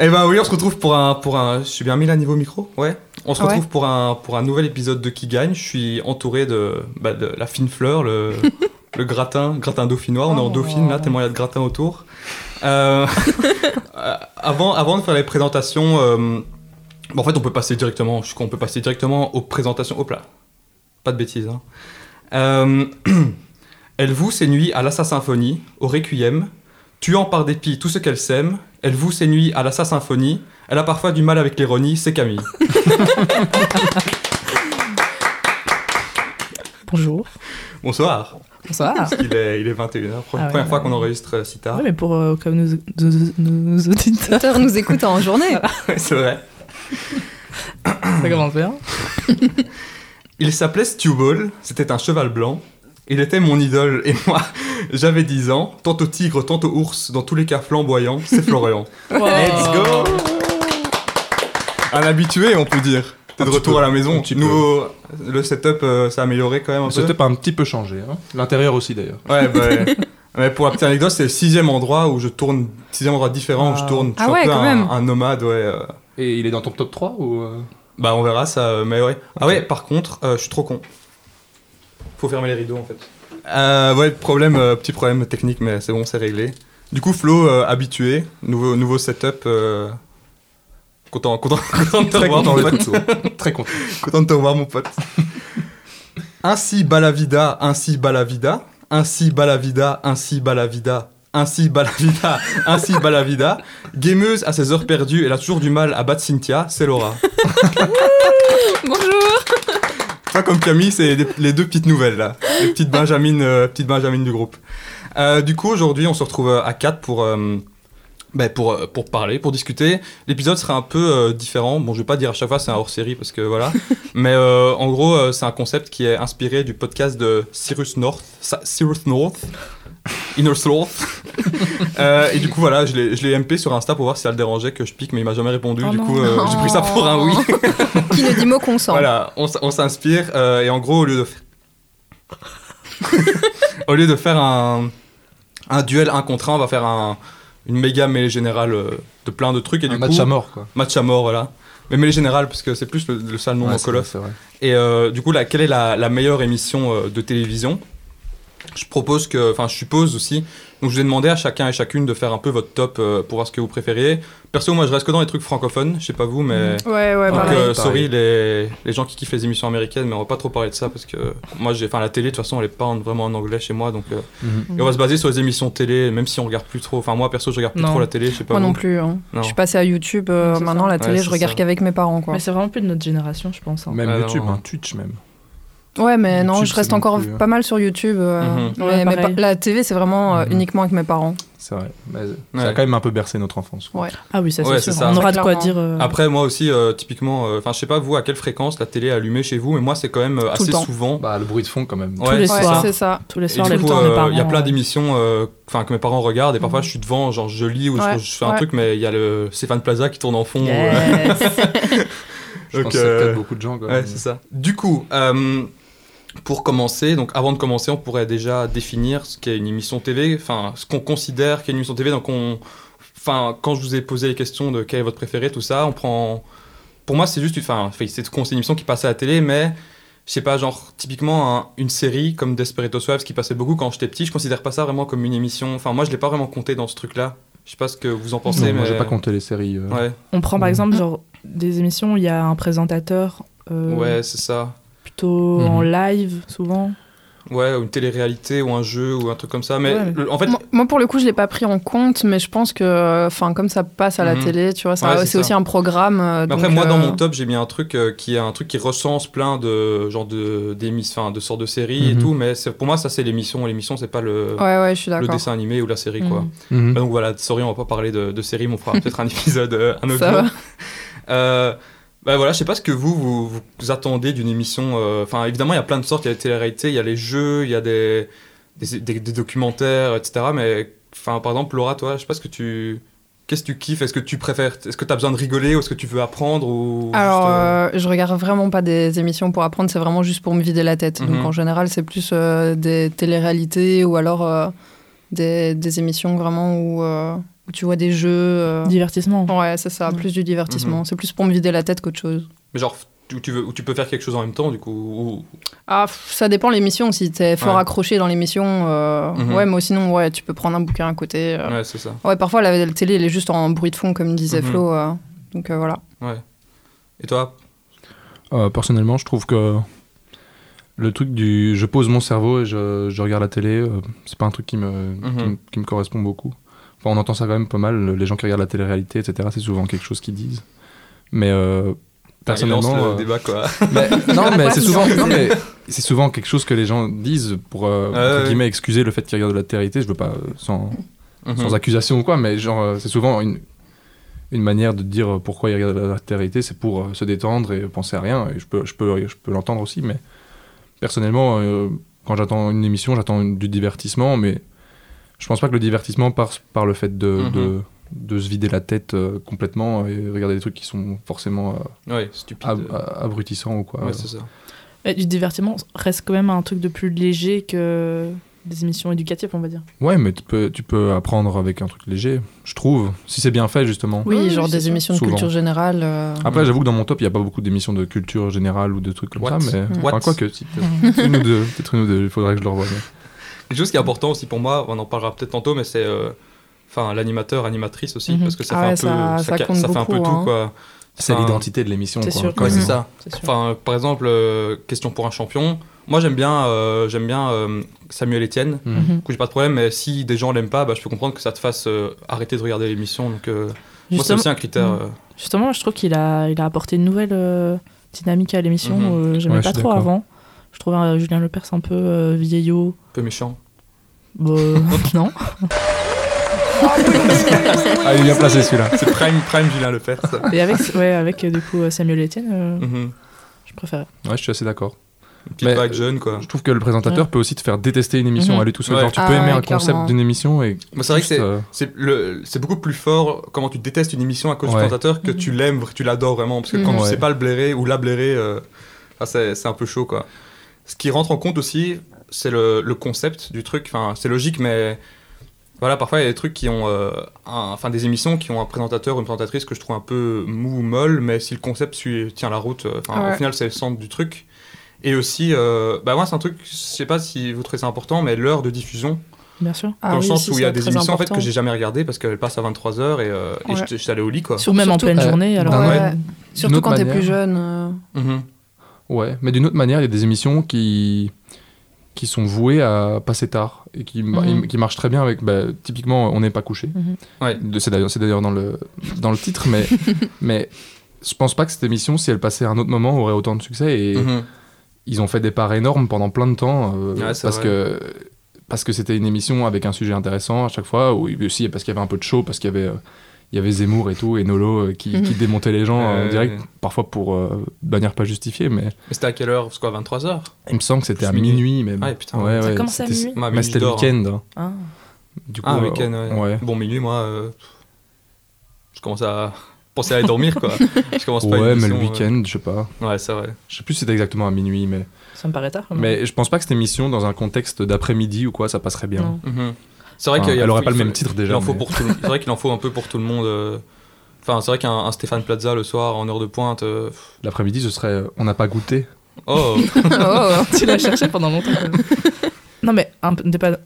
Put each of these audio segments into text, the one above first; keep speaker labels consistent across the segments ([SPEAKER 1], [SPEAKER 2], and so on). [SPEAKER 1] Eh ben oui, on se retrouve pour un, pour un. Je suis bien mis là niveau micro Ouais. On se
[SPEAKER 2] Ouais.
[SPEAKER 1] retrouve pour, un, pour un nouvel épisode de Qui gagne. Je suis entouré de, bah, de la fine fleur, le, le gratin, gratin dauphinois. On est en
[SPEAKER 2] Oh.
[SPEAKER 1] dauphine là, témoin il y a de gratin autour. Euh, euh, avant, avant de faire les présentations, euh, bah, en fait, on peut passer directement. Je suis con, on peut passer directement aux présentations. Hop là, pas de bêtises. hein. Euh, elle voue ses nuits à l'assa symphonie, au requiem, tuant par dépit tout ce qu'elle sème. Elle voue ses nuits à l'assa symphonie. Elle a parfois du mal avec l'ironie. C'est Camille.
[SPEAKER 2] Bonjour.
[SPEAKER 1] Bonsoir.
[SPEAKER 2] Bonsoir.
[SPEAKER 1] Il est, il est 21h.
[SPEAKER 2] Ah ouais,
[SPEAKER 1] première fois
[SPEAKER 2] bah
[SPEAKER 1] qu'on
[SPEAKER 2] oui.
[SPEAKER 1] enregistre euh, si tard.
[SPEAKER 2] Ouais, mais pour euh, comme nos, nos- nos auditeurs,
[SPEAKER 3] auditeurs nous écoutent en journée.
[SPEAKER 1] Ouais, C'est vrai.
[SPEAKER 2] ça commence bien.
[SPEAKER 1] Il s'appelait Stewball. C'était un cheval blanc. Il était mon idole et moi, j'avais 10 ans. Tantôt tigre, tantôt ours. Dans tous les cas flamboyant, c'est Florian. Let's go Un habitué, on peut dire. T'es
[SPEAKER 4] Un
[SPEAKER 1] de
[SPEAKER 4] petit
[SPEAKER 1] retour
[SPEAKER 4] peu,
[SPEAKER 1] à la maison.
[SPEAKER 4] un petit peu.
[SPEAKER 1] Nous, le setup euh, s'est amélioré quand même un
[SPEAKER 4] Le
[SPEAKER 1] peu.
[SPEAKER 4] setup a un petit peu changé. hein. L'intérieur aussi d'ailleurs.
[SPEAKER 1] Ouais, bah, ouais. Mais pour la petite anecdote, c'est le sixième endroit où je tourne, sixième endroit différent où je tourne. Je
[SPEAKER 3] Ah
[SPEAKER 1] suis
[SPEAKER 3] ouais,
[SPEAKER 1] un peu
[SPEAKER 3] quand
[SPEAKER 1] un,
[SPEAKER 3] même.
[SPEAKER 1] un nomade, ouais. euh.
[SPEAKER 4] Et il est dans ton top 3 ou euh,
[SPEAKER 1] Bah, on verra ça, euh, mais ouais. Ah
[SPEAKER 4] Ok.
[SPEAKER 1] ouais, par contre, euh, je suis trop con. Faut fermer les rideaux en fait. Euh, ouais, problème, euh, petit problème technique, mais c'est bon, c'est réglé. Du coup, Flo, euh, habitué, nouveau, nouveau setup. euh, Content, content, content de te
[SPEAKER 4] Très
[SPEAKER 1] revoir,
[SPEAKER 4] content
[SPEAKER 1] mon
[SPEAKER 4] d'être
[SPEAKER 1] pote.
[SPEAKER 4] retour. Très content.
[SPEAKER 1] Content de te revoir, mon pote. ainsi balavida, ainsi balavida, ainsi balavida, ainsi balavida, ainsi balavida, ainsi balavida. Gameuse à ses heures perdues, elle a toujours du mal à battre Cynthia, c'est Laura.
[SPEAKER 3] Bonjour.
[SPEAKER 1] Toi, comme Camille, c'est des- les deux petites nouvelles, là. Les petites Benjamin, euh, petites Benjamin du groupe. Euh, du coup, aujourd'hui, on se retrouve euh, à 4 pour, euh, ben, pour, euh, pour parler, pour discuter. L'épisode sera un peu euh, différent. Bon, je vais pas dire à chaque fois c'est un hors-série, parce que voilà. Mais euh, en gros, euh, c'est un concept qui est inspiré du podcast de Cyrus North. Sa- Cyrus North Inner Sloth. Euh, et du coup, voilà, je l'ai je l'ai MP sur Insta pour voir si ça le dérangeait que je pique, mais il m'a jamais répondu.
[SPEAKER 2] Oh
[SPEAKER 1] du
[SPEAKER 2] non.
[SPEAKER 1] coup, euh, j'ai pris ça pour un oui.
[SPEAKER 3] Qui ne dit mot consent.
[SPEAKER 1] Voilà, on, s- on s'inspire euh, et en gros, au lieu de faire... au lieu de faire un, un duel 1 contre 1, on va faire un, une méga mêlée générale euh, de plein de trucs. Et
[SPEAKER 4] Un
[SPEAKER 1] du
[SPEAKER 4] match
[SPEAKER 1] coup,
[SPEAKER 4] à mort quoi.
[SPEAKER 1] match à mort, voilà. Mais mêlée générale, parce que c'est plus le, le sale nom
[SPEAKER 4] Ouais,
[SPEAKER 1] en
[SPEAKER 4] c'est
[SPEAKER 1] Call
[SPEAKER 4] vrai,
[SPEAKER 1] of.
[SPEAKER 4] c'est vrai.
[SPEAKER 1] Et euh, du coup, là, quelle est la, la meilleure émission euh, de télévision Je propose que, enfin, je suppose aussi. Donc, je vous ai demandé à chacun et chacune de faire un peu votre top euh, pour voir ce que vous préfériez. Perso, moi, je reste que dans les trucs francophones. Je sais pas vous, mais.
[SPEAKER 3] Ouais, ouais,
[SPEAKER 1] Donc,
[SPEAKER 3] pareil.
[SPEAKER 1] euh,
[SPEAKER 4] Pareil.
[SPEAKER 1] sorry les, les gens qui kiffent les émissions américaines, mais on va pas trop parler de ça parce que moi, j'ai, enfin, la télé, de toute façon, elle est pas en- vraiment en anglais chez moi, donc euh,
[SPEAKER 4] Mhm.
[SPEAKER 3] Mm.
[SPEAKER 1] et on va se baser sur les émissions télé, même si on regarde plus trop. Enfin, moi perso, je regarde plus
[SPEAKER 2] Non.
[SPEAKER 1] trop la télé, je sais pas.
[SPEAKER 3] Moi
[SPEAKER 1] vous.
[SPEAKER 3] non plus. hein.
[SPEAKER 1] Non.
[SPEAKER 3] Je suis passée à YouTube. euh,
[SPEAKER 2] C'est ça.
[SPEAKER 3] maintenant, la télé,
[SPEAKER 1] Ouais,
[SPEAKER 3] je
[SPEAKER 1] c'est
[SPEAKER 3] regarde
[SPEAKER 1] ça.
[SPEAKER 3] qu'avec mes parents. Quoi.
[SPEAKER 2] Mais c'est vraiment plus de notre génération, je pense. hein.
[SPEAKER 4] Même
[SPEAKER 1] Ah,
[SPEAKER 4] YouTube,
[SPEAKER 1] non.
[SPEAKER 4] hein, Twitch même.
[SPEAKER 3] Ouais, mais non,
[SPEAKER 4] YouTube,
[SPEAKER 3] je reste
[SPEAKER 4] c'est non
[SPEAKER 3] encore
[SPEAKER 4] plus, hein.
[SPEAKER 3] pas mal sur YouTube. euh,
[SPEAKER 1] Mhm.
[SPEAKER 3] mais-
[SPEAKER 2] Ouais,
[SPEAKER 3] mais
[SPEAKER 2] pareil.
[SPEAKER 3] pas- la TV, c'est vraiment euh,
[SPEAKER 4] Mhm.
[SPEAKER 3] uniquement avec mes parents.
[SPEAKER 4] C'est vrai. Mais Ça
[SPEAKER 1] Ouais.
[SPEAKER 4] a quand même un peu bercé notre enfance. quoi.
[SPEAKER 2] Ah oui, ça c'est
[SPEAKER 1] Ouais,
[SPEAKER 2] sûr.
[SPEAKER 1] c'est ça.
[SPEAKER 2] On aura de quoi
[SPEAKER 3] Clairement.
[SPEAKER 2] dire. euh,
[SPEAKER 1] Après, moi aussi, euh, typiquement, euh, enfin, je sais pas vous à quelle fréquence la télé est allumée chez vous, mais moi, c'est quand même euh,
[SPEAKER 3] Tout le
[SPEAKER 1] assez
[SPEAKER 3] temps.
[SPEAKER 1] souvent.
[SPEAKER 4] Bah, le bruit de fond quand même.
[SPEAKER 1] Ouais,
[SPEAKER 2] les
[SPEAKER 1] c'est
[SPEAKER 3] Ouais,
[SPEAKER 2] soirs.
[SPEAKER 1] ça.
[SPEAKER 3] c'est ça.
[SPEAKER 2] tous les
[SPEAKER 1] Et
[SPEAKER 2] soirs,
[SPEAKER 1] du
[SPEAKER 2] les
[SPEAKER 1] coup,
[SPEAKER 2] temps
[SPEAKER 1] euh,
[SPEAKER 2] des parents.
[SPEAKER 1] il y a plein
[SPEAKER 2] euh,
[SPEAKER 1] d'émissions euh, enfin, que mes parents regardent et parfois je suis devant, genre je lis ou je-
[SPEAKER 3] Mm. Ouais,
[SPEAKER 1] je, fais un
[SPEAKER 3] ouais.
[SPEAKER 1] truc, mais il y a le Stéphane Plaza qui tourne en fond. ou, euh,
[SPEAKER 2] Yes.
[SPEAKER 4] Je
[SPEAKER 1] donc,
[SPEAKER 4] pense que ça
[SPEAKER 1] euh,
[SPEAKER 4] peut-être beaucoup de gens. Quoi.
[SPEAKER 1] Ouais, c'est ça. Du coup, euh, pour commencer, donc avant de commencer, on pourrait déjà définir ce qu'est une émission TV, enfin ce qu'on considère qu'est une émission TV. Donc, on, enfin, quand je vous ai posé les questions de quel est votre préféré, tout ça, on prend. Pour moi, c'est juste, enfin, fait- c'est c'est une émission qui passait à la télé, mais je sais pas, genre typiquement un- une série comme Desperate Housewives qui passait beaucoup quand j'étais petit. Je considère pas ça vraiment comme une émission. Enfin, moi, je l'ai pas vraiment compté dans ce truc-là. Je sais pas ce que vous en pensez,
[SPEAKER 4] Non, moi,
[SPEAKER 1] mais
[SPEAKER 4] j'ai pas compté les séries. euh,
[SPEAKER 1] Ouais,
[SPEAKER 2] On prend par
[SPEAKER 4] Mhm.
[SPEAKER 2] exemple genre des émissions où il y a un présentateur euh,
[SPEAKER 1] ouais, Mm. c'est ça.
[SPEAKER 2] plutôt en
[SPEAKER 4] Mhm.
[SPEAKER 2] live souvent.
[SPEAKER 1] Ouais, ou une télé-réalité ou un jeu ou un truc comme ça. Mais
[SPEAKER 2] Ouais.
[SPEAKER 1] le- en fait,
[SPEAKER 3] Moi, moi, pour le coup, je l'ai pas pris en compte, mais je pense que, enfin, comme ça passe à la
[SPEAKER 1] Mhm.
[SPEAKER 3] télé, tu vois, ça-
[SPEAKER 1] Ouais, c'est
[SPEAKER 3] c'est
[SPEAKER 1] ça.
[SPEAKER 3] aussi un programme. euh,
[SPEAKER 1] Mais après,
[SPEAKER 3] donc,
[SPEAKER 1] moi, dans
[SPEAKER 3] euh,
[SPEAKER 1] mon top, j'ai mis un truc euh, qui est un truc qui recense plein de genre de d'émissions, enfin de sortes de séries et
[SPEAKER 4] Mhm.
[SPEAKER 1] tout. Mais c'est- pour moi, ça c'est l'émission. L'émission, c'est pas le,
[SPEAKER 3] Ouais, ouais, je suis
[SPEAKER 1] le
[SPEAKER 3] d'accord.
[SPEAKER 1] dessin animé ou la série, quoi.
[SPEAKER 2] Mhm.
[SPEAKER 4] mhm.
[SPEAKER 1] Bah, donc voilà, sorry, on va pas parler de, de série, mais on fera peut-être un épisode, euh, un autre
[SPEAKER 3] Ça
[SPEAKER 1] jour.
[SPEAKER 3] va.
[SPEAKER 1] Euh, bah voilà, je sais pas ce que vous vous, vous attendez d'une émission. euh, Enfin, évidemment, il y a plein de sortes. Il y a la télé-réalité, il y a les jeux, il y a des des, des- des documentaires, etc. Mais enfin, par exemple, Laura, toi, je sais pas ce que tu Qu'est-ce que tu kiffes Est-ce que tu préfères Est-ce que tu as besoin de rigoler ou est-ce que tu veux apprendre ou
[SPEAKER 3] Alors,
[SPEAKER 1] juste, euh,
[SPEAKER 3] euh, je regarde vraiment pas des émissions pour apprendre, c'est vraiment juste pour me vider la tête.
[SPEAKER 1] Mhm.
[SPEAKER 3] Donc en général, c'est plus euh, des téléréalités ou alors euh, des, des émissions vraiment où, euh, où tu vois des jeux. euh,
[SPEAKER 2] Mm. Divertissement.
[SPEAKER 3] Ouais, c'est ça,
[SPEAKER 2] Ouais.
[SPEAKER 3] plus du divertissement.
[SPEAKER 1] Mhm.
[SPEAKER 3] C'est plus pour me vider la tête qu'autre chose.
[SPEAKER 1] Mais genre, où tu, veux, où tu peux faire quelque chose en même temps, du coup. ou-
[SPEAKER 3] Ah, pff, ça dépend l'émission. Si t'es fort
[SPEAKER 1] Ouais.
[SPEAKER 3] accroché dans l'émission, euh,
[SPEAKER 1] Mhm.
[SPEAKER 3] ouais, mais sinon, ouais, tu peux prendre un bouquin à côté. euh.
[SPEAKER 1] Ouais, c'est ça.
[SPEAKER 3] Ouais, parfois la, la télé, elle est juste en bruit de fond, comme disait
[SPEAKER 1] Mhm.
[SPEAKER 3] Flo. euh, donc euh, voilà.
[SPEAKER 1] Et toi
[SPEAKER 4] Euh, personnellement, je trouve que le truc du je pose mon cerveau et je, je regarde la télé, euh, c'est pas un truc qui me,
[SPEAKER 1] Mhm.
[SPEAKER 4] qui, me- qui me correspond beaucoup. Enfin, on entend ça quand même pas mal, le- les gens qui regardent la télé-réalité, etc., c'est souvent quelque chose qu'ils disent. Mais euh, personnellement.
[SPEAKER 1] Il lance Ah, le
[SPEAKER 4] euh,
[SPEAKER 1] débat, quoi.
[SPEAKER 4] mais- non, mais c'est
[SPEAKER 3] Ouais,
[SPEAKER 4] souvent,
[SPEAKER 3] c'est
[SPEAKER 4] non, mais c'est souvent quelque chose que les gens disent pour euh, entre
[SPEAKER 1] Ah, ouais.
[SPEAKER 4] guillemets, excuser le fait qu'ils regardent la télé-réalité. Je veux pas, euh, sans,
[SPEAKER 1] Mhm.
[SPEAKER 4] sans accusation ou quoi, mais genre, euh, c'est souvent une, une manière de dire euh, pourquoi il regarde la télé c'est pour euh, se détendre et penser à rien. Et je peux, je peux, je peux l'entendre aussi, mais personnellement, euh, quand j'attends une émission, j'attends une- du divertissement, mais je pense pas que le divertissement passe par le fait de,
[SPEAKER 1] Mhm.
[SPEAKER 4] de, de se vider la tête euh, complètement et regarder des trucs qui sont forcément euh,
[SPEAKER 1] Ouais, stupide.
[SPEAKER 4] ab- a- abrutissants ou quoi.
[SPEAKER 1] Ah, Ouais, c'est ça.
[SPEAKER 2] Mais du divertissement reste quand même un truc de plus léger que des émissions éducatives, on va dire.
[SPEAKER 4] Ouais, mais tu peux, tu peux apprendre avec un truc léger, je trouve, si c'est bien fait justement.
[SPEAKER 3] Oui,
[SPEAKER 2] Oui,
[SPEAKER 3] genre
[SPEAKER 2] oui,
[SPEAKER 3] des
[SPEAKER 2] c'est
[SPEAKER 3] émissions de
[SPEAKER 4] Souvent.
[SPEAKER 3] culture générale. euh,
[SPEAKER 4] Après, j'avoue que dans mon top, il n'y a pas beaucoup d'émissions de culture générale ou de trucs comme
[SPEAKER 1] What?
[SPEAKER 4] ça, mais
[SPEAKER 1] What?
[SPEAKER 4] enfin, quoi que, si, peut-être une ou deux, peut-être une ou deux, il faudrait que je le revoie. mais-
[SPEAKER 1] Quelque chose qui est important aussi pour moi, on en parlera peut-être tantôt, mais c'est euh, enfin l'animateur, animatrice aussi,
[SPEAKER 2] Mhm.
[SPEAKER 1] parce que ça
[SPEAKER 3] Ah
[SPEAKER 1] fait un
[SPEAKER 3] ouais,
[SPEAKER 1] peu,
[SPEAKER 3] ça- ça
[SPEAKER 1] ca-
[SPEAKER 3] compte
[SPEAKER 1] fait un peu
[SPEAKER 3] beaucoup,
[SPEAKER 1] tout
[SPEAKER 3] hein.
[SPEAKER 1] quoi.
[SPEAKER 4] C'est
[SPEAKER 1] Enfin,
[SPEAKER 4] l'identité de l'émission,
[SPEAKER 2] C'est
[SPEAKER 4] quoi.
[SPEAKER 2] sûr.
[SPEAKER 4] quand
[SPEAKER 1] Ouais,
[SPEAKER 4] même.
[SPEAKER 1] c'est ça.
[SPEAKER 2] C'est sûr.
[SPEAKER 1] Enfin, euh, par exemple, euh, question pour un champion. Moi, j'aime bien, euh, j'aime bien euh, Samuel Etienne.
[SPEAKER 4] Mhm.
[SPEAKER 2] Mhm.
[SPEAKER 1] Du coup, j'ai pas de problème, mais si des gens l'aiment pas, bah, je peux comprendre que ça te fasse euh, arrêter de regarder l'émission. Donc, euh, moi, c'est
[SPEAKER 2] Justement,
[SPEAKER 1] aussi un critère.
[SPEAKER 3] Mm.
[SPEAKER 1] euh,
[SPEAKER 2] justement, je trouve qu'il a, il a apporté une nouvelle euh, dynamique à l'émission.
[SPEAKER 1] Mhm.
[SPEAKER 2] euh, J'aimais
[SPEAKER 4] Ouais, je
[SPEAKER 2] pas
[SPEAKER 4] suis
[SPEAKER 2] trop
[SPEAKER 4] d'accord.
[SPEAKER 2] avant. Je trouvais euh, Julien Lepers un peu euh, vieillot.
[SPEAKER 1] un peu méchant.
[SPEAKER 2] Bon, euh, non.
[SPEAKER 4] Ah, il est bien placé celui-là.
[SPEAKER 1] C'est prime, prime Julien Lepers.
[SPEAKER 2] Et avec, ouais, avec euh, du coup euh, Samuel Etienne, euh,
[SPEAKER 1] Mhm.
[SPEAKER 2] je préférais.
[SPEAKER 4] Ouais, je suis assez d'accord.
[SPEAKER 1] Une petite
[SPEAKER 4] Mais-
[SPEAKER 1] vague jeune, quoi.
[SPEAKER 4] Je trouve que le présentateur peut aussi te faire détester une émission
[SPEAKER 2] Mhm.
[SPEAKER 4] à lui tout seul.
[SPEAKER 1] Ouais.
[SPEAKER 4] Genre, tu
[SPEAKER 3] Ah
[SPEAKER 4] peux aimer
[SPEAKER 3] ouais,
[SPEAKER 4] un
[SPEAKER 3] clairement.
[SPEAKER 4] concept d'une émission et.
[SPEAKER 1] Mais c'est vrai que
[SPEAKER 4] juste,
[SPEAKER 1] c'est-
[SPEAKER 4] euh,
[SPEAKER 1] C'est le- c'est beaucoup plus fort comment tu détestes une émission à cause du
[SPEAKER 4] Ouais.
[SPEAKER 1] présentateur que tu l'aimes, tu l'adores vraiment. Parce que quand
[SPEAKER 3] Mhm.
[SPEAKER 1] tu sais
[SPEAKER 4] Ouais.
[SPEAKER 1] pas le blairer ou la blairer, euh, enfin, c'est c'est un peu chaud quoi. Ce qui rentre en compte aussi, c'est le, le concept du truc. Enfin, c'est logique, mais voilà, parfois il y a des trucs qui ont. euh, un- Enfin, des émissions qui ont un présentateur ou une présentatrice que je trouve un peu mou ou molle, mais si le concept suit- tient la route, euh, enfin, au
[SPEAKER 3] Ouais.
[SPEAKER 1] final c'est le centre du truc. Et aussi, euh, bah moi c'est un truc, je sais pas si vous trouvez ça important, mais l'heure de diffusion
[SPEAKER 2] Bien sûr.
[SPEAKER 3] ah
[SPEAKER 1] dans le
[SPEAKER 3] oui,
[SPEAKER 1] sens
[SPEAKER 3] si,
[SPEAKER 1] où il y a
[SPEAKER 3] c'est
[SPEAKER 1] des
[SPEAKER 3] très
[SPEAKER 1] émissions en fait
[SPEAKER 3] important.
[SPEAKER 1] que j'ai jamais regardées parce qu'elles passent à 23h et, euh, et
[SPEAKER 3] Ouais.
[SPEAKER 1] j'étais- j'étais allé au lit quoi.
[SPEAKER 2] Ou même en
[SPEAKER 3] Surtout-
[SPEAKER 2] pleine
[SPEAKER 4] Euh,
[SPEAKER 2] journée. Alors,
[SPEAKER 4] d'un-
[SPEAKER 3] Ouais.
[SPEAKER 2] ouais.
[SPEAKER 3] Surtout
[SPEAKER 4] autre
[SPEAKER 3] quand t'es
[SPEAKER 4] manière.
[SPEAKER 3] plus jeune. euh,
[SPEAKER 4] Mm-hmm.
[SPEAKER 1] Mhm.
[SPEAKER 4] Ouais, mais d'une autre manière, il y a des émissions qui qui sont vouées à passer tard et qui, ma-
[SPEAKER 2] Mhm.
[SPEAKER 4] qui marchent très bien avec bah, typiquement on n'est pas couché.
[SPEAKER 2] Mhm.
[SPEAKER 1] Ouais.
[SPEAKER 4] De- C'est d'ailleurs c'est d'ailleurs dans le dans le titre, mais mais je pense pas que cette émission, si elle passait à un autre moment, aurait autant de succès. Et
[SPEAKER 1] Mhm.
[SPEAKER 4] ils ont fait des parts énormes pendant plein de temps euh,
[SPEAKER 1] Ouais, c'est
[SPEAKER 4] parce
[SPEAKER 1] vrai.
[SPEAKER 4] que parce que c'était une émission avec un sujet intéressant à chaque fois. Ou aussi parce qu'il y avait un peu de show, parce qu'il y avait euh, il y avait Zemmour et tout et Nolo euh, qui,
[SPEAKER 3] Mhm.
[SPEAKER 4] qui démontaient les gens euh,
[SPEAKER 1] Ouais.
[SPEAKER 4] en direct, parfois pour euh, manière pas justifiée, mais
[SPEAKER 1] Mais c'était à quelle heure C'est quoi 23h
[SPEAKER 4] il me semble que c'était à
[SPEAKER 1] Plus minuit. Ah
[SPEAKER 4] minuit même.
[SPEAKER 1] Ouais, putain.
[SPEAKER 2] Ça commence à
[SPEAKER 4] c'était-
[SPEAKER 2] minuit
[SPEAKER 1] Ma
[SPEAKER 4] Mais c'était le week-end. hein.
[SPEAKER 2] Ah.
[SPEAKER 4] Du coup,
[SPEAKER 1] Ah,
[SPEAKER 4] euh,
[SPEAKER 1] week-end, ouais.
[SPEAKER 4] ouais.
[SPEAKER 1] Bon, minuit, moi, euh, je commence à penser à aller dormir quoi. je commence pas une
[SPEAKER 4] Ouais, mais le
[SPEAKER 1] émission, euh,
[SPEAKER 4] week-end, je sais pas.
[SPEAKER 1] Ouais, c'est vrai.
[SPEAKER 4] Je sais plus si c'était exactement à minuit, mais.
[SPEAKER 2] Ça me paraît tard. quand même.
[SPEAKER 4] Mais je pense pas que cette émission, dans un contexte d'après-midi ou quoi, ça passerait bien.
[SPEAKER 2] Non.
[SPEAKER 1] Mhm. C'est vrai
[SPEAKER 4] Mm-hmm. Enfin,
[SPEAKER 1] qu'il y a-
[SPEAKER 4] elle aurait
[SPEAKER 1] il
[SPEAKER 4] pas le
[SPEAKER 1] faut-
[SPEAKER 4] même titre déjà.
[SPEAKER 1] Il en faut
[SPEAKER 4] mais-
[SPEAKER 1] pour tout. le- C'est vrai qu'il en faut un peu pour tout le monde. euh. Enfin, c'est vrai qu'un un Stéphane Plaza le soir en heure de pointe. euh,
[SPEAKER 4] L'après-midi, ce serait. euh, On n'a pas goûté.
[SPEAKER 1] Oh,
[SPEAKER 3] Oh.
[SPEAKER 2] tu l'as cherché pendant longtemps. quand même. non, mais un peu- des pas-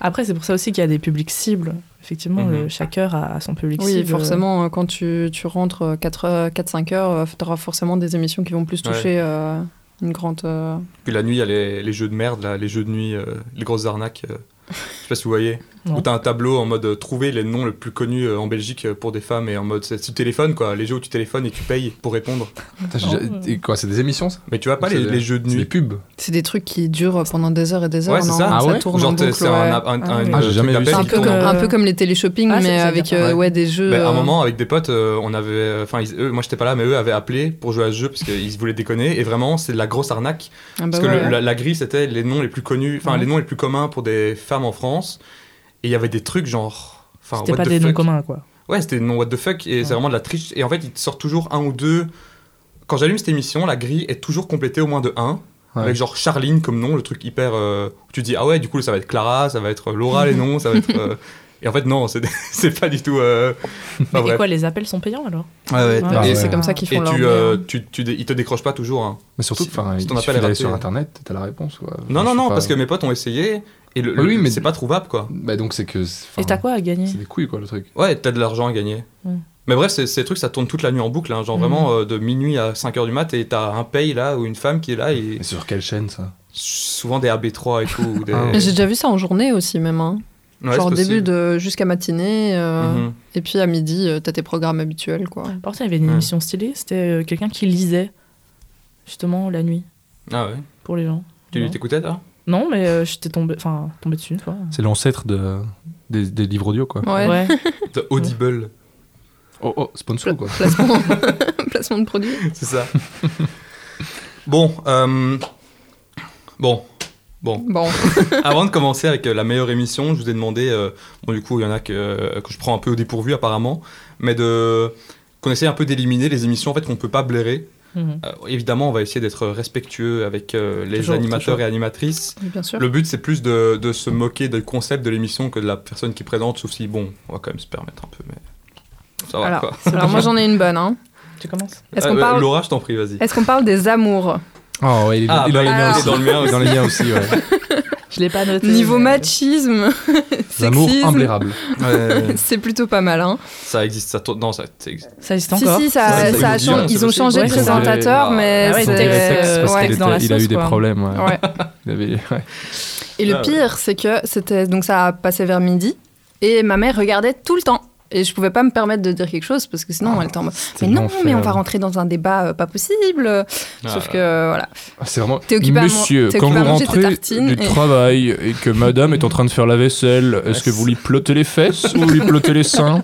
[SPEAKER 2] Après, c'est pour ça aussi qu'il y a des publics cibles. Effectivement,
[SPEAKER 1] Mhm.
[SPEAKER 2] le- chaque heure a, a son public
[SPEAKER 3] Oui,
[SPEAKER 2] cible.
[SPEAKER 3] forcément, euh, quand tu, tu rentres 4-5 heures, euh, t'auras forcément des émissions qui vont plus
[SPEAKER 1] Ouais.
[SPEAKER 3] toucher euh, une grande. euh,
[SPEAKER 1] Puis la nuit, il y a les, les jeux de merde, là, les jeux de nuit, euh, les grosses arnaques. euh, je sais pas si vous voyez.
[SPEAKER 2] Non.
[SPEAKER 1] Où t'as un tableau en mode euh, trouver les noms les plus connus euh, en Belgique euh, pour des femmes et en mode c'est- tu téléphones quoi, les jeux où tu téléphones et tu payes pour répondre.
[SPEAKER 4] Putain, j'ai-
[SPEAKER 2] Oh.
[SPEAKER 4] et quoi, c'est des émissions ça
[SPEAKER 1] Mais tu vois pas
[SPEAKER 4] C'est
[SPEAKER 1] les,
[SPEAKER 4] des-
[SPEAKER 1] les jeux de
[SPEAKER 4] C'est des
[SPEAKER 1] nuit.
[SPEAKER 4] pubs.
[SPEAKER 3] C'est des trucs qui durent pendant des heures et des heures.
[SPEAKER 1] Ouais, c'est
[SPEAKER 3] non,
[SPEAKER 1] ça.
[SPEAKER 4] Ah ouais
[SPEAKER 3] tourne en
[SPEAKER 1] Genre t'es-
[SPEAKER 3] boucle,
[SPEAKER 1] c'est
[SPEAKER 3] ouais.
[SPEAKER 1] un, app- un,
[SPEAKER 3] Ah
[SPEAKER 1] un-
[SPEAKER 3] ouais.
[SPEAKER 1] une,
[SPEAKER 4] Ah, j'ai
[SPEAKER 1] euh,
[SPEAKER 4] jamais
[SPEAKER 1] truc
[SPEAKER 4] vu
[SPEAKER 1] d'appel
[SPEAKER 4] ça.
[SPEAKER 3] un
[SPEAKER 1] qui
[SPEAKER 3] peu,
[SPEAKER 1] tourne.
[SPEAKER 3] comme,
[SPEAKER 2] euh,
[SPEAKER 3] un peu comme les téléshoppings,
[SPEAKER 2] Ah, c'est
[SPEAKER 3] mais
[SPEAKER 2] ça,
[SPEAKER 3] avec
[SPEAKER 2] c'est
[SPEAKER 3] euh,
[SPEAKER 1] ça.
[SPEAKER 3] ouais, des jeux.
[SPEAKER 1] Mais à un
[SPEAKER 3] euh,
[SPEAKER 1] moment avec des potes, euh, on avait, euh, enfin ils- eux, moi j'étais pas là, mais eux avaient appelé pour jouer à ce jeu parce qu'ils voulaient déconner et vraiment c'est de la grosse arnaque
[SPEAKER 3] ah bah
[SPEAKER 1] Parce que
[SPEAKER 3] ouais.
[SPEAKER 1] le- la, la grille, c'était les noms les plus connus, enfin
[SPEAKER 2] Ouais.
[SPEAKER 1] les noms les plus communs pour des femmes en France. Et il y avait des trucs genre. enfin,
[SPEAKER 2] C'était
[SPEAKER 1] what
[SPEAKER 2] pas
[SPEAKER 1] the
[SPEAKER 2] des noms
[SPEAKER 1] fuck.
[SPEAKER 2] communs, quoi.
[SPEAKER 1] Ouais, c'était des noms what the fuck. Et
[SPEAKER 2] Ouais.
[SPEAKER 1] c'est vraiment de la triche. Et en fait, ils te sortent toujours un ou deux. Quand j'allume cette émission, la grille est toujours complétée au moins de un.
[SPEAKER 4] Ouais.
[SPEAKER 1] avec genre Charline comme nom, le truc hyper. euh, où tu te dis, ah ouais, du coup, ça va être Clara, ça va être euh, Laura, les noms, ça va être. euh, Et en fait, non, c'est c'est pas du tout. euh, enfin,
[SPEAKER 2] Et
[SPEAKER 1] bref.
[SPEAKER 2] quoi, les appels sont payants alors
[SPEAKER 1] Ouais, ouais,
[SPEAKER 2] Ah,
[SPEAKER 4] Et-
[SPEAKER 3] c'est comme ça qu'ils
[SPEAKER 1] Et
[SPEAKER 3] font leur
[SPEAKER 1] tu,
[SPEAKER 3] mail.
[SPEAKER 1] euh, tu, tu dé- ils te décrochent pas toujours. hein.
[SPEAKER 4] Mais surtout,
[SPEAKER 1] Si-
[SPEAKER 4] enfin,
[SPEAKER 1] si
[SPEAKER 4] il
[SPEAKER 1] ton appel
[SPEAKER 4] suffit
[SPEAKER 1] est
[SPEAKER 4] d'aller
[SPEAKER 1] raté,
[SPEAKER 4] sur
[SPEAKER 1] ouais.
[SPEAKER 4] internet, t'as la réponse. quoi.
[SPEAKER 1] Non, non,
[SPEAKER 4] Enfin, je
[SPEAKER 1] non,
[SPEAKER 4] sais pas. Ah
[SPEAKER 1] parce que mes potes ont essayé et le,
[SPEAKER 4] Oui,
[SPEAKER 1] le-
[SPEAKER 4] mais-
[SPEAKER 1] c'est pas trouvable quoi.
[SPEAKER 4] Bah, donc, c'est que. c'est-
[SPEAKER 2] Et
[SPEAKER 4] enfin,
[SPEAKER 2] t'as quoi à gagner
[SPEAKER 4] C'est des couilles, quoi, le truc.
[SPEAKER 1] Ouais, t'as de l'argent à gagner.
[SPEAKER 2] Mm.
[SPEAKER 1] Mais bref, c'est- ces trucs ça tourne toute la nuit en boucle, hein, genre
[SPEAKER 2] Mm.
[SPEAKER 1] vraiment euh, de minuit à 5h du mat et t'as un paye là ou une femme qui est là et
[SPEAKER 4] Mais sur quelle chaîne, ça
[SPEAKER 1] souvent des AB3 et tout. ou des...
[SPEAKER 4] Ah ouais.
[SPEAKER 3] Mais J'ai déjà vu ça en journée aussi, même. hein.
[SPEAKER 1] Ouais,
[SPEAKER 3] Genre
[SPEAKER 1] c'est
[SPEAKER 3] début
[SPEAKER 1] possible.
[SPEAKER 3] de jusqu'à matinée, euh,
[SPEAKER 1] Mhm.
[SPEAKER 3] et puis à midi, euh, t'as tes programmes habituels, quoi.
[SPEAKER 2] Par contre, il y avait une
[SPEAKER 1] Ouais.
[SPEAKER 2] émission stylée, c'était euh, quelqu'un qui lisait justement la nuit
[SPEAKER 1] Ah ouais.
[SPEAKER 2] pour les gens.
[SPEAKER 1] Tu
[SPEAKER 2] Ouais.
[SPEAKER 1] t'écoutais là
[SPEAKER 2] Non, mais euh, j'étais tombée, enfin, tombée dessus une fois.
[SPEAKER 4] C'est l'ancêtre de... des, des livres audio, quoi.
[SPEAKER 3] Ouais.
[SPEAKER 2] Ouais.
[SPEAKER 1] The Audible,
[SPEAKER 4] Oh, oh, sponsor, quoi.
[SPEAKER 3] Placement... Placement de produit.
[SPEAKER 1] c'est ça. bon, euh, bon, bon.
[SPEAKER 3] Bon,
[SPEAKER 1] Avant de commencer avec euh, la meilleure émission, je vous ai demandé, euh, bon du coup il y en a que, euh, que je prends un peu au dépourvu apparemment, mais de qu'on essaye un peu d'éliminer les émissions en fait qu'on peut pas blairer.
[SPEAKER 2] Mhm.
[SPEAKER 1] Euh, évidemment, on va essayer d'être respectueux avec euh, les
[SPEAKER 2] Toujours,
[SPEAKER 1] animateurs
[SPEAKER 2] toujours.
[SPEAKER 1] et animatrices.
[SPEAKER 3] Oui, bien sûr.
[SPEAKER 1] Le but c'est plus de, de se moquer du concept de l'émission que de la personne qui présente, sauf si bon, on va quand même se permettre un peu, mais ça va
[SPEAKER 3] Alors,
[SPEAKER 1] quoi.
[SPEAKER 3] Alors moi j'en ai une bonne. Hein.
[SPEAKER 2] Tu commences
[SPEAKER 3] Est-ce
[SPEAKER 1] Ah,
[SPEAKER 3] qu'on
[SPEAKER 1] bah,
[SPEAKER 3] parle,
[SPEAKER 1] Laura, je t'en prie, vas-y.
[SPEAKER 3] est-ce qu'on parle des amours
[SPEAKER 4] Ah ouais, il est
[SPEAKER 1] Ah,
[SPEAKER 4] il est dans les
[SPEAKER 1] bah,
[SPEAKER 4] miens
[SPEAKER 3] alors.
[SPEAKER 4] aussi.
[SPEAKER 1] Dans le mien
[SPEAKER 4] Il est dans les miens aussi, ouais.
[SPEAKER 2] Je l'ai pas noté.
[SPEAKER 3] Niveau
[SPEAKER 2] mais-
[SPEAKER 3] machisme,
[SPEAKER 4] L'amour
[SPEAKER 3] sexisme,
[SPEAKER 4] imblairable.
[SPEAKER 3] c'est plutôt pas mal. Hein.
[SPEAKER 1] ça existe, ça tourne. Non, ça, ça existe.
[SPEAKER 2] Ça existe
[SPEAKER 3] Si
[SPEAKER 2] encore
[SPEAKER 3] si,
[SPEAKER 1] Ça,
[SPEAKER 3] ça,
[SPEAKER 1] c'est
[SPEAKER 3] ça a
[SPEAKER 1] une audience,
[SPEAKER 3] changé-
[SPEAKER 1] c'est
[SPEAKER 3] ils ont
[SPEAKER 1] possible.
[SPEAKER 3] changé de
[SPEAKER 2] Ouais, c'est vrai.
[SPEAKER 3] présentateur,
[SPEAKER 1] Ah
[SPEAKER 3] mais euh,
[SPEAKER 2] ouais,
[SPEAKER 3] c'est-
[SPEAKER 2] texte,
[SPEAKER 4] parce
[SPEAKER 2] ouais.
[SPEAKER 4] qu'il
[SPEAKER 2] Dans la
[SPEAKER 4] était- il a
[SPEAKER 2] sauce,
[SPEAKER 4] eu des
[SPEAKER 2] quoi.
[SPEAKER 4] problèmes. ouais.
[SPEAKER 3] Ouais.
[SPEAKER 4] Il avait- ouais.
[SPEAKER 1] Ah
[SPEAKER 3] Et le
[SPEAKER 1] ouais.
[SPEAKER 3] pire, c'est que c'était donc ça a passé vers midi et ma mère regardait tout le temps. Et je pouvais pas me permettre de dire quelque chose parce que sinon elle était en mode,
[SPEAKER 4] C'était
[SPEAKER 3] Mais non,
[SPEAKER 4] l'enfer.
[SPEAKER 3] mais on va rentrer dans un débat euh, pas possible. Sauf que euh, voilà.
[SPEAKER 4] Ah, C'est vraiment.
[SPEAKER 3] T'es occupé à man-
[SPEAKER 4] Monsieur,
[SPEAKER 3] t'es
[SPEAKER 4] quand
[SPEAKER 3] occupé
[SPEAKER 4] vous
[SPEAKER 3] à manger tes
[SPEAKER 4] rentrez
[SPEAKER 3] tartines
[SPEAKER 4] du
[SPEAKER 3] et-
[SPEAKER 4] travail et que madame est en train de faire la vaisselle, est-ce que vous lui plotez les fesses ou vous lui plotez les seins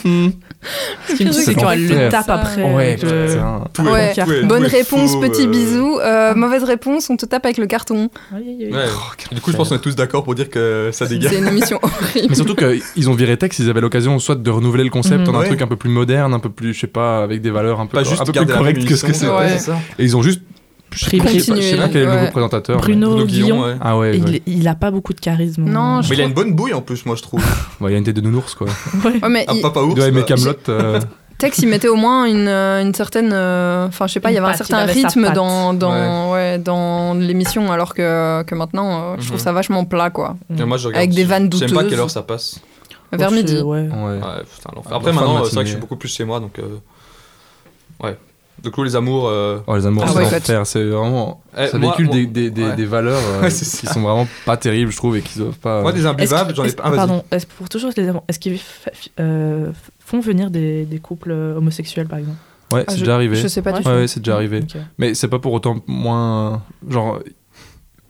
[SPEAKER 2] Ce qui me tue,
[SPEAKER 4] C'est
[SPEAKER 2] c'est quand elle le
[SPEAKER 4] l'enfer.
[SPEAKER 2] tape après. euh,
[SPEAKER 4] Ouais,
[SPEAKER 2] avec le-
[SPEAKER 4] putain.
[SPEAKER 1] Tout
[SPEAKER 3] Ouais.
[SPEAKER 1] est- tout est-
[SPEAKER 3] Bonne
[SPEAKER 1] tout est
[SPEAKER 3] réponse,
[SPEAKER 1] faux,
[SPEAKER 3] petit
[SPEAKER 1] euh,
[SPEAKER 3] bisou. Euh, mauvaise réponse, on te tape avec le carton.
[SPEAKER 2] Aïe, aïe, aïe.
[SPEAKER 1] ouais. Du coup, je pense qu'on est tous d'accord pour dire que ça
[SPEAKER 3] C'est
[SPEAKER 1] dégage.
[SPEAKER 3] une émission horrible.
[SPEAKER 4] Mais surtout qu'ils ont viré Tex, ils avaient l'occasion soit de renouveler le concept
[SPEAKER 2] Mhm.
[SPEAKER 4] en un
[SPEAKER 1] Ouais.
[SPEAKER 4] truc un peu plus moderne, un peu plus, je sais pas, avec des valeurs un peu,
[SPEAKER 1] Pas juste
[SPEAKER 4] un peu plus
[SPEAKER 1] garder la hein. même
[SPEAKER 4] correctes que ce que
[SPEAKER 1] émission,
[SPEAKER 4] c'était.
[SPEAKER 3] ouais.
[SPEAKER 1] ça.
[SPEAKER 4] Et ils ont juste. Je sais pas, je sais pas
[SPEAKER 3] Continuer,
[SPEAKER 4] quel est le nouveau
[SPEAKER 3] ouais.
[SPEAKER 4] présentateur. mais-
[SPEAKER 2] Bruno,
[SPEAKER 1] Bruno
[SPEAKER 2] Guillon.
[SPEAKER 1] Guillon, ouais.
[SPEAKER 4] Ah ouais, ouais.
[SPEAKER 2] Et
[SPEAKER 4] Bah, Il...
[SPEAKER 2] Il, il a pas beaucoup de charisme.
[SPEAKER 3] Non,
[SPEAKER 1] Mais il a une bonne bouille en plus, moi je trouve.
[SPEAKER 4] Bah, y a une tête de nounours quoi.
[SPEAKER 2] Ouais.
[SPEAKER 3] Ouais, mais
[SPEAKER 1] Un
[SPEAKER 3] il-
[SPEAKER 1] papa ours.
[SPEAKER 4] Il doit aimer
[SPEAKER 1] bah,
[SPEAKER 4] Camelot. euh,
[SPEAKER 3] Tex, il mettait au moins une, euh, une certaine. euh, Enfin, je sais pas, il y
[SPEAKER 2] Une
[SPEAKER 3] avait un
[SPEAKER 2] patte,
[SPEAKER 3] certain
[SPEAKER 2] il avait sa
[SPEAKER 3] rythme
[SPEAKER 2] patte.
[SPEAKER 3] dans, dans, ouais, dans l'émission, alors que, que maintenant, euh, je trouve
[SPEAKER 1] Mhm.
[SPEAKER 3] ça vachement plat, quoi.
[SPEAKER 1] mais Moi, je regarde.
[SPEAKER 3] Avec des vannes
[SPEAKER 1] J'aime pas
[SPEAKER 3] douteuses.
[SPEAKER 1] quelle heure ça passe.
[SPEAKER 3] Vers
[SPEAKER 2] Ouais,
[SPEAKER 3] midi.
[SPEAKER 2] Ouais.
[SPEAKER 1] Ouais,
[SPEAKER 4] Ouais.
[SPEAKER 1] putain, l'enfer.
[SPEAKER 4] Ah,
[SPEAKER 1] Après,
[SPEAKER 4] bon, fin de
[SPEAKER 1] maintenant, euh, c'est vrai que je
[SPEAKER 4] matinée.
[SPEAKER 1] suis beaucoup plus chez moi, donc. euh, Ouais. Du coup, les amours. euh,
[SPEAKER 4] Oh, les amours,
[SPEAKER 3] Ah
[SPEAKER 4] c'est
[SPEAKER 3] ouais.
[SPEAKER 4] l'enfer, c'est vraiment.
[SPEAKER 1] Eh,
[SPEAKER 4] ça
[SPEAKER 1] moi-
[SPEAKER 4] véhicule
[SPEAKER 1] moi-
[SPEAKER 4] des, des, des,
[SPEAKER 1] ouais.
[SPEAKER 4] des valeurs euh,
[SPEAKER 1] Ouais, c'est
[SPEAKER 4] qui
[SPEAKER 1] ça.
[SPEAKER 4] sont vraiment pas terribles, je trouve, et qui doivent pas. euh, ah,
[SPEAKER 1] Moi, des
[SPEAKER 2] Est-ce
[SPEAKER 1] imbuvables,
[SPEAKER 2] que-
[SPEAKER 1] j'en ai
[SPEAKER 2] est-ce-
[SPEAKER 1] pas. Ah, Pardon.
[SPEAKER 2] Pardon, est-ce pour toujours les amants, est-ce qu'ils fa- fi- euh, f- font venir des, des couples euh, homosexuels par exemple
[SPEAKER 4] Ouais,
[SPEAKER 3] Ah,
[SPEAKER 4] c'est
[SPEAKER 3] je-
[SPEAKER 4] déjà arrivé.
[SPEAKER 3] Je sais pas du
[SPEAKER 2] Ouais.
[SPEAKER 3] tout.
[SPEAKER 4] Ouais, ouais, c'est déjà arrivé.
[SPEAKER 2] Ok.
[SPEAKER 4] Mais c'est pas pour autant moins. Genre.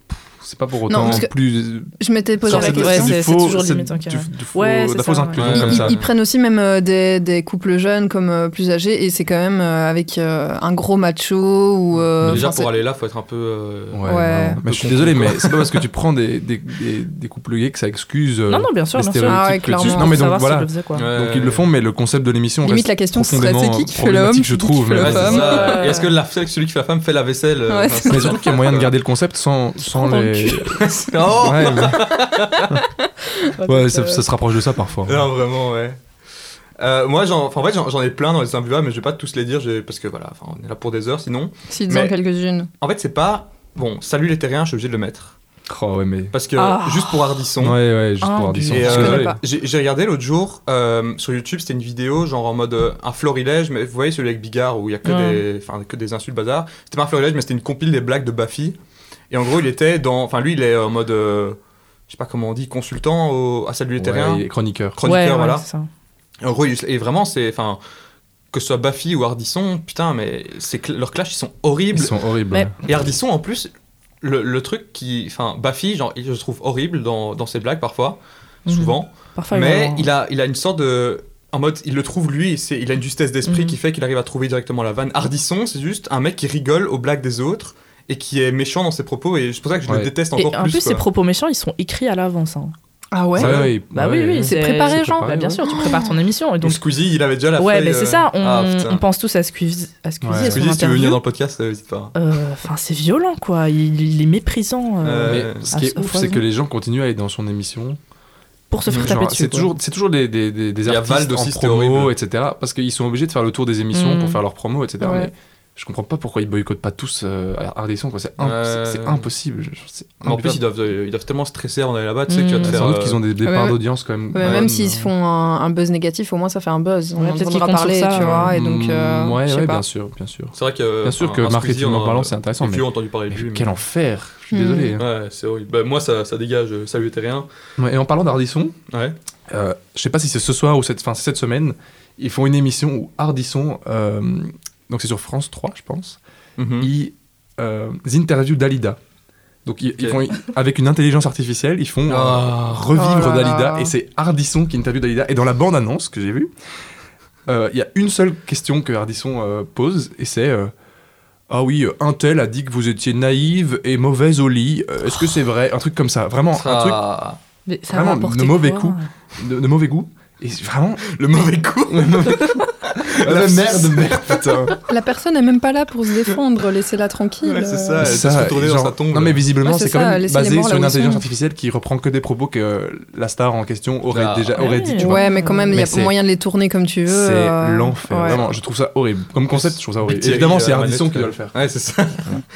[SPEAKER 4] pff, C'est pas pour autant
[SPEAKER 3] parce que-
[SPEAKER 4] plus.
[SPEAKER 3] Je m'étais posé
[SPEAKER 4] Genre,
[SPEAKER 2] la
[SPEAKER 3] la
[SPEAKER 4] c'est de-
[SPEAKER 2] Ouais,
[SPEAKER 3] question.
[SPEAKER 4] c'est
[SPEAKER 2] c'est-
[SPEAKER 4] du
[SPEAKER 2] c'est
[SPEAKER 4] faux-
[SPEAKER 2] toujours
[SPEAKER 4] c'est
[SPEAKER 2] limite,
[SPEAKER 4] du-
[SPEAKER 2] ok, ouais.
[SPEAKER 4] du faux-
[SPEAKER 2] Ouais,
[SPEAKER 4] de
[SPEAKER 2] c'est
[SPEAKER 4] la fausse
[SPEAKER 2] ça,
[SPEAKER 4] inclusion
[SPEAKER 1] ouais.
[SPEAKER 4] comme
[SPEAKER 3] Ils,
[SPEAKER 4] ça.
[SPEAKER 3] ils prennent aussi même euh, des, des couples jeunes comme euh, plus âgés et c'est quand même euh, avec euh, un gros macho ou euh,
[SPEAKER 1] Déjà,
[SPEAKER 3] enfin,
[SPEAKER 1] pour
[SPEAKER 3] c'est-
[SPEAKER 1] aller là, faut être un peu. euh,
[SPEAKER 4] Ouais,
[SPEAKER 3] Ouais.
[SPEAKER 4] vraiment. Mais je suis
[SPEAKER 1] Peu
[SPEAKER 4] désolé,
[SPEAKER 1] con,
[SPEAKER 4] mais c'est pas parce que tu prends des, des, des, des couples gays que ça excuse. euh,
[SPEAKER 2] Non, non, bien sûr,
[SPEAKER 4] les
[SPEAKER 2] bien sûr.
[SPEAKER 4] stéréotypes
[SPEAKER 3] Ah ouais,
[SPEAKER 4] que tu-
[SPEAKER 3] clairement.
[SPEAKER 4] Non, mais donc
[SPEAKER 2] savoir si
[SPEAKER 4] voilà.
[SPEAKER 2] je le faisais, quoi.
[SPEAKER 1] Ouais.
[SPEAKER 4] Donc ils le font, mais le concept de l'émission
[SPEAKER 3] limite
[SPEAKER 4] reste
[SPEAKER 3] la question ce serait
[SPEAKER 4] profondément
[SPEAKER 3] c'est qui qui fait l'homme
[SPEAKER 4] problématique, je
[SPEAKER 3] qui
[SPEAKER 4] trouve,
[SPEAKER 3] fait
[SPEAKER 4] mais-
[SPEAKER 3] le
[SPEAKER 1] Ouais, c'est
[SPEAKER 3] femme
[SPEAKER 1] ça.
[SPEAKER 2] Ouais.
[SPEAKER 1] Est-ce que la, celui qui fait la femme fait la vaisselle euh,
[SPEAKER 3] Ouais,
[SPEAKER 1] enfin,
[SPEAKER 4] Mais surtout qu'il y a moyen de garder le concept sans, sans
[SPEAKER 2] Prends dans le
[SPEAKER 4] les.
[SPEAKER 2] cul.
[SPEAKER 1] Oh
[SPEAKER 4] Ouais, mais-
[SPEAKER 2] Ouais,
[SPEAKER 4] ouais, ça, ça se rapproche de ça parfois.
[SPEAKER 1] Non, vraiment, ouais. Euh, moi, j'en, enfin, en fait, j'en, j'en ai plein dans les imbuvables, mais je vais pas tous les dire, j'ai- parce que voilà, enfin, on est là pour des heures, sinon.
[SPEAKER 3] S'ils en
[SPEAKER 1] Mais-
[SPEAKER 3] ont quelques-unes.
[SPEAKER 1] En fait, c'est pas. Bon, salut les terriens, je suis obligé de le mettre.
[SPEAKER 4] Oh ouais, mais.
[SPEAKER 1] Parce que,
[SPEAKER 2] Ah.
[SPEAKER 1] juste pour Ardisson.
[SPEAKER 4] Ouais, ouais, juste
[SPEAKER 2] Ah,
[SPEAKER 4] pour Ardisson.
[SPEAKER 2] mais-
[SPEAKER 1] Et,
[SPEAKER 4] Je suis
[SPEAKER 1] euh,
[SPEAKER 4] désolé.
[SPEAKER 3] pas.
[SPEAKER 1] J'ai, j'ai regardé l'autre jour euh, sur YouTube, c'était une vidéo genre en mode euh, un florilège, mais vous voyez celui avec Bigard où il y a que,
[SPEAKER 2] Ouais.
[SPEAKER 1] des, enfin, que des insultes bazar. C'était pas un florilège, mais c'était une compile des blagues de Baffy. Et en gros, il était dans. Enfin, lui, il est en mode. euh, je sais pas comment on dit, consultant au- à Salut les
[SPEAKER 4] Ouais,
[SPEAKER 1] terriens.
[SPEAKER 4] il est chroniqueur.
[SPEAKER 1] Chroniqueur,
[SPEAKER 2] ouais,
[SPEAKER 1] voilà.
[SPEAKER 2] c'est ça.
[SPEAKER 1] Et En gros, ils- et vraiment, c'est. Enfin, que ce soit Baffy ou Hardisson, putain, mais c'est cl- leurs clashs, ils sont horribles.
[SPEAKER 4] Ils sont horribles.
[SPEAKER 2] Mais-
[SPEAKER 1] Et Hardisson, en plus, le, le truc qui. Enfin, Baffy, genre, il- je le trouve horrible dans, dans ses blagues parfois,
[SPEAKER 2] Mhm. hein.
[SPEAKER 1] souvent.
[SPEAKER 2] Parfois,
[SPEAKER 1] mais
[SPEAKER 2] va-
[SPEAKER 1] il a, il a une sorte de. En mode, il le trouve lui, c'est- il a une justesse d'esprit
[SPEAKER 2] Mhm.
[SPEAKER 1] qui fait qu'il arrive à trouver directement la vanne. Hardisson, c'est juste un mec qui rigole aux blagues des autres et qui est méchant dans ses propos, et c'est pour ça que je le
[SPEAKER 4] Ouais.
[SPEAKER 1] déteste
[SPEAKER 2] Et
[SPEAKER 1] encore
[SPEAKER 2] en plus,
[SPEAKER 1] plus.
[SPEAKER 2] ses
[SPEAKER 1] quoi.
[SPEAKER 2] propos méchants, ils sont écrits à l'avance. hein.
[SPEAKER 3] Ah ouais
[SPEAKER 4] Ça,
[SPEAKER 2] ouais.
[SPEAKER 4] ouais,
[SPEAKER 2] Bah oui,
[SPEAKER 4] ouais,
[SPEAKER 2] oui,
[SPEAKER 4] ouais.
[SPEAKER 3] C'est préparé,
[SPEAKER 4] c'est
[SPEAKER 3] Jean
[SPEAKER 2] Bah,
[SPEAKER 4] préparé,
[SPEAKER 2] bien
[SPEAKER 4] ouais.
[SPEAKER 2] sûr, tu prépares ton émission. Et donc,
[SPEAKER 1] Donc Squeezie, il avait déjà la
[SPEAKER 2] ouais,
[SPEAKER 1] feuille.
[SPEAKER 2] mais c'est ça, on,
[SPEAKER 1] ah, putain.
[SPEAKER 2] on pense tous à Squeezie, à Squeezie
[SPEAKER 4] Ouais.
[SPEAKER 2] et son
[SPEAKER 1] Squeezie, si tu veux venir
[SPEAKER 2] interview.
[SPEAKER 1] dans le podcast, euh, n'hésite pas.
[SPEAKER 2] Euh, Enfin, c'est violent, quoi. Il, il est méprisant euh,
[SPEAKER 1] Euh,
[SPEAKER 4] Mais ce qui
[SPEAKER 2] à
[SPEAKER 4] est
[SPEAKER 2] ce
[SPEAKER 4] ouf,
[SPEAKER 2] foison.
[SPEAKER 4] c'est que les gens continuent à aller dans son émission.
[SPEAKER 2] pour se faire
[SPEAKER 4] Genre,
[SPEAKER 2] taper dessus.
[SPEAKER 4] C'est
[SPEAKER 2] quoi.
[SPEAKER 4] toujours, c'est toujours des, des, des, des
[SPEAKER 1] Il y a
[SPEAKER 4] artistes
[SPEAKER 1] Vald aussi,
[SPEAKER 4] en
[SPEAKER 1] c'était
[SPEAKER 4] promo,
[SPEAKER 1] horrible.
[SPEAKER 4] etc. Parce qu'ils sont obligés de faire le tour des émissions
[SPEAKER 2] Mm.
[SPEAKER 4] pour faire leurs promos, etc.
[SPEAKER 3] Ouais.
[SPEAKER 4] Mais je comprends pas pourquoi ils boycottent pas tous euh, Ardisson, quoi. C'est
[SPEAKER 1] Ouais.
[SPEAKER 4] imp- c'est- c'est impossible. je- je- c'est
[SPEAKER 1] En plus,
[SPEAKER 4] imbuvable.
[SPEAKER 1] ils doivent, euh, ils doivent tellement stresser avant d'aller là-bas, tu sais, que tu vas te
[SPEAKER 4] Ouais,
[SPEAKER 1] faire.
[SPEAKER 4] Sans doute
[SPEAKER 1] euh,
[SPEAKER 4] qu'ils ont des, des
[SPEAKER 2] Ah
[SPEAKER 3] Ouais,
[SPEAKER 4] parts
[SPEAKER 2] bah
[SPEAKER 3] ouais.
[SPEAKER 4] d'audience quand même.
[SPEAKER 3] Ouais,
[SPEAKER 4] Ouais,
[SPEAKER 3] Même s'ils
[SPEAKER 4] mais-
[SPEAKER 3] se font un, un buzz négatif, au moins ça fait un buzz. On
[SPEAKER 2] Ouais,
[SPEAKER 3] en
[SPEAKER 2] peut-être qu'ils
[SPEAKER 3] entendra
[SPEAKER 2] comptent sur
[SPEAKER 3] parler,
[SPEAKER 2] ça,
[SPEAKER 3] tu
[SPEAKER 2] ouais.
[SPEAKER 3] vois. Et donc, euh,
[SPEAKER 4] hein. Mm, ouais,
[SPEAKER 3] je sais
[SPEAKER 4] ouais,
[SPEAKER 3] pas.
[SPEAKER 4] bien sûr, bien sûr.
[SPEAKER 1] C'est vrai Euh, que.
[SPEAKER 4] Bien sûr
[SPEAKER 1] un-
[SPEAKER 4] que
[SPEAKER 1] un Squeezie, on
[SPEAKER 4] marketing
[SPEAKER 1] en
[SPEAKER 4] en
[SPEAKER 1] a-
[SPEAKER 4] parlant, c'est intéressant,
[SPEAKER 1] Les
[SPEAKER 4] mais
[SPEAKER 1] vieux ont entendu parler de
[SPEAKER 4] mais
[SPEAKER 1] lui. mais-
[SPEAKER 4] quel enfer Je suis
[SPEAKER 3] Mm.
[SPEAKER 4] désolé.
[SPEAKER 1] Ouais, c'est horrible. Bah, moi, ça, ça dégage, euh, ça lui était rien.
[SPEAKER 4] Ouais, Et en parlant d'Ardisson,
[SPEAKER 1] Ouais.
[SPEAKER 4] euh, je sais pas si c'est ce soir ou cette, fin, cette semaine, ils font une émission où Ardisson, euh, donc c'est sur France 3, je pense,
[SPEAKER 1] Mhm. Mmh.
[SPEAKER 4] ils, euh, ils interviewent Dalida. Donc ils, ils
[SPEAKER 1] Ok.
[SPEAKER 4] font, avec une intelligence artificielle, ils font euh,
[SPEAKER 1] Ah.
[SPEAKER 4] revivre
[SPEAKER 3] Oh là
[SPEAKER 4] Dalida
[SPEAKER 3] là.
[SPEAKER 4] et c'est Hardisson qui interviewe Dalida. Et dans la bande annonce que j'ai vue, euh, il y a une seule question que Hardisson euh, pose et c'est euh, ah oui, euh, un tel a dit que vous étiez naïve et mauvaise au lit. Euh, Est-ce que c'est vrai Un truc comme ça, vraiment un
[SPEAKER 1] Ah.
[SPEAKER 2] Mais ça
[SPEAKER 4] Vraiment,
[SPEAKER 2] va apporter
[SPEAKER 4] le mauvais
[SPEAKER 2] quoi euh,
[SPEAKER 4] coup. truc de, de mauvais goût. Et c'est vraiment
[SPEAKER 1] Le mauvais coup
[SPEAKER 4] le mauvais goût. la merde, merde, putain.
[SPEAKER 3] La personne est même pas là pour se défendre, laissez-la tranquille.
[SPEAKER 1] Ouais, c'est ça.
[SPEAKER 4] C'est
[SPEAKER 1] Elle peut se retourner dans sa tombe. euh.
[SPEAKER 4] Non, mais visiblement,
[SPEAKER 3] Ouais, c'est
[SPEAKER 4] c'est quand
[SPEAKER 3] ça,
[SPEAKER 4] même
[SPEAKER 3] laissez les
[SPEAKER 4] basé
[SPEAKER 3] morts
[SPEAKER 4] sur
[SPEAKER 3] là
[SPEAKER 4] une
[SPEAKER 3] où ils
[SPEAKER 4] intelligence
[SPEAKER 3] sont.
[SPEAKER 4] artificielle qui reprend que des propos que euh, la star en question aurait
[SPEAKER 1] Ah.
[SPEAKER 4] déjà aurait dit.
[SPEAKER 2] Ouais.
[SPEAKER 4] Tu vois.
[SPEAKER 3] Bah, Ouais, mais quand même, il y
[SPEAKER 4] Mais
[SPEAKER 3] a
[SPEAKER 4] c'est-
[SPEAKER 3] moyen de les tourner comme tu veux.
[SPEAKER 4] C'est
[SPEAKER 3] euh,
[SPEAKER 4] l'enfer.
[SPEAKER 3] ouais.
[SPEAKER 4] Vraiment, je trouve ça horrible. Comme concept, je trouve ça horrible.
[SPEAKER 1] Thierry,
[SPEAKER 4] Évidemment,
[SPEAKER 1] euh,
[SPEAKER 4] c'est Ardisson
[SPEAKER 1] Manette,
[SPEAKER 4] qui doit le
[SPEAKER 1] quoi.
[SPEAKER 4] faire.
[SPEAKER 1] Ouais, c'est ça.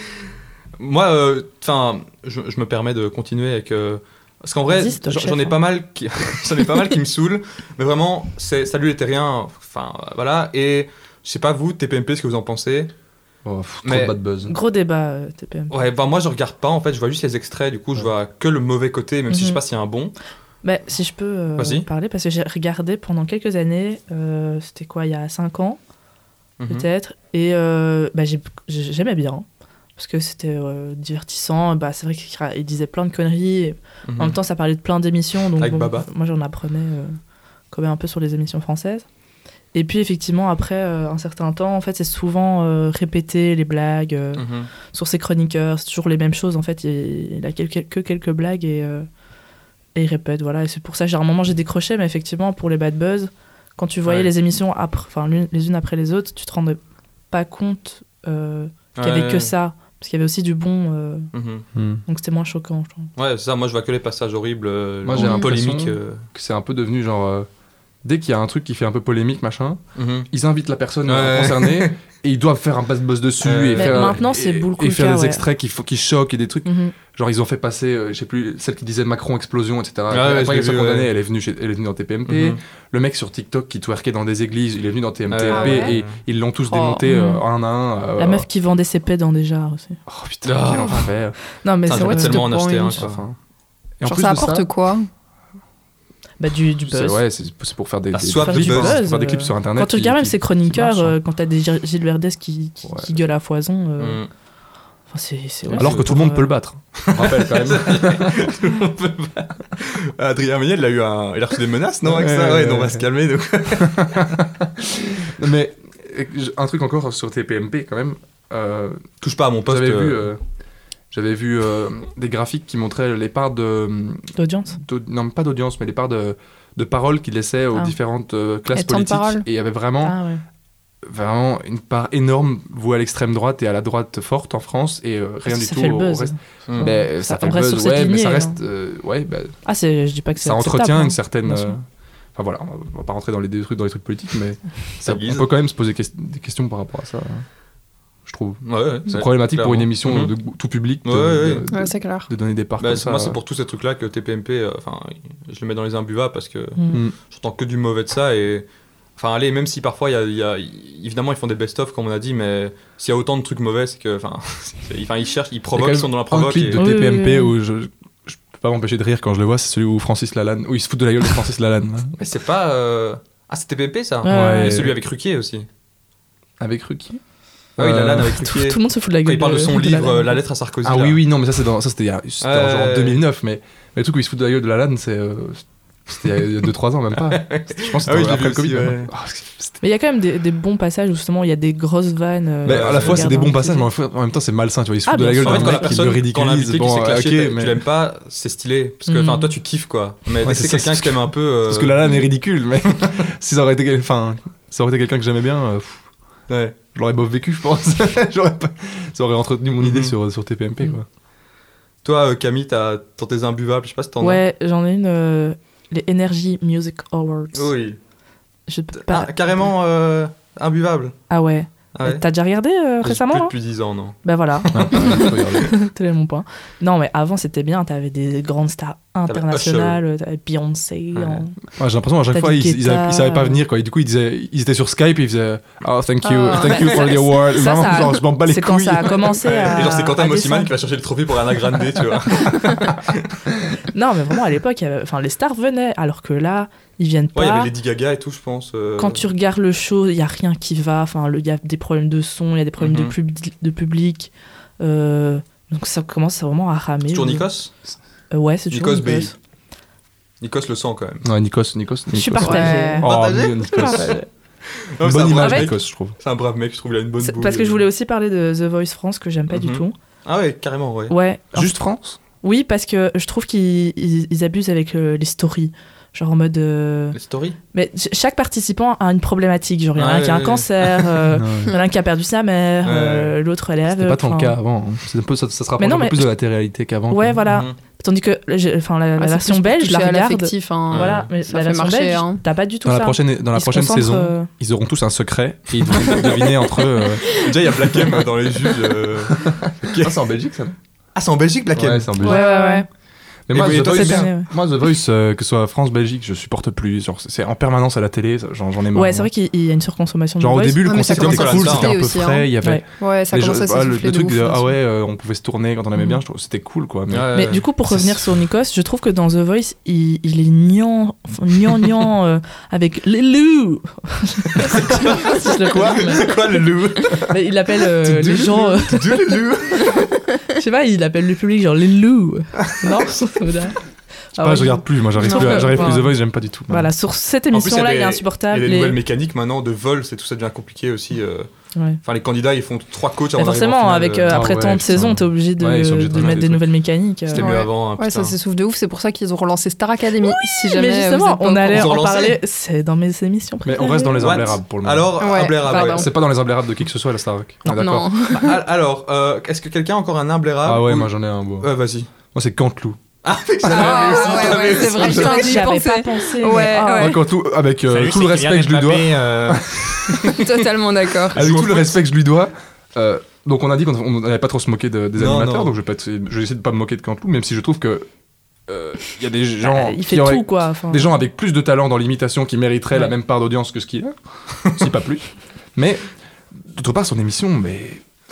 [SPEAKER 1] Moi, euh, enfin, je, je me permets de continuer avec. euh, parce qu'en vrai,
[SPEAKER 2] Vas-y, c'est toi le
[SPEAKER 1] j'en-
[SPEAKER 2] chef,
[SPEAKER 1] j'en ai
[SPEAKER 2] hein.
[SPEAKER 1] pas mal qui, j'en ai pas mal qui me saoulent, mais vraiment, c'est, ça lui était rien. Enfin, euh, voilà. Et je sais pas vous, TPMP, ce que vous en pensez.
[SPEAKER 4] Oh, pff, trop
[SPEAKER 1] Mais-
[SPEAKER 4] de bad buzz.
[SPEAKER 2] Gros débat, euh, TPM.
[SPEAKER 1] Ouais, bah moi, je regarde pas. En fait, je vois juste les extraits. Du coup, je vois que le mauvais côté, même si je sais
[SPEAKER 2] Mhm.
[SPEAKER 1] pas s'il y a un bon.
[SPEAKER 2] Bah, si je peux euh,
[SPEAKER 1] Vas-y.
[SPEAKER 2] parler, parce que j'ai regardé pendant quelques années, euh, c'était quoi, il y a 5 ans
[SPEAKER 1] Mhm.
[SPEAKER 2] peut-être, et euh, bah, j'ai- j'ai- j'aimais bien, hein, parce que c'était euh, divertissant, bah, c'est vrai qu'il ra- il disait plein de conneries, et
[SPEAKER 1] Mhm.
[SPEAKER 2] en même temps ça parlait de plein d'émissions, donc
[SPEAKER 1] Avec
[SPEAKER 2] bon,
[SPEAKER 1] Baba.
[SPEAKER 2] moi j'en apprenais euh, quand même un peu sur les émissions françaises. Et puis effectivement, après euh, un certain temps, en fait, c'est souvent euh, répété les blagues, euh,
[SPEAKER 1] Mhm.
[SPEAKER 2] sur ses chroniqueurs, c'est toujours les mêmes choses en fait. Il, il a quelques, que quelques blagues et, euh, et il répète, voilà. Et c'est pour ça, j'ai un moment, j'ai décroché, mais effectivement, pour les bad buzz, quand tu voyais
[SPEAKER 1] Ouais.
[SPEAKER 2] les émissions après, enfin, l'une- les unes après les autres, tu te rendais pas compte euh, qu'il y avait
[SPEAKER 1] Ouais.
[SPEAKER 2] que ça. Parce qu'il y avait aussi du bon, euh,
[SPEAKER 1] Mhm.
[SPEAKER 4] Hmm.
[SPEAKER 2] donc c'était moins choquant, je trouve.
[SPEAKER 1] Ouais, c'est ça. Moi, je vois que les passages horribles. euh,
[SPEAKER 4] Moi,
[SPEAKER 1] en
[SPEAKER 4] j'ai l'impression-
[SPEAKER 1] polémique. euh,
[SPEAKER 4] Que C'est un peu devenu genre. euh, dès qu'il y a un truc qui fait un peu polémique, machin,
[SPEAKER 1] mhm.
[SPEAKER 4] ils invitent la personne euh,
[SPEAKER 1] Ouais.
[SPEAKER 4] concernée et ils doivent faire un bad buzz dessus.
[SPEAKER 1] Ouais.
[SPEAKER 4] Et
[SPEAKER 1] Mais
[SPEAKER 4] faire,
[SPEAKER 2] maintenant, c'est
[SPEAKER 4] et-
[SPEAKER 2] beaucoup
[SPEAKER 4] Et
[SPEAKER 2] le
[SPEAKER 4] faire
[SPEAKER 2] cas,
[SPEAKER 4] des
[SPEAKER 2] ouais.
[SPEAKER 4] extraits qui, fo- qui choquent et des trucs.
[SPEAKER 2] Mhm.
[SPEAKER 4] Genre, ils ont fait passer, euh, je sais plus, celle qui disait Macron explosion, etc.
[SPEAKER 1] Ah ouais,
[SPEAKER 4] Après,
[SPEAKER 1] je l'ai
[SPEAKER 4] elle s'est
[SPEAKER 1] vu,
[SPEAKER 4] condamnée,
[SPEAKER 1] ouais.
[SPEAKER 4] elle, est venue chez- elle est venue dans TPMP.
[SPEAKER 1] Mhm.
[SPEAKER 4] Le mec sur TikTok qui twerkait dans des églises, il est venu dans TMTMP
[SPEAKER 1] Ah
[SPEAKER 3] ouais.
[SPEAKER 4] et ils l'ont tous
[SPEAKER 2] Oh,
[SPEAKER 4] démonté euh,
[SPEAKER 2] mhm.
[SPEAKER 4] un à un. euh,
[SPEAKER 2] La meuf qui vendait ses pets dans des jars aussi.
[SPEAKER 4] Oh putain, quel
[SPEAKER 1] Oh.
[SPEAKER 4] enfer. euh,
[SPEAKER 2] Non, mais
[SPEAKER 1] Putain,
[SPEAKER 2] c'est
[SPEAKER 1] j'aimerais
[SPEAKER 2] vrai,
[SPEAKER 1] tellement en
[SPEAKER 3] point
[SPEAKER 1] acheter hein, un.
[SPEAKER 3] une.
[SPEAKER 1] quoi.
[SPEAKER 4] Enfin, et en
[SPEAKER 3] Genre,
[SPEAKER 4] plus
[SPEAKER 3] ça
[SPEAKER 4] de
[SPEAKER 3] apporte quoi
[SPEAKER 2] bah, du, du buzz.
[SPEAKER 4] C'est ouais, c'est c'est pour faire des,
[SPEAKER 1] Ah,
[SPEAKER 4] des,
[SPEAKER 1] soit
[SPEAKER 4] des
[SPEAKER 1] du
[SPEAKER 4] clips,
[SPEAKER 1] buzz,
[SPEAKER 4] pour faire des clips
[SPEAKER 2] euh,
[SPEAKER 4] sur internet.
[SPEAKER 2] Quand tu
[SPEAKER 4] qui-
[SPEAKER 2] regardes même
[SPEAKER 4] qui-
[SPEAKER 2] ces
[SPEAKER 4] qui marchent,
[SPEAKER 2] chroniqueurs,
[SPEAKER 4] hein.
[SPEAKER 2] euh, quand t'as des Gilles Gilles Verdez qui, qui,
[SPEAKER 4] Ouais.
[SPEAKER 2] qui gueulent à foison, euh,
[SPEAKER 1] Mhm.
[SPEAKER 2] enfin, c'est- c'est- ouais,
[SPEAKER 4] Alors
[SPEAKER 2] c'est
[SPEAKER 4] que tout le monde
[SPEAKER 2] pour,
[SPEAKER 4] peut
[SPEAKER 2] euh,
[SPEAKER 4] le battre. Je rappelle quand même.
[SPEAKER 1] On peut pas. Adrien Méniel, il a eu un... il a reçu des menaces, non, avec
[SPEAKER 4] Ouais,
[SPEAKER 1] ça Ouais,
[SPEAKER 4] ouais,
[SPEAKER 1] non, on va
[SPEAKER 4] ouais.
[SPEAKER 1] se calmer. donc.
[SPEAKER 4] Mais euh, un truc encore sur TPMP quand même. Euh,
[SPEAKER 1] Touche pas à mon poste.
[SPEAKER 4] J'avais vu,
[SPEAKER 1] euh,
[SPEAKER 4] euh, j'avais vu euh, des graphiques qui montraient les parts de.
[SPEAKER 2] D'audience.
[SPEAKER 4] d'aud- Non, pas d'audience, mais les parts de, de paroles qu'ils laissaient aux
[SPEAKER 2] Ah.
[SPEAKER 4] différentes euh, classes
[SPEAKER 3] Et de temps de
[SPEAKER 4] politiques.
[SPEAKER 3] parole.
[SPEAKER 4] Et il y avait vraiment.
[SPEAKER 2] Ah ouais.
[SPEAKER 4] vraiment une part énorme vouée à l'extrême droite et à la droite forte en France et euh, rien
[SPEAKER 2] Ça,
[SPEAKER 4] du
[SPEAKER 2] ça
[SPEAKER 4] tout
[SPEAKER 2] fait le
[SPEAKER 4] au
[SPEAKER 2] buzz.
[SPEAKER 4] reste.
[SPEAKER 1] Mm.
[SPEAKER 4] Mais ça,
[SPEAKER 2] Ça-
[SPEAKER 4] fait
[SPEAKER 2] on
[SPEAKER 4] le
[SPEAKER 2] reste
[SPEAKER 4] buzz,
[SPEAKER 2] sur cette
[SPEAKER 4] ouais, mais ça
[SPEAKER 2] lignée,
[SPEAKER 4] reste, euh, ouais, bah,
[SPEAKER 2] hein. Ah, c'est, je dis pas que c'est
[SPEAKER 4] ça
[SPEAKER 2] acceptable,
[SPEAKER 4] entretient une
[SPEAKER 2] hein.
[SPEAKER 4] certaine.
[SPEAKER 2] bien sûr.
[SPEAKER 4] euh, Enfin voilà, on va- on va pas rentrer dans les, des trucs, dans les trucs politiques, mais ça- on
[SPEAKER 1] guise.
[SPEAKER 4] peut quand même se poser que- des questions par rapport à ça, hein. je trouve.
[SPEAKER 1] Ouais, ouais,
[SPEAKER 4] C'est
[SPEAKER 1] c'est-
[SPEAKER 4] problématique pour
[SPEAKER 1] clairement.
[SPEAKER 4] une émission
[SPEAKER 1] Mhm.
[SPEAKER 4] de goût- tout public de,
[SPEAKER 1] Ouais, ouais,
[SPEAKER 4] de-
[SPEAKER 3] Ouais,
[SPEAKER 4] de-
[SPEAKER 3] c'est clair.
[SPEAKER 4] de donner des parts
[SPEAKER 1] Bah,
[SPEAKER 4] comme
[SPEAKER 1] c'est-
[SPEAKER 4] ça.
[SPEAKER 1] moi, c'est pour tous ces trucs-là que TPMP, euh, enfin, je le mets dans les imbuvables parce que
[SPEAKER 2] Mm.
[SPEAKER 4] Mm.
[SPEAKER 1] j'entends que du mauvais de ça et. Enfin, allez, même si parfois, il y a- il y a- il- évidemment, ils font des best-of, comme on a dit, mais s'il y a autant de trucs mauvais, c'est que. Enfin, c'est- enfin, ils cherchent, ils
[SPEAKER 4] Il y a
[SPEAKER 1] provoquent,
[SPEAKER 4] quand
[SPEAKER 1] ils sont dans la
[SPEAKER 4] même Un
[SPEAKER 1] provoque.
[SPEAKER 4] clip
[SPEAKER 1] et-
[SPEAKER 4] de
[SPEAKER 2] Oui, oui, oui.
[SPEAKER 4] TPMP où je, je peux pas m'empêcher de rire quand je le vois, c'est celui où Francis Lalanne, où il se fout de la gueule de Francis Lalanne. hein.
[SPEAKER 1] Mais c'est pas. euh, Ah, c'est TPMP ça
[SPEAKER 2] Ouais. Ouais.
[SPEAKER 1] Et celui avec Ruquier aussi.
[SPEAKER 4] Avec Ruki
[SPEAKER 1] Ah oui,
[SPEAKER 4] Euh,
[SPEAKER 1] Lalanne avec
[SPEAKER 2] hein. Tout,
[SPEAKER 1] Ruquier.
[SPEAKER 2] tout le monde se fout de la
[SPEAKER 1] Quand
[SPEAKER 2] gueule.
[SPEAKER 1] il parle de son
[SPEAKER 2] la
[SPEAKER 1] livre, euh,
[SPEAKER 2] lame.
[SPEAKER 1] La lettre à Sarkozy.
[SPEAKER 4] Ah
[SPEAKER 1] là.
[SPEAKER 4] oui, oui, non, mais ça, c'est dans- ça, c'était il y a- c'était en
[SPEAKER 1] Ouais.
[SPEAKER 4] genre 2009, mais mais le truc où il se fout de la gueule de la LAN, c'est euh, C'était il y a 2-3 ans, même pas. Je pense que
[SPEAKER 1] Ah oui,
[SPEAKER 4] c'était
[SPEAKER 1] je l'ai vu
[SPEAKER 4] après le Covid.
[SPEAKER 1] aussi, ouais.
[SPEAKER 4] même. Ah, c'était-
[SPEAKER 2] Mais il y a quand même des, des bons passages où justement il y a des grosses vannes. euh,
[SPEAKER 1] Bah,
[SPEAKER 4] Mais à la
[SPEAKER 2] je
[SPEAKER 4] fois, c'est
[SPEAKER 2] regarde
[SPEAKER 4] des
[SPEAKER 2] un
[SPEAKER 4] bons
[SPEAKER 2] petit
[SPEAKER 4] passages,
[SPEAKER 2] peu.
[SPEAKER 4] mais en fait- en même temps, c'est malsain. Tu vois, il se
[SPEAKER 2] Ah,
[SPEAKER 4] fout de la
[SPEAKER 2] bien
[SPEAKER 4] gueule
[SPEAKER 2] sûr.
[SPEAKER 1] En fait,
[SPEAKER 4] d'un
[SPEAKER 1] quand la
[SPEAKER 4] mec qui
[SPEAKER 1] personne,
[SPEAKER 4] le
[SPEAKER 1] quand
[SPEAKER 4] ridiculise.
[SPEAKER 1] l'invité qui
[SPEAKER 4] Bon, euh,
[SPEAKER 1] s'est
[SPEAKER 4] ok,
[SPEAKER 1] clashé, t'as- tu
[SPEAKER 4] mais.
[SPEAKER 1] l'aimes pas, c'est stylé. Parce que enfin
[SPEAKER 2] Mm.
[SPEAKER 1] toi, tu kiffes quoi. Mais dès
[SPEAKER 4] Ouais,
[SPEAKER 1] que
[SPEAKER 4] c'est
[SPEAKER 1] c'est
[SPEAKER 4] ça,
[SPEAKER 1] quelqu'un
[SPEAKER 4] c'est-
[SPEAKER 1] qui aime un peu. euh,
[SPEAKER 4] Parce que la lame est ridicule, mais si ça aurait été, quel- enfin, ça aurait été quelqu'un que j'aimais bien, euh, pff,
[SPEAKER 1] ouais.
[SPEAKER 4] je l'aurais bof vécu, je pense. J'aurais pas- Ça aurait entretenu mon idée
[SPEAKER 1] Mhm.
[SPEAKER 4] sur, sur TPMP. Quoi.
[SPEAKER 1] Toi, euh, Camille, t'as t'as tes imbuvables, je hein. sais pas si t'en as.
[SPEAKER 2] Ouais, j'en ai une. euh, les Energy Music Awards.
[SPEAKER 1] Oui.
[SPEAKER 2] Je peux pas.
[SPEAKER 1] Ah, carrément euh, imbuvable.
[SPEAKER 2] Ah ouais.
[SPEAKER 1] Ah ouais.
[SPEAKER 2] T'as déjà regardé euh,
[SPEAKER 1] Plus-
[SPEAKER 2] récemment
[SPEAKER 1] plus
[SPEAKER 2] là
[SPEAKER 1] Depuis 10 ans, non.
[SPEAKER 2] Bah voilà,
[SPEAKER 4] Hein,
[SPEAKER 1] Mm-hmm.
[SPEAKER 4] regardez.
[SPEAKER 2] tel est mon point. Non, mais avant c'était bien, t'avais des grandes stars
[SPEAKER 1] Usher.
[SPEAKER 2] internationales, t'avais Beyoncé.
[SPEAKER 1] Ouais.
[SPEAKER 2] en-
[SPEAKER 4] Ouais, J'ai l'impression à chaque
[SPEAKER 2] David
[SPEAKER 4] fois, ils, ils,
[SPEAKER 2] Guetta.
[SPEAKER 4] ils savaient pas venir. Quoi. Et du coup, ils, disaient, ils étaient sur Skype, ils faisaient Oh, thank you,
[SPEAKER 3] Ah,
[SPEAKER 4] thank you
[SPEAKER 2] ouais.
[SPEAKER 4] for the
[SPEAKER 2] Ça,
[SPEAKER 4] award.
[SPEAKER 2] ça,
[SPEAKER 4] Vraiment,
[SPEAKER 2] ça-
[SPEAKER 4] genre, je m'en bats les
[SPEAKER 2] C'est quand
[SPEAKER 4] couilles.
[SPEAKER 2] ça a commencé à.
[SPEAKER 1] Bah, Et genre, c'est Quentin
[SPEAKER 2] à
[SPEAKER 1] Mossiman
[SPEAKER 2] descendre.
[SPEAKER 1] qui va chercher le trophée pour Anna Grande, tu vois.
[SPEAKER 2] Non, mais vraiment à l'époque, il y avait- enfin les stars venaient, alors que là, ils viennent pas.
[SPEAKER 1] Ouais, il y avait Lady Gaga et tout, je pense. euh,
[SPEAKER 2] Quand tu regardes le show, il y a rien qui va. Enfin, le- il y a des problèmes de son, il y a des problèmes
[SPEAKER 1] Mhm.
[SPEAKER 2] de, pub- de public. Euh, donc ça commence vraiment à ramer.
[SPEAKER 1] C'est toujours
[SPEAKER 2] Je-
[SPEAKER 1] Nikos
[SPEAKER 2] Euh, Ouais, c'est toujours
[SPEAKER 1] Nikos
[SPEAKER 2] Nikos.
[SPEAKER 1] Bay. Nikos le sent quand même.
[SPEAKER 4] Non, Nikos, Nikos,
[SPEAKER 2] Je suis
[SPEAKER 4] Nikos.
[SPEAKER 3] parti.
[SPEAKER 2] partagée.
[SPEAKER 4] Oh,
[SPEAKER 1] Partagé
[SPEAKER 4] Nikos.
[SPEAKER 1] Non, mais
[SPEAKER 4] Une
[SPEAKER 1] c'est un
[SPEAKER 4] bonne
[SPEAKER 1] brave
[SPEAKER 4] image,
[SPEAKER 1] mec.
[SPEAKER 4] Nikos, je trouve.
[SPEAKER 1] C'est un brave mec, je trouve, il a une bonne
[SPEAKER 2] C'est-
[SPEAKER 1] bouille.
[SPEAKER 2] Parce que je voulais aussi parler de The Voice France que j'aime pas
[SPEAKER 1] Mhm.
[SPEAKER 2] du tout.
[SPEAKER 1] Ah ouais, carrément, ouais.
[SPEAKER 2] Ouais.
[SPEAKER 4] Juste France
[SPEAKER 2] Oui, parce que je trouve qu'ils ils- ils abusent avec euh, les stories. Genre en mode. euh,
[SPEAKER 1] Les stories
[SPEAKER 2] Mais ch- chaque participant a une problématique. Genre, il y en a
[SPEAKER 1] Ouais,
[SPEAKER 2] un qui a un
[SPEAKER 1] ouais,
[SPEAKER 2] cancer, euh, il y en a un qui a perdu sa mère,
[SPEAKER 1] Ouais.
[SPEAKER 2] euh, l'autre elle est
[SPEAKER 4] C'était
[SPEAKER 2] aveugle.
[SPEAKER 4] pas ton
[SPEAKER 2] enfin,
[SPEAKER 4] cas avant. hein. C'est Un peu, ça, ça se rapproche
[SPEAKER 2] Mais non,
[SPEAKER 4] un peu
[SPEAKER 2] mais
[SPEAKER 4] plus
[SPEAKER 2] je-
[SPEAKER 4] de la télé-réalité qu'avant.
[SPEAKER 2] Ouais,
[SPEAKER 4] quoi.
[SPEAKER 2] voilà.
[SPEAKER 1] Mhm.
[SPEAKER 2] Tandis que le- j'ai- enfin, la, la
[SPEAKER 3] Mm. Ah, c'est
[SPEAKER 2] version
[SPEAKER 3] plus pour
[SPEAKER 2] belge, je la
[SPEAKER 3] toucher à
[SPEAKER 2] regarde.
[SPEAKER 3] l'affectif, hein.
[SPEAKER 2] Voilà, mais
[SPEAKER 3] Ça
[SPEAKER 2] la
[SPEAKER 3] fait
[SPEAKER 2] version
[SPEAKER 3] marcher,
[SPEAKER 2] belge,
[SPEAKER 3] hein.
[SPEAKER 2] t'as pas du tout
[SPEAKER 4] Dans la
[SPEAKER 2] ça.
[SPEAKER 4] prochaine, dans la
[SPEAKER 2] Ils se
[SPEAKER 4] prochaine
[SPEAKER 2] concentrent,
[SPEAKER 4] saison,
[SPEAKER 2] euh,
[SPEAKER 4] ils auront tous un secret et ils devront deviner entre eux. euh.
[SPEAKER 1] Déjà, il y a Black M dans les juges. euh.
[SPEAKER 4] Ah, c'est en Belgique, ça non
[SPEAKER 1] Ah, c'est en Belgique, Black M
[SPEAKER 4] Ouais, c'est en Belgique.
[SPEAKER 3] Ouais, ouais, ouais.
[SPEAKER 4] Mais
[SPEAKER 1] Et
[SPEAKER 4] moi,
[SPEAKER 1] oui,
[SPEAKER 4] The
[SPEAKER 1] toi,
[SPEAKER 4] Voice,
[SPEAKER 1] c'est
[SPEAKER 2] bien, ouais.
[SPEAKER 4] moi, The Voice, euh, que ce soit France-Belgique, je supporte plus. Genre, C'est c'est en permanence à la télé, ça, j'en j'en ai marre.
[SPEAKER 2] Ouais, c'est vrai qu'il il y a une surconsommation de
[SPEAKER 4] Genre au
[SPEAKER 2] Voice.
[SPEAKER 4] début, le
[SPEAKER 3] Ouais, Ah, mais ça
[SPEAKER 4] concept était
[SPEAKER 1] commence à
[SPEAKER 4] cool,
[SPEAKER 1] se
[SPEAKER 4] c'était un peu
[SPEAKER 3] souffler aussi, hein.
[SPEAKER 4] frais, il y avait
[SPEAKER 2] Ouais.
[SPEAKER 3] Ouais, ça
[SPEAKER 4] les
[SPEAKER 3] commence
[SPEAKER 4] gens-
[SPEAKER 3] à
[SPEAKER 4] ouais,
[SPEAKER 3] se
[SPEAKER 4] le,
[SPEAKER 3] souffler
[SPEAKER 4] le
[SPEAKER 3] de
[SPEAKER 4] truc
[SPEAKER 3] ouf,
[SPEAKER 4] de
[SPEAKER 3] là,
[SPEAKER 4] ah
[SPEAKER 3] ça.
[SPEAKER 4] ouais, euh, on pouvait se tourner quand on aimait bien, je trouve- c'était cool quoi. Mais
[SPEAKER 2] Mais du coup, pour
[SPEAKER 4] Ça,
[SPEAKER 2] revenir
[SPEAKER 4] euh, c'est-
[SPEAKER 2] sur Nikos, je trouve que dans The Voice, il, il est niant, enfin, niant, niant euh, avec les loups. Je le
[SPEAKER 1] Quoi
[SPEAKER 2] connais,
[SPEAKER 1] Quoi, le loup
[SPEAKER 3] Ah
[SPEAKER 2] mais Il appelle euh, les gens, euh,
[SPEAKER 1] Tu dis le loup
[SPEAKER 2] je sais pas, il appelle le public genre les loups. Non ça me dit rien.
[SPEAKER 4] je sais
[SPEAKER 2] Ah
[SPEAKER 4] pas,
[SPEAKER 2] ouais.
[SPEAKER 4] je regarde plus, moi j'arrive
[SPEAKER 2] Sauf
[SPEAKER 4] plus, à-
[SPEAKER 2] que-
[SPEAKER 4] j'arrive plus
[SPEAKER 2] voilà.
[SPEAKER 4] The Voice, j'aime pas du tout.
[SPEAKER 2] Voilà, sur cette
[SPEAKER 1] En plus, il y a
[SPEAKER 2] émission-là, il
[SPEAKER 1] des-
[SPEAKER 2] est
[SPEAKER 1] Et
[SPEAKER 2] insupportable.
[SPEAKER 1] les
[SPEAKER 2] Ah, les-
[SPEAKER 1] nouvelles mécaniques maintenant de vol, c'est tout ça devient compliqué aussi. euh.
[SPEAKER 2] Ouais.
[SPEAKER 1] Enfin, les candidats, ils font trois coachs
[SPEAKER 2] Mais
[SPEAKER 1] avant d'arriver en
[SPEAKER 2] forcément,
[SPEAKER 1] finale,
[SPEAKER 2] avec
[SPEAKER 1] euh.
[SPEAKER 2] euh,
[SPEAKER 4] Ah
[SPEAKER 2] après
[SPEAKER 4] ouais,
[SPEAKER 2] tant de
[SPEAKER 4] putain.
[SPEAKER 2] saisons, t'es obligé de,
[SPEAKER 4] Ouais, ils sont obligés de
[SPEAKER 2] de
[SPEAKER 4] remettre
[SPEAKER 2] mettre
[SPEAKER 4] des
[SPEAKER 2] des
[SPEAKER 4] trucs.
[SPEAKER 2] nouvelles mécaniques. euh.
[SPEAKER 1] C'était
[SPEAKER 3] Ouais.
[SPEAKER 1] mieux avant. hein,
[SPEAKER 3] Ouais, ça
[SPEAKER 1] putain.
[SPEAKER 3] se souffle de ouf, c'est pour ça qu'ils ont relancé Star Academy. si jamais
[SPEAKER 2] mais justement, on allait
[SPEAKER 1] Ils ont
[SPEAKER 2] en
[SPEAKER 1] relancé
[SPEAKER 2] parler. C'est dans mes émissions
[SPEAKER 4] Mais
[SPEAKER 2] préférées.
[SPEAKER 4] on reste dans les
[SPEAKER 1] What
[SPEAKER 4] imblérables pour le moment.
[SPEAKER 1] Alors,
[SPEAKER 3] Ouais,
[SPEAKER 1] imblairable,
[SPEAKER 3] pardon.
[SPEAKER 1] ouais.
[SPEAKER 4] c'est pas dans les imblérables de qui que ce soit la Starac. on est d'accord.
[SPEAKER 3] Non,
[SPEAKER 1] Ah, Alors, euh, est-ce que quelqu'un a encore un imblérable
[SPEAKER 4] Ah ouais,
[SPEAKER 1] ou-
[SPEAKER 4] moi j'en ai un beau. Moi
[SPEAKER 1] Ouais, vas-y.
[SPEAKER 4] c'est Canteloup.
[SPEAKER 1] Ah, mais ça j'avais
[SPEAKER 3] Ah,
[SPEAKER 1] aussi,
[SPEAKER 3] ouais,
[SPEAKER 1] j'avais
[SPEAKER 3] ouais,
[SPEAKER 1] aussi.
[SPEAKER 3] c'est vrai.
[SPEAKER 2] Putain,
[SPEAKER 3] J'aurais dû y
[SPEAKER 2] j'y avais
[SPEAKER 3] penser.
[SPEAKER 2] pas pensé. mais-
[SPEAKER 3] Ouais,
[SPEAKER 2] ah,
[SPEAKER 4] Moi
[SPEAKER 3] ouais.
[SPEAKER 4] Canteloup, avec euh, tout le respect que je lui dois,
[SPEAKER 3] totalement d'accord.
[SPEAKER 4] avec
[SPEAKER 1] joue au
[SPEAKER 4] tout le
[SPEAKER 1] foot.
[SPEAKER 4] respect que je lui dois. euh, donc on a dit qu'on on n'allait pas trop se moquer de- des
[SPEAKER 1] Non,
[SPEAKER 4] animateurs,
[SPEAKER 1] non.
[SPEAKER 4] donc je vais, pas essayer- je vais essayer de pas me moquer de Canteloup, même si je trouve que euh, il y a des
[SPEAKER 3] Bah,
[SPEAKER 4] gens
[SPEAKER 2] oh, Il
[SPEAKER 4] qui
[SPEAKER 2] fait
[SPEAKER 4] auraient-
[SPEAKER 2] tout quoi. enfin.
[SPEAKER 4] des gens avec plus de talent dans l'imitation qui mériteraient la
[SPEAKER 2] Ouais.
[SPEAKER 4] même part d'audience que ce qu'il a, si pas plus. Mais d'autre part, son émission, mais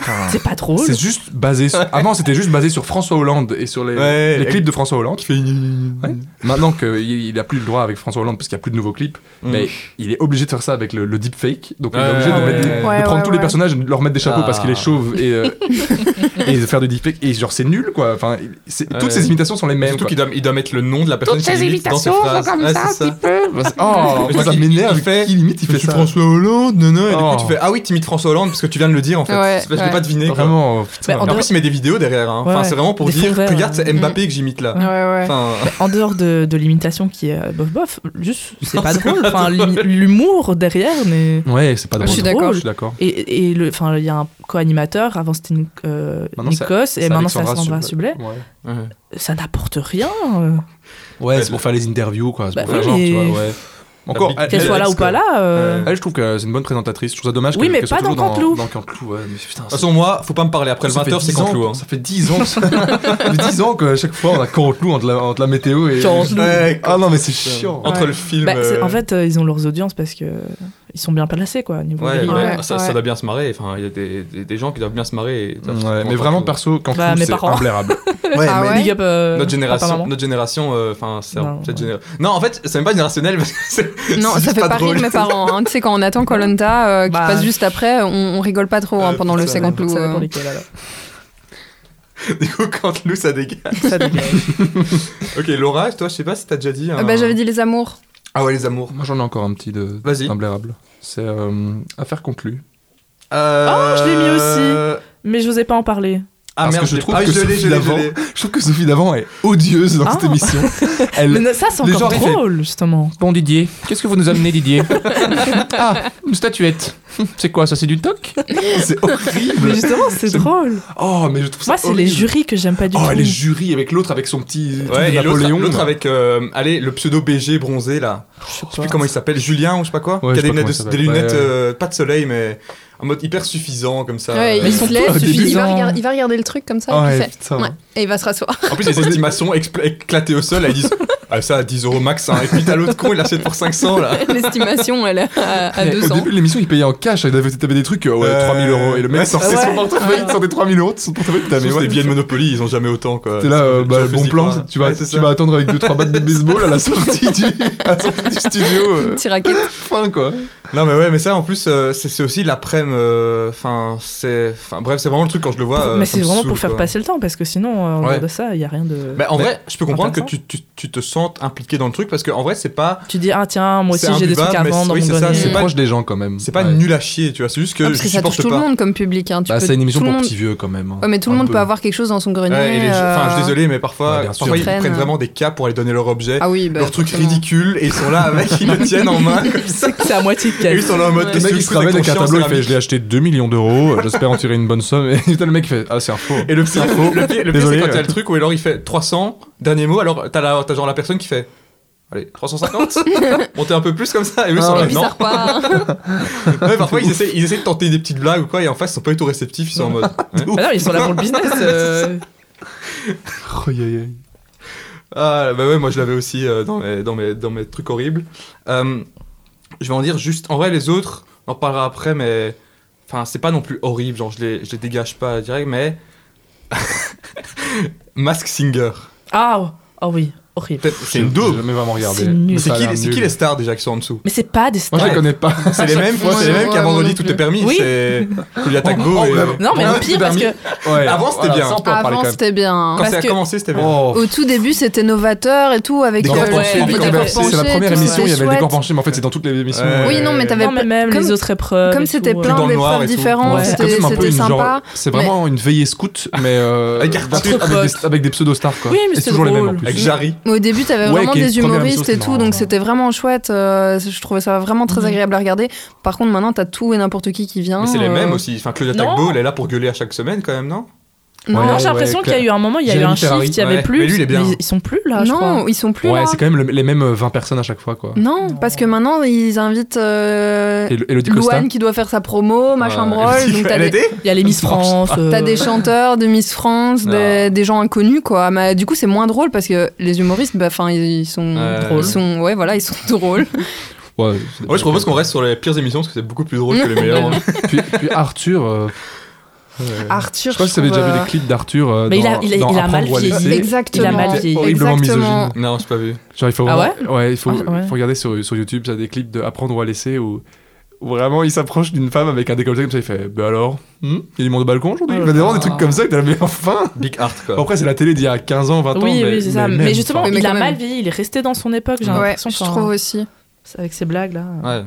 [SPEAKER 4] enfin,
[SPEAKER 2] C'est pas drôle.
[SPEAKER 4] c'est juste basé. Sur... Avant, c'était juste basé sur François Hollande et sur les,
[SPEAKER 1] Ouais,
[SPEAKER 4] les
[SPEAKER 1] et-
[SPEAKER 4] clips de François Hollande.
[SPEAKER 1] Qui fait une-
[SPEAKER 4] Ouais. Maintenant qu'il il a plus le droit avec François Hollande parce qu'il y a plus de nouveaux clips,
[SPEAKER 1] Mm.
[SPEAKER 4] mais il est obligé de faire ça avec le, le deepfake. Donc il
[SPEAKER 1] Ouais,
[SPEAKER 4] est obligé de,
[SPEAKER 1] ouais,
[SPEAKER 4] mettre des-
[SPEAKER 1] ouais.
[SPEAKER 4] de
[SPEAKER 3] Ouais,
[SPEAKER 4] prendre
[SPEAKER 3] ouais,
[SPEAKER 4] tous les
[SPEAKER 3] ouais.
[SPEAKER 4] personnages, de leur mettre des chapeaux
[SPEAKER 1] Ah.
[SPEAKER 4] parce qu'il est chauve et, euh, et de faire du deepfake. Et genre c'est nul quoi. Enfin, il- c'est-
[SPEAKER 1] Ouais.
[SPEAKER 4] toutes ces imitations sont les mêmes.
[SPEAKER 1] Surtout
[SPEAKER 4] quoi.
[SPEAKER 1] qu'il doit, il doit mettre le nom de la personne
[SPEAKER 5] Toutes
[SPEAKER 1] qui
[SPEAKER 5] ces
[SPEAKER 1] l'imite dans ses
[SPEAKER 5] imitations sont
[SPEAKER 1] phrases.
[SPEAKER 5] comme
[SPEAKER 1] Ouais,
[SPEAKER 5] ça
[SPEAKER 1] c'est
[SPEAKER 5] un petit peu.
[SPEAKER 4] Oh,
[SPEAKER 1] Mais
[SPEAKER 4] moi,
[SPEAKER 1] toi,
[SPEAKER 4] ça
[SPEAKER 1] qui-
[SPEAKER 4] m'énerve.
[SPEAKER 1] qui fait-
[SPEAKER 4] Il limite, il
[SPEAKER 1] Je
[SPEAKER 4] fait
[SPEAKER 1] suis
[SPEAKER 4] ça.
[SPEAKER 1] François Hollande, non, non, et
[SPEAKER 4] Oh.
[SPEAKER 1] du coup tu fais Ah oui, t'imites François Hollande parce que tu viens de le dire en fait.
[SPEAKER 3] Ouais,
[SPEAKER 1] C'est parce que je l'ai
[SPEAKER 3] ouais.
[SPEAKER 1] pas deviné. quoi.
[SPEAKER 4] Vraiment, euh, putain.
[SPEAKER 2] Mais en
[SPEAKER 1] En
[SPEAKER 2] dehors-
[SPEAKER 1] plus, il met des vidéos derrière. hein.
[SPEAKER 2] Ouais,
[SPEAKER 1] Enfin,
[SPEAKER 2] ouais.
[SPEAKER 1] c'est vraiment pour
[SPEAKER 2] Des
[SPEAKER 1] dire
[SPEAKER 2] fonds verts,
[SPEAKER 1] Regarde, c'est
[SPEAKER 2] ouais.
[SPEAKER 1] Mbappé que j'imite là.
[SPEAKER 3] Ouais, ouais.
[SPEAKER 1] Enfin,
[SPEAKER 2] En dehors de, de l'imitation qui est euh, bof bof, juste c'est pas drôle. Enfin, l'imi- l'humour derrière, mais.
[SPEAKER 4] Ouais, c'est pas drôle.
[SPEAKER 3] Je suis
[SPEAKER 2] drôle.
[SPEAKER 3] d'accord.
[SPEAKER 4] Je suis d'accord.
[SPEAKER 2] Et, et le, enfin, il y a un co-animateur. Avant c'était une- euh,
[SPEAKER 4] Maintenant, c'est-
[SPEAKER 2] Nikos et maintenant c'est Alexandra Sublet.
[SPEAKER 4] Ouais,
[SPEAKER 1] ouais.
[SPEAKER 2] Ça n'apporte rien. euh.
[SPEAKER 4] c'est pour faire les interviews, quoi. C'est
[SPEAKER 2] Bah
[SPEAKER 4] pour faire
[SPEAKER 2] oui,
[SPEAKER 4] genre, tu
[SPEAKER 2] mais-
[SPEAKER 4] vois, ouais. Encore,
[SPEAKER 1] Qu'elle
[SPEAKER 4] elle,
[SPEAKER 2] Qu'elle
[SPEAKER 4] elle-
[SPEAKER 2] soit là ou pas là. euh,
[SPEAKER 1] Ouais.
[SPEAKER 4] elle, je trouve que c'est une bonne présentatrice. Je trouve ça dommage
[SPEAKER 2] Oui,
[SPEAKER 4] que-
[SPEAKER 2] mais
[SPEAKER 4] qu'elle soit
[SPEAKER 2] pas dans
[SPEAKER 4] toujours
[SPEAKER 2] Canteloup.
[SPEAKER 4] Dans Canteloup, ouais. Mais putain,
[SPEAKER 1] De toute façon, moi, faut pas me parler après le 20h, c'est Canteloup. hein.
[SPEAKER 4] Ça fait 10 ans. que- Ça fait 10 ans qu'à chaque fois, on a Canteloup entre la, entre la météo et.
[SPEAKER 2] Canteloup.
[SPEAKER 4] Ouais, Ah non, mais c'est chiant.
[SPEAKER 1] Entre
[SPEAKER 3] Ouais.
[SPEAKER 1] le film.
[SPEAKER 2] bah, c'est-
[SPEAKER 1] euh,
[SPEAKER 2] En fait, euh, ils ont leurs audiences parce que ils sont bien placés quoi. au Niveau euh,
[SPEAKER 1] Ouais,
[SPEAKER 2] grille.
[SPEAKER 1] ouais,
[SPEAKER 3] Ouais,
[SPEAKER 1] ça,
[SPEAKER 3] ouais.
[SPEAKER 1] ça doit bien se marrer. Enfin, il y a des, des, des gens qui doivent bien se marrer. Et-
[SPEAKER 4] Ouais, mais vraiment, perso, Canteloup,
[SPEAKER 2] Bah, mes parents.
[SPEAKER 4] c'est imblairable.
[SPEAKER 1] Ouais,
[SPEAKER 3] Ah
[SPEAKER 1] mais
[SPEAKER 3] ouais
[SPEAKER 2] Big up, euh,
[SPEAKER 1] Notre
[SPEAKER 2] papa,
[SPEAKER 1] génération,
[SPEAKER 2] maman.
[SPEAKER 1] notre génération, euh, enfin, c'est
[SPEAKER 2] Non,
[SPEAKER 1] cette
[SPEAKER 2] ouais.
[SPEAKER 1] généra- Non, en fait, c'est même pas générationnel parce que c'est.
[SPEAKER 3] Non,
[SPEAKER 1] c'est
[SPEAKER 3] ça
[SPEAKER 1] juste
[SPEAKER 3] fait pas rire
[SPEAKER 1] drôle.
[SPEAKER 3] de mes parents. hein. Tu sais, quand on attend Colonta qui
[SPEAKER 2] Bah.
[SPEAKER 3] passe juste après, on, on rigole pas trop hein,
[SPEAKER 1] Euh,
[SPEAKER 3] pendant le
[SPEAKER 1] putain,
[SPEAKER 3] second clou.
[SPEAKER 2] Ça
[SPEAKER 3] euh.
[SPEAKER 2] dépend lesquels, alors.
[SPEAKER 1] Du coup, quand Lou, ça dégage.
[SPEAKER 2] Ça dégage.
[SPEAKER 1] Ok, Laura, toi, je sais pas si t'as déjà dit.
[SPEAKER 3] Ah
[SPEAKER 1] un-
[SPEAKER 3] bah, j'avais dit les amours.
[SPEAKER 1] Ah ouais, les amours.
[SPEAKER 4] Moi, j'en ai encore un petit de
[SPEAKER 1] Vas-y.
[SPEAKER 4] imblairable. C'est euh, affaire conclue.
[SPEAKER 1] Euh...
[SPEAKER 2] Oh, je l'ai mis aussi. Mais je vous ai pas en parler.
[SPEAKER 1] Ah
[SPEAKER 4] Parce
[SPEAKER 1] merde,
[SPEAKER 4] que je
[SPEAKER 1] l'ai-
[SPEAKER 4] trouve
[SPEAKER 1] ah,
[SPEAKER 4] que
[SPEAKER 1] je l'ai,
[SPEAKER 4] Sophie
[SPEAKER 1] je l'ai, je
[SPEAKER 4] d'avant,
[SPEAKER 1] l'ai.
[SPEAKER 4] je trouve que Sophie d'avant est odieuse dans
[SPEAKER 2] Ah.
[SPEAKER 4] cette émission. Elle
[SPEAKER 2] Mais non, ça, c'est
[SPEAKER 4] Les
[SPEAKER 2] encore
[SPEAKER 4] gens, ils
[SPEAKER 2] drôle, justement.
[SPEAKER 4] Bon Didier, qu'est-ce que vous nous amenez Didier Ah, une statuette. C'est quoi ça C'est du toc
[SPEAKER 1] C'est horrible.
[SPEAKER 2] Mais justement, c'est
[SPEAKER 4] C'est-
[SPEAKER 2] drôle.
[SPEAKER 4] Oh, mais je trouve ça
[SPEAKER 2] Moi, c'est les
[SPEAKER 4] horrible.
[SPEAKER 2] jurys que j'aime pas du
[SPEAKER 4] Oh,
[SPEAKER 2] tout.
[SPEAKER 4] les jurys avec l'autre avec son petit truc
[SPEAKER 1] Ouais,
[SPEAKER 4] de
[SPEAKER 1] et l'autre,
[SPEAKER 4] Napoléon.
[SPEAKER 1] l'autre avec, euh, allez, le pseudo BG bronzé là.
[SPEAKER 2] Je sais
[SPEAKER 1] Je sais
[SPEAKER 2] pas.
[SPEAKER 1] plus comment il s'appelle, Julien ou je sais pas quoi. qui
[SPEAKER 4] Ouais,
[SPEAKER 1] a
[SPEAKER 4] je sais
[SPEAKER 1] des
[SPEAKER 4] pas
[SPEAKER 1] lunettes,
[SPEAKER 4] comment
[SPEAKER 1] de-
[SPEAKER 4] il
[SPEAKER 1] des
[SPEAKER 4] s'appelle.
[SPEAKER 1] lunettes
[SPEAKER 4] Ouais, ouais.
[SPEAKER 1] euh, pas de soleil, mais en mode hyper suffisant comme ça.
[SPEAKER 3] Ouais,
[SPEAKER 1] Euh,
[SPEAKER 3] il se
[SPEAKER 2] sont
[SPEAKER 3] lève,
[SPEAKER 2] tous
[SPEAKER 3] il suffit- il va,
[SPEAKER 2] débiles.
[SPEAKER 3] regarder, il va regarder le truc comme ça
[SPEAKER 4] Ah
[SPEAKER 3] et puis
[SPEAKER 4] ouais,
[SPEAKER 3] il fait-
[SPEAKER 4] putain.
[SPEAKER 3] ouais. Et il va se rasseoir.
[SPEAKER 1] En plus, les estimations expl- éclatées au sol, là, ils disent Ah, ça, 10 euros max, hein. et puis t'as l'autre con, il l'achète pour 500 là.
[SPEAKER 3] L'estimation, elle est à, à
[SPEAKER 4] Mais Au
[SPEAKER 3] 200.
[SPEAKER 4] début de l'émission, il payait en cash. Il avait tapé des trucs, euh, ouais,
[SPEAKER 1] Euh,
[SPEAKER 4] 3000 euros. Et le mec
[SPEAKER 1] ouais,
[SPEAKER 4] sortait
[SPEAKER 2] ouais.
[SPEAKER 4] son portefeuille, il sortait 3000 euros de son portefeuille. Putain, mais
[SPEAKER 1] Mais
[SPEAKER 4] ouais.
[SPEAKER 1] les billets de Monopoly, ils ont jamais autant quoi.
[SPEAKER 4] T'es là, euh, bah, le bon
[SPEAKER 1] Physique,
[SPEAKER 4] plan,
[SPEAKER 1] quoi.
[SPEAKER 4] tu, vas,
[SPEAKER 1] Ouais, c'est
[SPEAKER 4] tu
[SPEAKER 1] ça.
[SPEAKER 4] vas attendre avec 2-3 battes de baseball à la sortie du, à la sortie du studio. euh,
[SPEAKER 3] Petit racket.
[SPEAKER 4] fin quoi.
[SPEAKER 1] Non, mais ouais, mais ça en plus, euh, c'est c'est aussi l'après-midi. Enfin, c'est. Enfin, bref, c'est vraiment le truc quand je le vois. euh,
[SPEAKER 2] mais
[SPEAKER 1] ça
[SPEAKER 2] c'est
[SPEAKER 1] me
[SPEAKER 2] vraiment
[SPEAKER 1] saoule,
[SPEAKER 2] pour faire
[SPEAKER 1] quoi.
[SPEAKER 2] passer le temps, parce que sinon, euh, en
[SPEAKER 1] Ouais.
[SPEAKER 2] dehors de ça, il y a rien de. Bah,
[SPEAKER 1] Mais en vrai, je peux comprendre que tu,
[SPEAKER 2] Intéressant.
[SPEAKER 1] tu, tu te sentes impliqué dans le truc parce que en vrai, c'est pas.
[SPEAKER 2] Tu dis, ah tiens, moi aussi
[SPEAKER 1] C'est
[SPEAKER 2] j'ai des trucs à
[SPEAKER 1] imbuvable, mais
[SPEAKER 2] vendre.
[SPEAKER 1] oui,
[SPEAKER 2] on me
[SPEAKER 1] c'est ça,
[SPEAKER 2] donne-
[SPEAKER 4] C'est
[SPEAKER 1] pas-
[SPEAKER 4] proche des gens quand même.
[SPEAKER 1] C'est pas
[SPEAKER 4] Ouais.
[SPEAKER 1] nul à chier, tu vois. C'est juste que
[SPEAKER 3] Ah, parce
[SPEAKER 1] je
[SPEAKER 3] que ça touche
[SPEAKER 1] supporte
[SPEAKER 3] tout le
[SPEAKER 1] pas.
[SPEAKER 3] monde comme public. hein. Tu
[SPEAKER 4] Bah,
[SPEAKER 3] peux-
[SPEAKER 4] c'est une émission
[SPEAKER 3] tout le
[SPEAKER 4] pour
[SPEAKER 3] monde-
[SPEAKER 4] petits vieux quand même. hein.
[SPEAKER 3] Ouais, mais tout
[SPEAKER 4] Un
[SPEAKER 3] le monde
[SPEAKER 4] peu.
[SPEAKER 3] peut avoir quelque chose dans son grenier.
[SPEAKER 1] Ouais, et les- Enfin, je suis
[SPEAKER 3] euh,
[SPEAKER 1] désolé, mais parfois,
[SPEAKER 4] Ouais, bien sûr.
[SPEAKER 1] parfois ils
[SPEAKER 3] Ils prennent,
[SPEAKER 1] prennent
[SPEAKER 3] euh,
[SPEAKER 1] vraiment des cas pour aller donner leur objet,
[SPEAKER 3] Ah oui, bah,
[SPEAKER 1] leur truc
[SPEAKER 3] forcément.
[SPEAKER 1] ridicule, et ils sont là avec, ils le tiennent en main. comme ça.
[SPEAKER 2] C'est à moitié de
[SPEAKER 1] Et ils
[SPEAKER 2] caisse.
[SPEAKER 1] sont là en mode,
[SPEAKER 3] Ouais.
[SPEAKER 4] Le
[SPEAKER 1] qu'est-ce
[SPEAKER 4] mec
[SPEAKER 1] que
[SPEAKER 4] il
[SPEAKER 1] tu
[SPEAKER 4] se
[SPEAKER 1] fais avec
[SPEAKER 4] ramène avec
[SPEAKER 1] ton
[SPEAKER 4] un
[SPEAKER 1] chien,
[SPEAKER 4] tableau, il
[SPEAKER 1] c'est
[SPEAKER 4] fait je l'ai acheté 2 millions d'euros, euh, j'espère en tirer une bonne somme. Et putain, le mec il fait ah c'est un faux.
[SPEAKER 1] Et le pire, le pire, le pire, c'est
[SPEAKER 4] Désolé,
[SPEAKER 1] quand il y a
[SPEAKER 4] ouais.
[SPEAKER 1] le truc où alors il fait 300, dernier mot, alors t'as la- t'as genre la personne qui fait Allez, 350 Montez un peu plus comme ça, et eux ils sont
[SPEAKER 4] Ah
[SPEAKER 1] là,
[SPEAKER 3] Et puis ça repart.
[SPEAKER 1] non. Ouais, parfois ils essaient, ils essaient de tenter des petites blagues ou quoi, et en face ils sont pas du tout réceptifs, ils sont en mode. Ouais.
[SPEAKER 2] Bah non, ils sont là pour le business. euh,
[SPEAKER 4] Oh, aïe, aïe, aïe.
[SPEAKER 1] Ah bah ouais, moi je l'avais aussi euh, dans, mes, dans, mes, dans mes trucs horribles. Euh, je vais en dire juste, en vrai les autres, on en parlera après, mais enfin c'est pas non plus horrible, genre je les, je les dégage pas direct, mais Mask Singer.
[SPEAKER 2] Ah oh, oh oui, horrible.
[SPEAKER 1] Peut-être c'est une
[SPEAKER 4] J'ai
[SPEAKER 1] daube.
[SPEAKER 4] jamais vraiment regardé.
[SPEAKER 2] C'est nul.
[SPEAKER 1] Mais
[SPEAKER 2] Mais
[SPEAKER 1] c'est
[SPEAKER 4] Ça a
[SPEAKER 1] qui,
[SPEAKER 4] l'air
[SPEAKER 1] c'est qui
[SPEAKER 4] nul.
[SPEAKER 1] les stars déjà qui sont en dessous
[SPEAKER 2] Mais c'est pas des stars.
[SPEAKER 4] Moi je les connais pas.
[SPEAKER 1] C'est les mêmes,
[SPEAKER 3] fois,
[SPEAKER 1] c'est les
[SPEAKER 3] ouais,
[SPEAKER 1] mêmes
[SPEAKER 3] ouais,
[SPEAKER 1] qu'à
[SPEAKER 3] moi non
[SPEAKER 1] vendredi tout est
[SPEAKER 3] plus.
[SPEAKER 1] permis,
[SPEAKER 2] Oui.
[SPEAKER 1] c'est Julia Tagbo
[SPEAKER 4] Oh,
[SPEAKER 1] et-
[SPEAKER 4] ouais,
[SPEAKER 2] Non, mais
[SPEAKER 1] Vendredi tout est
[SPEAKER 2] le pire, parce
[SPEAKER 1] permis.
[SPEAKER 2] que
[SPEAKER 4] Ouais.
[SPEAKER 1] Avant, c'était
[SPEAKER 4] Voilà,
[SPEAKER 1] bien.
[SPEAKER 4] ça, on peut en parler
[SPEAKER 3] Avant, c'était bien.
[SPEAKER 1] Quand
[SPEAKER 2] parce
[SPEAKER 1] ça a
[SPEAKER 2] que-
[SPEAKER 1] commencé, c'était
[SPEAKER 4] quand
[SPEAKER 1] bien.
[SPEAKER 4] même. Oh,
[SPEAKER 3] Au tout début, c'était novateur et tout, avec
[SPEAKER 1] Des
[SPEAKER 3] euh,
[SPEAKER 1] corps penchés,
[SPEAKER 3] ouais,
[SPEAKER 1] des
[SPEAKER 3] des
[SPEAKER 1] corps
[SPEAKER 3] corps
[SPEAKER 1] penchés.
[SPEAKER 4] C'est la
[SPEAKER 3] penchés,
[SPEAKER 4] première
[SPEAKER 3] tout,
[SPEAKER 4] émission où il y avait
[SPEAKER 3] c'était
[SPEAKER 4] des corps
[SPEAKER 3] chouette.
[SPEAKER 4] penchés, mais en fait c'est dans toutes les émissions. euh,
[SPEAKER 1] Ouais.
[SPEAKER 3] Oui, non, mais t'avais
[SPEAKER 2] Non, mais même
[SPEAKER 3] comme-
[SPEAKER 2] les autres épreuves.
[SPEAKER 3] Comme
[SPEAKER 2] et
[SPEAKER 3] c'était
[SPEAKER 2] tout,
[SPEAKER 1] Dans
[SPEAKER 3] plein
[SPEAKER 1] le noir
[SPEAKER 3] d'épreuves
[SPEAKER 1] et tout.
[SPEAKER 3] différentes,
[SPEAKER 2] Ouais.
[SPEAKER 4] C'est quand
[SPEAKER 3] c'était
[SPEAKER 4] même un peu
[SPEAKER 3] c'était
[SPEAKER 4] une
[SPEAKER 3] sympa.
[SPEAKER 4] genre. C'est vraiment une veillée scout, mais euh,
[SPEAKER 1] Avec
[SPEAKER 4] d'un
[SPEAKER 1] Arthur.
[SPEAKER 4] truc avec des, avec des pseudo-stars quoi.
[SPEAKER 2] Oui, mais
[SPEAKER 4] Et
[SPEAKER 2] c'était
[SPEAKER 4] toujours les mêmes en
[SPEAKER 2] drôle.
[SPEAKER 4] plus.
[SPEAKER 1] Avec Jarry.
[SPEAKER 3] Mais au début, t'avais
[SPEAKER 4] Ouais,
[SPEAKER 3] vraiment
[SPEAKER 4] qui est
[SPEAKER 3] des
[SPEAKER 4] première
[SPEAKER 3] humoristes
[SPEAKER 4] émission,
[SPEAKER 3] et
[SPEAKER 4] c'est
[SPEAKER 3] tout,
[SPEAKER 4] marrant.
[SPEAKER 3] donc c'était vraiment chouette. euh, je trouvais ça vraiment très
[SPEAKER 2] Mhm.
[SPEAKER 3] agréable à regarder. Par contre, maintenant, t'as tout et n'importe qui qui vient.
[SPEAKER 1] Mais c'est les
[SPEAKER 3] euh,
[SPEAKER 1] mêmes aussi. Enfin, Claudia
[SPEAKER 2] Non.
[SPEAKER 1] Tagbo, elle est là pour gueuler à chaque semaine quand même, non
[SPEAKER 3] Non,
[SPEAKER 4] Ouais,
[SPEAKER 2] Non,
[SPEAKER 4] ouais,
[SPEAKER 2] j'ai l'impression qu'il y a eu un moment, il y a eu un
[SPEAKER 4] Jérémy Ferrari,
[SPEAKER 2] shift, il y
[SPEAKER 1] ouais.
[SPEAKER 2] avait plus.
[SPEAKER 1] Mais lui, il est bien.
[SPEAKER 2] ils- ils sont plus là, je crois.
[SPEAKER 3] non ils sont plus
[SPEAKER 4] Ouais,
[SPEAKER 3] là.
[SPEAKER 4] c'est quand même le- les mêmes euh, 20 personnes à chaque fois quoi.
[SPEAKER 3] Non,
[SPEAKER 2] Non.
[SPEAKER 3] parce que maintenant, ils invitent euh,
[SPEAKER 4] Et Elodie Costa.
[SPEAKER 3] Louane qui doit faire sa promo, machin
[SPEAKER 4] Ouais.
[SPEAKER 3] brol. Donc t'as
[SPEAKER 1] Elle
[SPEAKER 3] des,
[SPEAKER 1] était
[SPEAKER 2] Il y a les Miss France.
[SPEAKER 1] ah,
[SPEAKER 2] euh,
[SPEAKER 3] T'as des chanteurs, des Miss France, des, des gens inconnus, quoi. Mais du coup, c'est moins drôle parce que les humoristes, bah, enfin, ils, ils sont
[SPEAKER 1] Ouais.
[SPEAKER 3] Ils sont, ouais, voilà, ils sont drôles.
[SPEAKER 4] Ouais,
[SPEAKER 1] Ouais, je propose qu'on reste sur les pires émissions parce que c'est beaucoup plus drôle que les meilleures. hein.
[SPEAKER 4] Puis, puis Arthur. euh, euh,
[SPEAKER 3] Arthur,
[SPEAKER 4] je sais pas si t'avais
[SPEAKER 3] trouve,
[SPEAKER 4] déjà vu
[SPEAKER 3] euh,
[SPEAKER 4] des clips d'Arthur. euh,
[SPEAKER 2] Mais il a-
[SPEAKER 4] dans-
[SPEAKER 2] il a-
[SPEAKER 4] dans
[SPEAKER 2] il a
[SPEAKER 4] Apprendre
[SPEAKER 2] mal
[SPEAKER 4] ou à
[SPEAKER 2] vieilli.
[SPEAKER 4] laisser.
[SPEAKER 3] Exactement.
[SPEAKER 2] Il a mal vieilli.
[SPEAKER 4] Horriblement
[SPEAKER 3] Exactement.
[SPEAKER 4] misogyne.
[SPEAKER 1] Non, j'ai pas vu.
[SPEAKER 4] Genre, il faut
[SPEAKER 2] Ah
[SPEAKER 4] vraiment- ouais, il faut,
[SPEAKER 2] Ah, ouais.
[SPEAKER 4] faut regarder sur, sur YouTube, ça des clips de Apprendre ou à laisser où, où vraiment il s'approche d'une femme avec un décolleté comme ça, il fait Bah alors, hmm, il y a du monde au balcon aujourd'hui
[SPEAKER 2] Oh
[SPEAKER 4] Il va vraiment
[SPEAKER 2] là.
[SPEAKER 4] des trucs comme ça, et t'as mais enfin
[SPEAKER 1] Big Art quoi.
[SPEAKER 4] Après, c'est la télé d'il y a 15 ans, 20 ans.
[SPEAKER 2] Oui,
[SPEAKER 4] mais-
[SPEAKER 2] oui, c'est ça.
[SPEAKER 4] mais
[SPEAKER 2] Mais,
[SPEAKER 4] même,
[SPEAKER 2] justement,
[SPEAKER 4] enfin,
[SPEAKER 3] Mais
[SPEAKER 2] il
[SPEAKER 3] quand
[SPEAKER 2] a
[SPEAKER 3] même.
[SPEAKER 2] mal vieilli, il est resté dans son époque, j'ai
[SPEAKER 3] Ouais,
[SPEAKER 2] l'impression.
[SPEAKER 3] je
[SPEAKER 2] enfin,
[SPEAKER 3] trouve aussi.
[SPEAKER 2] Avec ses blagues, là.
[SPEAKER 1] Ouais.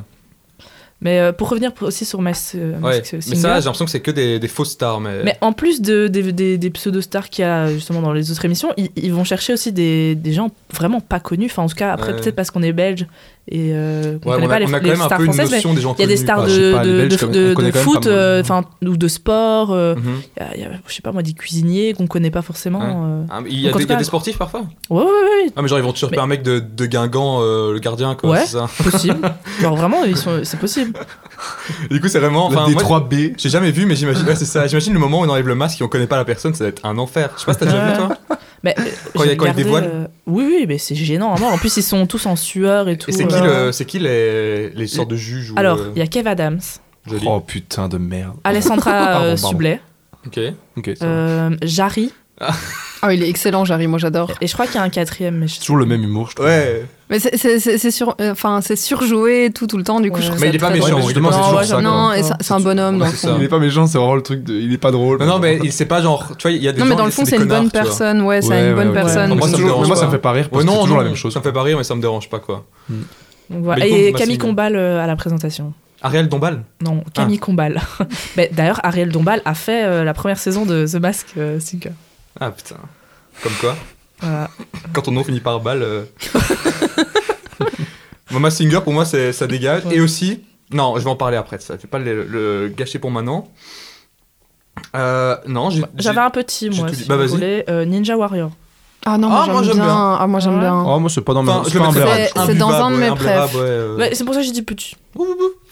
[SPEAKER 2] Mais euh, pour revenir pour- aussi sur Mass euh,
[SPEAKER 1] Ouais.
[SPEAKER 2] Mask
[SPEAKER 1] Mais
[SPEAKER 2] Singer,
[SPEAKER 1] ça, j'ai l'impression que c'est que des, des fausses stars. Mais,
[SPEAKER 2] mais en plus de, des, des, des pseudo-stars qu'il y a justement dans les autres émissions, ils, ils vont chercher aussi des, des gens vraiment pas connus. Enfin, en tout cas, après,
[SPEAKER 1] Ouais.
[SPEAKER 2] peut-être parce qu'on est belge et euh, qu'on
[SPEAKER 1] Ouais,
[SPEAKER 2] connaît
[SPEAKER 1] on,
[SPEAKER 2] pas
[SPEAKER 1] a,
[SPEAKER 2] les,
[SPEAKER 1] on a quand
[SPEAKER 2] les
[SPEAKER 1] même un
[SPEAKER 2] stars
[SPEAKER 1] peu une
[SPEAKER 2] françaises, mais
[SPEAKER 1] notion des gens
[SPEAKER 2] il y a des
[SPEAKER 1] connus,
[SPEAKER 2] stars
[SPEAKER 1] quoi.
[SPEAKER 4] Bah, je
[SPEAKER 2] de,
[SPEAKER 4] sais pas, les
[SPEAKER 2] de-
[SPEAKER 4] Belges,
[SPEAKER 2] de-
[SPEAKER 4] comme-
[SPEAKER 2] de-
[SPEAKER 4] on connaît
[SPEAKER 2] de
[SPEAKER 4] quand même
[SPEAKER 2] foot
[SPEAKER 4] pas mal. Mm.
[SPEAKER 2] euh, enfin, ou de sport. euh,
[SPEAKER 1] Mhm.
[SPEAKER 2] il y a- il y a, je sais pas moi, des cuisiniers qu'on connaît pas forcément. euh.
[SPEAKER 1] Ah, mais Il y a
[SPEAKER 2] Donc, en
[SPEAKER 1] des-
[SPEAKER 2] tout
[SPEAKER 1] il y a
[SPEAKER 2] cas-
[SPEAKER 1] des sportifs parfois
[SPEAKER 2] Ouais, ouais, ouais, ouais,
[SPEAKER 1] Ah, mais genre ils vont toujours
[SPEAKER 2] Mais-
[SPEAKER 1] faire un mec de, de Guingamp, euh, le gardien quoi.
[SPEAKER 2] Ouais.
[SPEAKER 1] c'est ça.
[SPEAKER 2] possible. Genre vraiment, ils sont- c'est possible.
[SPEAKER 1] Du coup, c'est vraiment.
[SPEAKER 4] la
[SPEAKER 1] Enfin, moi,
[SPEAKER 4] D3B.
[SPEAKER 1] j'ai jamais vu, mais j'imagine. ouais, c'est ça. J'imagine le moment où on enlève le masque et on connaît pas la personne, ça va être un enfer. Je sais pas si t'as déjà vu
[SPEAKER 2] Ouais.
[SPEAKER 1] toi.
[SPEAKER 2] Mais euh,
[SPEAKER 1] Quand il y a-
[SPEAKER 2] j'ai
[SPEAKER 1] quand ils
[SPEAKER 2] regardé,
[SPEAKER 1] dévoilent.
[SPEAKER 2] euh, Oui, oui, mais c'est gênant à mort. En plus, ils sont tous en sueur et tout.
[SPEAKER 1] Et c'est qui,
[SPEAKER 2] euh.
[SPEAKER 1] le, c'est qui les, les sortes de juges ou,
[SPEAKER 2] Alors,
[SPEAKER 1] euh,
[SPEAKER 2] il y a Kev Adams,
[SPEAKER 1] joli
[SPEAKER 4] Oh putain de merde.
[SPEAKER 2] Alessandra
[SPEAKER 4] Pardon,
[SPEAKER 2] euh,
[SPEAKER 4] pardon.
[SPEAKER 2] Sublet,
[SPEAKER 1] Ok.
[SPEAKER 4] Ok, ça va.
[SPEAKER 2] euh, Jarry,
[SPEAKER 1] Ah.
[SPEAKER 3] Ah, il est excellent, Jarry, moi j'adore.
[SPEAKER 2] Et je crois qu'il y a un quatrième. Mais je...
[SPEAKER 4] Toujours le même humour, je trouve.
[SPEAKER 1] Ouais.
[SPEAKER 3] Mais c'est- c'est c'est- c'est sur, euh, enfin, c'est surjoué tout, tout le temps, du coup
[SPEAKER 2] Ouais.
[SPEAKER 3] je trouve
[SPEAKER 1] Mais
[SPEAKER 3] ça
[SPEAKER 1] il est pas
[SPEAKER 3] très
[SPEAKER 1] méchant,
[SPEAKER 3] drôle.
[SPEAKER 1] il est
[SPEAKER 4] justement,
[SPEAKER 2] pas
[SPEAKER 4] c'est
[SPEAKER 2] méchant.
[SPEAKER 4] toujours
[SPEAKER 2] Ouais,
[SPEAKER 4] ça.
[SPEAKER 2] j'aime
[SPEAKER 4] quoi.
[SPEAKER 3] Non, et ça- c'est un bonhomme, dans
[SPEAKER 1] Ouais,
[SPEAKER 3] le
[SPEAKER 1] c'est
[SPEAKER 3] fond.
[SPEAKER 1] ça.
[SPEAKER 4] Il est pas méchant, c'est vraiment le truc de. Il est pas drôle.
[SPEAKER 1] Non, non, mais il- c'est pas genre. Tu vois, il y a des
[SPEAKER 3] Non,
[SPEAKER 1] gens,
[SPEAKER 3] mais dans le fond, c'est une
[SPEAKER 1] connards,
[SPEAKER 3] bonne
[SPEAKER 1] tu vois.
[SPEAKER 3] personne, ouais, c'est
[SPEAKER 4] Ouais,
[SPEAKER 3] une
[SPEAKER 4] ouais,
[SPEAKER 3] bonne
[SPEAKER 4] ouais.
[SPEAKER 2] Ouais,
[SPEAKER 3] personne.
[SPEAKER 1] moi,
[SPEAKER 4] Moi,
[SPEAKER 1] ça me dérange
[SPEAKER 4] moi, ça
[SPEAKER 1] pas.
[SPEAKER 4] me fait pas rire parce
[SPEAKER 1] Ouais,
[SPEAKER 4] que c'est
[SPEAKER 1] Oh, non,
[SPEAKER 4] toujours
[SPEAKER 1] non,
[SPEAKER 4] la même chose.
[SPEAKER 1] Ça me fait pas rire, mais ça me dérange pas, quoi.
[SPEAKER 2] Donc voilà.
[SPEAKER 1] Mais
[SPEAKER 2] Et
[SPEAKER 1] Combe,
[SPEAKER 2] Camille
[SPEAKER 1] Massine.
[SPEAKER 2] Combal euh, à la présentation.
[SPEAKER 1] Ariel Dombal
[SPEAKER 2] Non,
[SPEAKER 4] Ah.
[SPEAKER 2] Camille Combal. Ben, D'ailleurs, Ariel Dombal a fait euh, la première saison de The Mask euh, Singer.
[SPEAKER 1] Ah putain. Comme quoi
[SPEAKER 2] Voilà.
[SPEAKER 1] Quand ton nom finit par balle. euh. Mama Singer, pour moi, c'est- ça dégage.
[SPEAKER 2] Ouais.
[SPEAKER 1] Et aussi, non, je vais en parler après de ça. Je vais pas le, le gâcher pour maintenant. Euh, non,
[SPEAKER 3] Bah,
[SPEAKER 1] j'ai. j'ai-
[SPEAKER 2] J'avais un petit,
[SPEAKER 1] j'ai
[SPEAKER 2] moi,
[SPEAKER 1] tout dit.
[SPEAKER 2] si
[SPEAKER 1] Bah,
[SPEAKER 2] vous
[SPEAKER 1] vas-y.
[SPEAKER 2] voulez, euh, Ninja Warrior.
[SPEAKER 3] Ah non,
[SPEAKER 1] Ah,
[SPEAKER 3] moi
[SPEAKER 1] moi,
[SPEAKER 3] j'aime
[SPEAKER 1] j'aime
[SPEAKER 3] bien.
[SPEAKER 1] bien.
[SPEAKER 3] Ah, moi j'aime
[SPEAKER 2] Ouais.
[SPEAKER 3] bien.
[SPEAKER 4] Oh, moi, c'est pas dans ma.
[SPEAKER 1] Enfin,
[SPEAKER 4] C'est
[SPEAKER 1] je
[SPEAKER 4] pas
[SPEAKER 1] le
[SPEAKER 4] un
[SPEAKER 1] mettrais-
[SPEAKER 4] blaireau.
[SPEAKER 3] C'est- c'est dans
[SPEAKER 1] imbuvable,
[SPEAKER 3] un de
[SPEAKER 1] ouais,
[SPEAKER 3] mes
[SPEAKER 1] imbuvable,
[SPEAKER 3] préfs.
[SPEAKER 1] ouais, euh.
[SPEAKER 2] Ouais, c'est pour ça que j'ai dit petit.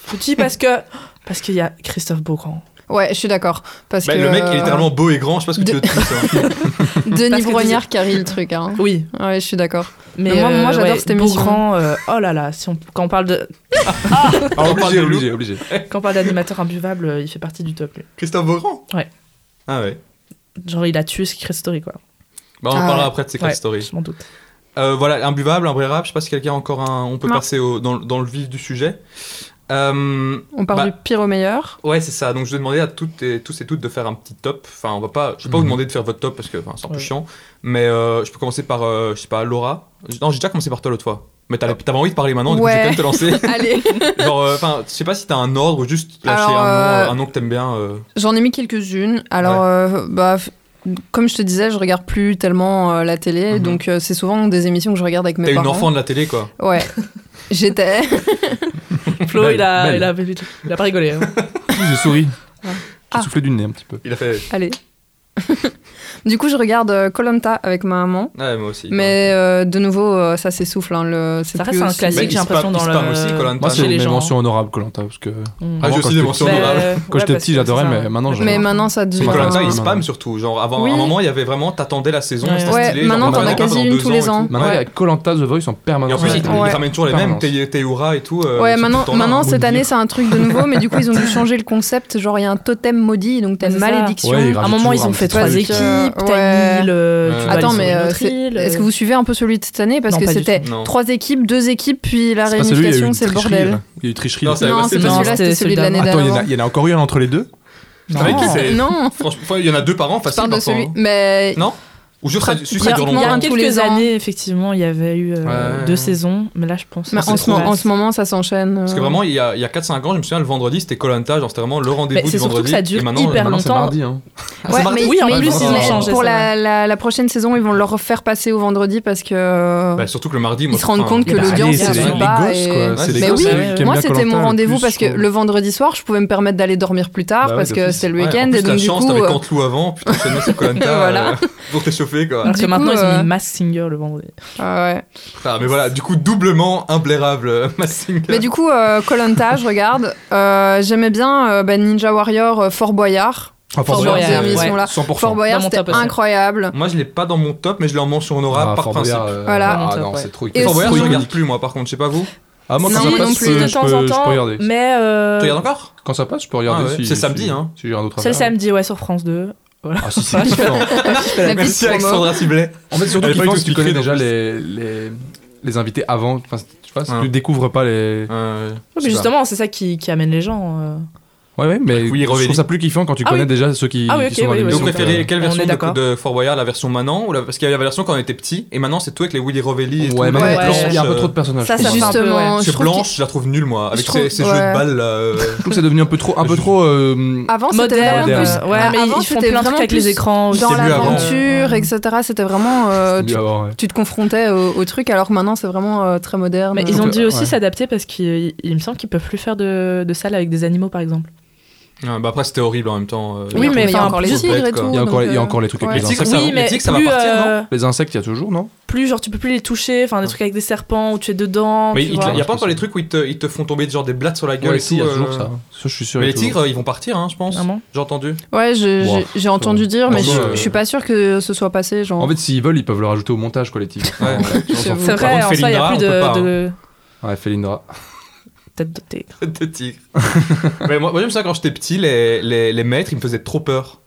[SPEAKER 2] Petit parce que parce qu'il y a Christophe Beaugrand.
[SPEAKER 3] Ouais, je suis d'accord. Parce
[SPEAKER 1] Oh. Bah,
[SPEAKER 3] que
[SPEAKER 1] le mec, il est
[SPEAKER 3] euh,
[SPEAKER 1] littéralement beau et grand, je sais pas ce que tu
[SPEAKER 3] de-
[SPEAKER 1] veux de plus, hein.
[SPEAKER 3] Denis
[SPEAKER 2] Parce que
[SPEAKER 3] Brognard qui rit le truc. hein.
[SPEAKER 2] Oui,
[SPEAKER 3] Ouais, je suis d'accord.
[SPEAKER 2] mais
[SPEAKER 3] Mais moi-
[SPEAKER 2] euh,
[SPEAKER 3] moi, j'adore
[SPEAKER 2] ouais,
[SPEAKER 3] cette émission.
[SPEAKER 2] Beaugrand, euh, oh là là, si on, quand on parle de
[SPEAKER 4] Ah,
[SPEAKER 1] On parle de
[SPEAKER 4] obligé,
[SPEAKER 1] loup.
[SPEAKER 4] obligé, obligé.
[SPEAKER 2] quand on parle d'animateur imbuvable, euh, il fait partie du top. lui.
[SPEAKER 1] Christophe Beaugrand
[SPEAKER 2] Ouais.
[SPEAKER 1] Ah ouais.
[SPEAKER 2] Genre il a tué Secret Story quoi.
[SPEAKER 1] Bah, on en
[SPEAKER 3] Ah
[SPEAKER 1] parlera
[SPEAKER 3] ouais.
[SPEAKER 1] après de Secret
[SPEAKER 2] Ouais,
[SPEAKER 1] Story.
[SPEAKER 2] Je m'en doute.
[SPEAKER 1] Euh, voilà, imbuvable, imbuvable, je sais pas si quelqu'un a encore un. On peut
[SPEAKER 3] Non.
[SPEAKER 1] passer au- dans, dans le vif du sujet. Euh,
[SPEAKER 3] On part
[SPEAKER 1] Bah.
[SPEAKER 3] du pire au meilleur.
[SPEAKER 1] Ouais, c'est ça. Donc, je vais demander à toutes et, tous et toutes de faire un petit top. Enfin, on va pas, je vais pas vous
[SPEAKER 4] Mhm.
[SPEAKER 1] demander de faire votre top parce que enfin, c'est un peu
[SPEAKER 2] Ouais.
[SPEAKER 1] chiant. Mais euh, je peux commencer par, euh, je sais pas, Laura. J- Non, j'ai déjà commencé par toi l'autre fois. Mais t'as- t'avais envie de parler maintenant, du coup, je vais
[SPEAKER 3] Ouais.
[SPEAKER 1] quand même te lancer.
[SPEAKER 3] Allez,
[SPEAKER 1] Genre, euh, enfin, je sais pas si t'as un ordre ou juste lâcher
[SPEAKER 3] Alors,
[SPEAKER 1] un, nom,
[SPEAKER 3] euh,
[SPEAKER 1] euh, un nom que t'aimes bien. euh.
[SPEAKER 3] j'en ai mis quelques-unes. Alors, euh, bah, f- comme je te disais, je regarde plus tellement euh, la télé,
[SPEAKER 1] Mhm.
[SPEAKER 3] donc euh, c'est souvent des émissions que je regarde avec mes
[SPEAKER 1] T'es une
[SPEAKER 3] parents.
[SPEAKER 1] enfant de la télé, quoi.
[SPEAKER 3] Ouais. J'étais.
[SPEAKER 2] Flo
[SPEAKER 4] Belle,
[SPEAKER 2] il, a,
[SPEAKER 4] belle.
[SPEAKER 2] il, a, il a pas rigolé. hein.
[SPEAKER 4] J'ai souri.
[SPEAKER 3] Ah.
[SPEAKER 4] J'ai soufflé du nez un petit peu.
[SPEAKER 1] Il a fait.
[SPEAKER 3] Allez. du coup, je regarde euh, Colanta avec ma maman.
[SPEAKER 1] Ouais, moi aussi.
[SPEAKER 3] Mais euh, de nouveau, euh, ça s'essouffle. Hein, le... c'est
[SPEAKER 2] Ça reste
[SPEAKER 3] plus
[SPEAKER 2] un
[SPEAKER 3] aussi-
[SPEAKER 1] quoi.
[SPEAKER 2] classique,
[SPEAKER 1] Mais
[SPEAKER 2] j'ai
[SPEAKER 1] il se
[SPEAKER 2] l'impression,
[SPEAKER 1] parle- il se
[SPEAKER 2] dans
[SPEAKER 1] parle
[SPEAKER 2] le-
[SPEAKER 1] aussi, Koh-Lanta.
[SPEAKER 4] Moi,
[SPEAKER 2] Chez
[SPEAKER 4] c'est
[SPEAKER 2] les
[SPEAKER 4] mes
[SPEAKER 2] gens.
[SPEAKER 4] mentions honorables, Colanta, parce que
[SPEAKER 2] Mm.
[SPEAKER 1] Ah, j'ai
[SPEAKER 4] Moi, quand
[SPEAKER 1] aussi des
[SPEAKER 4] j'étais
[SPEAKER 1] mentions
[SPEAKER 2] Mais,
[SPEAKER 1] honorables.
[SPEAKER 2] euh,
[SPEAKER 4] Quand j'étais
[SPEAKER 2] ouais,
[SPEAKER 4] petit,
[SPEAKER 2] parce que
[SPEAKER 4] j'adorais,
[SPEAKER 2] c'est ça,
[SPEAKER 4] mais
[SPEAKER 2] ouais.
[SPEAKER 4] maintenant, je.
[SPEAKER 3] Mais maintenant, ça devient.
[SPEAKER 1] Mais Koh Lanta,
[SPEAKER 4] Ouais.
[SPEAKER 1] il spam surtout. Genre, avant,
[SPEAKER 3] Oui.
[SPEAKER 1] à un moment, il y avait vraiment, t'attendais la saison,
[SPEAKER 2] Ouais.
[SPEAKER 1] c'était
[SPEAKER 3] Ouais,
[SPEAKER 1] stylé, genre,
[SPEAKER 3] maintenant,
[SPEAKER 1] pendant
[SPEAKER 3] t'en as
[SPEAKER 1] un an,
[SPEAKER 3] quasi
[SPEAKER 1] pendant
[SPEAKER 3] une
[SPEAKER 1] deux
[SPEAKER 3] tous
[SPEAKER 1] ans
[SPEAKER 3] les
[SPEAKER 1] et
[SPEAKER 3] ans.
[SPEAKER 1] tout.
[SPEAKER 4] Maintenant, il y
[SPEAKER 3] Ouais.
[SPEAKER 4] a Colanta The Voice en
[SPEAKER 1] Et en
[SPEAKER 4] permanence.
[SPEAKER 1] plus, ils, ils
[SPEAKER 3] Ouais.
[SPEAKER 1] ramènent toujours les mêmes,
[SPEAKER 4] Permanence.
[SPEAKER 1] Te- Teura et tout. euh,
[SPEAKER 3] Ouais,
[SPEAKER 1] ils sont
[SPEAKER 3] maintenant,
[SPEAKER 1] tout le temps là.
[SPEAKER 3] maintenant cette
[SPEAKER 4] Maudit.
[SPEAKER 3] année, c'est un truc de nouveau, mais du coup, ils ont dû changer le concept. Genre, il y a un totem maudit, donc t'as
[SPEAKER 2] C'est
[SPEAKER 3] une
[SPEAKER 2] ça.
[SPEAKER 3] malédiction.
[SPEAKER 4] Ouais,
[SPEAKER 2] À
[SPEAKER 4] grave.
[SPEAKER 2] un
[SPEAKER 4] J'ai
[SPEAKER 2] moment,
[SPEAKER 4] toujours
[SPEAKER 2] ils ont
[SPEAKER 4] un
[SPEAKER 2] fait
[SPEAKER 4] petit
[SPEAKER 2] trois
[SPEAKER 4] peu.
[SPEAKER 2] équipes,
[SPEAKER 3] Ouais.
[SPEAKER 2] t'as une île, euh,
[SPEAKER 1] Ouais.
[SPEAKER 2] tu dois aller
[SPEAKER 3] Attends,
[SPEAKER 2] sur
[SPEAKER 3] mais
[SPEAKER 2] une
[SPEAKER 3] euh,
[SPEAKER 2] autre
[SPEAKER 3] c'est-
[SPEAKER 2] île,
[SPEAKER 3] est-ce
[SPEAKER 2] euh.
[SPEAKER 3] que vous suivez un peu celui de cette année Parce
[SPEAKER 2] Non,
[SPEAKER 3] que
[SPEAKER 2] pas du
[SPEAKER 3] c'était
[SPEAKER 1] tout. Non.
[SPEAKER 3] trois équipes, deux équipes, puis la
[SPEAKER 4] C'est pas celui où il y a eu
[SPEAKER 3] réunification,
[SPEAKER 4] une
[SPEAKER 3] c'est le
[SPEAKER 4] tricherie,
[SPEAKER 3] bordel.
[SPEAKER 4] là. Il y a eu tricherie.
[SPEAKER 1] Non,
[SPEAKER 4] là.
[SPEAKER 1] c'est-
[SPEAKER 3] Non, c'est
[SPEAKER 1] c'était-
[SPEAKER 3] pas
[SPEAKER 2] non,
[SPEAKER 3] celui-là,
[SPEAKER 2] c'était
[SPEAKER 3] c'était celui de l'année
[SPEAKER 2] celui
[SPEAKER 4] Attends, il y en a-
[SPEAKER 3] d'avant.
[SPEAKER 4] il y en a encore eu un entre les deux
[SPEAKER 2] Non.
[SPEAKER 1] Avec qui
[SPEAKER 2] Non.
[SPEAKER 1] c'est-
[SPEAKER 3] Non,
[SPEAKER 1] Franchement, il y en a deux par an,
[SPEAKER 3] je
[SPEAKER 1] facile.
[SPEAKER 3] parle de
[SPEAKER 1] parfois,
[SPEAKER 3] celui.
[SPEAKER 1] hein.
[SPEAKER 3] Mais
[SPEAKER 1] Non Ou juste, ça- juste ça dure
[SPEAKER 3] pratiquement,
[SPEAKER 2] Il y a
[SPEAKER 1] longtemps.
[SPEAKER 3] un- tous
[SPEAKER 2] quelques
[SPEAKER 3] les ans.
[SPEAKER 2] années, effectivement, il y avait eu euh,
[SPEAKER 1] Ouais.
[SPEAKER 2] deux saisons, mais là, je pense.
[SPEAKER 3] mais
[SPEAKER 2] que
[SPEAKER 3] en
[SPEAKER 2] c'est
[SPEAKER 3] ce moment-
[SPEAKER 2] trop
[SPEAKER 3] en
[SPEAKER 2] vaste.
[SPEAKER 3] ce moment, ça s'enchaîne.
[SPEAKER 1] Parce que
[SPEAKER 3] euh,
[SPEAKER 1] vraiment, il y a, il y a 4-5 ans, je me souviens, le vendredi, c'était Colanta, genre c'était vraiment le rendez-vous
[SPEAKER 2] Mais
[SPEAKER 1] du
[SPEAKER 2] c'est surtout
[SPEAKER 1] vendredi.
[SPEAKER 2] que ça dure
[SPEAKER 1] et maintenant,
[SPEAKER 2] hyper
[SPEAKER 1] euh,
[SPEAKER 4] Maintenant, c'est
[SPEAKER 2] longtemps.
[SPEAKER 4] mardi. hein.
[SPEAKER 1] c'est
[SPEAKER 3] Ouais,
[SPEAKER 1] mardi.
[SPEAKER 3] mais,
[SPEAKER 2] Ah, Oui, en
[SPEAKER 3] mais-
[SPEAKER 2] plus,
[SPEAKER 1] ils ont
[SPEAKER 3] mais
[SPEAKER 1] changé,
[SPEAKER 3] Pour
[SPEAKER 2] c'est
[SPEAKER 3] la, la, la prochaine saison, ils vont leur refaire passer au vendredi parce que. euh,
[SPEAKER 1] Bah, surtout que le mardi, moi,
[SPEAKER 3] ils se rendent compte que
[SPEAKER 2] bah,
[SPEAKER 3] l'audience
[SPEAKER 2] allez, c'est
[SPEAKER 3] se
[SPEAKER 2] les-
[SPEAKER 4] les
[SPEAKER 3] bat.
[SPEAKER 4] gosses,
[SPEAKER 3] et-
[SPEAKER 4] quoi. C'est
[SPEAKER 1] Ouais,
[SPEAKER 4] les
[SPEAKER 1] mais oui,
[SPEAKER 4] gosses qui- qui
[SPEAKER 1] ouais.
[SPEAKER 4] aiment bien
[SPEAKER 3] Moi, c'était
[SPEAKER 4] Koh-Lanta
[SPEAKER 3] mon
[SPEAKER 4] le
[SPEAKER 3] rendez-vous
[SPEAKER 4] plus,
[SPEAKER 3] parce que
[SPEAKER 4] je trouve.
[SPEAKER 3] le vendredi soir, je pouvais me permettre d'aller dormir plus tard
[SPEAKER 4] Bah ouais,
[SPEAKER 3] parce que
[SPEAKER 4] d'office.
[SPEAKER 3] c'était le
[SPEAKER 1] Ouais,
[SPEAKER 3] week-end.
[SPEAKER 1] en plus,
[SPEAKER 3] et donc,
[SPEAKER 1] la
[SPEAKER 3] du
[SPEAKER 1] chance,
[SPEAKER 3] coup.
[SPEAKER 1] t'avais
[SPEAKER 3] euh,
[SPEAKER 1] Cantelou avant, puis t'enchaînais sur Colanta
[SPEAKER 3] Voilà.
[SPEAKER 1] pour t'échauffer, quoi.
[SPEAKER 2] Alors que
[SPEAKER 3] Du
[SPEAKER 2] maintenant,
[SPEAKER 3] coup,
[SPEAKER 2] ils ont
[SPEAKER 3] euh,
[SPEAKER 2] mis Mass Singer le vendredi.
[SPEAKER 3] ah ouais.
[SPEAKER 1] Ah, mais voilà, du coup, doublement imblairable, euh, Massinger.
[SPEAKER 3] Mais du coup, Colanta, je regarde. Euh, J'aimais bien euh, bah, Ninja Warrior, euh, Fort Boyard.
[SPEAKER 4] Ah,
[SPEAKER 2] Fort
[SPEAKER 4] Fort
[SPEAKER 2] Boyard,
[SPEAKER 4] Boyard,
[SPEAKER 2] ouais.
[SPEAKER 4] ouais.
[SPEAKER 3] Émission, là.
[SPEAKER 4] 100%.
[SPEAKER 3] Fort Boyard,
[SPEAKER 2] Dans mon
[SPEAKER 3] c'était
[SPEAKER 2] top aussi.
[SPEAKER 3] incroyable.
[SPEAKER 1] Moi, je l'ai pas dans mon top, mais je l'ai en mention honorable
[SPEAKER 4] Ah,
[SPEAKER 1] par
[SPEAKER 4] Fort
[SPEAKER 1] principe.
[SPEAKER 4] Boyard, euh,
[SPEAKER 3] Voilà.
[SPEAKER 4] Ah
[SPEAKER 2] Mon
[SPEAKER 4] non,
[SPEAKER 2] top, ouais.
[SPEAKER 4] c'est trop
[SPEAKER 3] Et
[SPEAKER 1] Fort
[SPEAKER 3] aussi-
[SPEAKER 1] Boyard,
[SPEAKER 4] trop
[SPEAKER 1] je regarde
[SPEAKER 4] iconique.
[SPEAKER 1] plus, moi, par contre, je sais pas vous.
[SPEAKER 4] Ah, moi, quand
[SPEAKER 3] Non,
[SPEAKER 4] ça
[SPEAKER 3] moi non
[SPEAKER 4] passe,
[SPEAKER 3] plus,
[SPEAKER 4] je peux-
[SPEAKER 2] de
[SPEAKER 4] je
[SPEAKER 2] temps en
[SPEAKER 4] peux je peux
[SPEAKER 2] temps,
[SPEAKER 4] regarder.
[SPEAKER 2] mais euh,
[SPEAKER 1] Tu regardes encore
[SPEAKER 4] Quand ça passe, je peux
[SPEAKER 1] Ah ouais,
[SPEAKER 4] regarder. si-
[SPEAKER 1] c'est
[SPEAKER 4] si-
[SPEAKER 1] samedi, hein.
[SPEAKER 4] Si j'ai rien d'autre à
[SPEAKER 2] c'est
[SPEAKER 4] faire.
[SPEAKER 2] le samedi, ouais, sur France 2.
[SPEAKER 4] Ah, si, c'est différent.
[SPEAKER 3] La petite
[SPEAKER 1] Merci,
[SPEAKER 3] promo.
[SPEAKER 1] Alexandra Ciblet.
[SPEAKER 4] En fait, surtout
[SPEAKER 1] Elle est
[SPEAKER 4] qu'il
[SPEAKER 1] pas du
[SPEAKER 4] pense
[SPEAKER 1] tout
[SPEAKER 4] que tu connais
[SPEAKER 1] speakée,
[SPEAKER 4] déjà
[SPEAKER 1] en plus.
[SPEAKER 4] les, les, les invités avant. Enfin, c'est- tu vois, si
[SPEAKER 1] Ouais.
[SPEAKER 4] tu découvres pas les.
[SPEAKER 1] Euh,
[SPEAKER 2] Ouais,
[SPEAKER 4] C'est
[SPEAKER 2] mais justement, c'est ça qui, qui amène les gens. euh.
[SPEAKER 3] Oh,
[SPEAKER 4] Ouais, ouais, mais
[SPEAKER 1] Oui,
[SPEAKER 4] je
[SPEAKER 1] Revelli.
[SPEAKER 4] trouve ça plus kiffant quand tu
[SPEAKER 2] Ah
[SPEAKER 4] connais
[SPEAKER 2] oui.
[SPEAKER 4] déjà ceux qui,
[SPEAKER 2] Ah oui, ok,
[SPEAKER 4] qui sont dans
[SPEAKER 2] oui, oui,
[SPEAKER 1] Et
[SPEAKER 4] l'émission.
[SPEAKER 1] vous
[SPEAKER 2] oui.
[SPEAKER 1] préférez
[SPEAKER 4] que-
[SPEAKER 1] quelle
[SPEAKER 2] On
[SPEAKER 1] version
[SPEAKER 2] est d'accord.
[SPEAKER 1] de, de Fort Boyard La version maintenant ou la- Parce qu'il y avait la version quand on était petit, et maintenant c'est tout avec les Willy Revelli et tout.
[SPEAKER 4] Ouais, mais
[SPEAKER 1] les
[SPEAKER 4] ouais,
[SPEAKER 2] ouais.
[SPEAKER 1] planches,
[SPEAKER 4] il y a un peu
[SPEAKER 1] euh,
[SPEAKER 4] trop de personnages.
[SPEAKER 2] Ça,
[SPEAKER 4] je
[SPEAKER 2] ça
[SPEAKER 4] trouve.
[SPEAKER 2] fait un peu,
[SPEAKER 3] Justement,
[SPEAKER 2] ouais.
[SPEAKER 1] Parce
[SPEAKER 3] je
[SPEAKER 1] que
[SPEAKER 3] trouve
[SPEAKER 1] Blanche, je la trouve nulle, moi, avec
[SPEAKER 3] trouve-
[SPEAKER 1] ses, ses
[SPEAKER 3] ouais.
[SPEAKER 1] jeux de balles là. euh.
[SPEAKER 4] Je trouve que c'est devenu un peu trop, un peu trop euh,
[SPEAKER 3] qu'il- Avant, c'était
[SPEAKER 2] Moderne,
[SPEAKER 3] vraiment plus.
[SPEAKER 2] ouais,
[SPEAKER 3] Ah,
[SPEAKER 2] mais
[SPEAKER 3] avant,
[SPEAKER 2] ils font
[SPEAKER 3] c'était
[SPEAKER 2] plein de trucs
[SPEAKER 3] vraiment
[SPEAKER 2] avec les
[SPEAKER 3] plus
[SPEAKER 2] écrans.
[SPEAKER 3] Dans
[SPEAKER 1] C'était mieux avant.
[SPEAKER 3] l'aventure, etc. C'était vraiment. euh,
[SPEAKER 4] mieux
[SPEAKER 3] tu,
[SPEAKER 4] avant, ouais.
[SPEAKER 3] tu te confrontais au, au truc, alors que maintenant, c'est vraiment euh, très moderne.
[SPEAKER 2] Mais ils ont
[SPEAKER 4] Donc,
[SPEAKER 2] dû
[SPEAKER 4] euh,
[SPEAKER 2] aussi
[SPEAKER 4] ouais.
[SPEAKER 2] s'adapter parce qu'il il me semble qu'ils peuvent plus faire de, de salles avec des animaux, par exemple.
[SPEAKER 1] Ouais, bah après, c'était horrible en même temps. euh,
[SPEAKER 2] Oui,
[SPEAKER 1] genre,
[SPEAKER 2] mais
[SPEAKER 1] on
[SPEAKER 2] enfin,
[SPEAKER 1] peut
[SPEAKER 3] encore les
[SPEAKER 1] être,
[SPEAKER 3] tigres et
[SPEAKER 1] quoi.
[SPEAKER 3] tout.
[SPEAKER 4] Il y a encore,
[SPEAKER 3] donc,
[SPEAKER 4] il y a
[SPEAKER 3] euh,
[SPEAKER 4] encore les trucs avec
[SPEAKER 3] ouais.
[SPEAKER 1] Les
[SPEAKER 4] les
[SPEAKER 1] tigres,
[SPEAKER 4] insectes.
[SPEAKER 1] ça- les tigres, ça va partir,
[SPEAKER 2] euh,
[SPEAKER 4] Les insectes, il y a toujours, non
[SPEAKER 2] plus genre tu peux plus les toucher, enfin des trucs avec des serpents où tu es dedans.
[SPEAKER 1] Mais
[SPEAKER 2] tu
[SPEAKER 1] il il
[SPEAKER 2] vois.
[SPEAKER 1] y a pas
[SPEAKER 4] Ouais,
[SPEAKER 1] encore les trucs où ils te, ils te font tomber genre des blattes sur la gueule
[SPEAKER 4] Ouais,
[SPEAKER 1] et
[SPEAKER 4] si, il y
[SPEAKER 1] tout,
[SPEAKER 4] a
[SPEAKER 1] euh.
[SPEAKER 4] toujours ça. Ça, je suis sûr.
[SPEAKER 1] Mais
[SPEAKER 4] il y
[SPEAKER 1] les
[SPEAKER 4] a toujours.
[SPEAKER 1] tigres, ils vont partir, hein, je pense.
[SPEAKER 2] Vraiment
[SPEAKER 1] J'ai entendu.
[SPEAKER 3] Ouais, je-
[SPEAKER 4] Wow.
[SPEAKER 3] j'ai j'ai entendu dire, mais
[SPEAKER 1] Ouais.
[SPEAKER 3] je je suis pas sûre que ce soit passé. Genre.
[SPEAKER 4] En fait, s'ils veulent, ils peuvent le rajouter au montage, quoi, les tigres.
[SPEAKER 1] Ouais.
[SPEAKER 4] Ouais,
[SPEAKER 3] J'avoue.
[SPEAKER 2] C'est
[SPEAKER 1] Par
[SPEAKER 2] vrai,
[SPEAKER 1] contre,
[SPEAKER 2] en soi, il n'y
[SPEAKER 1] Felindra,
[SPEAKER 2] a plus
[SPEAKER 1] on peut pas, hein.
[SPEAKER 2] de, de
[SPEAKER 4] ouais Felindra.
[SPEAKER 2] tête de tigre.
[SPEAKER 1] de tigre. mais moi, moi, j'aime ça quand j'étais petit, les, les, les maîtres, ils me faisaient trop peur.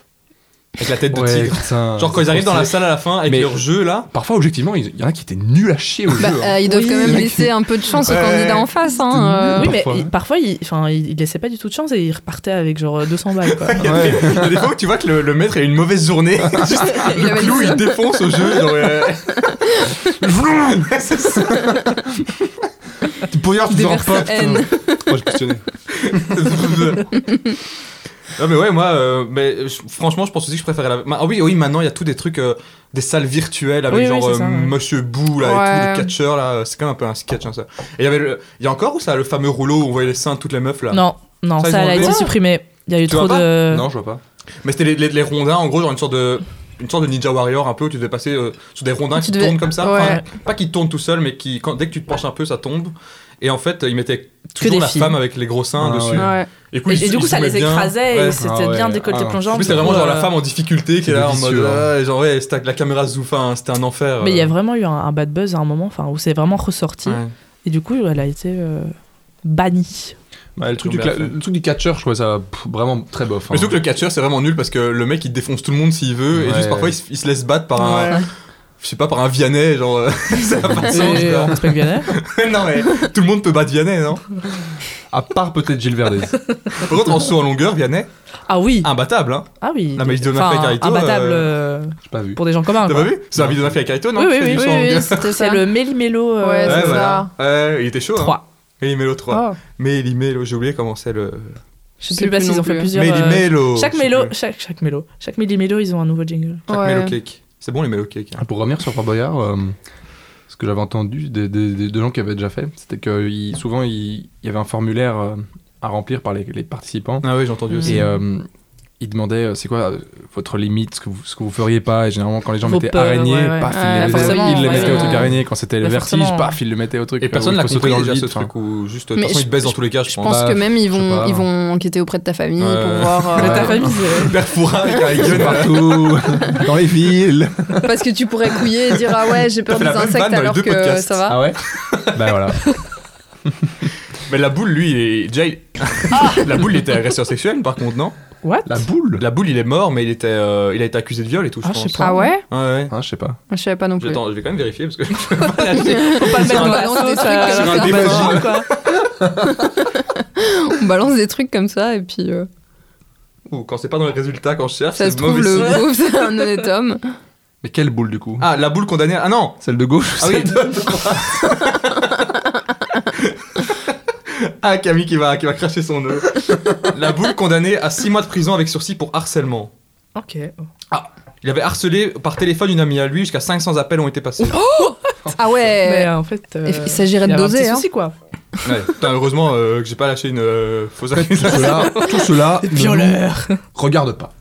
[SPEAKER 1] avec la tête de
[SPEAKER 4] Ouais,
[SPEAKER 1] tigre.
[SPEAKER 4] putain,
[SPEAKER 1] Genre quand ils arrivent dans la
[SPEAKER 4] c'est-
[SPEAKER 1] salle à la fin avec
[SPEAKER 4] Mais-
[SPEAKER 1] leur jeu là.
[SPEAKER 4] Parfois, objectivement, il y en a qui étaient nuls à chier au
[SPEAKER 3] Bah,
[SPEAKER 4] jeu. hein.
[SPEAKER 3] euh, ils doivent
[SPEAKER 2] Oui.
[SPEAKER 3] quand
[SPEAKER 4] Les
[SPEAKER 3] même
[SPEAKER 4] mecs,
[SPEAKER 3] laisser un peu de chance
[SPEAKER 1] Ouais.
[SPEAKER 3] au candidat en face. Hein, euh.
[SPEAKER 2] oui, mais
[SPEAKER 4] parfois,
[SPEAKER 2] il-
[SPEAKER 4] ouais.
[SPEAKER 2] parfois, il, enfin, il, il laissait pas du tout de chance et il repartait avec genre 200 balles. Quoi.
[SPEAKER 1] Il y a des- il y a des fois où tu vois que le, le maître a eu une mauvaise journée. Juste,
[SPEAKER 3] Il
[SPEAKER 1] le
[SPEAKER 3] avait
[SPEAKER 1] clou
[SPEAKER 3] dit ça.
[SPEAKER 1] il défonce au jeu. Genre, euh, Vroom C'est ça. Tu pourrais, tu te
[SPEAKER 3] Déverse
[SPEAKER 1] rends pas,
[SPEAKER 3] sa haine.
[SPEAKER 1] putain. Oh, j'ai questionné. non mais ouais moi euh, mais je- franchement je pense aussi que je préférais la Ma- ah oui oui maintenant il y a tous des trucs euh, des salles virtuelles avec
[SPEAKER 2] Oui, oui,
[SPEAKER 1] genre
[SPEAKER 2] c'est
[SPEAKER 1] euh,
[SPEAKER 2] ça, ouais.
[SPEAKER 1] Monsieur Bou là et tout
[SPEAKER 3] Ouais.
[SPEAKER 1] le catcheur là euh, c'est quand même un peu un sketch hein, ça et il y avait le- il y a encore ou ça le fameux rouleau où on voyait les seins de toutes les meufs là
[SPEAKER 2] Non, euh. non,
[SPEAKER 1] Ça, ils
[SPEAKER 2] ça,
[SPEAKER 1] ont
[SPEAKER 2] elle a été
[SPEAKER 1] enlevé
[SPEAKER 2] supprimée. Il y a eu
[SPEAKER 1] Tu
[SPEAKER 2] trop
[SPEAKER 1] vois pas
[SPEAKER 2] de.
[SPEAKER 4] Non, je vois pas.
[SPEAKER 1] mais c'était les, les, les rondins en gros genre une sorte de une sorte de Ninja Warrior un peu où tu devais passer euh, sur des rondins
[SPEAKER 3] Tu
[SPEAKER 1] qui
[SPEAKER 3] devais-
[SPEAKER 1] tournent comme ça
[SPEAKER 3] Ouais.
[SPEAKER 1] Enfin, pas qui tournent tout seul mais qui quand, dès que tu te penches un peu ça tombe et en fait ils mettaient
[SPEAKER 2] des
[SPEAKER 1] toujours la
[SPEAKER 2] filles.
[SPEAKER 1] femme avec les gros seins
[SPEAKER 4] Ah,
[SPEAKER 1] dessus
[SPEAKER 4] ouais.
[SPEAKER 3] Ouais.
[SPEAKER 1] et,
[SPEAKER 2] Et,
[SPEAKER 1] ils-
[SPEAKER 2] et du
[SPEAKER 1] ils
[SPEAKER 2] coup, ça
[SPEAKER 1] zoomaient
[SPEAKER 2] les
[SPEAKER 1] bien.
[SPEAKER 2] écrasait et
[SPEAKER 1] Ouais.
[SPEAKER 2] c'était
[SPEAKER 4] Ah ouais,
[SPEAKER 2] bien décolleté
[SPEAKER 4] ah.
[SPEAKER 2] plongeant.
[SPEAKER 1] En plus, c'était
[SPEAKER 2] du coup,
[SPEAKER 1] vraiment genre
[SPEAKER 2] euh,
[SPEAKER 1] la femme en difficulté qui est
[SPEAKER 4] C'était
[SPEAKER 1] là en mode
[SPEAKER 4] vicieux,
[SPEAKER 1] ah, et genre ouais, c'était- la caméra zoom, enfin, c'était un enfer.
[SPEAKER 2] Mais il y a
[SPEAKER 1] euh.
[SPEAKER 2] vraiment eu un, un bad buzz à un moment enfin, où c'est vraiment ressorti.
[SPEAKER 1] Ouais.
[SPEAKER 2] Et du coup, elle a été euh, bannie.
[SPEAKER 4] Bah, le, truc du
[SPEAKER 1] Bien
[SPEAKER 4] cla-
[SPEAKER 1] fait.
[SPEAKER 4] le truc du catcheur, je trouvais ça pff, vraiment très bof. hein.
[SPEAKER 1] Mais surtout que le catcheur c'est vraiment nul parce que le mec il défonce tout le monde s'il veut et
[SPEAKER 4] Ouais.
[SPEAKER 1] juste parfois il se, il se laisse battre par un
[SPEAKER 2] Ouais.
[SPEAKER 1] je sais pas par un Vianney genre euh, ça n'a pas de sens
[SPEAKER 2] Et on respecte Vianney.
[SPEAKER 1] quoi. non mais tout le monde peut battre Vianney non
[SPEAKER 4] À part peut-être Gilles Verdez.
[SPEAKER 1] par contre en saut en longueur Vianney
[SPEAKER 2] Ah oui,
[SPEAKER 1] imbatable hein
[SPEAKER 2] ah oui.
[SPEAKER 1] Non, mais il donne un
[SPEAKER 2] Enfin,
[SPEAKER 1] fake à Ito,
[SPEAKER 2] Imbattable
[SPEAKER 1] euh,
[SPEAKER 2] euh,
[SPEAKER 4] J'ai pas vu.
[SPEAKER 2] pour des gens communs.
[SPEAKER 1] t'as
[SPEAKER 2] quoi.
[SPEAKER 1] pas vu c'est la vidéo d'un fait avec Aito non
[SPEAKER 2] bah. Oui,
[SPEAKER 1] qui
[SPEAKER 2] oui,
[SPEAKER 1] fait du
[SPEAKER 2] oui,
[SPEAKER 1] saut en longueur.
[SPEAKER 3] c'était
[SPEAKER 2] C'est le Méli-Mélo euh,
[SPEAKER 3] Ouais,
[SPEAKER 1] ouais
[SPEAKER 3] c'est
[SPEAKER 1] voilà Ouais, il était chaud hein.
[SPEAKER 2] 3.
[SPEAKER 1] Méli Mélo
[SPEAKER 2] Ah.
[SPEAKER 1] 3
[SPEAKER 3] Oh.
[SPEAKER 1] Méli Mélo j'ai oublié comment c'est le
[SPEAKER 2] Je sais
[SPEAKER 3] Je sais
[SPEAKER 2] pas
[SPEAKER 3] plus
[SPEAKER 2] s'ils
[SPEAKER 3] non
[SPEAKER 2] ont fait
[SPEAKER 3] plus.
[SPEAKER 2] plusieurs.
[SPEAKER 1] Méli
[SPEAKER 2] euh,
[SPEAKER 1] Mélo
[SPEAKER 2] Chaque
[SPEAKER 1] je sais
[SPEAKER 2] mélo,
[SPEAKER 1] plus.
[SPEAKER 2] chaque, chaque mélo, chaque méli-mélo, ils ont un nouveau jingle.
[SPEAKER 1] chaque
[SPEAKER 3] Ouais.
[SPEAKER 1] Mélo cake c'est bon les Mélo cake hein.
[SPEAKER 4] Ah, Pour revenir sur Fort Boyard, euh, ce que j'avais entendu des, des- des- de gens qui avaient déjà fait, c'était que il- souvent il, il y avait un formulaire euh, à remplir par les, les participants
[SPEAKER 1] ah oui j'ai entendu
[SPEAKER 2] Mmh.
[SPEAKER 1] aussi
[SPEAKER 4] et euh, ils demandaient euh, c'est quoi euh, votre limite, ce que vous, ce que vous feriez pas. Et généralement, quand les gens
[SPEAKER 2] Vos
[SPEAKER 4] mettaient
[SPEAKER 2] peurs,
[SPEAKER 4] araignée,
[SPEAKER 2] ouais, ouais.
[SPEAKER 4] paf,
[SPEAKER 3] Ouais,
[SPEAKER 4] ils, les-
[SPEAKER 2] forcément,
[SPEAKER 4] ils les mettaient au
[SPEAKER 2] forcément.
[SPEAKER 4] truc araignée. Quand c'était le
[SPEAKER 2] Mais
[SPEAKER 4] vertige,
[SPEAKER 2] forcément.
[SPEAKER 4] paf, ils le mettaient au truc.
[SPEAKER 1] Et
[SPEAKER 4] euh,
[SPEAKER 1] personne
[SPEAKER 4] où
[SPEAKER 1] n'a
[SPEAKER 4] il faut sauter
[SPEAKER 1] compris
[SPEAKER 4] dans le
[SPEAKER 1] déjà ce
[SPEAKER 4] vide, enfin.
[SPEAKER 1] truc où juste. De
[SPEAKER 3] Mais
[SPEAKER 1] toute façon,
[SPEAKER 3] je-
[SPEAKER 1] ils te baissent dans
[SPEAKER 4] je-
[SPEAKER 1] tous les cas, je
[SPEAKER 3] Je
[SPEAKER 1] pense.
[SPEAKER 3] pense
[SPEAKER 4] Bah,
[SPEAKER 3] que même ils
[SPEAKER 4] sais
[SPEAKER 3] vont,
[SPEAKER 4] pas.
[SPEAKER 3] ils vont enquêter auprès de ta famille
[SPEAKER 1] Ouais.
[SPEAKER 3] pour voir.
[SPEAKER 2] Mais
[SPEAKER 3] euh,
[SPEAKER 2] ta famille, c'est-
[SPEAKER 1] Père Foura avec la
[SPEAKER 4] Ils sont
[SPEAKER 1] gueule partout.
[SPEAKER 4] partout, dans les villes.
[SPEAKER 3] Parce que tu pourrais couiller et dire Ah ouais, j'ai peur
[SPEAKER 1] fait la
[SPEAKER 3] des
[SPEAKER 1] même vanne
[SPEAKER 3] insectes
[SPEAKER 1] dans les
[SPEAKER 3] alors
[SPEAKER 1] deux
[SPEAKER 3] que
[SPEAKER 1] podcasts.
[SPEAKER 3] ça va.
[SPEAKER 4] Ah ouais Bah voilà.
[SPEAKER 1] Mais la boule, lui, il est. Déjà, il- la boule, il était agresseur sexuel, par contre, non
[SPEAKER 2] What
[SPEAKER 4] La boule
[SPEAKER 1] La boule, il est mort, mais il, était, euh, il a été accusé de viol et tout, je
[SPEAKER 2] Ah, je
[SPEAKER 1] pense.
[SPEAKER 2] sais pas.
[SPEAKER 3] Ah ouais
[SPEAKER 1] Ouais, ouais.
[SPEAKER 4] Hein, Je sais pas.
[SPEAKER 3] Je savais pas non plus.
[SPEAKER 1] J'attends, je vais quand même vérifier parce que je peux pas lâcher.
[SPEAKER 2] Faut pas le mettre
[SPEAKER 3] Sur
[SPEAKER 2] dans
[SPEAKER 3] un
[SPEAKER 2] la
[SPEAKER 3] balance des
[SPEAKER 2] sauce,
[SPEAKER 3] trucs
[SPEAKER 2] euh,
[SPEAKER 3] comme
[SPEAKER 2] sur
[SPEAKER 1] ça.
[SPEAKER 2] un
[SPEAKER 1] Des
[SPEAKER 2] déménagement,
[SPEAKER 1] machines.
[SPEAKER 2] quoi.
[SPEAKER 3] On balance des trucs comme ça et puis euh,
[SPEAKER 1] Ou quand c'est pas dans les résultats, quand je cherche,
[SPEAKER 3] ça
[SPEAKER 1] c'est
[SPEAKER 3] se trouve,
[SPEAKER 1] mauvais
[SPEAKER 3] le
[SPEAKER 1] signe.
[SPEAKER 3] pauvre, c'est un honnête homme.
[SPEAKER 4] Mais quelle boule du coup
[SPEAKER 1] Ah, la boule condamnée. Ah non
[SPEAKER 4] Celle de gauche
[SPEAKER 1] Ah oui Ah, Camille qui va, qui va cracher son œuf. La boule condamnée à 6 mois de prison avec sursis pour harcèlement.
[SPEAKER 2] Ok.
[SPEAKER 1] Il avait harcelé par téléphone une amie à lui, jusqu'à 500 appels ont été passés.
[SPEAKER 4] Oh.
[SPEAKER 3] Ah
[SPEAKER 2] Mais
[SPEAKER 3] ouais
[SPEAKER 2] euh, en fait. euh,
[SPEAKER 3] Il f- il s'agirait
[SPEAKER 2] il y
[SPEAKER 3] de
[SPEAKER 2] avait un petit
[SPEAKER 3] doser. hein.
[SPEAKER 2] souci, quoi.
[SPEAKER 1] Ouais, putain, heureusement euh, que j'ai pas lâché une euh, fausse accusation.
[SPEAKER 4] Tout cela, tout cela ne
[SPEAKER 2] Violeur.
[SPEAKER 4] nous regarde pas.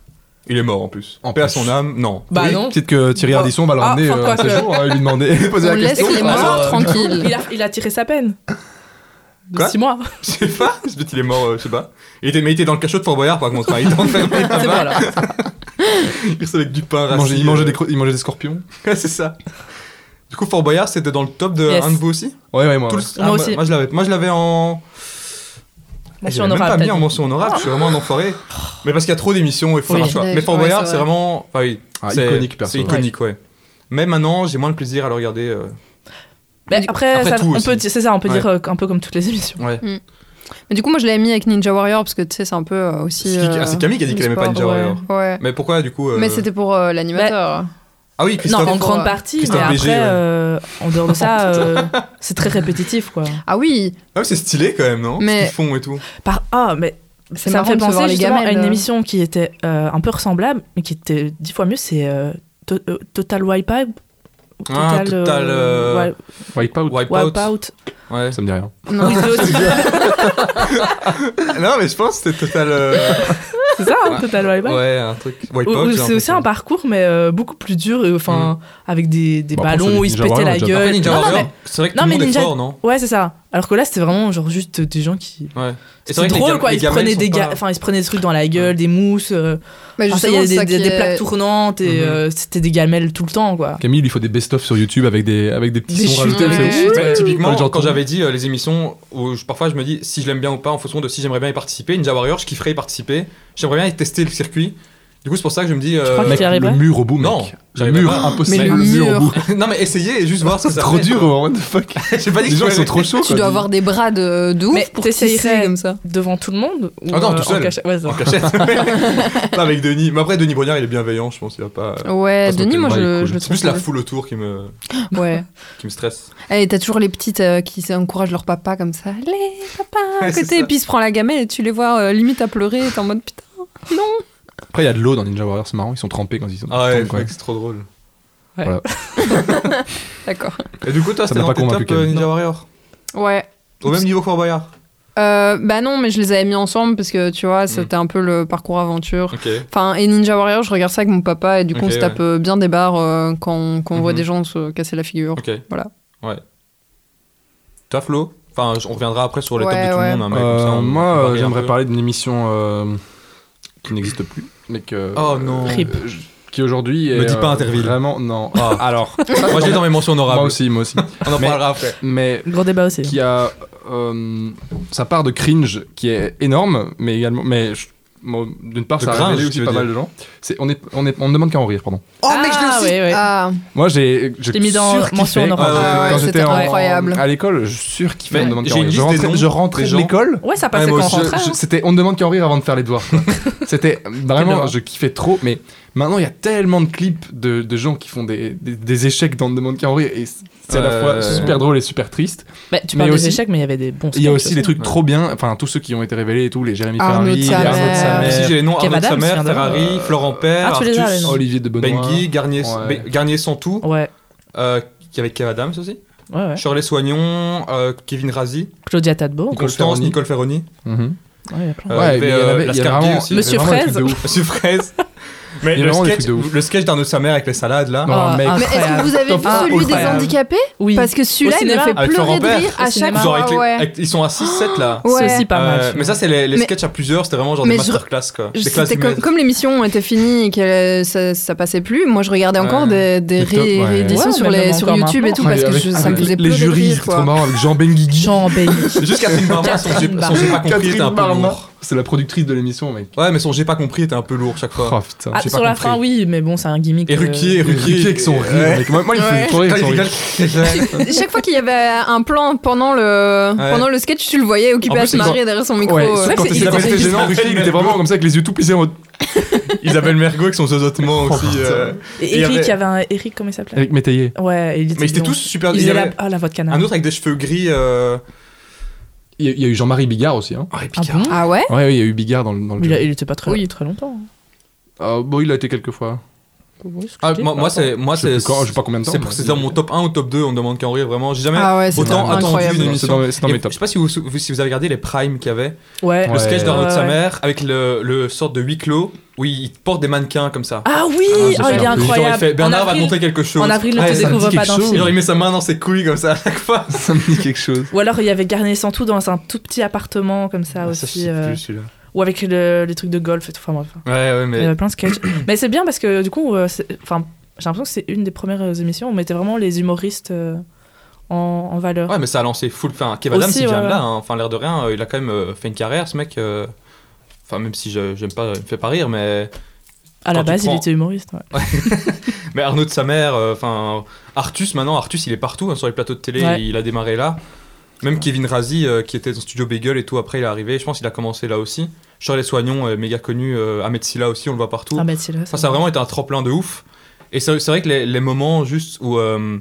[SPEAKER 1] Il est mort en plus.
[SPEAKER 4] En
[SPEAKER 1] En paix à
[SPEAKER 4] plus.
[SPEAKER 1] son âme, non.
[SPEAKER 2] Bah
[SPEAKER 4] Oui,
[SPEAKER 2] non.
[SPEAKER 4] Peut-être que Thierry
[SPEAKER 2] Ah,
[SPEAKER 4] Ardisson va le
[SPEAKER 2] ah,
[SPEAKER 4] ramener
[SPEAKER 2] enfin,
[SPEAKER 4] euh,
[SPEAKER 2] quoi
[SPEAKER 4] un de ces
[SPEAKER 2] que-
[SPEAKER 4] jours, hein, et lui demander, lui poser
[SPEAKER 3] On
[SPEAKER 4] la
[SPEAKER 3] laisse
[SPEAKER 4] question.
[SPEAKER 3] les
[SPEAKER 4] Ah,
[SPEAKER 3] morts
[SPEAKER 4] euh,
[SPEAKER 3] tranquilles.
[SPEAKER 2] Il a, il a tiré sa peine. De
[SPEAKER 1] Quoi Ah.
[SPEAKER 2] 6 mois.
[SPEAKER 1] Je sais pas, peut-être il est mort, euh, je sais pas. Il était, mais il était dans le cachot de Fort Boyard par contre. hein. Il était enfermé là-bas.
[SPEAKER 2] C'est bon, alors.
[SPEAKER 1] Il recevait avec du pain
[SPEAKER 4] Il
[SPEAKER 1] rassis.
[SPEAKER 4] mangeait, Ah, il mangeait des,
[SPEAKER 1] euh.
[SPEAKER 4] cro- il mangeait des scorpions.
[SPEAKER 1] Ouais, c'est ça. Du coup, Fort Boyard, c'était dans le top de
[SPEAKER 2] Yes.
[SPEAKER 1] un de vous aussi
[SPEAKER 4] Ouais, ouais, moi.
[SPEAKER 1] Tout le-
[SPEAKER 4] ouais.
[SPEAKER 2] Moi
[SPEAKER 1] Ah, moi-
[SPEAKER 2] aussi.
[SPEAKER 1] Moi, je l'avais- moi, je l'avais
[SPEAKER 2] Bah,
[SPEAKER 1] en. Eh, je
[SPEAKER 2] Mention
[SPEAKER 1] l'avais même
[SPEAKER 2] honorable,
[SPEAKER 1] pas mis
[SPEAKER 2] t'as
[SPEAKER 1] en
[SPEAKER 2] dit.
[SPEAKER 1] mention honorable, je suis vraiment un enfoiré. Mais parce qu'il y a trop d'émissions, il faut
[SPEAKER 2] Oh. Oui.
[SPEAKER 1] faire un choix.
[SPEAKER 3] Ouais,
[SPEAKER 1] Mais Fort
[SPEAKER 3] ouais,
[SPEAKER 1] Boyard,
[SPEAKER 3] c'est
[SPEAKER 1] c'est
[SPEAKER 3] vrai.
[SPEAKER 1] vraiment. Enfin, oui,
[SPEAKER 4] Ah,
[SPEAKER 1] c'est-
[SPEAKER 4] iconique, perso.
[SPEAKER 1] C'est iconique, ouais. Mais maintenant, j'ai moins le plaisir à le regarder. euh.
[SPEAKER 2] Mais après,
[SPEAKER 1] Après
[SPEAKER 2] ça-
[SPEAKER 1] tout
[SPEAKER 2] on peut,
[SPEAKER 1] aussi.
[SPEAKER 2] dire- c'est ça, on peut
[SPEAKER 1] Ouais.
[SPEAKER 2] dire euh, un peu comme toutes les émissions.
[SPEAKER 1] Ouais.
[SPEAKER 3] Mais du coup, moi je l'avais mis avec Ninja Warrior parce que tu sais, c'est un peu euh, aussi.
[SPEAKER 1] C'est qui- ah,
[SPEAKER 3] euh,
[SPEAKER 1] c'est Camille qui a dit
[SPEAKER 3] du
[SPEAKER 1] qu'elle aimait pas
[SPEAKER 3] sport,
[SPEAKER 1] Ninja
[SPEAKER 2] ouais.
[SPEAKER 1] Warrior.
[SPEAKER 3] Ouais.
[SPEAKER 1] Mais pourquoi, du coup euh,
[SPEAKER 3] Mais c'était pour euh, l'animateur.
[SPEAKER 1] Ah oui,
[SPEAKER 2] non,
[SPEAKER 1] Christophe.
[SPEAKER 2] en grande
[SPEAKER 3] Ouais.
[SPEAKER 2] partie, mais
[SPEAKER 1] Christophe
[SPEAKER 2] après,
[SPEAKER 1] Léger, ouais.
[SPEAKER 2] euh, en dehors de ça, euh, c'est très répétitif, quoi.
[SPEAKER 3] Ah oui
[SPEAKER 1] Ah oui, c'est stylé quand même, non
[SPEAKER 3] Mais-
[SPEAKER 1] Ce qu'ils font et tout.
[SPEAKER 2] Par... Ah, mais
[SPEAKER 3] C'est
[SPEAKER 2] ça me
[SPEAKER 3] marrant
[SPEAKER 2] fait
[SPEAKER 3] de se voir
[SPEAKER 2] penser
[SPEAKER 3] les
[SPEAKER 2] justement à
[SPEAKER 3] gamelles,
[SPEAKER 2] une
[SPEAKER 3] euh.
[SPEAKER 2] émission qui était euh, un peu ressemblable, mais qui était dix fois mieux, c'est euh, To- euh, Total Wipeout. Ou
[SPEAKER 1] Ah, Total, euh,
[SPEAKER 2] Wi-
[SPEAKER 4] Wipeout.
[SPEAKER 1] Wipeout.
[SPEAKER 2] Wipeout.
[SPEAKER 1] Ouais.
[SPEAKER 4] Ça me dit rien.
[SPEAKER 3] Non,
[SPEAKER 1] non, mais je pense que c'est total. euh,
[SPEAKER 2] C'est ça, hein,
[SPEAKER 1] Ouais.
[SPEAKER 2] Total Wipeout.
[SPEAKER 1] ouais, un truc.
[SPEAKER 2] Ou-
[SPEAKER 1] Wipeout.
[SPEAKER 2] ou
[SPEAKER 1] j'ai
[SPEAKER 2] C'est aussi
[SPEAKER 1] l'impression. Mm.
[SPEAKER 2] un parcours, mais euh, beaucoup plus dur, et, enfin, avec des, des
[SPEAKER 4] Bah, après,
[SPEAKER 2] ballons
[SPEAKER 4] celui
[SPEAKER 2] où
[SPEAKER 4] de
[SPEAKER 2] ils se
[SPEAKER 4] Ninja
[SPEAKER 2] pétaient
[SPEAKER 4] Warrior,
[SPEAKER 2] la
[SPEAKER 4] déjà.
[SPEAKER 1] Après,
[SPEAKER 2] gueule.
[SPEAKER 1] Ah, Ninja
[SPEAKER 2] Non, non,
[SPEAKER 1] Warrior,
[SPEAKER 2] mais-
[SPEAKER 1] c'est vrai que
[SPEAKER 2] non,
[SPEAKER 1] tout le
[SPEAKER 2] mais
[SPEAKER 1] monde
[SPEAKER 2] Ninja-
[SPEAKER 1] est fort, non
[SPEAKER 2] Ouais, c'est ça. Alors que là, c'était vraiment genre juste des gens qui.
[SPEAKER 1] Ouais. Et
[SPEAKER 2] C'est
[SPEAKER 1] que les
[SPEAKER 2] drôle,
[SPEAKER 1] gam-
[SPEAKER 2] quoi.
[SPEAKER 1] les
[SPEAKER 2] Ils se,
[SPEAKER 1] gamelles
[SPEAKER 2] prenaient
[SPEAKER 1] sont
[SPEAKER 2] des ga-
[SPEAKER 1] pas-
[SPEAKER 2] enfin, ils se prenaient des trucs dans la gueule, des mousses. euh,
[SPEAKER 3] mais
[SPEAKER 2] enfin, ça, il y a
[SPEAKER 3] justement,
[SPEAKER 2] des,
[SPEAKER 3] ça
[SPEAKER 2] des-
[SPEAKER 3] qui
[SPEAKER 2] des
[SPEAKER 3] est-
[SPEAKER 2] plaques tournantes et
[SPEAKER 1] Mhm.
[SPEAKER 2] euh, c'était des gamelles tout le temps, quoi.
[SPEAKER 4] Camille, il lui faut des best-of sur YouTube avec des, avec des petits
[SPEAKER 2] Des
[SPEAKER 4] sons
[SPEAKER 2] chutes,
[SPEAKER 4] rajoutés.
[SPEAKER 3] ouais.
[SPEAKER 4] c'est-
[SPEAKER 3] Ouais.
[SPEAKER 1] Mais typiquement,
[SPEAKER 4] les gens
[SPEAKER 1] quand
[SPEAKER 4] tombent.
[SPEAKER 1] j'avais dit euh, les émissions où je- parfois je me dis si je l'aime bien ou pas en fonction de si j'aimerais bien y participer, Ninja Warrior, je kifferais y participer, j'aimerais bien y tester le circuit. Du coup, c'est pour ça que je me dis. euh,
[SPEAKER 2] crois que
[SPEAKER 4] Mec,
[SPEAKER 2] t'y arriverais
[SPEAKER 4] le mur au bout, mec.
[SPEAKER 1] Non,
[SPEAKER 4] le
[SPEAKER 1] j'arriverais
[SPEAKER 4] mur
[SPEAKER 1] pas.
[SPEAKER 4] impossible.
[SPEAKER 3] Mais le mur.
[SPEAKER 4] au bout.
[SPEAKER 1] non, mais essayez et juste voir ce que
[SPEAKER 4] C'est
[SPEAKER 1] ça
[SPEAKER 4] trop
[SPEAKER 1] fait.
[SPEAKER 4] dur, what the fuck.
[SPEAKER 1] J'ai pas dit
[SPEAKER 4] Les
[SPEAKER 1] que
[SPEAKER 4] gens
[SPEAKER 1] je
[SPEAKER 4] ils sont
[SPEAKER 1] pouvais-
[SPEAKER 4] trop chauds.
[SPEAKER 3] Tu
[SPEAKER 4] quoi.
[SPEAKER 3] dois avoir des bras de, de ouf
[SPEAKER 2] Mais
[SPEAKER 3] pour tisser
[SPEAKER 2] t'essayerais.
[SPEAKER 3] comme ça.
[SPEAKER 2] Devant tout le monde ou,
[SPEAKER 1] Ah non, tout
[SPEAKER 2] en
[SPEAKER 1] seul.
[SPEAKER 2] cachette Ouais, ça
[SPEAKER 1] En
[SPEAKER 2] va.
[SPEAKER 1] cachette. Pas avec Denis. Mais après, Denis Brognard, il est bienveillant, je pense. Il va pas. Ah,
[SPEAKER 3] Ouais,
[SPEAKER 4] Parce que
[SPEAKER 3] Denis,
[SPEAKER 4] le
[SPEAKER 3] moi
[SPEAKER 4] bras, il
[SPEAKER 3] je,
[SPEAKER 4] coule.
[SPEAKER 3] je le
[SPEAKER 1] C'est
[SPEAKER 3] trouve.
[SPEAKER 1] plus la foule autour qui me,
[SPEAKER 3] Ouais.
[SPEAKER 1] qui me stresse.
[SPEAKER 3] Et Eh, t'as toujours les petites euh, qui s'encouragent leur papa comme ça. Allez, papa, à
[SPEAKER 1] Ouais, c'est
[SPEAKER 3] côté.
[SPEAKER 1] ça.
[SPEAKER 3] Et puis il se prend la gamelle et tu les vois euh, limite à pleurer. et T'es en mode putain, non.
[SPEAKER 4] Après, il y a de l'eau dans Ninja Warrior, c'est marrant, ils sont trempés quand ils sont.
[SPEAKER 1] Ah
[SPEAKER 4] ils
[SPEAKER 1] ouais,
[SPEAKER 4] tombent, quoi.
[SPEAKER 1] mec, c'est trop drôle.
[SPEAKER 3] D'accord.
[SPEAKER 1] Et du coup, toi,
[SPEAKER 4] Ça
[SPEAKER 1] c'était
[SPEAKER 4] m'a
[SPEAKER 1] dans
[SPEAKER 4] pas
[SPEAKER 1] tes
[SPEAKER 4] convaincu,
[SPEAKER 1] top euh,
[SPEAKER 4] Kevin.
[SPEAKER 1] Ninja Warrior
[SPEAKER 3] Ouais.
[SPEAKER 1] Au même niveau que Fort Boyard
[SPEAKER 3] Euh, bah non, mais je les avais mis ensemble parce que tu vois, c'était un peu le parcours aventure.
[SPEAKER 1] Ok.
[SPEAKER 3] Enfin, et Ninja Warrior, je regarde ça avec mon papa et du coup,
[SPEAKER 1] Ok,
[SPEAKER 3] on se tape euh, bien des barres euh, quand, on- quand on voit
[SPEAKER 1] Mhm.
[SPEAKER 3] des gens se casser la figure.
[SPEAKER 1] Ok.
[SPEAKER 3] Voilà.
[SPEAKER 1] Ouais. Toi, Flo Enfin, je- on reviendra après sur les
[SPEAKER 3] Ouais,
[SPEAKER 1] tops de tout
[SPEAKER 3] ouais.
[SPEAKER 1] le monde. hein, mais
[SPEAKER 4] Euh,
[SPEAKER 1] comme ça, on- on
[SPEAKER 4] moi,
[SPEAKER 1] varie
[SPEAKER 4] euh,
[SPEAKER 1] un
[SPEAKER 4] j'aimerais
[SPEAKER 1] peu.
[SPEAKER 4] parler d'une émission euh, qui n'existe plus, mais que. euh,
[SPEAKER 1] Oh non.
[SPEAKER 2] Rip.
[SPEAKER 4] je- qui aujourd'hui.
[SPEAKER 1] Me
[SPEAKER 4] est,
[SPEAKER 1] dis pas
[SPEAKER 4] euh,
[SPEAKER 1] Interville.
[SPEAKER 4] Vraiment, non.
[SPEAKER 1] Ah.
[SPEAKER 4] Alors,
[SPEAKER 1] Moi, j'ai dans mes mentions honorables.
[SPEAKER 4] moi aussi, moi aussi.
[SPEAKER 1] On en
[SPEAKER 4] Mais- Euh,
[SPEAKER 1] parlera après.
[SPEAKER 4] Mais
[SPEAKER 2] Gros débat aussi.
[SPEAKER 4] qui a euh, sa part de cringe qui est énorme, mais également, mais je- moi, d'une part,
[SPEAKER 1] De
[SPEAKER 4] ça a
[SPEAKER 1] cringe,
[SPEAKER 4] révélé
[SPEAKER 1] tu
[SPEAKER 4] aussi
[SPEAKER 1] veux
[SPEAKER 4] pas
[SPEAKER 1] dire.
[SPEAKER 4] mal de gens. C'est on est on est on ne demande qu'à en rire, pardon.
[SPEAKER 3] Oh,
[SPEAKER 2] mec, je le Ah, cite. ouais, ouais.
[SPEAKER 3] Ah,
[SPEAKER 4] Moi, j'ai je
[SPEAKER 2] t'ai mis dans
[SPEAKER 4] surkiffais
[SPEAKER 2] mention
[SPEAKER 4] quand-
[SPEAKER 2] honorable.
[SPEAKER 1] Ah ouais,
[SPEAKER 4] quand
[SPEAKER 3] ouais,
[SPEAKER 4] j'étais
[SPEAKER 3] c'était
[SPEAKER 4] en-
[SPEAKER 3] incroyable.
[SPEAKER 4] à l'école, je sûr
[SPEAKER 1] Mais
[SPEAKER 4] on ne demande qu'à
[SPEAKER 1] j'ai
[SPEAKER 4] en
[SPEAKER 1] une
[SPEAKER 4] rire. Je
[SPEAKER 1] liste des
[SPEAKER 4] rentrais,
[SPEAKER 1] noms
[SPEAKER 4] je rentrais
[SPEAKER 1] des
[SPEAKER 4] de
[SPEAKER 1] gens.
[SPEAKER 4] l'école.
[SPEAKER 2] Ouais, ça
[SPEAKER 1] Ouais,
[SPEAKER 2] passait
[SPEAKER 1] moi
[SPEAKER 2] quand on
[SPEAKER 1] aussi,
[SPEAKER 2] rentrait.
[SPEAKER 4] Je-
[SPEAKER 2] hein.
[SPEAKER 4] C'était on ne demande qu'à en rire avant de faire les devoirs. quoi. C'était vraiment,
[SPEAKER 2] devoir.
[SPEAKER 4] je kiffais trop. Mais maintenant, il y a tellement de clips de, de gens qui font des, des, des échecs dans On ne demande qu'à en rire et c'est à la fois
[SPEAKER 1] Euh,
[SPEAKER 4] super drôle et super triste.
[SPEAKER 2] Bah, tu
[SPEAKER 4] Mais
[SPEAKER 2] parles
[SPEAKER 4] aussi-
[SPEAKER 2] des échecs, mais il y avait des bons
[SPEAKER 4] Il y a
[SPEAKER 2] spectacles
[SPEAKER 4] aussi des trucs
[SPEAKER 1] Ouais.
[SPEAKER 4] trop bien, enfin tous ceux qui ont été révélés et tout, les Jérémy
[SPEAKER 3] Arnaud Ah, de
[SPEAKER 4] Ferrari,
[SPEAKER 3] sa
[SPEAKER 4] les Arnaud de sa
[SPEAKER 3] mère.
[SPEAKER 1] Si
[SPEAKER 4] mère,
[SPEAKER 1] j'ai les noms, Arnaud de
[SPEAKER 2] Cavadam,
[SPEAKER 1] Samer,
[SPEAKER 2] c'est un des-
[SPEAKER 1] Ferrari,
[SPEAKER 4] euh,
[SPEAKER 1] Florent Père,
[SPEAKER 2] Ah, tu les as, les
[SPEAKER 1] Artus,
[SPEAKER 2] noms.
[SPEAKER 4] Olivier de Benoît,
[SPEAKER 1] Bengui, Garnier,
[SPEAKER 4] Ouais.
[SPEAKER 1] Be- Garnier Santou,
[SPEAKER 2] Ouais,
[SPEAKER 1] euh, qui avec Kev Adams aussi,
[SPEAKER 2] ouais, ouais.
[SPEAKER 1] Shirley Soignon, euh, Kevin Razi,
[SPEAKER 2] Claudia Tadbo.
[SPEAKER 4] Nicole
[SPEAKER 1] Constance,
[SPEAKER 4] Ferroni.
[SPEAKER 1] Nicole Ferroni,
[SPEAKER 4] Mhm.
[SPEAKER 2] Ouais, il y a plein.
[SPEAKER 1] euh, il
[SPEAKER 4] Ouais,
[SPEAKER 1] y avait,
[SPEAKER 4] mais il y en
[SPEAKER 1] euh,
[SPEAKER 4] avait- il y avait
[SPEAKER 1] Lascardi
[SPEAKER 4] vraiment-
[SPEAKER 1] aussi,
[SPEAKER 2] Monsieur
[SPEAKER 4] il y avait vraiment des
[SPEAKER 2] Fraise.
[SPEAKER 4] trucs de ouf.
[SPEAKER 1] Monsieur Fraise. Mais
[SPEAKER 4] Il y a
[SPEAKER 1] le
[SPEAKER 4] vraiment des
[SPEAKER 1] sketch,
[SPEAKER 4] trucs de ouf.
[SPEAKER 1] le sketch d'Arnaud Samer avec les salades là.
[SPEAKER 4] Non,
[SPEAKER 2] Ah,
[SPEAKER 4] mec.
[SPEAKER 3] Mais est-ce que vous avez vu
[SPEAKER 2] Ah,
[SPEAKER 3] celui des
[SPEAKER 2] incroyable.
[SPEAKER 3] handicapés
[SPEAKER 2] Oui,
[SPEAKER 3] Parce que celui-là,
[SPEAKER 2] Au
[SPEAKER 3] il me
[SPEAKER 2] cinéma.
[SPEAKER 3] fait
[SPEAKER 1] Ah, Avec
[SPEAKER 3] pleurer
[SPEAKER 1] Florent
[SPEAKER 3] de rire
[SPEAKER 1] Père.
[SPEAKER 3] à
[SPEAKER 2] Au
[SPEAKER 3] chaque
[SPEAKER 1] Genre
[SPEAKER 2] cinéma.
[SPEAKER 3] fois.
[SPEAKER 1] avec les-
[SPEAKER 3] Ah, ouais.
[SPEAKER 1] avec- ils sont à 6-7 là.
[SPEAKER 3] Ouais.
[SPEAKER 2] c'est aussi pas mal.
[SPEAKER 1] Euh,
[SPEAKER 2] tu
[SPEAKER 1] mais ça,
[SPEAKER 2] vois.
[SPEAKER 1] c'est les, les
[SPEAKER 3] Mais-
[SPEAKER 1] sketchs à plusieurs, c'était vraiment genre
[SPEAKER 3] Mais
[SPEAKER 1] des
[SPEAKER 3] je-
[SPEAKER 1] masterclass quoi.
[SPEAKER 3] Je-
[SPEAKER 1] Des classes
[SPEAKER 3] C'était comme,
[SPEAKER 1] humaines.
[SPEAKER 3] comme l'émission était finie et que euh, ça, ça passait plus, moi je regardais encore
[SPEAKER 1] Ouais.
[SPEAKER 3] des, des
[SPEAKER 4] Les
[SPEAKER 3] ré-
[SPEAKER 4] top, ouais.
[SPEAKER 3] rééditions
[SPEAKER 2] Ouais,
[SPEAKER 3] sur,
[SPEAKER 2] mais
[SPEAKER 3] les,
[SPEAKER 2] même
[SPEAKER 3] sur
[SPEAKER 2] encore
[SPEAKER 3] YouTube et
[SPEAKER 2] maintenant.
[SPEAKER 3] tout parce que
[SPEAKER 4] Avec-
[SPEAKER 3] je- ça me
[SPEAKER 4] avec
[SPEAKER 3] faisait
[SPEAKER 4] les
[SPEAKER 3] pleurer de
[SPEAKER 4] jurys,
[SPEAKER 3] rire.
[SPEAKER 4] c'est trop
[SPEAKER 3] Quoi.
[SPEAKER 4] marrant avec Jean Benguigui.
[SPEAKER 2] Jean Bailly.
[SPEAKER 1] Et Juste Catherine Barma, son j'ai son j'ai pas compris était un peu lourd.
[SPEAKER 4] c'est la productrice de l'émission, mec.
[SPEAKER 1] Ouais, mais son j'ai pas compris était un peu lourd chaque fois.
[SPEAKER 4] Oh putain,
[SPEAKER 2] Ah,
[SPEAKER 4] j'ai
[SPEAKER 2] sur
[SPEAKER 4] pas
[SPEAKER 2] la
[SPEAKER 4] compris.
[SPEAKER 2] fin, oui, mais bon, c'est un gimmick.
[SPEAKER 1] Et
[SPEAKER 2] euh,
[SPEAKER 1] Ruquier,
[SPEAKER 4] Et Ruquier avec son rire,
[SPEAKER 1] Ouais.
[SPEAKER 4] mec. Moi, moi, il me faisait
[SPEAKER 3] Ouais.
[SPEAKER 4] trop rire
[SPEAKER 1] Quand
[SPEAKER 4] avec
[SPEAKER 1] il
[SPEAKER 4] son
[SPEAKER 1] rigole,
[SPEAKER 4] rire.
[SPEAKER 3] Chaque fois qu'il y avait un plan pendant le,
[SPEAKER 1] Ouais.
[SPEAKER 3] pendant le sketch, tu le voyais occupé
[SPEAKER 1] En
[SPEAKER 3] à
[SPEAKER 1] plus,
[SPEAKER 3] se marrer derrière son micro.
[SPEAKER 4] Ouais,
[SPEAKER 3] euh.
[SPEAKER 4] quand
[SPEAKER 2] mais il
[SPEAKER 4] c'était- quand
[SPEAKER 1] s'appelle-
[SPEAKER 4] c'était
[SPEAKER 1] il
[SPEAKER 4] gênant,
[SPEAKER 1] s'appelle
[SPEAKER 4] Ruquier, il était
[SPEAKER 1] Mergo.
[SPEAKER 4] vraiment comme ça avec les yeux tout plissés en mode.
[SPEAKER 1] Isabelle Mergo avec son zozotement
[SPEAKER 4] Oh,
[SPEAKER 1] aussi.
[SPEAKER 4] putain.
[SPEAKER 1] euh,
[SPEAKER 2] Et
[SPEAKER 1] Il y
[SPEAKER 2] Eric, il
[SPEAKER 1] avait-
[SPEAKER 2] y avait un Eric, comment il s'appelait
[SPEAKER 4] Avec Métayer.
[SPEAKER 2] Ouais, il était
[SPEAKER 1] Mais ils étaient
[SPEAKER 2] blond.
[SPEAKER 1] tous super.
[SPEAKER 2] Il
[SPEAKER 1] Il y
[SPEAKER 2] faisait
[SPEAKER 1] avait
[SPEAKER 2] la... Ah, la voix de canard.
[SPEAKER 1] un autre avec des cheveux gris. euh,
[SPEAKER 4] Il y a- il y a eu Jean-Marie Bigard aussi. Hein.
[SPEAKER 1] Ah, et
[SPEAKER 2] Ah
[SPEAKER 1] Picard.
[SPEAKER 2] bon
[SPEAKER 3] Ah ouais
[SPEAKER 4] Ouais, ouais, il y a eu Bigard dans le. Dans le
[SPEAKER 2] Mais il, a-
[SPEAKER 4] jury.
[SPEAKER 2] il était pas très,
[SPEAKER 3] Oui.
[SPEAKER 2] très longtemps. hein.
[SPEAKER 4] Ah, bon, il a été quelques fois.
[SPEAKER 2] Oui, ce que
[SPEAKER 1] Ah,
[SPEAKER 2] je dis,
[SPEAKER 1] moi,
[SPEAKER 2] pas
[SPEAKER 1] moi,
[SPEAKER 2] longtemps.
[SPEAKER 1] c'est. Moi,
[SPEAKER 4] Je sais
[SPEAKER 1] c'est.
[SPEAKER 4] plus quand, je sais pas combien de temps.
[SPEAKER 1] C'est pour-
[SPEAKER 4] mais-
[SPEAKER 1] c'est dans mon top 1 ou top 2, on me demande qu'en rire, vraiment. J'ai jamais
[SPEAKER 3] Ah ouais, c'est
[SPEAKER 1] autant
[SPEAKER 4] vraiment
[SPEAKER 1] attendu
[SPEAKER 3] incroyable.
[SPEAKER 1] une
[SPEAKER 4] Non, c'est
[SPEAKER 1] émission.
[SPEAKER 4] dans mes- c'est dans
[SPEAKER 1] Et
[SPEAKER 4] mes tops.
[SPEAKER 1] Je sais pas si vous, vous- si vous avez regardé les Prime qu'il y avait.
[SPEAKER 2] Ouais.
[SPEAKER 1] Le
[SPEAKER 4] Ouais.
[SPEAKER 1] sketch d'Arnaud de sa
[SPEAKER 2] Ouais, ouais.
[SPEAKER 1] mère avec le, le sorte de huis clos où il porte des mannequins comme ça.
[SPEAKER 2] Ah oui Oh,
[SPEAKER 4] Ah, je sais
[SPEAKER 2] il est
[SPEAKER 4] plus.
[SPEAKER 1] Genre, il
[SPEAKER 2] incroyable.
[SPEAKER 1] fait, Bernard
[SPEAKER 2] En
[SPEAKER 1] va te
[SPEAKER 2] avril-
[SPEAKER 1] montrer quelque chose.
[SPEAKER 2] En avril, ne
[SPEAKER 4] Ouais,
[SPEAKER 2] te
[SPEAKER 4] ça me
[SPEAKER 2] découvre
[SPEAKER 4] dit
[SPEAKER 2] pas
[SPEAKER 4] quelque
[SPEAKER 2] dans
[SPEAKER 4] chose.
[SPEAKER 1] Et genre,
[SPEAKER 2] film.
[SPEAKER 1] il met sa main dans ses couilles comme ça à chaque fois.
[SPEAKER 4] Ça me dit quelque chose.
[SPEAKER 2] Ou alors il y avait Garnier sans tout dans un tout petit appartement comme ça
[SPEAKER 1] Ah, ça, je
[SPEAKER 2] aussi.
[SPEAKER 1] sais
[SPEAKER 2] euh,
[SPEAKER 1] plus, celui-là.
[SPEAKER 2] Ou avec le- les trucs de golf et tout. Enfin, bref.
[SPEAKER 1] Ouais, ouais, mais.
[SPEAKER 2] Il y avait plein de sketchs. Mais c'est bien parce que du coup, euh, c'est- enfin, j'ai l'impression que c'est une des premières euh, émissions où on mettait vraiment les humoristes euh, en, en valeur.
[SPEAKER 1] Ouais, mais ça a lancé full. Enfin, Kev Adams,
[SPEAKER 2] Aussi,
[SPEAKER 1] il vient de
[SPEAKER 2] ouais,
[SPEAKER 1] là.
[SPEAKER 2] ouais.
[SPEAKER 1] hein. Enfin, l'air de rien, euh, il a quand même euh, fait une carrière, ce mec. euh. Enfin, même si je- j'aime pas, il me fait pas rire, mais.
[SPEAKER 2] à
[SPEAKER 1] quand
[SPEAKER 2] la
[SPEAKER 1] tu
[SPEAKER 2] base,
[SPEAKER 1] prends-
[SPEAKER 2] il était humoriste. ouais.
[SPEAKER 1] Mais Arnaud de sa mère, euh, enfin. Artus, maintenant, Artus, il est partout hein, sur les plateaux de télé.
[SPEAKER 2] Ouais.
[SPEAKER 1] Il a démarré là. Même Kevin Razi, euh, qui était dans Studio Bagel et tout, après, il est arrivé. Je pense qu'il a commencé là aussi. Charles Soignon, est méga connu. euh, Ahmed Silla aussi, on le voit partout.
[SPEAKER 2] Ah, bah, c'est là.
[SPEAKER 1] Enfin, ça a vraiment été un tremplin de ouf. Et c'est c'est vrai que les, les moments juste où, euh,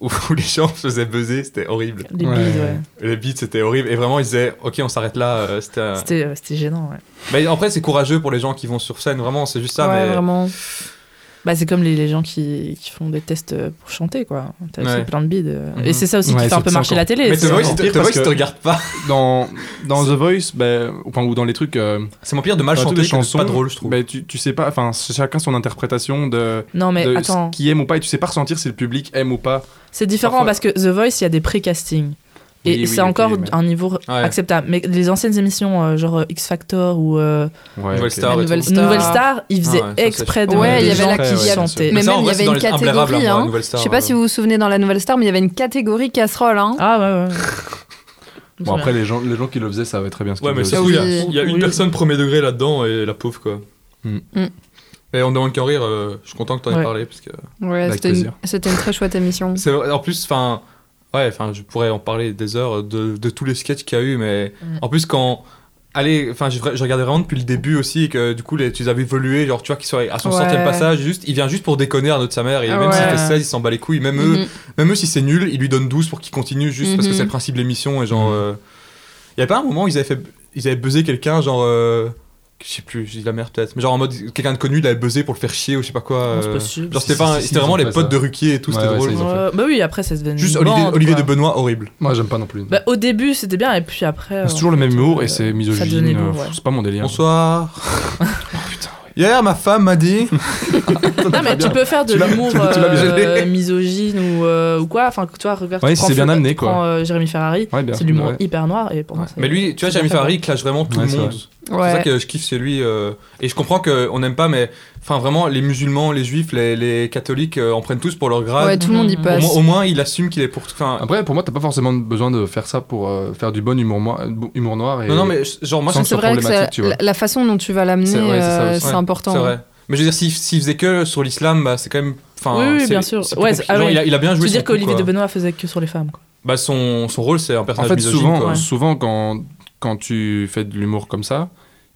[SPEAKER 1] où les gens se faisaient buzzer, c'était horrible.
[SPEAKER 2] Les
[SPEAKER 4] Ouais.
[SPEAKER 2] bides, ouais.
[SPEAKER 1] Les beats, c'était horrible. Et vraiment, ils disaient, ok, on s'arrête là. euh, c'était, euh,
[SPEAKER 2] C'était euh, c'était gênant, ouais.
[SPEAKER 1] Mais après, c'est courageux pour les gens qui vont sur scène. Vraiment, c'est juste ça.
[SPEAKER 3] Ouais,
[SPEAKER 1] mais...
[SPEAKER 3] vraiment.
[SPEAKER 2] Bah, c'est comme les, les gens qui, qui font des tests euh, pour chanter, quoi. T'as
[SPEAKER 1] Ouais.
[SPEAKER 2] aussi plein de bides. euh.
[SPEAKER 1] Mhm.
[SPEAKER 2] Et c'est ça aussi
[SPEAKER 4] Ouais,
[SPEAKER 2] qui fait un
[SPEAKER 4] c'est-
[SPEAKER 2] peu
[SPEAKER 4] c'est
[SPEAKER 2] marcher
[SPEAKER 4] encore-
[SPEAKER 2] la télé.
[SPEAKER 1] Mais The
[SPEAKER 2] c'est-
[SPEAKER 1] Voice,
[SPEAKER 4] encore
[SPEAKER 1] ils te-
[SPEAKER 4] pire
[SPEAKER 1] The Voice,
[SPEAKER 4] parce
[SPEAKER 1] ils te
[SPEAKER 4] que-
[SPEAKER 1] regardent pas.
[SPEAKER 4] Dans, dans The Voice, ben, enfin, ou dans les trucs. euh,
[SPEAKER 1] C'est mon pire de mal
[SPEAKER 4] dans tous
[SPEAKER 1] chanter.
[SPEAKER 4] les
[SPEAKER 1] que Ah, C'est pas drôle, je trouve.
[SPEAKER 4] ben, tu, tu sais pas, enfin, chacun son interprétation de,
[SPEAKER 2] Non, mais
[SPEAKER 4] de
[SPEAKER 2] attends,
[SPEAKER 4] ce qui aime ou pas, et tu sais pas ressentir si le public aime ou pas.
[SPEAKER 2] c'est différent
[SPEAKER 4] parfois-
[SPEAKER 2] parce que The Voice, il y a des pré-castings. Et
[SPEAKER 4] Oui, oui,
[SPEAKER 2] c'est
[SPEAKER 4] ok,
[SPEAKER 2] encore
[SPEAKER 4] mais-
[SPEAKER 2] un niveau acceptable. Mais les anciennes émissions, euh, genre euh, X Factor ou euh,
[SPEAKER 4] Ouais,
[SPEAKER 1] Nouvelle
[SPEAKER 4] ok.
[SPEAKER 1] star. et
[SPEAKER 3] Nouvelle
[SPEAKER 1] tout.
[SPEAKER 3] star.
[SPEAKER 2] Nouvelle Star, ils faisaient
[SPEAKER 1] Ah ouais, ça, c'est-
[SPEAKER 2] exprès de.
[SPEAKER 3] Ouais,
[SPEAKER 2] des
[SPEAKER 3] il y avait
[SPEAKER 2] gens
[SPEAKER 3] la-
[SPEAKER 2] qui
[SPEAKER 3] il y avait-
[SPEAKER 2] chantaient.
[SPEAKER 3] Mais
[SPEAKER 1] ça,
[SPEAKER 3] même,
[SPEAKER 1] en
[SPEAKER 3] il y
[SPEAKER 1] vrai, c'est
[SPEAKER 3] avait
[SPEAKER 1] dans
[SPEAKER 3] une
[SPEAKER 1] les imblairables,
[SPEAKER 3] catégorie.
[SPEAKER 1] hein, la
[SPEAKER 3] hein.
[SPEAKER 1] Nouvelle
[SPEAKER 3] Je
[SPEAKER 1] Star,
[SPEAKER 3] sais pas
[SPEAKER 1] euh.
[SPEAKER 3] si vous vous souvenez dans la Nouvelle Star, mais il y avait une catégorie casserole. hein.
[SPEAKER 2] Ah ouais, ouais. Je me
[SPEAKER 4] Bon,
[SPEAKER 2] souviens.
[SPEAKER 4] après, les gens, les gens qui le faisaient
[SPEAKER 1] Ah
[SPEAKER 4] savaient très bien ce qu'ils
[SPEAKER 1] Ouais, mais
[SPEAKER 4] faisaient
[SPEAKER 1] c'est
[SPEAKER 3] Ah
[SPEAKER 1] où
[SPEAKER 4] aussi.
[SPEAKER 1] il y a-
[SPEAKER 3] oui.
[SPEAKER 1] il y a une
[SPEAKER 2] Oui.
[SPEAKER 1] personne premier degré là-dedans et la pauvre, quoi.
[SPEAKER 4] Hmm.
[SPEAKER 3] Hmm.
[SPEAKER 1] Et on demande qu'à rire, euh, je suis content que tu en aies
[SPEAKER 2] Ouais.
[SPEAKER 1] parlé. Parce que
[SPEAKER 3] Ouais,
[SPEAKER 4] Avec
[SPEAKER 3] c'était une,
[SPEAKER 4] plaisir.
[SPEAKER 3] c'était une très chouette émission.
[SPEAKER 1] c'est vrai, en plus, enfin, ouais, enfin, je pourrais en parler des heures de, de tous les sketchs qu'il y a eu, mais
[SPEAKER 2] Mm.
[SPEAKER 1] en plus, quand. Allez, enfin, je, vra- je regardais vraiment depuis le début aussi, que du coup, les, tu les avais évolué, genre, tu vois, qu'ils sont à son
[SPEAKER 3] Ouais.
[SPEAKER 1] centième passage, juste, il vient juste pour déconner à notre sa mère, et même
[SPEAKER 3] Ouais.
[SPEAKER 1] s'il fait 16, il s'en bat les couilles, même eux,
[SPEAKER 3] Mhm.
[SPEAKER 1] Même eux, si c'est nul, ils lui donnent 12 pour qu'il continue juste parce que
[SPEAKER 3] Mhm.
[SPEAKER 1] c'est le principe de l'émission. Et genre.
[SPEAKER 4] Mhm.
[SPEAKER 1] euh, Il y avait pas un moment où ils avaient, fait... ils avaient buzzé quelqu'un, genre. euh, Je sais plus, je dis de la merde peut-être. Mais genre en mode quelqu'un de connu, il avait buzzé pour le faire chier ou je sais pas quoi.
[SPEAKER 2] Non, c'est
[SPEAKER 1] euh,
[SPEAKER 2] possible.
[SPEAKER 1] Genre c'était
[SPEAKER 4] Si,
[SPEAKER 1] pas
[SPEAKER 4] si,
[SPEAKER 1] un-
[SPEAKER 4] si,
[SPEAKER 1] c'était
[SPEAKER 4] ils
[SPEAKER 1] vraiment
[SPEAKER 4] ont
[SPEAKER 1] les
[SPEAKER 4] fait
[SPEAKER 1] potes
[SPEAKER 4] ça.
[SPEAKER 1] de Ruquier et tout, c'était
[SPEAKER 4] Ouais, ouais,
[SPEAKER 1] drôle.
[SPEAKER 4] ça, ils ont-
[SPEAKER 2] Ouais, bah oui, après ça se devient
[SPEAKER 1] Juste
[SPEAKER 2] une
[SPEAKER 1] Olivier,
[SPEAKER 2] bande,
[SPEAKER 1] Olivier
[SPEAKER 2] quoi.
[SPEAKER 1] de Benoît, horrible.
[SPEAKER 4] Moi, j'aime pas non plus.
[SPEAKER 2] Bah, au début c'était bien et puis après.
[SPEAKER 4] c'est
[SPEAKER 2] en
[SPEAKER 4] toujours le
[SPEAKER 2] fait,
[SPEAKER 4] même humour
[SPEAKER 2] euh,
[SPEAKER 4] et c'est
[SPEAKER 2] Ça devenait
[SPEAKER 4] misogyne.
[SPEAKER 2] lourd,
[SPEAKER 4] euh,
[SPEAKER 2] ouais.
[SPEAKER 4] C'est pas mon délire.
[SPEAKER 1] Bonsoir.
[SPEAKER 4] Oh,
[SPEAKER 1] Hier, ma femme m'a dit.
[SPEAKER 2] Non, mais tu peux faire de
[SPEAKER 1] Tu l'as-
[SPEAKER 2] l'humour
[SPEAKER 1] tu l'as- tu l'as
[SPEAKER 2] euh,
[SPEAKER 1] gêné.
[SPEAKER 2] misogyne ou, euh, ou quoi. Enfin, que toi, regarde,
[SPEAKER 4] Ouais,
[SPEAKER 2] tu
[SPEAKER 4] si
[SPEAKER 2] prends
[SPEAKER 4] c'est bien
[SPEAKER 2] Flo-
[SPEAKER 4] amené,
[SPEAKER 2] tu
[SPEAKER 4] quoi.
[SPEAKER 2] prends, euh, Jérémy Ferrari,
[SPEAKER 4] Ouais, bien.
[SPEAKER 2] c'est de l'humour
[SPEAKER 4] Ouais.
[SPEAKER 2] hyper noir et pourtant. c'est-
[SPEAKER 1] Mais lui, tu vois,
[SPEAKER 2] c'est
[SPEAKER 1] Jérémy
[SPEAKER 2] bien fait.
[SPEAKER 1] Ferrari, il clash vraiment tout
[SPEAKER 4] Ouais,
[SPEAKER 1] le
[SPEAKER 4] c'est
[SPEAKER 1] monde.
[SPEAKER 4] vrai.
[SPEAKER 1] C'est ça
[SPEAKER 3] Ouais.
[SPEAKER 1] que je kiffe chez lui. euh, et je comprends qu'on n'aime pas, mais enfin vraiment, les musulmans, les juifs, les, les catholiques euh, en prennent tous pour leur grade.
[SPEAKER 3] Ouais, tout le monde y
[SPEAKER 2] Au
[SPEAKER 1] Au
[SPEAKER 3] passe.
[SPEAKER 1] moins, au moins, il assume qu'il est pour tout. Enfin,
[SPEAKER 4] Après, pour moi, t'as pas forcément besoin de faire ça pour euh, faire du bon humour, moi- bon humour noir. Et...
[SPEAKER 1] non, non, mais je- genre, moi,
[SPEAKER 4] Sans
[SPEAKER 1] je-
[SPEAKER 4] que
[SPEAKER 3] C'est
[SPEAKER 4] ce soit
[SPEAKER 3] vrai que ça-
[SPEAKER 4] problématique, tu vois.
[SPEAKER 3] la, la façon dont tu vas l'amener,
[SPEAKER 4] C'est- ouais, c'est ça
[SPEAKER 3] euh,
[SPEAKER 4] aussi.
[SPEAKER 3] c'est
[SPEAKER 1] Ouais,
[SPEAKER 3] important.
[SPEAKER 1] c'est vrai. Mais je veux dire, s'il s'il faisait que sur l'islam, bah, c'est quand même. Enfin,
[SPEAKER 2] Oui, oui,
[SPEAKER 1] c'est-
[SPEAKER 2] bien sûr.
[SPEAKER 1] c'est plus
[SPEAKER 2] Ouais,
[SPEAKER 1] compliqué.
[SPEAKER 2] ah
[SPEAKER 1] Genre,
[SPEAKER 2] oui.
[SPEAKER 1] il, a, il a bien
[SPEAKER 2] Tu
[SPEAKER 1] joué.
[SPEAKER 2] veux
[SPEAKER 1] son
[SPEAKER 2] dire
[SPEAKER 1] coup,
[SPEAKER 2] qu'Olivier
[SPEAKER 1] quoi.
[SPEAKER 2] de Benoît faisait que sur les femmes quoi.
[SPEAKER 1] Bah, son, son rôle, c'est un
[SPEAKER 4] En
[SPEAKER 1] personnage
[SPEAKER 4] fait,
[SPEAKER 1] misogyne,
[SPEAKER 4] souvent,
[SPEAKER 1] quoi.
[SPEAKER 4] souvent quand, quand tu fais de l'humour comme ça,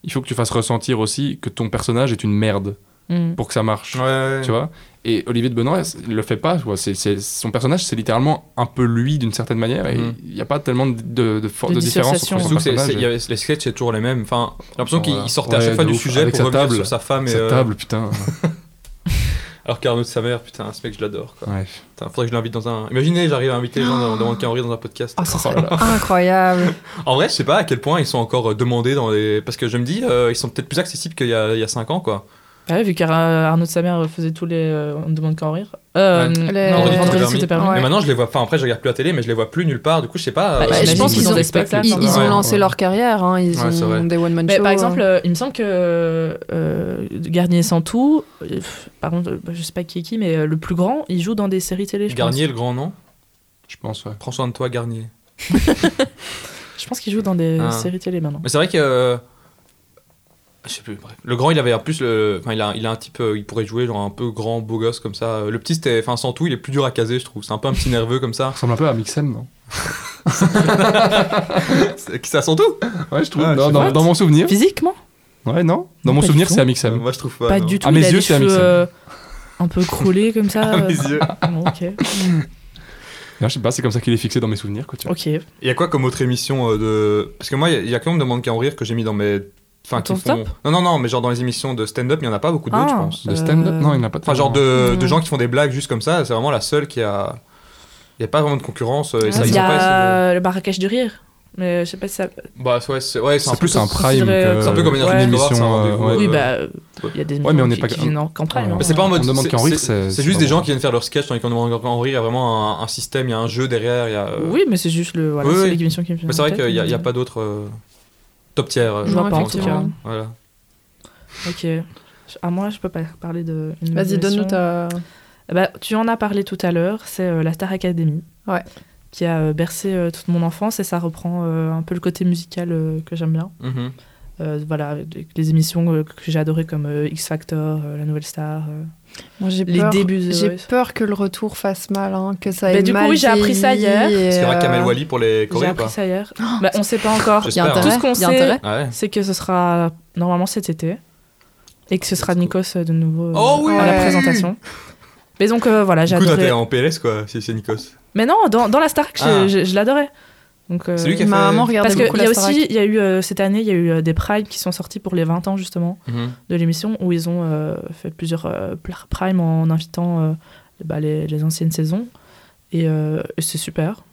[SPEAKER 4] il faut que tu fasses ressentir aussi que ton personnage est une merde
[SPEAKER 2] Mm.
[SPEAKER 4] pour que ça marche.
[SPEAKER 1] Ouais, ouais,
[SPEAKER 4] Tu vois Et Olivier de Benoît, il le fait pas. quoi. C'est- c'est- son personnage, c'est littéralement un peu lui d'une certaine manière. Et
[SPEAKER 1] Mhm.
[SPEAKER 4] il n'y a pas tellement de, de, de for-
[SPEAKER 2] De
[SPEAKER 4] de différence entre
[SPEAKER 2] dissociation.
[SPEAKER 4] son
[SPEAKER 1] Surtout que c'est-
[SPEAKER 4] personnage
[SPEAKER 1] c'est- il y
[SPEAKER 4] et
[SPEAKER 1] avait- les sketchs, c'est toujours les mêmes. Enfin, j'ai l'impression
[SPEAKER 4] Voilà.
[SPEAKER 1] qu'il sortait à
[SPEAKER 4] Ouais,
[SPEAKER 1] chaque fois
[SPEAKER 4] de
[SPEAKER 1] du
[SPEAKER 4] ouf.
[SPEAKER 1] sujet
[SPEAKER 4] Avec
[SPEAKER 1] pour
[SPEAKER 4] sa
[SPEAKER 1] revenir
[SPEAKER 4] table.
[SPEAKER 1] sur sa femme. et,
[SPEAKER 4] sa
[SPEAKER 1] euh,
[SPEAKER 4] table, putain.
[SPEAKER 1] alors qu'Arnaud de sa mère, putain, ce mec, je l'adore. quoi.
[SPEAKER 4] Ouais.
[SPEAKER 1] Putain, faudrait que je l'invite dans un. Imaginez, j'arrive à inviter les gens, on demande qu'à en rire dans un podcast.
[SPEAKER 2] Ah,
[SPEAKER 3] Oh, ça
[SPEAKER 4] Oh
[SPEAKER 3] serait
[SPEAKER 4] là là.
[SPEAKER 3] incroyable.
[SPEAKER 1] En vrai, je sais pas à quel point ils sont encore euh, demandés dans les. Parce que je me dis, euh, ils sont peut-être plus accessibles qu'il y a, il y a 5 ans, quoi.
[SPEAKER 2] Bah ouais, vu qu'Arnaud de sa mère faisait tous les. euh, on ne demande qu'à en rire. Euh,
[SPEAKER 1] Ouais.
[SPEAKER 3] Les-
[SPEAKER 2] Non, vendredi
[SPEAKER 3] Vendredi,
[SPEAKER 1] c'était permis.
[SPEAKER 2] c'était permis.
[SPEAKER 3] Ouais.
[SPEAKER 1] Mais maintenant, je les vois. Enfin, après, je regarde plus la télé, mais je les vois plus nulle part. Du coup, je sais pas.
[SPEAKER 2] Bah,
[SPEAKER 1] euh,
[SPEAKER 3] Bah, je
[SPEAKER 2] j'imagine
[SPEAKER 3] pense qu'ils
[SPEAKER 2] dans
[SPEAKER 3] ont,
[SPEAKER 2] des
[SPEAKER 4] des
[SPEAKER 2] spectacles.
[SPEAKER 3] ils,
[SPEAKER 2] hein.
[SPEAKER 3] ils
[SPEAKER 1] Ouais.
[SPEAKER 3] ont lancé leur carrière, hein, ils
[SPEAKER 1] Ouais, c'est vrai.
[SPEAKER 3] ont des one-man
[SPEAKER 2] Mais
[SPEAKER 3] shows.
[SPEAKER 2] par exemple, euh, il me semble que euh, euh, Garnier sans tout, euh, pff, par contre, euh, bah, je sais pas qui est qui, mais euh, le plus grand, il joue dans des séries télé. Je
[SPEAKER 1] Garnier, le grand nom.
[SPEAKER 4] Je pense, ouais.
[SPEAKER 1] Prends soin de toi, Garnier.
[SPEAKER 2] pense. Je pense qu'il joue dans des
[SPEAKER 1] Ah.
[SPEAKER 2] séries télé maintenant.
[SPEAKER 1] Mais c'est vrai que. euh, Je sais plus, bref. Le grand, il avait en plus. Le... Enfin, il a, il a un type. euh, il pourrait jouer genre un peu grand, beau gosse comme ça. Euh, Le petit, c'était. Enfin, sans tout, il est plus dur à caser, je trouve. C'est un peu un petit nerveux comme ça.
[SPEAKER 4] Ça ressemble un peu à Mixem, non
[SPEAKER 1] C'est- Qui ça, sans tout
[SPEAKER 4] Ouais, je trouve.
[SPEAKER 1] Ah, je
[SPEAKER 4] Non,
[SPEAKER 1] sais
[SPEAKER 4] dans,
[SPEAKER 2] pas.
[SPEAKER 4] dans mon souvenir.
[SPEAKER 2] Physiquement
[SPEAKER 4] Ouais, non
[SPEAKER 2] Non,
[SPEAKER 4] Dans mon
[SPEAKER 2] pas du
[SPEAKER 4] souvenir,
[SPEAKER 2] tout.
[SPEAKER 4] c'est à Mixem.
[SPEAKER 1] Moi, je trouve pas.
[SPEAKER 2] Pas
[SPEAKER 1] non.
[SPEAKER 2] du tout.
[SPEAKER 4] mes
[SPEAKER 2] il a
[SPEAKER 4] yeux,
[SPEAKER 2] des
[SPEAKER 4] c'est un
[SPEAKER 2] cheveux,
[SPEAKER 4] mix.
[SPEAKER 2] euh, un peu croulés comme ça. euh, ah,
[SPEAKER 1] À mes yeux.
[SPEAKER 2] Bon, ok.
[SPEAKER 4] Non, je sais pas, c'est comme ça qu'il est fixé dans mes souvenirs, quoi. Tu vois.
[SPEAKER 2] Ok.
[SPEAKER 1] Il y a quoi comme autre émission euh, de. Parce que moi, il y a quand même Demande qu'à en rire que j'ai mis dans mes. Enfin,
[SPEAKER 2] Dans
[SPEAKER 1] qui
[SPEAKER 2] ton
[SPEAKER 1] font. Non, non, non, mais genre dans les émissions de stand-up, il y en a pas beaucoup d'autres,
[SPEAKER 2] Ah.
[SPEAKER 1] je pense.
[SPEAKER 4] De stand-up
[SPEAKER 2] Euh,
[SPEAKER 4] Non, il n'a pas de
[SPEAKER 1] Enfin, genre de,
[SPEAKER 3] Non.
[SPEAKER 1] de gens qui font des blagues juste comme ça, c'est vraiment la seule qui a. Il n'y a pas vraiment de concurrence. euh, Et
[SPEAKER 3] Ah,
[SPEAKER 1] ça,
[SPEAKER 2] Il
[SPEAKER 1] ils
[SPEAKER 2] y
[SPEAKER 1] ont pas essayé
[SPEAKER 2] a le barracage du rire. Mais je sais pas si ça.
[SPEAKER 1] de- Bah, ouais, c'est ouais, c'est un
[SPEAKER 4] C'est plus
[SPEAKER 1] peu-
[SPEAKER 4] un prime
[SPEAKER 2] considéré,
[SPEAKER 4] que.
[SPEAKER 2] C'est
[SPEAKER 1] un peu comme une
[SPEAKER 2] Ouais.
[SPEAKER 1] émission.
[SPEAKER 4] émission, euh, ouais.
[SPEAKER 2] oui,
[SPEAKER 1] euh,
[SPEAKER 2] bah, euh, il y a des
[SPEAKER 4] Ouais, mais on
[SPEAKER 2] gens
[SPEAKER 4] n'est
[SPEAKER 2] qui,
[SPEAKER 4] pas-
[SPEAKER 2] qui viennent en campagne.
[SPEAKER 4] Ouais.
[SPEAKER 2] hein.
[SPEAKER 1] Mais c'est pas en mode.
[SPEAKER 4] On demande
[SPEAKER 1] c'est-
[SPEAKER 4] qu'en rire,
[SPEAKER 1] c'est-
[SPEAKER 4] c'est-
[SPEAKER 1] C'est
[SPEAKER 4] c'est
[SPEAKER 1] juste
[SPEAKER 4] pas
[SPEAKER 1] des
[SPEAKER 4] bon.
[SPEAKER 1] gens qui viennent faire leur sketch, tandis qu'on demande qu'en rire, il y a vraiment un, un système, il y a un jeu derrière. il Y a, euh,
[SPEAKER 2] Oui, mais c'est juste le. Voilà,
[SPEAKER 1] Oui,
[SPEAKER 2] c'est
[SPEAKER 1] oui.
[SPEAKER 2] l'émission qui me vient
[SPEAKER 1] Mais c'est vrai
[SPEAKER 2] en
[SPEAKER 1] qu'il
[SPEAKER 2] tête,
[SPEAKER 1] n'y a,
[SPEAKER 2] mais-
[SPEAKER 1] il y a pas d'autres euh, top tiers. euh,
[SPEAKER 2] Je vois
[SPEAKER 3] Non,
[SPEAKER 2] pas en tout cas.
[SPEAKER 3] effectivement.
[SPEAKER 1] Voilà.
[SPEAKER 2] euh, Ok. À moi, je peux pas parler de. une
[SPEAKER 3] Vas-y,
[SPEAKER 2] émission.
[SPEAKER 3] donne-nous ta.
[SPEAKER 2] Bah, tu en as parlé tout à l'heure, c'est euh, la Star Academy.
[SPEAKER 3] Ouais.
[SPEAKER 2] Qui a euh, bercé euh, toute mon enfance et ça reprend euh, un peu le côté musical euh, que j'aime bien.
[SPEAKER 1] Mhm.
[SPEAKER 2] Euh, voilà, avec les émissions euh, que j'ai adorées comme euh, X Factor, euh, La Nouvelle Star, euh,
[SPEAKER 3] Moi, j'ai
[SPEAKER 2] les
[SPEAKER 3] peur.
[SPEAKER 2] débuts de
[SPEAKER 3] J'ai
[SPEAKER 2] Voice.
[SPEAKER 3] peur que le retour fasse mal, hein, que ça
[SPEAKER 2] Bah,
[SPEAKER 3] ait
[SPEAKER 2] du coup,
[SPEAKER 3] mal
[SPEAKER 2] oui, j'ai appris ça
[SPEAKER 3] vieilli
[SPEAKER 2] hier.
[SPEAKER 3] et,
[SPEAKER 1] Est-ce qu'il y aura
[SPEAKER 3] euh,
[SPEAKER 1] Kamel Wali pour les
[SPEAKER 2] J'ai
[SPEAKER 1] Corées ou
[SPEAKER 2] appris
[SPEAKER 1] pas
[SPEAKER 2] ça hier. Bah, on sait pas encore.
[SPEAKER 3] Il y
[SPEAKER 1] J'espère,
[SPEAKER 3] a
[SPEAKER 1] hein.
[SPEAKER 3] intérêt.
[SPEAKER 2] Tout ce qu'on
[SPEAKER 3] il y a
[SPEAKER 2] sait-
[SPEAKER 3] intérêt.
[SPEAKER 1] Ouais.
[SPEAKER 2] C'est que ce sera normalement cet été et que ce sera
[SPEAKER 1] Let's go.
[SPEAKER 2] Nikos euh, de nouveau euh,
[SPEAKER 1] Oh oui
[SPEAKER 2] à la
[SPEAKER 3] Ouais.
[SPEAKER 2] présentation. Mais donc euh, voilà, j'ai
[SPEAKER 1] Du coup, toi,
[SPEAKER 2] adoré.
[SPEAKER 1] t'es en PLS, quoi, si c'est Nikos.
[SPEAKER 2] Mais non, dans, dans la Star Trek,
[SPEAKER 1] Ah.
[SPEAKER 2] je, je- je l'adorais. Donc, euh,
[SPEAKER 1] C'est lui qui a fait.
[SPEAKER 3] Ma maman regardait
[SPEAKER 2] Parce
[SPEAKER 3] beaucoup
[SPEAKER 2] qu'il y a
[SPEAKER 3] la Starac.
[SPEAKER 2] aussi, il y a eu euh, cette année, il y a eu euh, des primes qui sont sortis pour les 20 ans justement
[SPEAKER 1] Mhm.
[SPEAKER 2] de l'émission où ils ont euh, fait plusieurs euh, pla- primes en invitant euh, bah, les, les anciennes saisons et euh, et c'est super.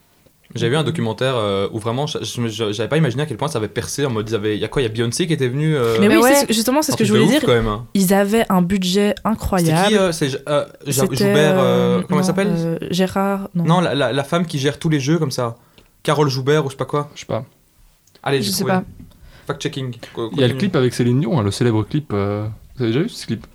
[SPEAKER 1] J'ai
[SPEAKER 2] Mhm.
[SPEAKER 1] vu un documentaire euh, où vraiment, je- je- je- j'avais pas imaginé à quel point ça avait percé. En mode, ils avaient- il y a quoi Il y a Beyoncé qui était venue. euh,
[SPEAKER 2] Mais
[SPEAKER 3] Mais
[SPEAKER 2] oui,
[SPEAKER 3] ouais.
[SPEAKER 2] c'est ce- justement, c'est
[SPEAKER 1] un
[SPEAKER 2] ce que
[SPEAKER 1] truc
[SPEAKER 2] je
[SPEAKER 1] de
[SPEAKER 2] voulais
[SPEAKER 1] ouf,
[SPEAKER 2] dire.
[SPEAKER 1] Quand même. hein.
[SPEAKER 2] Ils avaient un budget
[SPEAKER 1] C'était
[SPEAKER 2] incroyable.
[SPEAKER 1] qui euh, C'est euh, Ja-
[SPEAKER 2] C'était,
[SPEAKER 1] Joubert. euh,
[SPEAKER 2] euh,
[SPEAKER 1] comment elle
[SPEAKER 2] non,
[SPEAKER 1] s'appelle
[SPEAKER 2] euh, Gérard. Non.
[SPEAKER 1] Non, la, la- la femme qui gère tous les jeux comme ça. Carole Joubert ou je sais pas quoi.
[SPEAKER 4] Je sais pas.
[SPEAKER 1] Allez,
[SPEAKER 3] Je
[SPEAKER 1] j'ai
[SPEAKER 3] sais
[SPEAKER 1] trouvé.
[SPEAKER 3] pas.
[SPEAKER 1] Fact-checking. Co-
[SPEAKER 4] Il y a le
[SPEAKER 1] continue.
[SPEAKER 4] clip avec Céline Dion, hein, le célèbre clip. euh, Vous avez déjà vu ce clip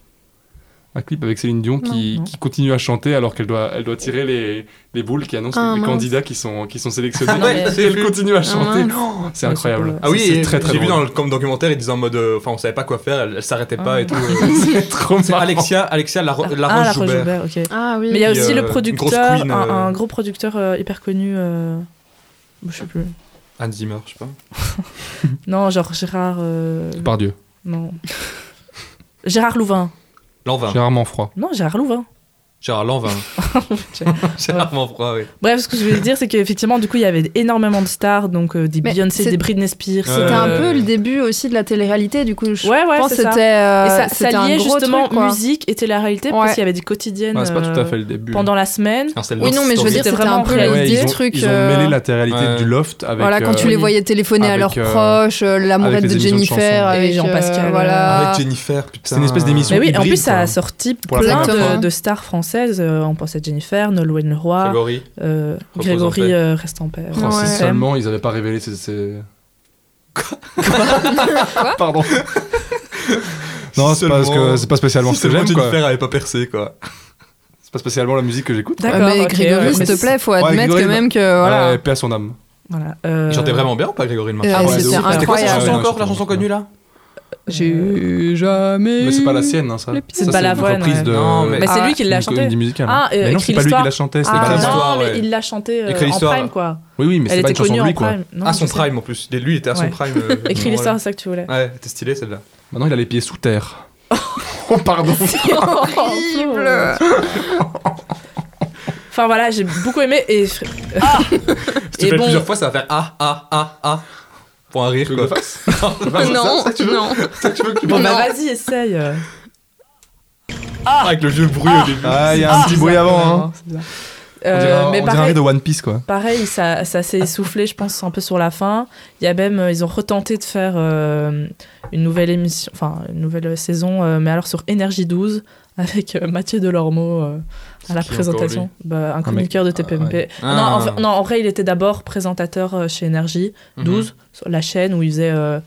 [SPEAKER 4] un clip avec Céline Dion qui,
[SPEAKER 2] Non.
[SPEAKER 4] qui continue à chanter alors qu'elle doit, elle doit tirer les, les boules qui annoncent
[SPEAKER 3] Ah,
[SPEAKER 4] les
[SPEAKER 3] mince.
[SPEAKER 4] candidats qui sont, qui sont sélectionnés.
[SPEAKER 2] Ah, non, mais-
[SPEAKER 4] Et elle continue à chanter.
[SPEAKER 3] mince.
[SPEAKER 4] Oh, c'est
[SPEAKER 2] Ouais,
[SPEAKER 4] incroyable.
[SPEAKER 2] c'est pas-
[SPEAKER 1] Ah oui,
[SPEAKER 4] C'est- c'est
[SPEAKER 1] et
[SPEAKER 4] très très
[SPEAKER 1] j'ai vu dans
[SPEAKER 4] drôle.
[SPEAKER 1] le comme documentaire, ils disaient en mode, euh, enfin, on savait pas quoi faire, elle, elle s'arrêtait pas
[SPEAKER 2] Ah.
[SPEAKER 1] et tout. euh.
[SPEAKER 4] C'est trop
[SPEAKER 1] C'est
[SPEAKER 4] marrant.
[SPEAKER 1] Alexia, Alexia Laro- Laroche
[SPEAKER 2] ah, la Roche
[SPEAKER 1] Joubert.
[SPEAKER 2] Joubert, ok.
[SPEAKER 3] Ah oui.
[SPEAKER 2] Mais il y a
[SPEAKER 1] Puis,
[SPEAKER 2] aussi
[SPEAKER 1] euh,
[SPEAKER 2] le
[SPEAKER 1] une grosse
[SPEAKER 2] producteur,
[SPEAKER 1] queen,
[SPEAKER 2] un,
[SPEAKER 1] euh,
[SPEAKER 2] un gros producteur euh, hyper connu. euh, Je sais plus.
[SPEAKER 1] Anne Zimmer, je sais pas.
[SPEAKER 2] Non, genre Gérard. euh,
[SPEAKER 4] Par Dieu.
[SPEAKER 2] Non. Gérard Louvain.
[SPEAKER 1] Lanvin.
[SPEAKER 4] Généralement froid.
[SPEAKER 2] Non, Gérard Louvain.
[SPEAKER 1] Gérard Lanvin.
[SPEAKER 2] Oh
[SPEAKER 1] Gérard Manfroid, oui.
[SPEAKER 2] Bref, ce que je voulais dire, c'est qu'effectivement, du coup, il y avait énormément de stars, donc euh, des
[SPEAKER 3] Mais
[SPEAKER 2] Beyoncé,
[SPEAKER 3] c'est-
[SPEAKER 2] des Britney Spears.
[SPEAKER 1] Ouais.
[SPEAKER 3] C'était un
[SPEAKER 2] euh,
[SPEAKER 3] peu le début aussi de la télé-réalité, du coup. Je
[SPEAKER 2] Ouais, ouais,
[SPEAKER 3] pense
[SPEAKER 2] c'est
[SPEAKER 3] que c'était.
[SPEAKER 2] ça.
[SPEAKER 3] euh,
[SPEAKER 2] Et ça, ça
[SPEAKER 3] c'était un
[SPEAKER 2] liait
[SPEAKER 3] gros
[SPEAKER 2] justement
[SPEAKER 3] truc, quoi.
[SPEAKER 2] musique et télé-réalité,
[SPEAKER 3] Ouais.
[SPEAKER 2] parce qu'il y avait des quotidiennes
[SPEAKER 4] Ah, c'est pas tout à fait
[SPEAKER 2] euh,
[SPEAKER 4] le début.
[SPEAKER 2] pendant la semaine.
[SPEAKER 1] Non, c'est le
[SPEAKER 3] Oui,
[SPEAKER 1] Love
[SPEAKER 3] non, mais je veux
[SPEAKER 1] Story.
[SPEAKER 3] dire,
[SPEAKER 2] C'était
[SPEAKER 3] c'était un
[SPEAKER 2] vraiment
[SPEAKER 3] peu
[SPEAKER 2] réel.
[SPEAKER 3] l'idée,
[SPEAKER 4] ils, ont,
[SPEAKER 3] truc.
[SPEAKER 4] ils ont
[SPEAKER 3] euh,
[SPEAKER 4] mêlé la réalité
[SPEAKER 1] Ouais.
[SPEAKER 4] du loft avec.
[SPEAKER 3] voilà, quand
[SPEAKER 4] euh,
[SPEAKER 3] tu les voyais téléphoner à
[SPEAKER 4] avec,
[SPEAKER 3] leurs
[SPEAKER 4] euh,
[SPEAKER 3] proches, euh, l'amourette
[SPEAKER 4] avec les
[SPEAKER 3] de
[SPEAKER 4] émissions de
[SPEAKER 3] Jennifer,
[SPEAKER 4] chansons.
[SPEAKER 2] Et
[SPEAKER 3] avec
[SPEAKER 2] Jean-Pascal,
[SPEAKER 3] euh, voilà.
[SPEAKER 1] Avec Jennifer, putain.
[SPEAKER 4] C'est une espèce d'émission.
[SPEAKER 2] Mais oui, en
[SPEAKER 4] hybride,
[SPEAKER 2] plus, ça
[SPEAKER 4] quoi.
[SPEAKER 2] a sorti
[SPEAKER 4] la
[SPEAKER 2] plein
[SPEAKER 3] première fois.
[SPEAKER 2] de, de stars françaises. euh, on pense à Jennifer, Nolwenn Leroy,
[SPEAKER 1] Grégory.
[SPEAKER 2] euh,
[SPEAKER 1] Repose en
[SPEAKER 2] Grégory
[SPEAKER 1] paix.
[SPEAKER 2] euh, Reste en paix.
[SPEAKER 4] Oh,
[SPEAKER 3] Ouais.
[SPEAKER 2] Reste
[SPEAKER 4] si
[SPEAKER 2] en paix.
[SPEAKER 4] seulement ils n'avaient pas révélé ces. ces- Pardon. non, c'est pas,
[SPEAKER 1] Seulement-
[SPEAKER 4] ce que- c'est pas spécialement
[SPEAKER 1] Si
[SPEAKER 4] ce que
[SPEAKER 1] seulement
[SPEAKER 4] j'aime, quoi.
[SPEAKER 1] Jennifer avait pas percé, quoi.
[SPEAKER 4] C'est pas spécialement la musique que j'écoute.
[SPEAKER 2] D'accord.
[SPEAKER 3] Ah, mais
[SPEAKER 2] ok, ouais,
[SPEAKER 3] Grégory, s'il
[SPEAKER 2] mais
[SPEAKER 3] te
[SPEAKER 2] c'est-
[SPEAKER 3] plaît, faut
[SPEAKER 4] Ouais,
[SPEAKER 3] admettre
[SPEAKER 4] Grégory,
[SPEAKER 3] quand même que.
[SPEAKER 4] Voilà.
[SPEAKER 3] Voilà.
[SPEAKER 4] paix à son âme.
[SPEAKER 2] Voilà. euh,
[SPEAKER 1] Il chantait vraiment bien ou pas, Grégory le Marchand hein.
[SPEAKER 3] Euh,
[SPEAKER 4] ouais,
[SPEAKER 3] c'était
[SPEAKER 4] de ouf.
[SPEAKER 1] C'était quoi sa
[SPEAKER 4] incroyable.
[SPEAKER 1] chanson
[SPEAKER 4] Ouais,
[SPEAKER 1] encore,
[SPEAKER 4] ouais,
[SPEAKER 1] la
[SPEAKER 4] je
[SPEAKER 1] chanson
[SPEAKER 4] comprends.
[SPEAKER 1] connue là
[SPEAKER 3] J'ai eu jamais.
[SPEAKER 4] Mais c'est pas la
[SPEAKER 3] eu-
[SPEAKER 4] sienne, hein, ça.
[SPEAKER 3] Les
[SPEAKER 2] C'est
[SPEAKER 4] Ça,
[SPEAKER 2] Balavoine,
[SPEAKER 4] une reprise
[SPEAKER 2] ouais.
[SPEAKER 4] de.
[SPEAKER 1] Non, mais-
[SPEAKER 2] Bah, c'est lui qui
[SPEAKER 4] une
[SPEAKER 2] l'a chanté.
[SPEAKER 4] comédie musicale.
[SPEAKER 2] Ah, euh,
[SPEAKER 4] mais non,
[SPEAKER 2] écrit
[SPEAKER 4] c'est pas lui qui
[SPEAKER 2] l'histoire.
[SPEAKER 4] l'a chanté, c'est
[SPEAKER 2] Ah,
[SPEAKER 1] Écrit
[SPEAKER 4] Balavoine.
[SPEAKER 1] l'histoire,
[SPEAKER 2] non, mais
[SPEAKER 1] ouais.
[SPEAKER 2] il l'a chanté euh,
[SPEAKER 1] Écrit
[SPEAKER 2] en
[SPEAKER 1] l'histoire.
[SPEAKER 2] prime, quoi.
[SPEAKER 4] Oui, oui, mais
[SPEAKER 2] Elle
[SPEAKER 4] c'est
[SPEAKER 2] était
[SPEAKER 4] pas une chanson
[SPEAKER 2] connue
[SPEAKER 4] de
[SPEAKER 2] en
[SPEAKER 4] lui, quoi.
[SPEAKER 2] prime. Non,
[SPEAKER 1] Ah,
[SPEAKER 2] je
[SPEAKER 1] son
[SPEAKER 2] sais.
[SPEAKER 1] prime en plus. Lui, il était à son
[SPEAKER 2] Ouais.
[SPEAKER 1] prime. euh, à ce
[SPEAKER 2] Écris l'histoire,
[SPEAKER 1] moment-là.
[SPEAKER 2] c'est ça que tu voulais.
[SPEAKER 1] Ouais, t'es stylé celle-là.
[SPEAKER 4] Maintenant, il a les pieds sous terre. Oh, pardon.
[SPEAKER 3] Horrible.
[SPEAKER 2] Enfin voilà, j'ai beaucoup aimé et
[SPEAKER 1] Si tu
[SPEAKER 2] Et
[SPEAKER 1] fais
[SPEAKER 2] bon-
[SPEAKER 1] plusieurs fois, ça va faire ah, ah, ah, ah. Pour un rire,
[SPEAKER 4] Truc
[SPEAKER 1] quoi.
[SPEAKER 4] de
[SPEAKER 3] Non, non.
[SPEAKER 4] Euh,
[SPEAKER 2] bon bah
[SPEAKER 3] Non.
[SPEAKER 2] vas-y essaye.
[SPEAKER 1] Ah, Avec le vieux bruit au début.
[SPEAKER 4] Ah, il y a un petit bruit avant. hein. On dirait
[SPEAKER 2] Euh, mais
[SPEAKER 4] un- on dirait un
[SPEAKER 2] pareil,
[SPEAKER 4] rire de One Piece, quoi.
[SPEAKER 2] pareil, ça, ça s'est essoufflé, je pense, un peu sur la fin. Il y a même, euh, ils ont retenté de faire euh, une nouvelle émission, enfin une nouvelle saison, euh, mais alors sur Énergie 12 avec euh, Mathieu Delormeau euh, à la
[SPEAKER 1] qui,
[SPEAKER 2] présentation, Bah, un chroniqueur de TPMP.
[SPEAKER 1] Ah, ouais.
[SPEAKER 2] Non, en
[SPEAKER 1] Ah.
[SPEAKER 2] fa- non, en vrai, il était d'abord présentateur euh, chez Énergie
[SPEAKER 1] Mhm.
[SPEAKER 2] 12, sur la chaîne où il faisait euh,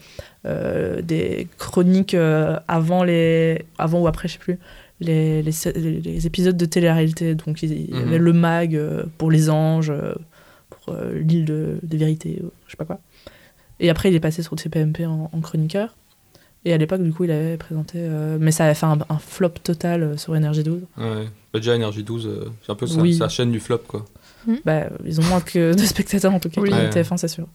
[SPEAKER 2] euh, des chroniques euh, avant, les, avant ou après, je sais plus, les, les, sé- les- les épisodes de télé-réalité. Donc il, il y
[SPEAKER 1] Mhm.
[SPEAKER 2] avait le mag euh, pour les anges, euh, pour euh, l'île de, des vérités, euh, je sais pas quoi. Et après, il est passé sur TPMP en, en chroniqueur. Et à l'époque, du coup, il avait présenté. euh, mais ça avait fait un, un flop total euh, sur Énergie 12.
[SPEAKER 1] Ouais. Bah, déjà, Energy 12, euh, c'est un peu sa,
[SPEAKER 2] Oui.
[SPEAKER 1] sa chaîne du flop, quoi.
[SPEAKER 2] Bah, ils ont moins que deux spectateurs en tout cas.
[SPEAKER 3] Oui.
[SPEAKER 1] Ouais.
[SPEAKER 2] TF1, c'est sûr.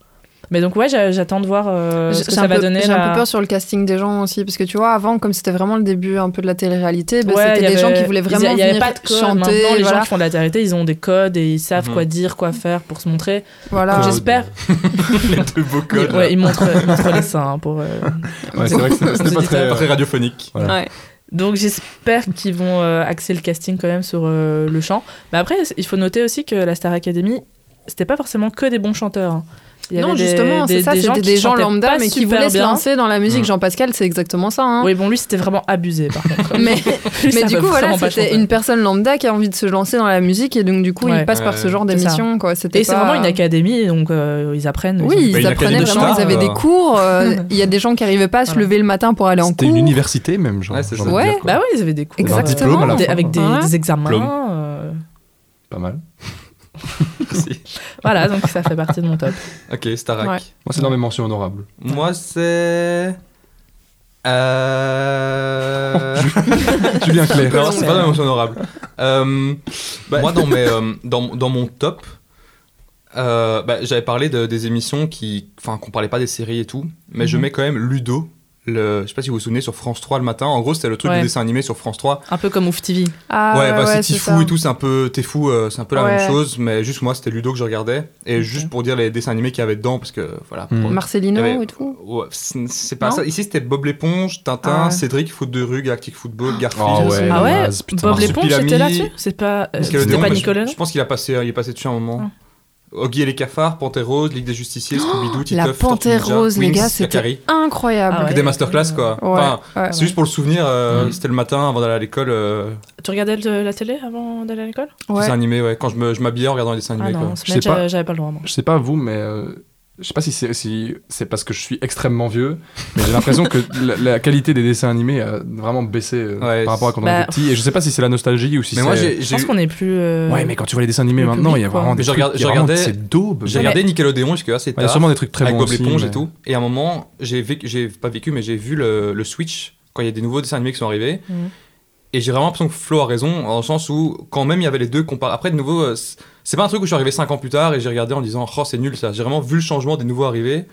[SPEAKER 2] Mais donc ouais, j'a- j'attends de voir euh,
[SPEAKER 3] J'ai
[SPEAKER 2] ce que
[SPEAKER 3] j'ai
[SPEAKER 2] ça
[SPEAKER 3] un,
[SPEAKER 2] va
[SPEAKER 3] peu-
[SPEAKER 2] donner.
[SPEAKER 3] j'ai un
[SPEAKER 2] là.
[SPEAKER 3] peu peur sur le casting des gens aussi, parce que tu vois, avant, comme c'était vraiment le début un peu de la télé-réalité, ben,
[SPEAKER 2] Ouais, il y
[SPEAKER 3] c'était des gens
[SPEAKER 2] avait-
[SPEAKER 3] qui voulaient
[SPEAKER 2] il y a-
[SPEAKER 3] vraiment
[SPEAKER 2] il y avait
[SPEAKER 3] venir
[SPEAKER 2] pas de code. Maintenant,
[SPEAKER 3] chanter.
[SPEAKER 2] les gens
[SPEAKER 3] voilà.
[SPEAKER 2] qui font de la vérité, ils ont des codes et ils savent
[SPEAKER 1] Mhm.
[SPEAKER 2] quoi dire, quoi faire pour se montrer.
[SPEAKER 3] voilà.
[SPEAKER 2] Donc,
[SPEAKER 4] Code.
[SPEAKER 2] J'espère.
[SPEAKER 1] Les deux beaux
[SPEAKER 2] Ils,
[SPEAKER 1] codes.
[SPEAKER 2] ouais, ils montrent, ils montrent les seins hein, pour. euh,
[SPEAKER 4] Ouais, c'est vrai que c'était
[SPEAKER 2] Aux
[SPEAKER 4] pas très.
[SPEAKER 1] Très radiophonique.
[SPEAKER 3] Ouais.
[SPEAKER 2] Donc j'espère qu'ils vont euh, axer le casting quand même sur euh, le chant. Mais après, il faut noter aussi que la Star Academy, c'était pas forcément que des bons chanteurs. hein. Il y
[SPEAKER 3] Non,
[SPEAKER 2] avait des-
[SPEAKER 3] justement, c'est ça, c'était
[SPEAKER 2] qui
[SPEAKER 3] des gens
[SPEAKER 2] chantaient
[SPEAKER 3] lambda,
[SPEAKER 2] pas
[SPEAKER 3] mais qui
[SPEAKER 2] super
[SPEAKER 3] voulaient se
[SPEAKER 2] bien.
[SPEAKER 3] lancer dans la musique.
[SPEAKER 1] Mm.
[SPEAKER 3] Jean-Pascal, c'est exactement ça. hein.
[SPEAKER 2] Oui, bon, lui, c'était vraiment abusé par contre.
[SPEAKER 3] Mais,
[SPEAKER 2] Lui,
[SPEAKER 3] mais
[SPEAKER 2] ça
[SPEAKER 3] du
[SPEAKER 2] veut
[SPEAKER 3] coup, voilà,
[SPEAKER 2] vraiment pas
[SPEAKER 3] c'était
[SPEAKER 2] chanter.
[SPEAKER 3] une personne lambda qui a envie de se lancer dans la musique, et donc du coup,
[SPEAKER 2] Ouais.
[SPEAKER 3] il passe par
[SPEAKER 1] Ouais.
[SPEAKER 3] ce genre
[SPEAKER 2] C'est ça.
[SPEAKER 3] d'émission. quoi. C'était
[SPEAKER 2] Et c'est
[SPEAKER 3] pas-
[SPEAKER 2] vraiment une académie, donc euh, ils apprennent. ils
[SPEAKER 3] Oui,
[SPEAKER 1] Bah,
[SPEAKER 3] ils
[SPEAKER 1] une
[SPEAKER 3] apprenaient
[SPEAKER 1] académie de
[SPEAKER 3] vraiment, ils
[SPEAKER 1] stars,
[SPEAKER 3] avaient des
[SPEAKER 1] euh.
[SPEAKER 3] cours. euh, Il y a des gens qui n'arrivaient pas à se
[SPEAKER 2] Voilà.
[SPEAKER 3] lever le matin pour aller en
[SPEAKER 4] C'était
[SPEAKER 3] cours.
[SPEAKER 4] une université, même, genre.
[SPEAKER 1] Ouais, c'est ça.
[SPEAKER 4] j'ai envie de
[SPEAKER 3] Ouais,
[SPEAKER 4] dire, quoi.
[SPEAKER 2] Bah ouais, ils avaient des cours.
[SPEAKER 4] Ils avaient un
[SPEAKER 3] Exactement.
[SPEAKER 4] diplôme à la
[SPEAKER 2] Des-
[SPEAKER 4] fin.
[SPEAKER 2] avec des,
[SPEAKER 3] Ouais.
[SPEAKER 2] des
[SPEAKER 1] Diplôme.
[SPEAKER 2] examens. euh,
[SPEAKER 4] Pas mal.
[SPEAKER 2] voilà, donc ça fait partie de mon top.
[SPEAKER 1] Ok, Starak.
[SPEAKER 3] Ouais.
[SPEAKER 4] Moi, c'est dans mes mentions honorables.
[SPEAKER 1] Moi, c'est. Euh...
[SPEAKER 4] Julien Clerc.
[SPEAKER 1] non, c'est pas dans mes honorable. Euh, Moi, dans, mes, euh, dans, dans mon top, euh, bah, j'avais parlé de- des émissions qui, enfin, qu'on parlait pas des séries et tout, mais je
[SPEAKER 2] Mhm.
[SPEAKER 1] mets quand même Ludo. Le, je sais pas si vous vous souvenez sur France 3 le matin. En gros, c'était le truc
[SPEAKER 2] Ouais.
[SPEAKER 1] du dessin animé sur France 3.
[SPEAKER 2] Un peu comme Ouf TV.
[SPEAKER 3] Ah,
[SPEAKER 1] ouais, bah, c'est
[SPEAKER 3] c'est
[SPEAKER 1] Tifou
[SPEAKER 3] ça.
[SPEAKER 1] et tout, c'est un peu T'es fou, euh, c'est un peu la
[SPEAKER 3] Ouais.
[SPEAKER 1] même chose, mais juste moi, c'était Ludo que je regardais. Et juste pour dire les dessins animés qu'il y avait dedans, parce que voilà.
[SPEAKER 4] Hmm.
[SPEAKER 1] pour-
[SPEAKER 3] Marcelino
[SPEAKER 1] Il y avait-
[SPEAKER 3] et tout.
[SPEAKER 1] Ouais, c'est c'est pas
[SPEAKER 3] Non
[SPEAKER 1] ça. Ici, c'était Bob l'éponge, Tintin,
[SPEAKER 3] Ah ouais.
[SPEAKER 1] Cédric, Foot de rue, Galactic Football, Garfield.
[SPEAKER 4] Ah
[SPEAKER 1] Parce
[SPEAKER 4] ouais,
[SPEAKER 2] ah ouais,
[SPEAKER 4] naze, putain.
[SPEAKER 2] Bob l'éponge
[SPEAKER 1] Marsupilami.
[SPEAKER 2] était là-dessus C'est pas, euh,
[SPEAKER 1] qu'il y avait des
[SPEAKER 2] c'était
[SPEAKER 1] noms,
[SPEAKER 2] pas
[SPEAKER 1] mais je-
[SPEAKER 2] Nicolas
[SPEAKER 1] Je, pense qu'il a passé, il est passé dessus un
[SPEAKER 3] Ah.
[SPEAKER 1] moment. Oggy et les cafards, Panthère Rose, Ligue des Justiciers, Scooby-Doo,
[SPEAKER 3] Oh, la
[SPEAKER 1] Titeuf,
[SPEAKER 3] Panthère
[SPEAKER 1] Tortue Ninja,
[SPEAKER 3] Rose, les
[SPEAKER 1] Winx,
[SPEAKER 3] gars, c'était
[SPEAKER 1] Yakari.
[SPEAKER 3] Incroyable.
[SPEAKER 2] Ah
[SPEAKER 1] Que
[SPEAKER 2] ouais.
[SPEAKER 1] des masterclass, quoi.
[SPEAKER 3] Ouais,
[SPEAKER 1] Enfin,
[SPEAKER 3] ouais.
[SPEAKER 1] c'est juste pour le souvenir, euh,
[SPEAKER 4] Mm.
[SPEAKER 1] c'était le matin avant d'aller à l'école, euh,
[SPEAKER 2] Tu regardais le- la télé avant d'aller à l'école
[SPEAKER 3] Ouais.
[SPEAKER 1] dessin animé, ouais. Quand Ah, je me- je m'habillais en regardant les dessins
[SPEAKER 2] Ah
[SPEAKER 1] animés, quoi.
[SPEAKER 2] non, ce
[SPEAKER 4] Je
[SPEAKER 2] match,
[SPEAKER 4] sais pas.
[SPEAKER 2] euh, j'avais pas le droit, moi.
[SPEAKER 4] Je sais pas vous, mais euh, Je sais pas si c'est si c'est parce que je suis extrêmement vieux, mais j'ai l'impression que la, la qualité des dessins animés a vraiment baissé euh,
[SPEAKER 1] Ouais,
[SPEAKER 4] par rapport à quand on
[SPEAKER 2] bah,
[SPEAKER 4] était petit. Et je sais pas si c'est la nostalgie ou si
[SPEAKER 1] Mais
[SPEAKER 4] c'est.
[SPEAKER 1] moi, j'ai
[SPEAKER 2] Je
[SPEAKER 1] j'ai
[SPEAKER 2] pense
[SPEAKER 1] eu-
[SPEAKER 2] qu'on est plus. euh,
[SPEAKER 4] Ouais, mais quand tu vois les dessins animés
[SPEAKER 2] le
[SPEAKER 4] maintenant, il y a
[SPEAKER 2] public, quoi.
[SPEAKER 4] vraiment des.
[SPEAKER 1] Mais je
[SPEAKER 4] trucs-
[SPEAKER 1] regarde-
[SPEAKER 4] il y
[SPEAKER 1] je
[SPEAKER 4] a vraiment-
[SPEAKER 1] regardais-
[SPEAKER 4] C'est daube.
[SPEAKER 1] j'ai
[SPEAKER 4] Il
[SPEAKER 1] regardé Nickelodeon jusqu'à assez
[SPEAKER 4] y a
[SPEAKER 1] tard.
[SPEAKER 4] sûrement des trucs très
[SPEAKER 1] avec
[SPEAKER 4] bons.
[SPEAKER 1] Bob
[SPEAKER 4] aussi,
[SPEAKER 1] l'éponge
[SPEAKER 4] mais-
[SPEAKER 1] et tout. Et à un moment, j'ai vécu- j'ai pas vécu, mais j'ai vu le, le Switch quand il y a des nouveaux dessins animés qui sont arrivés.
[SPEAKER 2] Mhm.
[SPEAKER 1] Et j'ai vraiment l'impression que Flo a raison, dans le sens où quand même il y avait les deux comparés. Après, de nouveau, euh, c- c'est pas un truc où je suis arrivé 5 ans plus tard et j'ai regardé en disant oh c'est nul ça. J'ai vraiment vu le changement des nouveaux arrivés.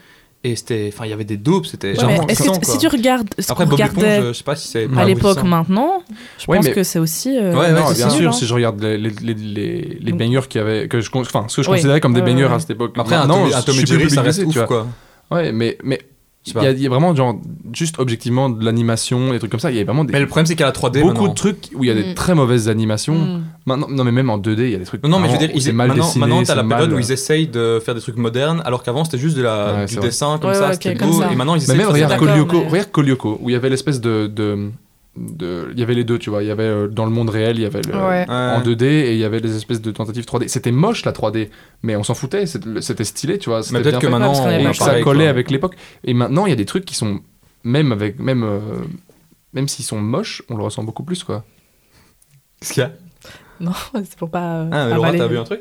[SPEAKER 1] Et c'était, enfin, il y avait des dopes, c'était.
[SPEAKER 2] Ouais,
[SPEAKER 1] genre
[SPEAKER 2] mais
[SPEAKER 4] vraiment
[SPEAKER 2] est-ce que
[SPEAKER 1] excitant,
[SPEAKER 2] tu- si
[SPEAKER 1] quoi.
[SPEAKER 2] tu regardes ce
[SPEAKER 1] Après
[SPEAKER 2] qu'on
[SPEAKER 1] Bob
[SPEAKER 2] regardait
[SPEAKER 1] l'éponge, euh, je sais pas si c'est.
[SPEAKER 2] à
[SPEAKER 4] Ah oui,
[SPEAKER 2] l'époque
[SPEAKER 1] aboutissant.
[SPEAKER 2] maintenant, je
[SPEAKER 4] Ouais,
[SPEAKER 2] pense
[SPEAKER 4] mais-
[SPEAKER 2] que c'est aussi. euh,
[SPEAKER 1] Ouais, ouais,
[SPEAKER 4] non,
[SPEAKER 1] c'est
[SPEAKER 4] bien
[SPEAKER 1] sûr,
[SPEAKER 4] sûr,
[SPEAKER 2] hein.
[SPEAKER 4] si je regarde les, les, les, les- les
[SPEAKER 2] Donc-
[SPEAKER 4] bangers qu'il y avait, que je, con- enfin, ce que je
[SPEAKER 2] Oui.
[SPEAKER 4] considérais comme des
[SPEAKER 2] Ouais,
[SPEAKER 4] bangers
[SPEAKER 2] ouais,
[SPEAKER 4] à cette époque.
[SPEAKER 1] Après, un
[SPEAKER 4] Maintenant,
[SPEAKER 1] Tom-
[SPEAKER 4] je
[SPEAKER 1] un Tom et
[SPEAKER 4] suis plus
[SPEAKER 1] Jerry, ça
[SPEAKER 4] public
[SPEAKER 1] reste
[SPEAKER 4] dessus,
[SPEAKER 1] ouf,
[SPEAKER 4] tu vois.
[SPEAKER 1] quoi.
[SPEAKER 4] Ouais, mais, mais
[SPEAKER 1] Je sais
[SPEAKER 4] il y,
[SPEAKER 1] pas.
[SPEAKER 4] a- il y a vraiment, genre, juste objectivement, de l'animation, des trucs comme ça. Il y a vraiment des,
[SPEAKER 1] Mais le problème, c'est qu'à la 3D,
[SPEAKER 4] beaucoup
[SPEAKER 1] maintenant.
[SPEAKER 4] de trucs où il y a des
[SPEAKER 3] Mm.
[SPEAKER 4] très mauvaises animations.
[SPEAKER 2] hmm.
[SPEAKER 4] Maintenant, non, mais même en 2D, il y a des trucs.
[SPEAKER 1] Non, non, mais je veux
[SPEAKER 4] vraiment
[SPEAKER 1] dire,
[SPEAKER 4] où
[SPEAKER 1] ils-
[SPEAKER 4] c'est mal
[SPEAKER 1] maintenant,
[SPEAKER 4] dessiné.
[SPEAKER 1] maintenant, t'as la
[SPEAKER 4] c'est
[SPEAKER 1] période
[SPEAKER 4] mal- euh.
[SPEAKER 1] où ils essayent de faire des trucs modernes, alors qu'avant c'était juste de la,
[SPEAKER 4] Ouais,
[SPEAKER 1] du
[SPEAKER 4] c'est vrai.
[SPEAKER 1] dessin comme
[SPEAKER 2] Ouais,
[SPEAKER 1] ça,
[SPEAKER 2] ouais,
[SPEAKER 1] c'était
[SPEAKER 2] ok, comme
[SPEAKER 1] beau,
[SPEAKER 2] ça.
[SPEAKER 1] et maintenant ils
[SPEAKER 4] Mais
[SPEAKER 1] essayent
[SPEAKER 4] même
[SPEAKER 1] de faire
[SPEAKER 4] regarde
[SPEAKER 1] des
[SPEAKER 2] d'accord,
[SPEAKER 4] Kolyoko,
[SPEAKER 2] mais-
[SPEAKER 4] regarde Kolyoko, où il y avait l'espèce de, de, de- il y avait les deux, tu vois. Il y avait euh, dans le monde réel, il y avait le,
[SPEAKER 1] Ouais.
[SPEAKER 3] Ouais.
[SPEAKER 4] en 2D et il y avait des espèces de tentatives 3D. C'était moche la 3D, mais on s'en foutait, c'était c'était stylé, tu vois. c'était
[SPEAKER 1] Mais peut-être
[SPEAKER 4] bien
[SPEAKER 1] que
[SPEAKER 4] fait.
[SPEAKER 1] maintenant
[SPEAKER 2] parce qu'on avait
[SPEAKER 1] on
[SPEAKER 4] Et
[SPEAKER 1] a
[SPEAKER 2] pas
[SPEAKER 4] ça
[SPEAKER 1] pareil,
[SPEAKER 4] collait
[SPEAKER 1] quoi.
[SPEAKER 4] avec l'époque. Et maintenant, il y a des trucs qui sont même avec même euh, même s'ils sont moches, on le ressent beaucoup plus quoi.
[SPEAKER 1] Qu'est-ce qu'il y a
[SPEAKER 2] Non, c'est pour pas. euh,
[SPEAKER 1] Ah, mais Laura,
[SPEAKER 2] avaler.
[SPEAKER 1] t'as vu un truc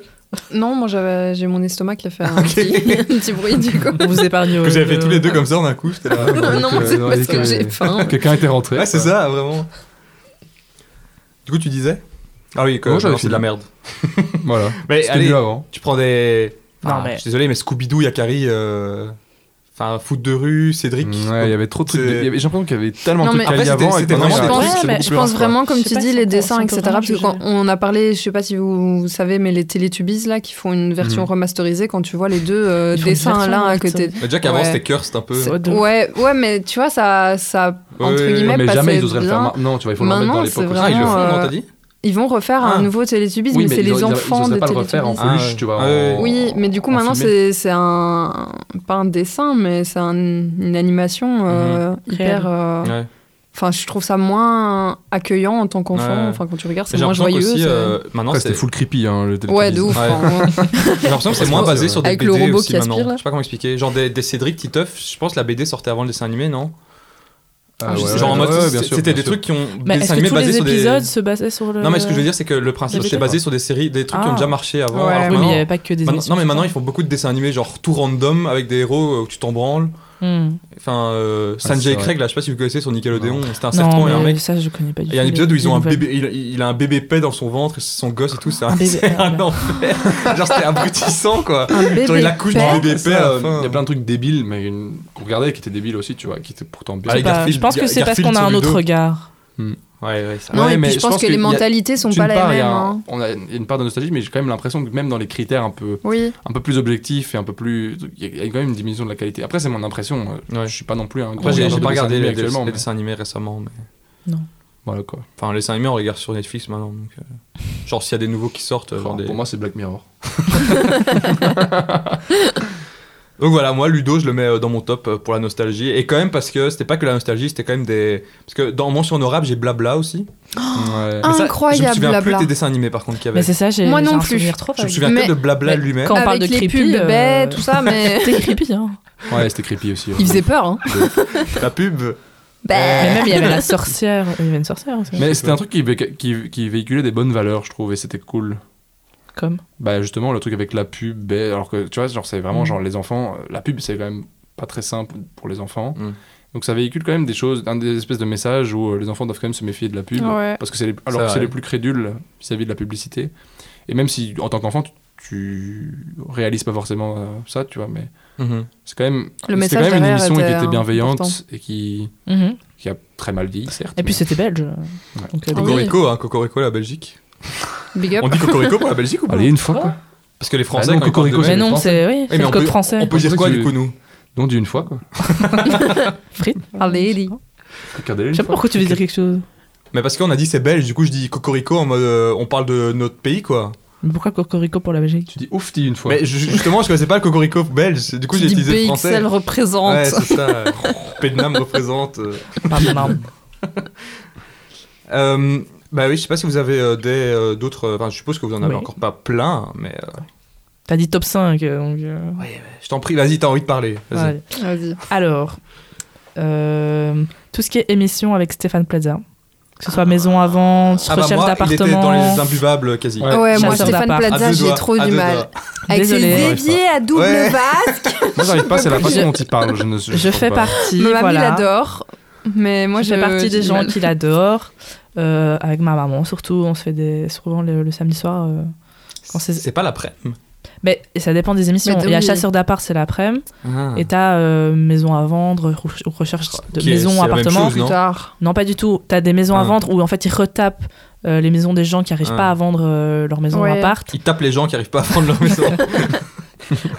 [SPEAKER 3] Non, moi j'avais- j'ai mon estomac qui a fait un,
[SPEAKER 1] Ok.
[SPEAKER 3] petit, un petit bruit du coup.
[SPEAKER 2] On vous épargne.
[SPEAKER 1] Que
[SPEAKER 2] euh,
[SPEAKER 1] j'avais fait
[SPEAKER 2] le-
[SPEAKER 1] tous les deux comme ça en un coup, j'étais là.
[SPEAKER 3] non,
[SPEAKER 4] Ah, bah, Donc,
[SPEAKER 1] euh,
[SPEAKER 3] c'est parce
[SPEAKER 4] il dit
[SPEAKER 3] que j'ai faim.
[SPEAKER 4] Quelqu'un était rentré.
[SPEAKER 1] Ouais, c'est
[SPEAKER 4] quoi.
[SPEAKER 1] ça, vraiment. Du coup, tu disais Ah oui, que
[SPEAKER 4] Non, j'avais
[SPEAKER 1] non, c'est de la
[SPEAKER 4] fini.
[SPEAKER 1] merde.
[SPEAKER 4] Voilà.
[SPEAKER 1] Mais
[SPEAKER 4] C'était
[SPEAKER 1] allez,
[SPEAKER 4] mieux avant.
[SPEAKER 1] tu prends des.
[SPEAKER 2] Non,
[SPEAKER 1] Ah,
[SPEAKER 2] mais-
[SPEAKER 1] Je suis désolé, mais Scooby-Doo, Yakari, euh, enfin, Foot de rue, Cédric.
[SPEAKER 4] Mm, Ouais, il y avait trop de trucs.
[SPEAKER 1] c'est-
[SPEAKER 4] de- il y avait- J'ai l'impression qu'il y avait tellement
[SPEAKER 3] Non,
[SPEAKER 4] de
[SPEAKER 3] mais-
[SPEAKER 4] trucs à
[SPEAKER 1] Après, c'était-
[SPEAKER 4] avant. et
[SPEAKER 1] c'était
[SPEAKER 4] maintenant,
[SPEAKER 1] vraiment
[SPEAKER 4] il y
[SPEAKER 1] des
[SPEAKER 3] Je
[SPEAKER 4] a des
[SPEAKER 3] pense,
[SPEAKER 4] trucs,
[SPEAKER 2] ouais,
[SPEAKER 4] c'est
[SPEAKER 2] mais
[SPEAKER 4] beaucoup
[SPEAKER 3] je
[SPEAKER 4] plus
[SPEAKER 3] pense
[SPEAKER 4] rare, quoi.
[SPEAKER 3] vraiment, comme
[SPEAKER 2] Je
[SPEAKER 3] tu
[SPEAKER 2] sais pas
[SPEAKER 3] dis,
[SPEAKER 2] si
[SPEAKER 3] les
[SPEAKER 2] on peut- si
[SPEAKER 3] dessins,
[SPEAKER 2] on peut
[SPEAKER 3] etc.
[SPEAKER 2] vraiment
[SPEAKER 3] Parce que quand
[SPEAKER 2] juger.
[SPEAKER 3] on a parlé, je sais pas si vous savez, mais les Teletubbies là qui font une version
[SPEAKER 4] Mhm.
[SPEAKER 3] remasterisée, quand tu vois les deux euh,
[SPEAKER 2] Ils font une
[SPEAKER 3] dessins
[SPEAKER 2] version
[SPEAKER 3] là à
[SPEAKER 2] remasterisée.
[SPEAKER 3] côté.
[SPEAKER 1] Mais déjà qu'avant,
[SPEAKER 3] Ouais.
[SPEAKER 1] c'était cursed un peu.
[SPEAKER 2] C'est- de-
[SPEAKER 3] Ouais, ouais, mais tu vois, ça, ça
[SPEAKER 1] Ouais,
[SPEAKER 3] entre
[SPEAKER 1] ouais,
[SPEAKER 3] guillemets,
[SPEAKER 4] mais
[SPEAKER 3] passait
[SPEAKER 4] jamais ils oseraient le faire
[SPEAKER 3] bien.
[SPEAKER 4] maintenant, tu vois, il faut le remettre
[SPEAKER 3] Maintenant,
[SPEAKER 4] dans l'époque
[SPEAKER 3] c'est
[SPEAKER 4] aussi.
[SPEAKER 1] Ah, ils le font,
[SPEAKER 3] vraiment,
[SPEAKER 1] non,
[SPEAKER 3] euh,
[SPEAKER 1] t'as dit
[SPEAKER 3] Ils vont refaire
[SPEAKER 1] Ah.
[SPEAKER 3] un nouveau Teletubbies,
[SPEAKER 4] Oui,
[SPEAKER 3] mais, c'est
[SPEAKER 4] ils
[SPEAKER 3] les
[SPEAKER 4] oseraient-
[SPEAKER 3] enfants
[SPEAKER 4] ils
[SPEAKER 3] des
[SPEAKER 4] oseraient pas le refaire en
[SPEAKER 3] Teletubbies.
[SPEAKER 1] Ah,
[SPEAKER 4] peluche,
[SPEAKER 1] ouais.
[SPEAKER 4] tu vois.
[SPEAKER 1] Ah, ouais.
[SPEAKER 4] en-
[SPEAKER 3] Oui, mais du coup,
[SPEAKER 4] en
[SPEAKER 3] maintenant, c'est
[SPEAKER 4] fumée.
[SPEAKER 3] c'est un. Pas un dessin, mais c'est un- une animation
[SPEAKER 4] Mhm.
[SPEAKER 3] euh,
[SPEAKER 2] Réelle.
[SPEAKER 3] hyper. euh,
[SPEAKER 1] Ouais.
[SPEAKER 3] Enfin, je trouve ça moins accueillant en tant qu'enfant.
[SPEAKER 1] Ouais.
[SPEAKER 3] Enfin, quand tu regardes,
[SPEAKER 1] J'ai
[SPEAKER 3] c'est moins
[SPEAKER 1] l'impression
[SPEAKER 3] joyeux.
[SPEAKER 1] qu'aussi,
[SPEAKER 3] c'est-
[SPEAKER 1] euh, maintenant,
[SPEAKER 4] Après, c'était
[SPEAKER 1] c'est
[SPEAKER 4] full creepy, hein, le
[SPEAKER 3] Ouais, de
[SPEAKER 4] Teletubbies.
[SPEAKER 3] ouf.
[SPEAKER 1] Ouais.
[SPEAKER 3] enfin, ouais.
[SPEAKER 1] J'ai l'impression que c'est
[SPEAKER 4] Ouais,
[SPEAKER 1] moins
[SPEAKER 4] c'est
[SPEAKER 1] basé
[SPEAKER 4] vrai.
[SPEAKER 1] sur des
[SPEAKER 3] Avec
[SPEAKER 1] BD
[SPEAKER 3] le robot
[SPEAKER 1] aussi
[SPEAKER 3] qui aspire,
[SPEAKER 1] maintenant.
[SPEAKER 3] là.
[SPEAKER 1] Je sais pas comment expliquer. Genre des, des Cédric Titeuf, je pense que la BD sortait avant le dessin animé, non
[SPEAKER 4] Ah,
[SPEAKER 3] Je
[SPEAKER 4] ouais,
[SPEAKER 3] sais
[SPEAKER 1] Genre en
[SPEAKER 4] ouais,
[SPEAKER 1] mode,
[SPEAKER 4] ouais, bien sûr,
[SPEAKER 1] c'était
[SPEAKER 4] bien
[SPEAKER 1] des
[SPEAKER 4] sûr.
[SPEAKER 1] trucs qui ont
[SPEAKER 2] Mais
[SPEAKER 1] des
[SPEAKER 2] est-ce
[SPEAKER 1] dessins
[SPEAKER 2] que
[SPEAKER 1] animés
[SPEAKER 2] tous les
[SPEAKER 1] basés sur
[SPEAKER 2] épisodes
[SPEAKER 1] des.
[SPEAKER 2] se basaient sur le.
[SPEAKER 1] Non, mais ce que je veux dire, c'est que le principe,
[SPEAKER 2] Des
[SPEAKER 1] c'était
[SPEAKER 2] BD,
[SPEAKER 1] basé sur des séries, des trucs qui ont
[SPEAKER 2] Ah.
[SPEAKER 1] déjà marché avant.
[SPEAKER 3] Ouais.
[SPEAKER 1] alors que
[SPEAKER 2] Oui, mais il n'y
[SPEAKER 1] maintenant-
[SPEAKER 2] avait pas que des.
[SPEAKER 1] Maintenant-
[SPEAKER 2] émissions
[SPEAKER 1] non mais maintenant
[SPEAKER 2] sur
[SPEAKER 1] ils font beaucoup de dessins animés genre tout random avec des héros euh, où tu t'en branles.
[SPEAKER 2] ça. Hmm.
[SPEAKER 1] Enfin euh, Sanjay
[SPEAKER 4] c'est
[SPEAKER 1] et
[SPEAKER 4] vrai.
[SPEAKER 1] Craig là je sais pas si vous connaissez sur Nickelodeon, c'était un
[SPEAKER 2] Non,
[SPEAKER 1] serpent et un
[SPEAKER 2] mais
[SPEAKER 1] mec.
[SPEAKER 2] ça, je connais pas du
[SPEAKER 1] Il
[SPEAKER 2] tout.
[SPEAKER 1] y a un
[SPEAKER 2] les-
[SPEAKER 1] épisode où ils
[SPEAKER 2] les
[SPEAKER 1] ont un
[SPEAKER 2] nouvelles.
[SPEAKER 1] bébé, il, il a un bébé paix dans son ventre, et c'est son gosse et tout, c'est un,
[SPEAKER 2] Un bébé,
[SPEAKER 1] c'est un
[SPEAKER 2] ouais.
[SPEAKER 1] enfer. Genre c'était abrutissant quoi.
[SPEAKER 3] Un
[SPEAKER 1] Genre
[SPEAKER 3] bébé.
[SPEAKER 1] il accouche
[SPEAKER 3] père.
[SPEAKER 1] du bébé
[SPEAKER 4] Ça,
[SPEAKER 1] paix à la
[SPEAKER 4] euh,
[SPEAKER 1] fin.
[SPEAKER 4] Il y a plein de trucs débiles, mais une- qu'on regardait qui étaient débiles aussi, tu vois, qui étaient pourtant
[SPEAKER 1] Ah,
[SPEAKER 4] bien.
[SPEAKER 2] Je
[SPEAKER 1] les
[SPEAKER 2] sais pas,
[SPEAKER 1] Garfield-
[SPEAKER 2] je pense que c'est parce
[SPEAKER 1] Garfield
[SPEAKER 2] qu'on a un
[SPEAKER 1] sur
[SPEAKER 2] autre
[SPEAKER 1] Ludo.
[SPEAKER 2] regard.
[SPEAKER 1] Ouais ouais ça.
[SPEAKER 3] Non,
[SPEAKER 4] Ouais,
[SPEAKER 3] et
[SPEAKER 4] mais
[SPEAKER 3] puis je pense que, les
[SPEAKER 4] qu'il y a-
[SPEAKER 3] mentalités sont
[SPEAKER 4] D'une
[SPEAKER 3] pas les
[SPEAKER 4] part, il y
[SPEAKER 3] mêmes.
[SPEAKER 4] a un-
[SPEAKER 3] hein.
[SPEAKER 4] on a- il y a une part de nostalgie, mais j'ai quand même l'impression que même dans les critères un peu
[SPEAKER 3] Oui.
[SPEAKER 4] un peu plus objectif et un peu plus. Il y a quand même une diminution de la qualité. Après, c'est mon impression. euh,
[SPEAKER 1] Ouais.
[SPEAKER 4] Je suis pas non plus un grand.
[SPEAKER 1] Après j'ai
[SPEAKER 4] regardeur
[SPEAKER 1] j'ai
[SPEAKER 4] de
[SPEAKER 1] pas
[SPEAKER 4] dessins
[SPEAKER 1] regardé
[SPEAKER 4] animés
[SPEAKER 1] les, les
[SPEAKER 4] actuellement. mais
[SPEAKER 1] dessins animés récemment mais
[SPEAKER 4] Voilà quoi.
[SPEAKER 1] enfin les dessins animés on regarde sur Netflix maintenant donc euh, genre s'il y a des nouveaux qui sortent euh, genre
[SPEAKER 4] Enfin,
[SPEAKER 1] des-
[SPEAKER 4] Pour moi, c'est Black Mirror.
[SPEAKER 1] Donc voilà, moi Ludo, je le mets euh, dans mon top euh, pour la nostalgie. Et quand même parce que c'était pas que la nostalgie, c'était quand même des. Parce que dans Mention Honorable, j'ai Blabla aussi.
[SPEAKER 4] Ouais.
[SPEAKER 3] Ah,
[SPEAKER 1] ça,
[SPEAKER 2] Oh,
[SPEAKER 3] Incroyable,
[SPEAKER 1] Je me souviens plus
[SPEAKER 3] Blabla.
[SPEAKER 1] des dessins animés par contre qu'il y
[SPEAKER 2] Mais
[SPEAKER 1] avait.
[SPEAKER 2] c'est ça, j'ai.
[SPEAKER 3] Moi
[SPEAKER 2] j'ai
[SPEAKER 3] non
[SPEAKER 2] un
[SPEAKER 3] plus.
[SPEAKER 2] souvenir trop.
[SPEAKER 1] Je me
[SPEAKER 2] vague.
[SPEAKER 1] souviens
[SPEAKER 3] Mais-
[SPEAKER 1] que de Blabla
[SPEAKER 2] Mais
[SPEAKER 1] lui-même.
[SPEAKER 2] Quand on
[SPEAKER 3] Avec
[SPEAKER 2] parle de
[SPEAKER 3] les
[SPEAKER 2] creepy,
[SPEAKER 3] pubs de
[SPEAKER 2] euh,
[SPEAKER 3] bêtes, tout ça, mais.
[SPEAKER 2] C'était creepy, hein.
[SPEAKER 4] Ouais, c'était creepy aussi. ouais.
[SPEAKER 3] Ils faisaient peur, hein.
[SPEAKER 1] La pub.
[SPEAKER 2] Mais
[SPEAKER 3] Bah.
[SPEAKER 2] même, il y avait la sorcière. Il y avait une sorcière aussi.
[SPEAKER 4] Mais c'était un truc qui, vé- qui- qui véhiculait des bonnes valeurs, je trouve, et c'était cool.
[SPEAKER 2] Comme.
[SPEAKER 4] Bah justement, le truc avec la pub, ben, alors que tu vois, genre c'est vraiment
[SPEAKER 2] Mm.
[SPEAKER 4] genre les enfants, euh, la pub c'est quand même pas très simple pour les enfants.
[SPEAKER 1] Mm.
[SPEAKER 4] Donc ça véhicule quand même des choses, un des espèces de messages où euh, les enfants doivent quand même se méfier de la pub,
[SPEAKER 3] Ouais.
[SPEAKER 4] parce que c'est les, alors
[SPEAKER 1] C'est
[SPEAKER 4] que c'est
[SPEAKER 1] vrai.
[SPEAKER 4] les plus crédules vis-à-vis de la publicité. Et même si en tant qu'enfant tu, tu réalises pas forcément euh, ça, tu vois, mais
[SPEAKER 1] Mhm.
[SPEAKER 2] Ah
[SPEAKER 4] c'est quand même
[SPEAKER 3] Le
[SPEAKER 4] c'était
[SPEAKER 3] message
[SPEAKER 4] quand même une
[SPEAKER 3] derrière
[SPEAKER 4] émission qui
[SPEAKER 3] était
[SPEAKER 4] était bienveillante
[SPEAKER 3] important.
[SPEAKER 4] et qui,
[SPEAKER 2] Mhm.
[SPEAKER 4] qui a très mal vieilli certes.
[SPEAKER 2] Et puis
[SPEAKER 4] mais-
[SPEAKER 2] c'était belge. Donc, euh,
[SPEAKER 3] Ah oui.
[SPEAKER 1] Cocorico, hein, Cocorico la Belgique.
[SPEAKER 3] Big up.
[SPEAKER 1] On dit Cocorico pour la Belgique ou pas
[SPEAKER 4] Allez une fois
[SPEAKER 2] Ouais.
[SPEAKER 4] quoi.
[SPEAKER 1] Parce que les
[SPEAKER 4] Ah
[SPEAKER 1] Français,
[SPEAKER 4] non,
[SPEAKER 1] quand ils parlent de
[SPEAKER 4] Cocorico,
[SPEAKER 2] Mais
[SPEAKER 1] Belgique,
[SPEAKER 2] non,
[SPEAKER 4] français.
[SPEAKER 2] c'est oui, c'est
[SPEAKER 1] mais
[SPEAKER 2] le
[SPEAKER 1] on
[SPEAKER 2] code
[SPEAKER 1] peut-
[SPEAKER 2] français.
[SPEAKER 1] on peut dire
[SPEAKER 4] Pourquoi
[SPEAKER 1] quoi
[SPEAKER 4] tu-
[SPEAKER 1] du coup nous
[SPEAKER 4] Donc du une fois quoi.
[SPEAKER 2] Frites.
[SPEAKER 3] Allez,
[SPEAKER 4] Regardez-les une
[SPEAKER 2] Je sais pas
[SPEAKER 4] fois.
[SPEAKER 2] pourquoi tu veux dire quelque chose.
[SPEAKER 1] Mais parce qu'on a dit c'est belge, du coup je dis Cocorico en mode euh, on parle de notre pays quoi.
[SPEAKER 2] Mais pourquoi Cocorico pour la Belgique
[SPEAKER 4] Tu dis ouf une fois.
[SPEAKER 1] Mais ju- justement, je connaissais pas le Cocorico belge, du coup j'ai
[SPEAKER 3] Tu dis
[SPEAKER 1] utilisé le français.
[SPEAKER 3] BXL représente.
[SPEAKER 1] Ouais, c'est ça. Pédenam représente. euh,
[SPEAKER 2] Pardon, pardon.
[SPEAKER 1] Euh, bah oui, je sais pas si vous avez euh, des, euh, d'autres. euh, Enfin, je suppose que vous en avez
[SPEAKER 2] Oui.
[SPEAKER 1] encore pas plein, mais. euh,
[SPEAKER 2] T'as dit top 5, euh, donc. euh,
[SPEAKER 1] Je t'en prie, vas-y, t'as envie de parler. Vas-y.
[SPEAKER 2] ouais.
[SPEAKER 3] Vas-y.
[SPEAKER 2] Alors, euh, tout ce qui est émission avec Stéphane Plaza, que ce soit maison à vente,
[SPEAKER 1] Ah bah
[SPEAKER 2] recherche
[SPEAKER 1] moi, il était dans
[SPEAKER 2] d'appartement. Oh,
[SPEAKER 1] les imbuvables quasi.
[SPEAKER 4] Ouais.
[SPEAKER 3] Ouais, moi,
[SPEAKER 2] Chasseur
[SPEAKER 3] Stéphane
[SPEAKER 2] d'appart.
[SPEAKER 1] À
[SPEAKER 3] Plaza,
[SPEAKER 1] deux
[SPEAKER 3] j'ai
[SPEAKER 1] doigts,
[SPEAKER 3] trop
[SPEAKER 1] à
[SPEAKER 3] du
[SPEAKER 1] deux
[SPEAKER 3] mal.
[SPEAKER 1] doigts.
[SPEAKER 3] Avec ses
[SPEAKER 2] Désolée.
[SPEAKER 3] éviers à double
[SPEAKER 1] Ouais.
[SPEAKER 3] vasque.
[SPEAKER 4] Moi, j'arrive pas, c'est la façon
[SPEAKER 2] Je-
[SPEAKER 4] dont il parle. Je, ne, je,
[SPEAKER 2] Je fais
[SPEAKER 4] comprends pas.
[SPEAKER 2] partie.
[SPEAKER 3] Ma mamie
[SPEAKER 2] voilà.
[SPEAKER 3] l'adore. Mais moi,
[SPEAKER 2] Moi, je fais
[SPEAKER 3] j'ai-
[SPEAKER 2] partie
[SPEAKER 3] j'ai
[SPEAKER 2] des
[SPEAKER 3] du
[SPEAKER 2] gens
[SPEAKER 3] mal.
[SPEAKER 2] qui l'adorent. euh, avec ma maman, surtout, on se fait des. souvent le, le samedi soir. euh, quand c'est-
[SPEAKER 1] C'est pas l'après.
[SPEAKER 2] Mais ça dépend des émissions.
[SPEAKER 3] Mais
[SPEAKER 2] Il y a
[SPEAKER 3] oui.
[SPEAKER 2] Chasseur d'appart, c'est l'après-midi. Et
[SPEAKER 1] Et
[SPEAKER 2] t'as euh, maison à vendre, re- recherche de
[SPEAKER 1] Qui est- c'est
[SPEAKER 2] maison,
[SPEAKER 1] la même
[SPEAKER 2] appartement.
[SPEAKER 1] chose,
[SPEAKER 3] plus
[SPEAKER 1] non
[SPEAKER 3] tard.
[SPEAKER 2] Non, pas du tout. T'as des maisons à
[SPEAKER 1] Ah.
[SPEAKER 2] vendre où en fait ils retapent euh, les maisons des gens qui arrivent
[SPEAKER 1] Ah.
[SPEAKER 2] pas à vendre euh, leur maison
[SPEAKER 3] Ouais.
[SPEAKER 2] ou appart
[SPEAKER 1] Ils tapent les gens qui arrivent pas à prendre leur maison.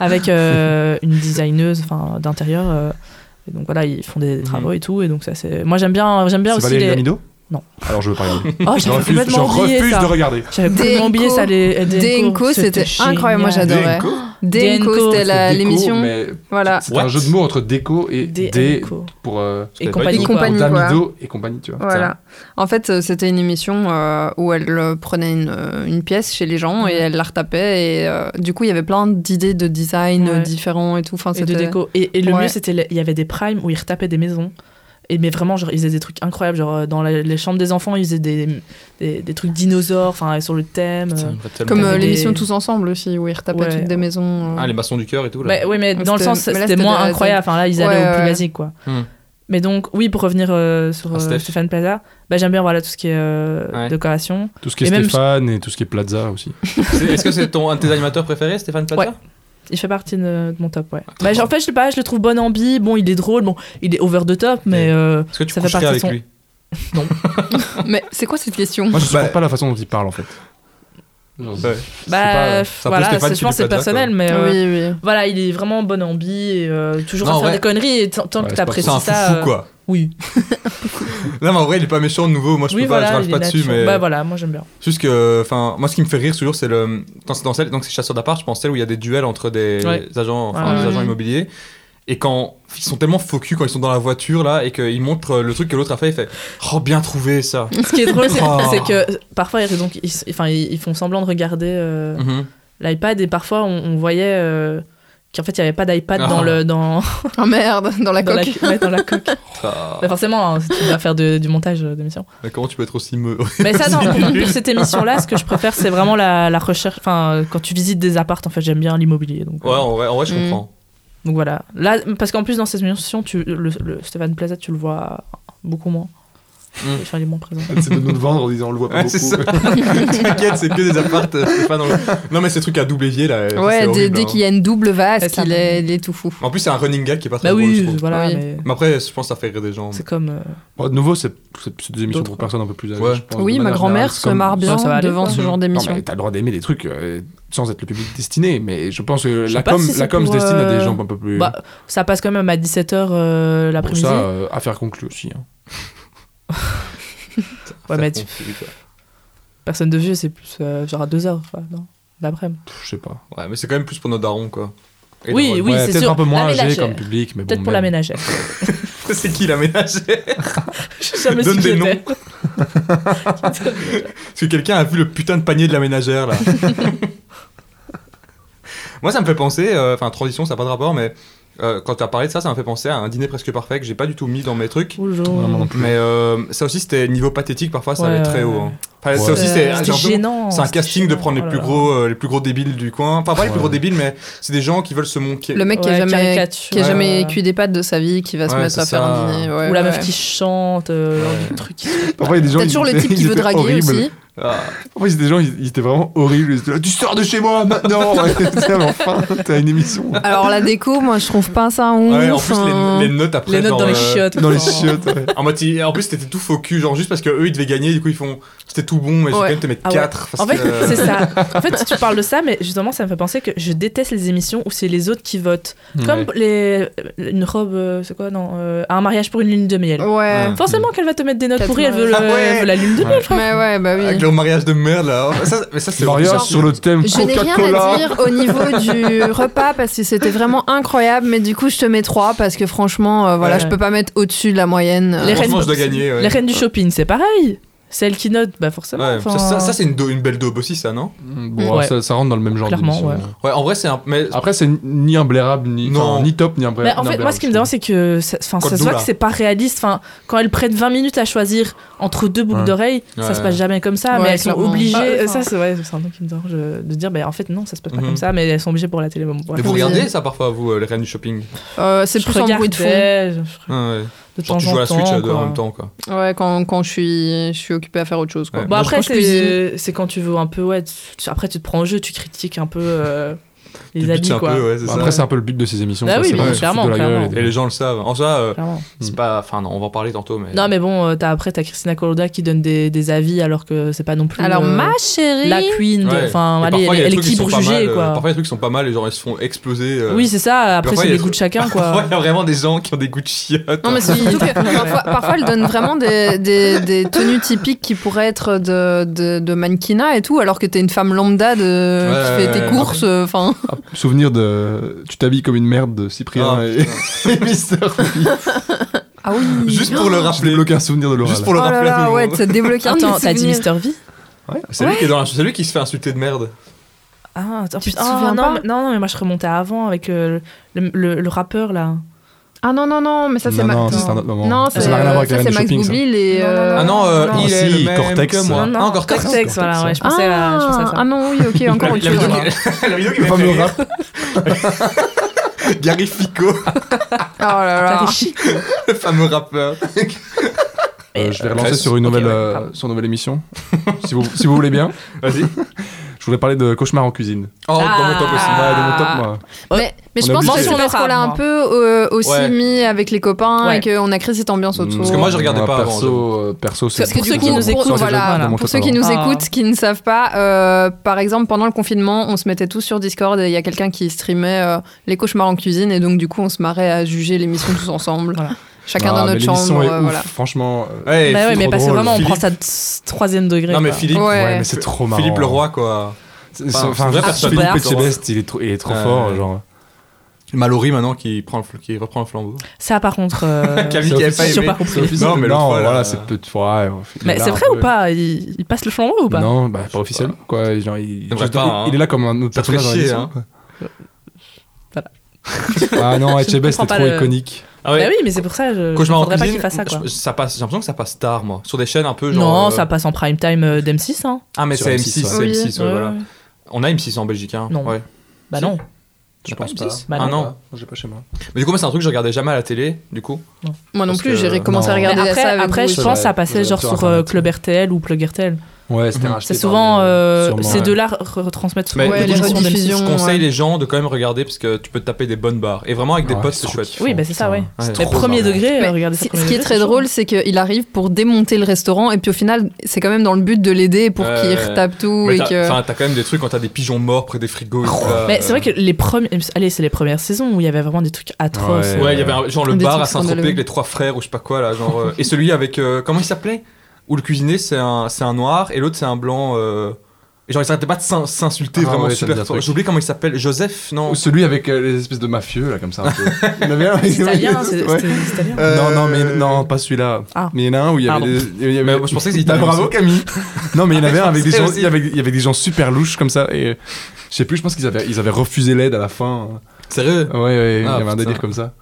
[SPEAKER 2] avec euh, une designeuse enfin d'intérieur. euh, et donc voilà, ils font des travaux et tout. Et donc ça c'est. Moi j'aime bien, j'aime bien aussi
[SPEAKER 4] C'est Valérie
[SPEAKER 2] les.
[SPEAKER 4] Lamido
[SPEAKER 2] Non.
[SPEAKER 4] Alors, je veux pas regarder.
[SPEAKER 2] Oh,
[SPEAKER 4] Je
[SPEAKER 2] j'avais
[SPEAKER 4] refuse, je
[SPEAKER 2] complètement oublié
[SPEAKER 4] refuse
[SPEAKER 2] ça.
[SPEAKER 4] de regarder.
[SPEAKER 2] J'avais complètement
[SPEAKER 3] Denko.
[SPEAKER 2] oublié ça les.
[SPEAKER 3] Denko, c'était incroyable. Moi,
[SPEAKER 2] génial.
[SPEAKER 3] j'adorais.
[SPEAKER 1] Denko
[SPEAKER 3] Denko,
[SPEAKER 2] Denko,
[SPEAKER 3] c'était la-
[SPEAKER 4] Déco,
[SPEAKER 3] l'émission.
[SPEAKER 4] mais
[SPEAKER 3] Voilà.
[SPEAKER 4] C'est
[SPEAKER 1] What
[SPEAKER 4] un jeu de mots entre déco et des
[SPEAKER 2] Denko.
[SPEAKER 4] pour euh,
[SPEAKER 2] Et
[SPEAKER 4] parce que
[SPEAKER 2] compagnie,
[SPEAKER 4] Damido
[SPEAKER 2] quoi.
[SPEAKER 3] Compagnie, quoi.
[SPEAKER 4] Damido et compagnie, tu vois.
[SPEAKER 3] Voilà. En fait, euh, c'était une émission euh, où elle euh, prenait une, euh, une pièce chez les gens et elle la retapait. Et euh, du coup, il y avait plein d'idées de design euh,
[SPEAKER 2] Ouais.
[SPEAKER 3] différents et tout. Enfin,
[SPEAKER 2] Et de
[SPEAKER 3] c'était-
[SPEAKER 2] déco. Et, et le
[SPEAKER 3] Ouais.
[SPEAKER 2] mieux, c'était les- il y avait des primes où ils retapaient des maisons. Et mais vraiment, genre, ils faisaient des trucs incroyables. Genre, euh, dans la- les chambres des enfants, ils faisaient des, des, des trucs dinosaures, enfin, sur le thème. euh.
[SPEAKER 3] Comme euh,
[SPEAKER 2] T'avais des-
[SPEAKER 3] l'émission Tous Ensemble aussi, où ils retapaient
[SPEAKER 2] Ouais.
[SPEAKER 3] toutes des maisons. euh.
[SPEAKER 1] Ah, les maçons du cœur et tout là.
[SPEAKER 2] Bah, oui, mais dans le
[SPEAKER 3] C'était-
[SPEAKER 2] sens,
[SPEAKER 3] mais là,
[SPEAKER 2] c'était
[SPEAKER 3] c'était
[SPEAKER 2] moins
[SPEAKER 3] de-
[SPEAKER 2] incroyable. Enfin, là, ils allaient
[SPEAKER 3] Ouais,
[SPEAKER 2] au plus
[SPEAKER 3] ouais.
[SPEAKER 2] basique, quoi.
[SPEAKER 1] Hmm.
[SPEAKER 2] Mais donc, oui, pour revenir euh, sur
[SPEAKER 1] À
[SPEAKER 2] euh,
[SPEAKER 1] Steph.
[SPEAKER 2] Stéphane Plaza, bah, j'aime bien voilà, tout ce qui est euh,
[SPEAKER 1] Ouais.
[SPEAKER 2] décoration.
[SPEAKER 4] Tout ce qui est
[SPEAKER 2] Et même-
[SPEAKER 4] Stéphane et tout ce qui est Plaza aussi.
[SPEAKER 1] C'est- Est-ce que c'est ton un de tes animateurs préférés, Stéphane Plaza
[SPEAKER 2] Ouais. Il fait partie de, de mon top,
[SPEAKER 1] Ah,
[SPEAKER 2] ouais. Bah, genre, en fait, je sais pas, je le trouve bon ambi. Bon, il est drôle, bon, il est over the top, mais.
[SPEAKER 1] Ouais.
[SPEAKER 2] euh,
[SPEAKER 1] Est-ce que tu
[SPEAKER 2] Ça fait
[SPEAKER 1] coucherais
[SPEAKER 2] partie de
[SPEAKER 1] avec lui
[SPEAKER 2] son-
[SPEAKER 3] Mais c'est quoi cette question
[SPEAKER 4] Moi, je supporte
[SPEAKER 1] Bah-
[SPEAKER 4] pas la façon dont il parle en fait. Genre,
[SPEAKER 1] Ouais.
[SPEAKER 2] bah,
[SPEAKER 1] pas- ça peut
[SPEAKER 2] voilà,
[SPEAKER 1] Stéphane
[SPEAKER 2] c'est- je pense que
[SPEAKER 1] Plaza,
[SPEAKER 2] c'est personnel, mais. euh,
[SPEAKER 3] Oui, oui.
[SPEAKER 2] Voilà, il est vraiment bon ambi et euh, toujours
[SPEAKER 1] Non,
[SPEAKER 2] à faire
[SPEAKER 1] ouais.
[SPEAKER 2] des conneries et tant, tant
[SPEAKER 4] Ouais,
[SPEAKER 2] que
[SPEAKER 4] c'est
[SPEAKER 1] C'est
[SPEAKER 2] t'apprécies
[SPEAKER 1] un
[SPEAKER 2] ça.
[SPEAKER 1] foufou
[SPEAKER 2] euh,
[SPEAKER 1] quoi.
[SPEAKER 2] Oui,
[SPEAKER 1] Non, mais en vrai, il est pas méchant de nouveau. Moi, je
[SPEAKER 2] oui
[SPEAKER 1] peux
[SPEAKER 2] voilà,
[SPEAKER 1] pas, je rage
[SPEAKER 2] il
[SPEAKER 1] pas
[SPEAKER 2] est
[SPEAKER 1] dessus,
[SPEAKER 2] naturel.
[SPEAKER 1] mais
[SPEAKER 2] Bah voilà, moi j'aime bien.
[SPEAKER 1] juste que, enfin, moi, ce qui me fait rire toujours, c'est le dans, dans celle, donc c'est chasseurs d'appart, je pense celle où il y a des duels entre des
[SPEAKER 2] Ouais.
[SPEAKER 1] agents, enfin,
[SPEAKER 2] Ouais,
[SPEAKER 1] des
[SPEAKER 3] ouais.
[SPEAKER 1] agents immobiliers. Et quand ils sont tellement focus quand ils sont dans la voiture là et qu'ils montrent euh, le truc que l'autre a fait, il fait Oh, bien trouvé ça
[SPEAKER 2] Ce qui est drôle, c'est
[SPEAKER 1] Oh.
[SPEAKER 2] c'est que parfois ils, donc, ils, enfin, ils ils font semblant de regarder euh,
[SPEAKER 1] Mhm.
[SPEAKER 2] l'iPad et parfois on, on voyait euh, qu'en fait il n'y avait pas d'iPad
[SPEAKER 1] Ah.
[SPEAKER 2] dans le dans,
[SPEAKER 3] Oh merde, dans la
[SPEAKER 2] dans la,
[SPEAKER 3] coque.
[SPEAKER 2] ouais, dans la coque.
[SPEAKER 1] Ah.
[SPEAKER 2] Bah, forcément, hein, si tu vas faire de- du montage euh, d'émission.
[SPEAKER 1] Mais comment tu peux être aussi me.
[SPEAKER 2] Mais ça, non, par contre, pour cette émission-là, ce que je préfère, c'est vraiment la, la recherche. Enfin, euh, quand tu visites des appartes, en fait, j'aime bien l'immobilier. Donc, euh,
[SPEAKER 1] Ouais, en vrai, en vrai, je
[SPEAKER 3] Mm.
[SPEAKER 1] comprends.
[SPEAKER 2] Donc voilà. Là, parce qu'en plus, dans cette émission, tu, le, le Stéphane Plaza, tu le vois beaucoup moins.
[SPEAKER 1] Mm.
[SPEAKER 2] Enfin, il est moins présent.
[SPEAKER 4] C'est de nous le vendre en disant on le voit pas
[SPEAKER 1] Ouais,
[SPEAKER 4] beaucoup.
[SPEAKER 1] c'est ça. T'inquiète, c'est que des appartes. euh, c'est pas dans le- Non, mais ces trucs à double évier là. ça, c'est
[SPEAKER 3] Ouais, dès,
[SPEAKER 1] horrible,
[SPEAKER 3] dès
[SPEAKER 1] hein.
[SPEAKER 3] qu'il y a une double
[SPEAKER 2] Ouais,
[SPEAKER 3] vasque,
[SPEAKER 2] ça,
[SPEAKER 3] il
[SPEAKER 2] mais-
[SPEAKER 3] est, il est tout fou.
[SPEAKER 1] En plus, c'est un running gag qui est pas très
[SPEAKER 2] Bah
[SPEAKER 1] drôle, je
[SPEAKER 2] oui,
[SPEAKER 1] trouve. Mm.
[SPEAKER 2] voilà,
[SPEAKER 3] Oui.
[SPEAKER 2] mais
[SPEAKER 1] Mais après, je pense que ça fait rire des gens.
[SPEAKER 2] c'est comme. euh,
[SPEAKER 4] Bon, de nouveau, c'est c'est- c'est des émissions
[SPEAKER 2] D'autres,
[SPEAKER 4] pour personnes un peu plus âgées.
[SPEAKER 1] Ouais.
[SPEAKER 4] je pense,
[SPEAKER 3] Oui,
[SPEAKER 4] de
[SPEAKER 3] ma
[SPEAKER 4] manière
[SPEAKER 3] grand-mère
[SPEAKER 4] générale, c'est
[SPEAKER 3] se
[SPEAKER 4] comme-
[SPEAKER 3] marre bien
[SPEAKER 2] ça va aller,
[SPEAKER 3] devant
[SPEAKER 2] quoi.
[SPEAKER 3] ce genre
[SPEAKER 4] Mhm. Non,
[SPEAKER 3] d'émission.
[SPEAKER 4] mais t'as le droit d'aimer des trucs euh, sans être le public destiné. Mais je pense que
[SPEAKER 2] Je sais
[SPEAKER 4] la
[SPEAKER 2] pas
[SPEAKER 4] com,
[SPEAKER 2] si c'est
[SPEAKER 4] la com se
[SPEAKER 2] pour,
[SPEAKER 4] destine à des
[SPEAKER 2] euh,
[SPEAKER 4] gens un peu plus.
[SPEAKER 2] Bah, ça passe quand même à 17h
[SPEAKER 4] pour
[SPEAKER 2] l'après-midi.
[SPEAKER 4] ça, euh, affaire conclue aussi. hein.
[SPEAKER 2] ouais, mais tu-
[SPEAKER 1] confus, quoi.
[SPEAKER 2] personne de vieux, c'est plus euh, genre à 2h, non L'après-midi.
[SPEAKER 4] Pff, Je sais pas.
[SPEAKER 1] Ouais, mais c'est quand même plus pour nos darons, quoi. Et
[SPEAKER 2] Oui,
[SPEAKER 1] nos relous.
[SPEAKER 2] oui,
[SPEAKER 4] Ouais,
[SPEAKER 2] c'est
[SPEAKER 4] Peut-être
[SPEAKER 2] sûr. Ah,
[SPEAKER 4] un peu moins
[SPEAKER 2] La
[SPEAKER 4] âgé
[SPEAKER 2] ménagère.
[SPEAKER 4] comme public, mais bon.
[SPEAKER 2] Peut-être pour la
[SPEAKER 4] même.
[SPEAKER 2] ménagère.
[SPEAKER 1] c'est qui la ménagère
[SPEAKER 2] Je sais jamais
[SPEAKER 1] Donne
[SPEAKER 2] ce
[SPEAKER 1] des
[SPEAKER 2] qu'il
[SPEAKER 1] noms.
[SPEAKER 2] était.
[SPEAKER 1] Parce que quelqu'un a vu le putain de panier de la ménagère, là. Moi, ça me fait penser, euh, enfin, transition, ça n'a pas de rapport, mais euh, quand tu as parlé de ça, ça m'a fait penser à un dîner presque parfait que j'ai pas du tout mis dans mes trucs.
[SPEAKER 4] Ouais, moi non
[SPEAKER 2] Bonjour.
[SPEAKER 4] plus.
[SPEAKER 1] Mais euh, ça aussi, c'était niveau pathétique, parfois, ça
[SPEAKER 2] Ouais,
[SPEAKER 1] allait très
[SPEAKER 2] ouais,
[SPEAKER 1] haut. hein. Enfin,
[SPEAKER 4] Ouais.
[SPEAKER 1] Ça aussi, c'est
[SPEAKER 2] Euh,
[SPEAKER 1] j'ai
[SPEAKER 2] c'était
[SPEAKER 1] l'impression-
[SPEAKER 2] gênant.
[SPEAKER 1] C'est un
[SPEAKER 2] c'était
[SPEAKER 1] casting de
[SPEAKER 2] gênant.
[SPEAKER 1] prendre les
[SPEAKER 2] Oh
[SPEAKER 1] plus
[SPEAKER 2] là
[SPEAKER 1] gros, euh, les plus gros débiles du coin. Enfin pas les plus
[SPEAKER 4] Ouais.
[SPEAKER 1] gros débiles, mais c'est des gens qui veulent se monquer.
[SPEAKER 3] Le mec qui
[SPEAKER 2] Ouais,
[SPEAKER 3] a jamais,
[SPEAKER 2] caricature.
[SPEAKER 3] qui a jamais
[SPEAKER 2] Ouais.
[SPEAKER 3] cuit des pâtes de sa vie, qui va se
[SPEAKER 1] Ouais,
[SPEAKER 3] mettre
[SPEAKER 1] c'est
[SPEAKER 3] à faire
[SPEAKER 1] ça.
[SPEAKER 3] un dîner. ouais,
[SPEAKER 2] Ou la
[SPEAKER 3] ouais.
[SPEAKER 2] meuf qui chante, euh, genre des trucs qui sont-
[SPEAKER 4] Parfois, il y a des gens,
[SPEAKER 3] T'as
[SPEAKER 4] ils
[SPEAKER 3] toujours le
[SPEAKER 4] étaient-
[SPEAKER 3] type qui
[SPEAKER 4] ils
[SPEAKER 3] veut
[SPEAKER 4] étaient
[SPEAKER 3] draguer
[SPEAKER 4] horribles.
[SPEAKER 3] aussi.
[SPEAKER 1] Ah,
[SPEAKER 4] Parfois, c'était des gens, ils, ils étaient vraiment horribles. Ils étaient là, tu sors de chez moi maintenant Putain, mais Enfin, t'as une émission
[SPEAKER 2] Ah,
[SPEAKER 3] Alors la déco, moi je trouve pas ça ouf.
[SPEAKER 1] ouais, en plus
[SPEAKER 3] hein.
[SPEAKER 1] les, les notes après.
[SPEAKER 2] Les notes
[SPEAKER 1] genre,
[SPEAKER 2] dans les
[SPEAKER 1] euh,
[SPEAKER 2] chiottes.
[SPEAKER 4] dans les
[SPEAKER 2] quoi.
[SPEAKER 4] chiottes. ouais.
[SPEAKER 1] En, mode, ils- en plus c'était tout faux cul, genre juste parce que eux ils devaient gagner, du coup ils font c'était tout bon, mais je vais
[SPEAKER 3] Ouais.
[SPEAKER 1] quand même te mettre
[SPEAKER 2] Ah ouais.
[SPEAKER 1] 4.
[SPEAKER 2] En fait, c'est ça. En fait, tu parles de ça, mais justement, ça me fait penser que je déteste les émissions où c'est les autres qui votent. Comme les, une robe, euh, c'est quoi, non, euh, un mariage pour une lune de miel.
[SPEAKER 3] Ouais.
[SPEAKER 1] Ouais.
[SPEAKER 2] Forcément qu'elle va te mettre des notes
[SPEAKER 3] Quatre
[SPEAKER 2] pourries, elle veut, le-
[SPEAKER 1] mariages. Oh. Ah ouais.
[SPEAKER 2] elle veut la lune de miel.
[SPEAKER 4] Ouais.
[SPEAKER 3] Mais ouais, bah oui.
[SPEAKER 1] Avec leur mariage de merde là. Oh, ça, mais ça c'est
[SPEAKER 4] Maria
[SPEAKER 1] horrible.
[SPEAKER 4] sur le thème
[SPEAKER 3] Je n'ai rien à
[SPEAKER 4] Coca-Cola.
[SPEAKER 3] dire au niveau du repas parce que c'était vraiment incroyable, mais du coup je te mets 3 parce que franchement, euh, voilà,
[SPEAKER 2] Ouais.
[SPEAKER 3] je peux pas mettre au-dessus de la moyenne.
[SPEAKER 2] Les
[SPEAKER 3] Euh,
[SPEAKER 1] Ah, Franchement,
[SPEAKER 2] reines-
[SPEAKER 1] je dois gagner. ouais.
[SPEAKER 2] Les reines du shopping, c'est pareil. Celle qui note, bah forcément.
[SPEAKER 1] Ouais,
[SPEAKER 2] enfin,
[SPEAKER 1] ça, ça- ça, c'est une, do- une belle daube aussi, ça, non
[SPEAKER 4] Bon,
[SPEAKER 2] Ouais.
[SPEAKER 4] ça, ça rentre dans le même genre
[SPEAKER 2] Clairement,
[SPEAKER 4] d'émission.
[SPEAKER 2] ouais.
[SPEAKER 1] Ouais, en vrai, c'est un. Mais
[SPEAKER 2] Ah,
[SPEAKER 4] Après, c'est ni un blairable, ni,
[SPEAKER 1] Non.
[SPEAKER 4] enfin, ni top, ni un
[SPEAKER 2] Bah,
[SPEAKER 4] blairable.
[SPEAKER 2] en fait, moi, ce qui me dérange, c'est que ça, enfin, ça
[SPEAKER 1] Code
[SPEAKER 2] se voit
[SPEAKER 1] Doula.
[SPEAKER 2] que c'est pas réaliste. Enfin, quand elles prennent 20 minutes à choisir entre deux boucles
[SPEAKER 4] Ouais.
[SPEAKER 2] d'oreilles, ça
[SPEAKER 1] Ouais.
[SPEAKER 2] se passe jamais comme ça,
[SPEAKER 3] Ouais,
[SPEAKER 2] mais elles sont
[SPEAKER 3] clairement.
[SPEAKER 2] obligées. euh,
[SPEAKER 3] Ah,
[SPEAKER 2] ça, c'est ouais, c'est un truc qui me dérange euh, de dire, bah, en fait, non, ça se passe pas
[SPEAKER 1] Mhm.
[SPEAKER 2] comme ça, mais elles sont obligées pour la télé. Bon,
[SPEAKER 1] mais
[SPEAKER 2] bref.
[SPEAKER 1] vous
[SPEAKER 3] Oui.
[SPEAKER 1] regardez ça parfois, vous, euh, les reines du shopping
[SPEAKER 3] Euh, c'est
[SPEAKER 2] Je
[SPEAKER 3] plus en bruit de fond.
[SPEAKER 2] regardais, je- je-
[SPEAKER 1] Ah, ouais.
[SPEAKER 2] De
[SPEAKER 1] Genre,
[SPEAKER 2] temps
[SPEAKER 1] tu joues à
[SPEAKER 2] en
[SPEAKER 1] la Switch
[SPEAKER 2] temps,
[SPEAKER 1] à deux
[SPEAKER 2] quoi.
[SPEAKER 1] en même temps, quoi.
[SPEAKER 3] Ouais, quand, quand je suis, je suis occupée à faire autre chose. Quoi.
[SPEAKER 1] Ouais.
[SPEAKER 2] Bon,
[SPEAKER 3] Moi,
[SPEAKER 2] après,
[SPEAKER 3] je- quand je cuisine-
[SPEAKER 2] c'est c'est quand tu veux un peu, ouais, tu- tu- après, tu te prends au jeu, tu critiques un peu euh, les
[SPEAKER 1] Tu bitches
[SPEAKER 2] habits,
[SPEAKER 1] un
[SPEAKER 2] quoi.
[SPEAKER 1] peu, ouais, c'est ça.
[SPEAKER 4] Bah, Après, c'est un peu le but de ces émissions.
[SPEAKER 2] Bah
[SPEAKER 4] ça,
[SPEAKER 2] oui,
[SPEAKER 4] c'est
[SPEAKER 1] mais
[SPEAKER 4] pas de se
[SPEAKER 2] clairement,
[SPEAKER 4] foutre de la gueule
[SPEAKER 2] clairement.
[SPEAKER 4] et de-
[SPEAKER 1] Et les gens le savent. En ça, euh,
[SPEAKER 2] Clairement.
[SPEAKER 1] c'est pas. Enfin, non, on va en parler tantôt, mais.
[SPEAKER 2] Hmm. Non, mais bon, euh, t'as- après, t'as Christina Coloda qui donne des, des avis alors que c'est pas non plus.
[SPEAKER 3] Alors,
[SPEAKER 2] euh,
[SPEAKER 3] ma chérie.
[SPEAKER 2] la queen, de-
[SPEAKER 1] Ouais.
[SPEAKER 2] enfin,
[SPEAKER 1] Et
[SPEAKER 2] elle,
[SPEAKER 1] parfois, il y a
[SPEAKER 2] est-
[SPEAKER 1] des
[SPEAKER 2] elle est
[SPEAKER 1] trucs
[SPEAKER 2] qui
[SPEAKER 1] sont
[SPEAKER 2] pour
[SPEAKER 1] pas
[SPEAKER 2] juger,
[SPEAKER 1] mal, euh,
[SPEAKER 2] quoi.
[SPEAKER 1] Parfois, il y a des trucs qui sont pas mal, les gens, ils se font exploser. euh,
[SPEAKER 2] Oui, c'est ça, après,
[SPEAKER 1] parfois,
[SPEAKER 2] c'est
[SPEAKER 1] il y
[SPEAKER 2] des
[SPEAKER 1] a
[SPEAKER 2] goûts de chacun,
[SPEAKER 1] Parfois,
[SPEAKER 2] quoi.
[SPEAKER 1] il y a vraiment des gens qui ont des goûts de chiottes.
[SPEAKER 3] Non, mais c'est surtout que parfois, parfois, elle donne vraiment des, des, des tenues typiques qui pourraient être de, de, de mannequinat et tout, alors que t'es une femme lambda de,
[SPEAKER 1] Ouais,
[SPEAKER 3] qui
[SPEAKER 1] ouais,
[SPEAKER 3] fait tes
[SPEAKER 1] ouais.
[SPEAKER 3] courses. euh, Enfin,
[SPEAKER 4] Ah, souvenir de. Tu t'habilles comme une merde de Cyprien
[SPEAKER 1] Ah,
[SPEAKER 4] et, et Mister.
[SPEAKER 3] ah oui.
[SPEAKER 1] Juste pour le
[SPEAKER 4] Je
[SPEAKER 1] rappeler.
[SPEAKER 4] débloqué un souvenir de Laura.
[SPEAKER 1] Juste
[SPEAKER 4] là.
[SPEAKER 1] pour
[SPEAKER 3] Oh
[SPEAKER 1] le
[SPEAKER 3] là
[SPEAKER 1] rappeler. à tout
[SPEAKER 3] là,
[SPEAKER 1] le
[SPEAKER 3] ouais,
[SPEAKER 1] monde.
[SPEAKER 3] ça débloqué un de
[SPEAKER 2] Attends,
[SPEAKER 3] mes
[SPEAKER 2] t'as dit
[SPEAKER 3] souvenirs.
[SPEAKER 2] Mister V
[SPEAKER 1] C'est lui qui est dans la- c'est lui qui se fait insulter de merde.
[SPEAKER 2] Ah, attends,
[SPEAKER 3] Tu te
[SPEAKER 2] putain,
[SPEAKER 3] souviens
[SPEAKER 2] non,
[SPEAKER 3] pas
[SPEAKER 2] mais- non, non, mais moi, je remontais à avant avec euh, le, le- le rappeur, là.
[SPEAKER 3] Ah non, non, non, mais ça c'est
[SPEAKER 4] Non,
[SPEAKER 3] Max.
[SPEAKER 4] non, c'est un autre moment.
[SPEAKER 3] Non,
[SPEAKER 4] Ça,
[SPEAKER 3] c'est-
[SPEAKER 4] ça n'a rien à voir avec
[SPEAKER 3] ça,
[SPEAKER 4] la
[SPEAKER 3] c'est
[SPEAKER 4] reine
[SPEAKER 3] Max
[SPEAKER 4] shopping. ça.
[SPEAKER 3] Boublil et.
[SPEAKER 2] Non, non,
[SPEAKER 3] euh,
[SPEAKER 1] Ah non, euh,
[SPEAKER 3] non.
[SPEAKER 1] il
[SPEAKER 4] Ah,
[SPEAKER 1] est
[SPEAKER 4] si,
[SPEAKER 1] le même
[SPEAKER 4] Cortex.
[SPEAKER 1] que moi.
[SPEAKER 2] Non, non,
[SPEAKER 1] ah, encore Cortex.
[SPEAKER 2] Cortex, voilà,
[SPEAKER 4] Cortex,
[SPEAKER 2] ouais,
[SPEAKER 4] ouais.
[SPEAKER 2] je pensais, à- je pensais à
[SPEAKER 3] Ah,
[SPEAKER 2] ça.
[SPEAKER 3] ah non, oui, ok, encore
[SPEAKER 1] La
[SPEAKER 3] autre
[SPEAKER 1] vidéo
[SPEAKER 3] chose.
[SPEAKER 1] qui- la vidéo qui
[SPEAKER 4] Le
[SPEAKER 1] m'a
[SPEAKER 4] fameux
[SPEAKER 1] fait
[SPEAKER 4] rap.
[SPEAKER 1] rire. Gary Fico,
[SPEAKER 3] Oh là là.
[SPEAKER 2] T'as fait chier.
[SPEAKER 1] le fameux rappeur.
[SPEAKER 4] Euh, je vais relancer
[SPEAKER 1] Reste.
[SPEAKER 4] sur une
[SPEAKER 2] Ok,
[SPEAKER 4] nouvelle,
[SPEAKER 2] ouais,
[SPEAKER 4] euh,
[SPEAKER 2] pardon.
[SPEAKER 4] sur une nouvelle émission. si, vous, si vous voulez bien,
[SPEAKER 1] Vas-y.
[SPEAKER 4] je voulais parler de Cauchemar en cuisine.
[SPEAKER 1] Oh, dans mon top aussi.
[SPEAKER 2] Ah.
[SPEAKER 4] Ouais, de mon top, moi.
[SPEAKER 3] Mais, mais
[SPEAKER 4] On
[SPEAKER 3] je
[SPEAKER 4] est
[SPEAKER 3] pense que
[SPEAKER 4] obligé.
[SPEAKER 3] c'est parce qu'on l'a un
[SPEAKER 2] Moi.
[SPEAKER 3] peu euh, aussi
[SPEAKER 1] Ouais.
[SPEAKER 3] mis avec les copains
[SPEAKER 2] Ouais.
[SPEAKER 3] et qu'on a créé cette ambiance autour.
[SPEAKER 1] Parce que moi, je regardais
[SPEAKER 4] Moi,
[SPEAKER 1] pas avant,
[SPEAKER 4] Perso, euh, perso c'est
[SPEAKER 2] Parce que
[SPEAKER 4] pour
[SPEAKER 2] du
[SPEAKER 4] ça
[SPEAKER 2] coup,
[SPEAKER 4] je-
[SPEAKER 2] nous écoutent,
[SPEAKER 4] ça, c'est
[SPEAKER 3] voilà,
[SPEAKER 4] dans
[SPEAKER 2] pour
[SPEAKER 4] mon top hein.
[SPEAKER 3] Pour ceux qui
[SPEAKER 4] avant.
[SPEAKER 3] nous
[SPEAKER 2] Ah.
[SPEAKER 3] écoutent, qui ne savent pas, euh, par exemple, pendant le confinement, on se mettait tous sur Discord et il y a quelqu'un qui streamait euh, les cauchemars en cuisine et donc du coup, on se marrait à juger l'émission tous ensemble,
[SPEAKER 2] Voilà.
[SPEAKER 3] chacun
[SPEAKER 4] Ah,
[SPEAKER 3] dans
[SPEAKER 4] mais
[SPEAKER 3] notre
[SPEAKER 4] l'émission
[SPEAKER 3] chambre.
[SPEAKER 4] est
[SPEAKER 3] euh,
[SPEAKER 4] ouf,
[SPEAKER 3] voilà.
[SPEAKER 4] Franchement. euh,
[SPEAKER 1] Ouais, Eh,
[SPEAKER 2] Bah
[SPEAKER 1] c'est
[SPEAKER 2] ouais, mais
[SPEAKER 1] trop
[SPEAKER 2] parce que
[SPEAKER 1] drôle.
[SPEAKER 2] vraiment, on
[SPEAKER 1] Philippe- Oh,
[SPEAKER 2] prend ça de s- troisième degré.
[SPEAKER 1] Non, mais
[SPEAKER 2] quoi.
[SPEAKER 1] Philippe,
[SPEAKER 3] Ouais.
[SPEAKER 4] Ouais, mais c'est trop marrant.
[SPEAKER 1] Philippe Leroy, quoi.
[SPEAKER 4] C'est-
[SPEAKER 1] Enfin,
[SPEAKER 4] c'est-
[SPEAKER 1] c'est
[SPEAKER 4] Enfin,
[SPEAKER 1] vrai,
[SPEAKER 4] juste
[SPEAKER 2] personne.
[SPEAKER 4] Philippe
[SPEAKER 2] Super.
[SPEAKER 4] Etchebest, il est trop, il est trop
[SPEAKER 1] Ouais.
[SPEAKER 4] fort, genre.
[SPEAKER 1] Mallory, maintenant, qui, prend le, fl- qui reprend le flambeau.
[SPEAKER 2] Ça, par contre. euh,
[SPEAKER 1] Camille qui avait pas
[SPEAKER 2] j'ai
[SPEAKER 1] aimé.
[SPEAKER 2] pas compris.
[SPEAKER 1] Non, mais l'autre
[SPEAKER 4] non,
[SPEAKER 1] fois, là,
[SPEAKER 4] voilà,
[SPEAKER 1] euh,
[SPEAKER 4] c'est peu de fois. ouais, il est
[SPEAKER 2] Mais
[SPEAKER 4] là
[SPEAKER 2] c'est
[SPEAKER 4] un
[SPEAKER 2] vrai
[SPEAKER 4] peu.
[SPEAKER 2] ou pas il, il passe le flambeau ou pas
[SPEAKER 4] Non, bah,
[SPEAKER 1] sais
[SPEAKER 4] pas officiellement, quoi. Genre, il,
[SPEAKER 1] Devrait
[SPEAKER 4] juste-
[SPEAKER 1] pas,
[SPEAKER 4] il-
[SPEAKER 1] hein.
[SPEAKER 4] il est là comme un autre
[SPEAKER 1] Ça ferait
[SPEAKER 4] personnage dans
[SPEAKER 1] chier,
[SPEAKER 4] l'émission,
[SPEAKER 1] hein.
[SPEAKER 4] quoi.
[SPEAKER 2] Voilà.
[SPEAKER 4] Ah non, Etchebest
[SPEAKER 2] comprends
[SPEAKER 4] est
[SPEAKER 2] pas
[SPEAKER 4] trop
[SPEAKER 2] le-
[SPEAKER 4] iconique.
[SPEAKER 1] Ah
[SPEAKER 2] Bah oui, mais c'est pour ça, je
[SPEAKER 1] Cauchemar en
[SPEAKER 2] ne pas
[SPEAKER 1] cuisine,
[SPEAKER 2] qu'il fasse ça, quoi.
[SPEAKER 1] je- ça passe, j'ai l'impression que ça passe tard, moi. Sur des chaînes un peu genre.
[SPEAKER 2] Non,
[SPEAKER 1] euh,
[SPEAKER 2] ça passe en prime time euh, d'M6, hein.
[SPEAKER 1] Ah, mais
[SPEAKER 4] Sur
[SPEAKER 1] c'est
[SPEAKER 4] M6,
[SPEAKER 1] M6, c'est
[SPEAKER 3] ouais.
[SPEAKER 1] M6, ouais,
[SPEAKER 2] Ouais,
[SPEAKER 1] voilà.
[SPEAKER 2] ouais.
[SPEAKER 1] On a M6 en Belgique, hein.
[SPEAKER 2] Non.
[SPEAKER 1] Ouais.
[SPEAKER 2] Bah
[SPEAKER 1] Si.
[SPEAKER 2] non.
[SPEAKER 1] Je
[SPEAKER 4] pense
[SPEAKER 1] pense
[SPEAKER 4] pas.
[SPEAKER 1] pas.
[SPEAKER 2] Bah
[SPEAKER 1] Ah
[SPEAKER 2] non.
[SPEAKER 1] non.
[SPEAKER 4] J'ai pas chez moi.
[SPEAKER 1] Mais du coup, moi, c'est un truc que je regardais jamais à la télé, du coup.
[SPEAKER 3] Moi non
[SPEAKER 1] Parce
[SPEAKER 3] plus,
[SPEAKER 1] que-
[SPEAKER 3] j'ai recommencé à
[SPEAKER 4] non.
[SPEAKER 3] regarder
[SPEAKER 2] Mais après,
[SPEAKER 3] ça avec
[SPEAKER 2] après
[SPEAKER 3] vous.
[SPEAKER 2] je
[SPEAKER 4] c'est
[SPEAKER 2] pense
[SPEAKER 4] vrai.
[SPEAKER 2] que ça passait
[SPEAKER 4] Ouais,
[SPEAKER 2] genre
[SPEAKER 4] sur
[SPEAKER 2] sur
[SPEAKER 4] Internet.
[SPEAKER 2] euh, Club RTL ou Plug RTL.
[SPEAKER 4] Ouais, c'était
[SPEAKER 1] Mhm.
[SPEAKER 4] racheté
[SPEAKER 2] Mm. C'est
[SPEAKER 4] par
[SPEAKER 2] souvent
[SPEAKER 4] des-
[SPEAKER 2] euh,
[SPEAKER 4] sûrement,
[SPEAKER 2] ces
[SPEAKER 4] ouais.
[SPEAKER 2] deux-là re- re- retransmettent
[SPEAKER 1] Mais
[SPEAKER 2] souvent
[SPEAKER 3] Ouais,
[SPEAKER 1] du
[SPEAKER 2] des
[SPEAKER 3] les
[SPEAKER 1] coup, je
[SPEAKER 2] émissions
[SPEAKER 1] conseille-
[SPEAKER 2] d'M6.
[SPEAKER 3] rediffusions.
[SPEAKER 1] je
[SPEAKER 3] ouais.
[SPEAKER 1] conseille les gens de quand même regarder parce que tu peux te taper des bonnes barres. Et vraiment, avec des
[SPEAKER 4] Ouais,
[SPEAKER 1] potes,
[SPEAKER 4] c'est
[SPEAKER 1] Ah, c'est
[SPEAKER 4] trop
[SPEAKER 1] chouette.
[SPEAKER 4] kiffant.
[SPEAKER 2] Oui, bah c'est ça,
[SPEAKER 4] Putain,
[SPEAKER 2] ouais.
[SPEAKER 4] c'est
[SPEAKER 1] Mais
[SPEAKER 2] Mais
[SPEAKER 4] trop
[SPEAKER 2] premier
[SPEAKER 4] marrant.
[SPEAKER 2] degré,
[SPEAKER 3] Mais
[SPEAKER 2] euh, regardez
[SPEAKER 3] ce
[SPEAKER 2] ça.
[SPEAKER 3] ce qui est très drôle, c'est qu'il arrive pour démonter le restaurant et puis au final, c'est quand même dans le but de l'aider pour
[SPEAKER 1] Ouais,
[SPEAKER 3] qu'il
[SPEAKER 1] ouais.
[SPEAKER 3] retape tout
[SPEAKER 1] Mais
[SPEAKER 3] et
[SPEAKER 1] t'as
[SPEAKER 3] que.
[SPEAKER 1] enfin, t'as quand même des trucs quand t'as des pigeons morts près des frigos. et tout ça,
[SPEAKER 2] Mais
[SPEAKER 1] euh,
[SPEAKER 2] c'est vrai que les premières, allez, c'est les premières saisons où il y avait vraiment des trucs atroces.
[SPEAKER 4] Ouais.
[SPEAKER 1] Ouais, il y avait un- genre le
[SPEAKER 3] Des
[SPEAKER 1] bar
[SPEAKER 3] trucs
[SPEAKER 1] à Saint-Tropez
[SPEAKER 3] scandaleux.
[SPEAKER 1] avec les trois frères ou je sais pas quoi là. Genre, euh, et celui avec. euh, comment il s'appelait Où le cuisinier c'est un, c'est un noir et l'autre c'est un blanc. euh, et genre ils s'arrêtaient pas de s'in- s'insulter
[SPEAKER 4] Ah
[SPEAKER 1] vraiment
[SPEAKER 4] ouais, ça me dit
[SPEAKER 1] super
[SPEAKER 4] un
[SPEAKER 1] fort.
[SPEAKER 4] truc.
[SPEAKER 1] J'ai oublié comment il s'appelle. Joseph Non.
[SPEAKER 4] Ou celui avec euh, les espèces de mafieux, là, comme ça. un peu. Il y en avait un-
[SPEAKER 2] C'est italien, c'est
[SPEAKER 4] Ouais.
[SPEAKER 2] c'est des italiens.
[SPEAKER 1] Euh,
[SPEAKER 4] Non, non, mais non, pas celui-là.
[SPEAKER 2] Ah.
[SPEAKER 4] Mais il y en a un où il y
[SPEAKER 2] Pardon.
[SPEAKER 4] avait. des- il y avait-
[SPEAKER 1] Mais moi, je pensais que c'était
[SPEAKER 4] Bah,
[SPEAKER 1] italien
[SPEAKER 4] Bravo
[SPEAKER 1] aussi.
[SPEAKER 4] Camille Non, mais il y en avait un avec des
[SPEAKER 1] Je
[SPEAKER 4] gens,
[SPEAKER 1] pensais
[SPEAKER 4] il y avait, il y avait des gens super louches comme ça. Et euh, je sais plus, je pense qu'ils avaient, ils avaient refusé l'aide à la fin.
[SPEAKER 1] Sérieux
[SPEAKER 4] Ouais, ouais, il y
[SPEAKER 1] Ah,
[SPEAKER 4] avait un
[SPEAKER 1] putain.
[SPEAKER 4] délire comme ça.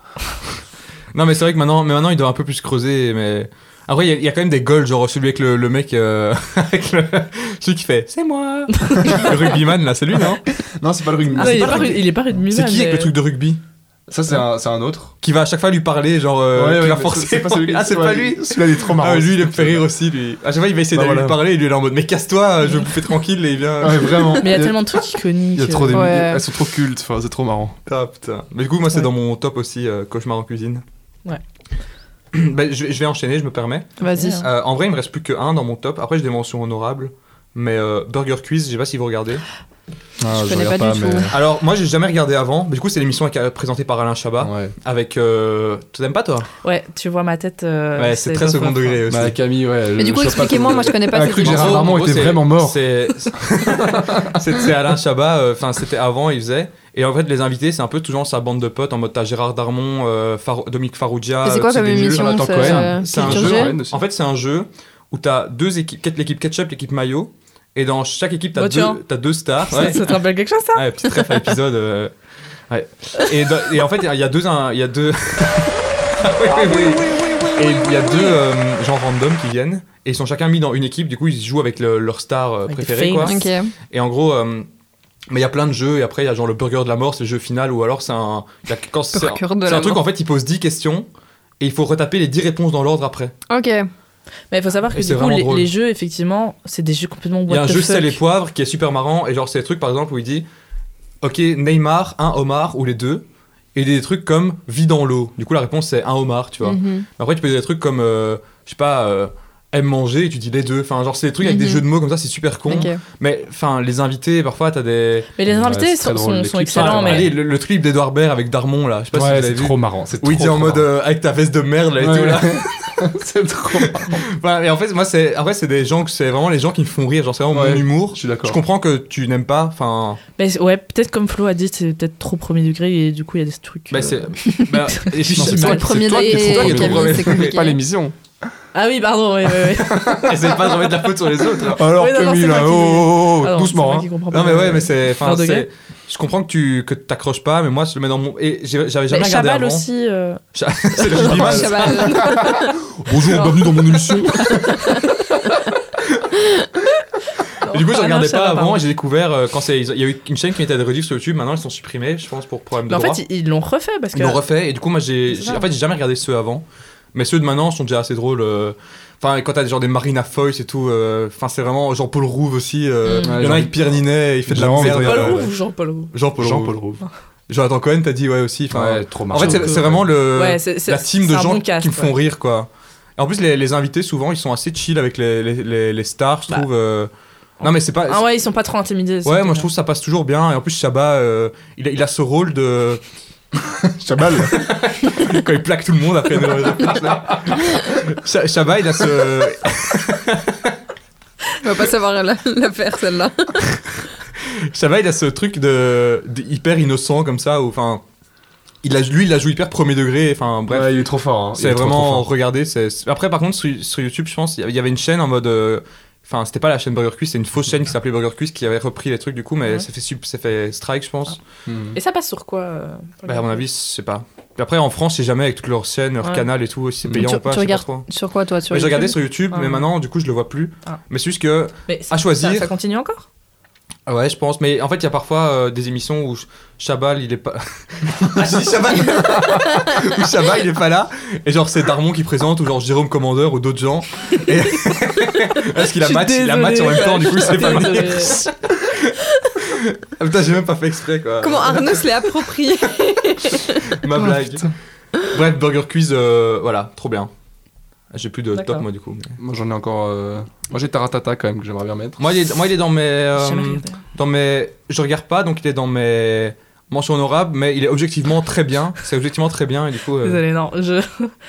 [SPEAKER 1] Non, mais c'est vrai que maintenant, mais maintenant ils doivent un peu plus creuser. Mais après, il y a- il y, a quand même des goals, genre celui avec le, le mec. euh, avec le- celui qui fait C'est moi Le rugbyman là, c'est lui, non
[SPEAKER 4] Non, c'est pas le rugby.
[SPEAKER 2] Ah,
[SPEAKER 1] c'est
[SPEAKER 2] il, est
[SPEAKER 1] pas
[SPEAKER 2] pas,
[SPEAKER 1] rugby.
[SPEAKER 2] rude- il est pas rude
[SPEAKER 1] C'est
[SPEAKER 2] musulman,
[SPEAKER 1] qui avec
[SPEAKER 2] mais-
[SPEAKER 1] le truc de rugby
[SPEAKER 4] Ça, c'est un, c'est un autre.
[SPEAKER 1] Qui va à chaque fois lui parler, genre. euh, qui va
[SPEAKER 4] mais
[SPEAKER 1] forcer.
[SPEAKER 4] c'est pas celui
[SPEAKER 1] ah, c'est pas lui
[SPEAKER 4] Celui-là, il est trop marrant.
[SPEAKER 1] Ah, lui, il me fait rire aussi, lui. À chaque fois, il va essayer
[SPEAKER 4] Bah
[SPEAKER 1] d'aller
[SPEAKER 4] voilà.
[SPEAKER 1] lui parler, et lui, il est en mode, mais casse-toi, je vous fais tranquille, et il vient.
[SPEAKER 4] Ouais, vraiment.
[SPEAKER 2] euh, Mais il y a
[SPEAKER 4] Il
[SPEAKER 2] tellement de trucs iconiques. euh,
[SPEAKER 4] Il y a trop des.
[SPEAKER 3] Ouais.
[SPEAKER 4] Elles sont trop cultes, enfin, c'est trop marrant.
[SPEAKER 1] Ah, putain. Mais du coup, moi, c'est
[SPEAKER 2] Ouais.
[SPEAKER 1] dans mon top aussi, euh, Cauchemar en cuisine.
[SPEAKER 2] Ouais.
[SPEAKER 1] Bah, je, vais- je vais enchaîner, je me permets.
[SPEAKER 3] Vas-y.
[SPEAKER 2] Ouais.
[SPEAKER 1] Euh, en vrai, il me reste plus que un dans mon top. Après, j'ai des mentions honorables. Mais euh, Burger Quiz, je sais pas si vous regardez.
[SPEAKER 4] Ah,
[SPEAKER 3] connais
[SPEAKER 4] regarde
[SPEAKER 3] pas du tout.
[SPEAKER 1] Alors, moi, j'ai jamais regardé avant. Mais du coup, c'est l'émission avec- présentée par Alain Chabat.
[SPEAKER 4] Ouais.
[SPEAKER 1] Avec. euh, Tu t'aimes pas, toi
[SPEAKER 2] Ouais, tu vois ma tête. euh,
[SPEAKER 1] Ouais, c'est très
[SPEAKER 2] pas-
[SPEAKER 1] second degré aussi.
[SPEAKER 4] Bah, Camille, ouais.
[SPEAKER 3] Mais du coup, expliquez-moi, moi je connais
[SPEAKER 4] Elle
[SPEAKER 3] pas
[SPEAKER 4] a
[SPEAKER 3] cette
[SPEAKER 4] cru que
[SPEAKER 1] En
[SPEAKER 4] Gérard
[SPEAKER 1] gros,
[SPEAKER 4] Darmon
[SPEAKER 1] en gros,
[SPEAKER 4] était
[SPEAKER 1] c'est-
[SPEAKER 4] vraiment mort.
[SPEAKER 1] C'est c'est- c'est Alain Chabat, euh, enfin c'était avant, il faisait. Et en fait, les invités, c'est un peu toujours sa bande de potes en mode t'as Gérard Darmon, euh, Faro- Dominique Farougia.
[SPEAKER 3] Et c'est quoi
[SPEAKER 1] euh,
[SPEAKER 3] comme
[SPEAKER 1] des nuls.
[SPEAKER 3] émission
[SPEAKER 4] Jonathan
[SPEAKER 3] C'est
[SPEAKER 4] Cohen.
[SPEAKER 3] euh,
[SPEAKER 1] C'est un
[SPEAKER 3] Culture
[SPEAKER 1] jeu.
[SPEAKER 3] G
[SPEAKER 1] En fait, c'est un jeu où t'as deux équipes, peut-être l'équipe ketchup, l'équipe mayo, et dans chaque équipe t'as
[SPEAKER 2] Oh, tiens.
[SPEAKER 1] deux, t'as deux stars.
[SPEAKER 2] Ça,
[SPEAKER 1] Ouais.
[SPEAKER 2] ça te rappelle quelque chose, ça
[SPEAKER 1] Ouais, petit trèfle à épisode. euh, ouais. et, dans- et en fait, il y a- il y a deux. un- Il y a deux. Ah oui, oui, oui. Et il y a deux euh, gens random qui viennent et ils sont chacun mis dans une équipe. Du coup, ils jouent avec le- leur star euh,
[SPEAKER 2] Avec des
[SPEAKER 1] préférée, quoi.
[SPEAKER 2] famous.
[SPEAKER 3] Ok.
[SPEAKER 1] Et en gros, euh, mais il y a plein de jeux. Et après, il y a genre le burger de la mort, c'est le jeu final. Ou alors, c'est un. il y a- quand c'est un,
[SPEAKER 3] Burger de
[SPEAKER 1] c'est
[SPEAKER 3] la
[SPEAKER 1] un truc,
[SPEAKER 3] mort.
[SPEAKER 1] en fait, ils posent 10 questions et il faut retaper les 10 réponses dans l'ordre après.
[SPEAKER 3] Ok.
[SPEAKER 2] Mais il faut savoir que
[SPEAKER 1] Et c'est
[SPEAKER 2] du coup,
[SPEAKER 1] vraiment
[SPEAKER 2] les,
[SPEAKER 1] drôle.
[SPEAKER 2] les jeux, effectivement, c'est des jeux complètement
[SPEAKER 1] Il y a
[SPEAKER 2] what
[SPEAKER 1] un
[SPEAKER 2] the
[SPEAKER 1] jeu
[SPEAKER 2] fuck.
[SPEAKER 1] sel et poivre qui est super marrant. Et genre, c'est des trucs, par exemple, où il dit Ok, Neymar, un homard ou les deux. Et des trucs comme vie dans l'eau. Du coup, la réponse, c'est un homard, tu vois.
[SPEAKER 2] Mm.
[SPEAKER 3] Mhm.
[SPEAKER 1] Après, tu peux dire des trucs comme, euh, je sais pas, euh, aime manger et tu dis les deux. Enfin, genre, c'est des trucs avec
[SPEAKER 2] Mm-hmm.
[SPEAKER 1] des
[SPEAKER 3] Mhm.
[SPEAKER 1] jeux de mots comme ça, c'est super con.
[SPEAKER 3] Ok.
[SPEAKER 1] Mais enfin, les invités, parfois, t'as des.
[SPEAKER 2] Mais les
[SPEAKER 4] Ouais,
[SPEAKER 2] invités
[SPEAKER 4] c'est
[SPEAKER 2] sont,
[SPEAKER 4] très
[SPEAKER 2] sont-
[SPEAKER 4] drôle, les
[SPEAKER 2] sont
[SPEAKER 4] clips,
[SPEAKER 1] Enfin,
[SPEAKER 2] excellents,
[SPEAKER 4] ouais.
[SPEAKER 2] mais
[SPEAKER 1] allez, le, le clip d'Edouard Baird avec Darmon, là. Je sais pas si
[SPEAKER 4] Ouais,
[SPEAKER 1] vous
[SPEAKER 4] c'est
[SPEAKER 1] avez vu.
[SPEAKER 4] trop marrant. C'est
[SPEAKER 1] Oui,
[SPEAKER 4] trop
[SPEAKER 1] t'es en
[SPEAKER 4] marrant.
[SPEAKER 1] mode euh, avec ta veste de merde, là et
[SPEAKER 4] Ouais.
[SPEAKER 1] tout, là.
[SPEAKER 4] c'est trop.
[SPEAKER 1] Enfin, et en fait, moi, c'est. Après, c'est des gens que c'est vraiment les gens qui me font rire. Genre, c'est vraiment
[SPEAKER 4] Ouais.
[SPEAKER 1] mon humour.
[SPEAKER 4] Je suis d'accord.
[SPEAKER 1] Je comprends que tu n'aimes pas. Enfin.
[SPEAKER 2] mais ouais, peut-être comme Flo a dit, c'est peut-être trop premier degré et du coup, il y a des trucs.
[SPEAKER 1] Bah,
[SPEAKER 2] euh,
[SPEAKER 1] c'est. bah, et puis,
[SPEAKER 4] Non,
[SPEAKER 1] c'est
[SPEAKER 4] c'est
[SPEAKER 1] toi-
[SPEAKER 4] toi
[SPEAKER 3] le premier
[SPEAKER 1] c'est toi qui
[SPEAKER 3] des-
[SPEAKER 1] es trop- toi qui es
[SPEAKER 4] Camille,
[SPEAKER 1] trop premier.
[SPEAKER 3] c'est compliqué.
[SPEAKER 4] Pas l'émission.
[SPEAKER 2] Ah oui, pardon, ouais, ouais, ouais.
[SPEAKER 1] Essaye pas de remettre la faute sur les autres.
[SPEAKER 4] Alors,
[SPEAKER 2] Oui, non, non,
[SPEAKER 4] Camille,
[SPEAKER 2] c'est moi
[SPEAKER 4] là,
[SPEAKER 2] qui-
[SPEAKER 4] oh, oh, oh,
[SPEAKER 2] Ah non, c'est
[SPEAKER 4] doucement.
[SPEAKER 2] moi
[SPEAKER 4] hein.
[SPEAKER 2] qui comprends pas.
[SPEAKER 1] Non mais ouais mais c'est enfin
[SPEAKER 2] Fleur de
[SPEAKER 1] c'est je comprends que tu que t'accroches pas mais moi je le mets dans mon et j'ai- j'avais jamais
[SPEAKER 2] Mais
[SPEAKER 1] regardé
[SPEAKER 2] Chabal
[SPEAKER 1] avant.
[SPEAKER 2] aussi. euh,
[SPEAKER 1] Cha- c'est le jeu du mal.
[SPEAKER 3] Chaval.
[SPEAKER 4] Bonjour, bienvenue dans mon émission.
[SPEAKER 1] Et Du coup je
[SPEAKER 2] Arnaud
[SPEAKER 1] regardais
[SPEAKER 2] Chabal,
[SPEAKER 1] pas avant
[SPEAKER 2] pardon.
[SPEAKER 1] et j'ai découvert euh, quand c'est il y a eu une chaîne qui mettait des rediffs sur YouTube maintenant ils sont supprimés je pense pour problème de
[SPEAKER 2] Mais Bah, en
[SPEAKER 1] droit.
[SPEAKER 2] fait, ils ils l'ont refait parce que.
[SPEAKER 1] Ils l'ont refait et du coup moi j'ai
[SPEAKER 2] C'est
[SPEAKER 1] j'ai-
[SPEAKER 2] ça.
[SPEAKER 1] en fait j'ai jamais regardé ceux avant mais ceux de maintenant sont déjà assez drôles euh, enfin quand t'as genre des Marina Foyce et tout euh, enfin c'est vraiment genre Paul Rouve aussi euh,
[SPEAKER 2] Mm.
[SPEAKER 1] il y en a avec Pierre Ninet il fait de la
[SPEAKER 4] Jean-
[SPEAKER 1] merde.
[SPEAKER 4] Paul
[SPEAKER 2] Paul
[SPEAKER 1] euh,
[SPEAKER 2] Rouve ou Jean-Paul Rouve
[SPEAKER 1] Jean-Paul
[SPEAKER 4] Jean-Paul
[SPEAKER 1] Rouve.
[SPEAKER 4] Rouve.
[SPEAKER 1] Jonathan Cohen t'as dit ouais aussi enfin
[SPEAKER 4] Ouais, trop
[SPEAKER 1] En
[SPEAKER 4] marrant.
[SPEAKER 1] fait, c'est c'est vraiment le,
[SPEAKER 2] Ouais, c'est- c'est-
[SPEAKER 1] la team
[SPEAKER 2] c'est
[SPEAKER 1] de
[SPEAKER 2] un
[SPEAKER 1] gens
[SPEAKER 2] bon
[SPEAKER 1] qui
[SPEAKER 2] cast,
[SPEAKER 1] me font
[SPEAKER 2] ouais.
[SPEAKER 1] rire, quoi. Et en plus, les, les invités, souvent, ils sont assez chill avec les, les, les- les stars, je
[SPEAKER 2] Bah.
[SPEAKER 1] trouve. euh. Non, mais c'est pas.
[SPEAKER 2] Ah ouais, ils sont pas trop intimidés.
[SPEAKER 1] ouais, moi, je trouve que ça passe toujours bien. Et en plus, Shabba, euh, il, a, il a ce rôle de.
[SPEAKER 4] Chabal.
[SPEAKER 1] Quand il plaque tout le monde après dans les réponses, là. Sha- Shabba, il a ce.
[SPEAKER 3] On va pas savoir la, la faire celle-là.
[SPEAKER 1] Shabba, il a ce truc de, de hyper innocent, comme ça, où, enfin. Il a, lui, il la joue hyper premier degré, enfin, bref.
[SPEAKER 4] Ouais, il est trop fort. hein. Il
[SPEAKER 1] C'est
[SPEAKER 4] est trop, trop
[SPEAKER 1] vraiment
[SPEAKER 4] fort.
[SPEAKER 1] regarder. c'est- c'est- Après, par contre, sur, sur YouTube, je pense, il y avait- il y avait une chaîne en mode. euh, Enfin, c'était pas la chaîne Burger Quiz, c'est une fausse chaîne qui s'appelait Burger Quiz qui avait repris les trucs du coup, mais
[SPEAKER 2] Ouais.
[SPEAKER 1] ça, fait, sub- ça fait strike, je pense.
[SPEAKER 4] Hmm.
[SPEAKER 2] Et ça passe sur quoi euh,
[SPEAKER 1] Bah, à mon avis, je sais pas. Puis après, en France, c'est jamais avec toutes leurs chaînes, leur
[SPEAKER 2] Ouais.
[SPEAKER 1] canal et tout, si c'est payant
[SPEAKER 3] Tu-
[SPEAKER 1] ou pas,
[SPEAKER 3] tu
[SPEAKER 1] je sais pas
[SPEAKER 3] regardes
[SPEAKER 1] trop.
[SPEAKER 3] Sur quoi toi sur
[SPEAKER 1] Mais j'ai regardé
[SPEAKER 3] YouTube
[SPEAKER 1] sur YouTube,
[SPEAKER 2] Ah.
[SPEAKER 1] mais maintenant, du coup, je le vois plus.
[SPEAKER 2] Ah.
[SPEAKER 1] Mais c'est juste que.
[SPEAKER 2] Mais
[SPEAKER 1] À choisir.
[SPEAKER 2] Ça, ça continue encore
[SPEAKER 1] Ah Ouais, je pense, mais en fait, il y a parfois euh, des émissions où Ch- Chabal, il est pas. ah, je dis Chabal Où Chabal, il est pas là, et genre, c'est Darmon qui présente, ou genre Jérôme Commandeur, ou d'autres gens. Et... Parce qu'il a
[SPEAKER 2] Je suis
[SPEAKER 1] match, il a
[SPEAKER 2] désolée,
[SPEAKER 1] match en même
[SPEAKER 2] quoi,
[SPEAKER 1] temps, du
[SPEAKER 2] je
[SPEAKER 1] coup, il
[SPEAKER 2] suis
[SPEAKER 1] sait pas venir.
[SPEAKER 2] désolée.
[SPEAKER 1] Ah, putain, j'ai même pas fait exprès, quoi.
[SPEAKER 3] Comment Arnaud se l'est approprié
[SPEAKER 1] Ma
[SPEAKER 4] Oh,
[SPEAKER 1] blague.
[SPEAKER 4] putain.
[SPEAKER 1] Bref, Burger Quiz, euh, voilà, trop bien. J'ai plus de top,
[SPEAKER 2] D'accord.
[SPEAKER 1] moi, du coup. mais-
[SPEAKER 4] Moi, j'en ai encore. euh, Moi, j'ai Taratata quand même que j'aimerais bien mettre.
[SPEAKER 1] Moi, il est, moi, il est dans mes. euh,
[SPEAKER 2] J'ai jamais regardé.
[SPEAKER 1] dans mes. Je regarde pas, donc il est dans mes mentions honorables, mais il est objectivement très bien. C'est objectivement très bien, et du coup. euh,
[SPEAKER 2] Désolé, non. Je...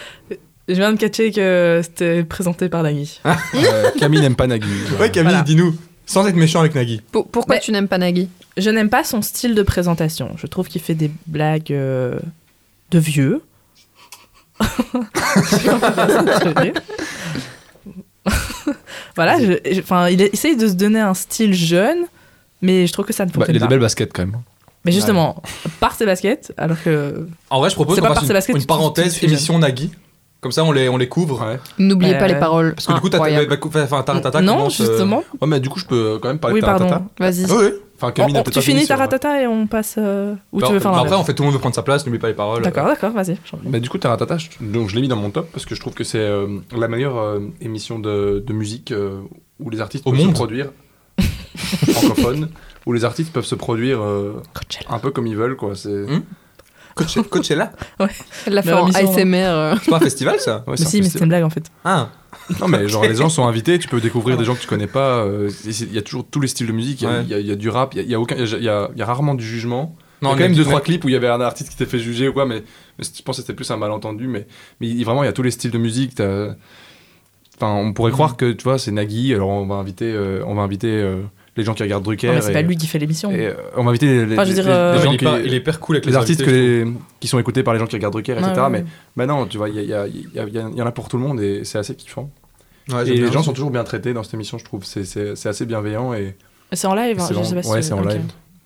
[SPEAKER 2] je viens de catcher que c'était présenté par Nagui.
[SPEAKER 4] Euh, Camille n'aime pas Nagui. voilà.
[SPEAKER 1] Ouais, Camille,
[SPEAKER 2] Voilà.
[SPEAKER 1] dis-nous. Sans être méchant avec Nagui.
[SPEAKER 3] Pour- Pourquoi
[SPEAKER 2] Mais-
[SPEAKER 3] tu n'aimes pas Nagui
[SPEAKER 2] Je n'aime pas son style de présentation. Je trouve qu'il fait des blagues euh, de vieux. Je sais pas comment ça se dit. voilà, je, je- enfin, il essaye de se donner un style jeune, mais je trouve que ça ne
[SPEAKER 4] Bah,
[SPEAKER 2] fonctionne
[SPEAKER 4] il a des
[SPEAKER 2] pas.
[SPEAKER 4] belles baskets quand même.
[SPEAKER 2] Mais justement, par ses baskets, alors que
[SPEAKER 1] En vrai, je propose
[SPEAKER 2] C'est
[SPEAKER 1] qu'on
[SPEAKER 2] pas
[SPEAKER 1] fasse
[SPEAKER 2] par Sébastien
[SPEAKER 1] une, une
[SPEAKER 2] que tu- tu- tu
[SPEAKER 1] parenthèse
[SPEAKER 2] suis jeune.
[SPEAKER 1] émission Nagui. Comme ça, on les, on les couvre.
[SPEAKER 4] Ouais.
[SPEAKER 3] N'oubliez
[SPEAKER 2] Ouais,
[SPEAKER 3] pas les
[SPEAKER 2] ouais.
[SPEAKER 3] paroles.
[SPEAKER 1] Parce que du coup, t'as.
[SPEAKER 3] Incroyable.
[SPEAKER 1] bah, bah, enfin, t'as- t'as- t'as
[SPEAKER 2] non,
[SPEAKER 1] commence, euh,
[SPEAKER 2] justement.
[SPEAKER 4] Ouais, mais du coup, je peux Euh, quand même parler
[SPEAKER 2] oui,
[SPEAKER 4] de
[SPEAKER 2] pardon.
[SPEAKER 4] Taratata.
[SPEAKER 3] Vas-y.
[SPEAKER 1] Ah Ouais, ouais.
[SPEAKER 4] Enfin, Camille
[SPEAKER 2] On-
[SPEAKER 4] n'a
[SPEAKER 2] on-
[SPEAKER 4] peut-être
[SPEAKER 2] tu
[SPEAKER 4] pas
[SPEAKER 2] finis
[SPEAKER 4] fini,
[SPEAKER 2] ta
[SPEAKER 4] c'est vrai.
[SPEAKER 2] ratata et on passe. euh, Ou
[SPEAKER 1] Bah,
[SPEAKER 2] tu veux faire
[SPEAKER 1] bah,
[SPEAKER 2] l'inverse
[SPEAKER 1] Après, en fait, tout le monde veut prendre sa place, n'oublie pas les paroles.
[SPEAKER 2] D'accord, d'accord, vas-y.
[SPEAKER 4] Bah, du coup, Taratata, je, donc, je l'ai mis dans mon top parce que je trouve que c'est euh, la meilleure euh, émission de, de musique euh, où les artistes
[SPEAKER 1] Au
[SPEAKER 4] peuvent
[SPEAKER 1] monde.
[SPEAKER 4] se produire francophone, où les artistes peuvent se produire euh,
[SPEAKER 2] Coachella.
[SPEAKER 4] un peu comme ils veulent. quoi. C'est
[SPEAKER 2] Mm.
[SPEAKER 1] Hmm. Coache- Coachella
[SPEAKER 3] Elle
[SPEAKER 2] Mais
[SPEAKER 3] l'a fait en
[SPEAKER 2] l'émission,
[SPEAKER 3] ASMR. euh.
[SPEAKER 1] C'est pas un festival, ça
[SPEAKER 4] ouais,
[SPEAKER 2] Mais
[SPEAKER 4] c'est un
[SPEAKER 2] Bah, si, mais
[SPEAKER 4] festival.
[SPEAKER 2] c'était une blague en fait.
[SPEAKER 1] Ah
[SPEAKER 4] Non, mais genre, les gens sont invités, tu peux découvrir des gens que tu connais pas. euh, et c'est- Il y a toujours tous les styles de musique. Il y a-
[SPEAKER 1] Ouais.
[SPEAKER 4] il y, a- il y a du rap, il y a- il y, a aucun- il y a- il y a- il y a rarement du jugement.
[SPEAKER 1] Non,
[SPEAKER 4] il y a quand même
[SPEAKER 1] Nagui,
[SPEAKER 4] deux, trois
[SPEAKER 1] ouais.
[SPEAKER 4] clips où il y avait un artiste qui s'était fait juger ou quoi, mais, mais je pense que c'était plus un malentendu. Mais, mais il- vraiment, il y a tous les styles de musique. t'as- Enfin, on
[SPEAKER 2] Mm.
[SPEAKER 4] pourrait croire que, tu vois, c'est Nagui, alors on va inviter, euh, on va inviter euh, les gens qui regardent Drucker.
[SPEAKER 2] Non, mais c'est
[SPEAKER 4] et-
[SPEAKER 2] pas lui qui fait l'émission.
[SPEAKER 4] et, euh, on va inviter les, les-
[SPEAKER 2] Enfin, je veux
[SPEAKER 4] les-
[SPEAKER 2] dire,
[SPEAKER 4] les
[SPEAKER 2] euh,
[SPEAKER 1] Ouais,
[SPEAKER 4] gens
[SPEAKER 1] il, est
[SPEAKER 4] qui-
[SPEAKER 1] pas- il est hyper cool avec les,
[SPEAKER 4] les artistes que
[SPEAKER 1] invités,
[SPEAKER 4] les- qui sont écoutés par les gens qui regardent Drucker, etc.
[SPEAKER 2] Ouais, ouais,
[SPEAKER 4] Mais
[SPEAKER 2] ouais.
[SPEAKER 4] bah non, tu vois, il y, a- il y a- il y a- il y a- il y en a pour tout le monde et c'est assez kiffant.
[SPEAKER 1] Ouais,
[SPEAKER 4] Et
[SPEAKER 1] Ah, j'aime bien.
[SPEAKER 4] les gens sont toujours bien traités dans cette émission, je trouve. C'est- C'est c'est assez bienveillant et
[SPEAKER 2] C'est en live, hein, je sais
[SPEAKER 4] c'est vraiment-
[SPEAKER 2] pas si
[SPEAKER 4] ouais, c'est en
[SPEAKER 2] ok.
[SPEAKER 4] live.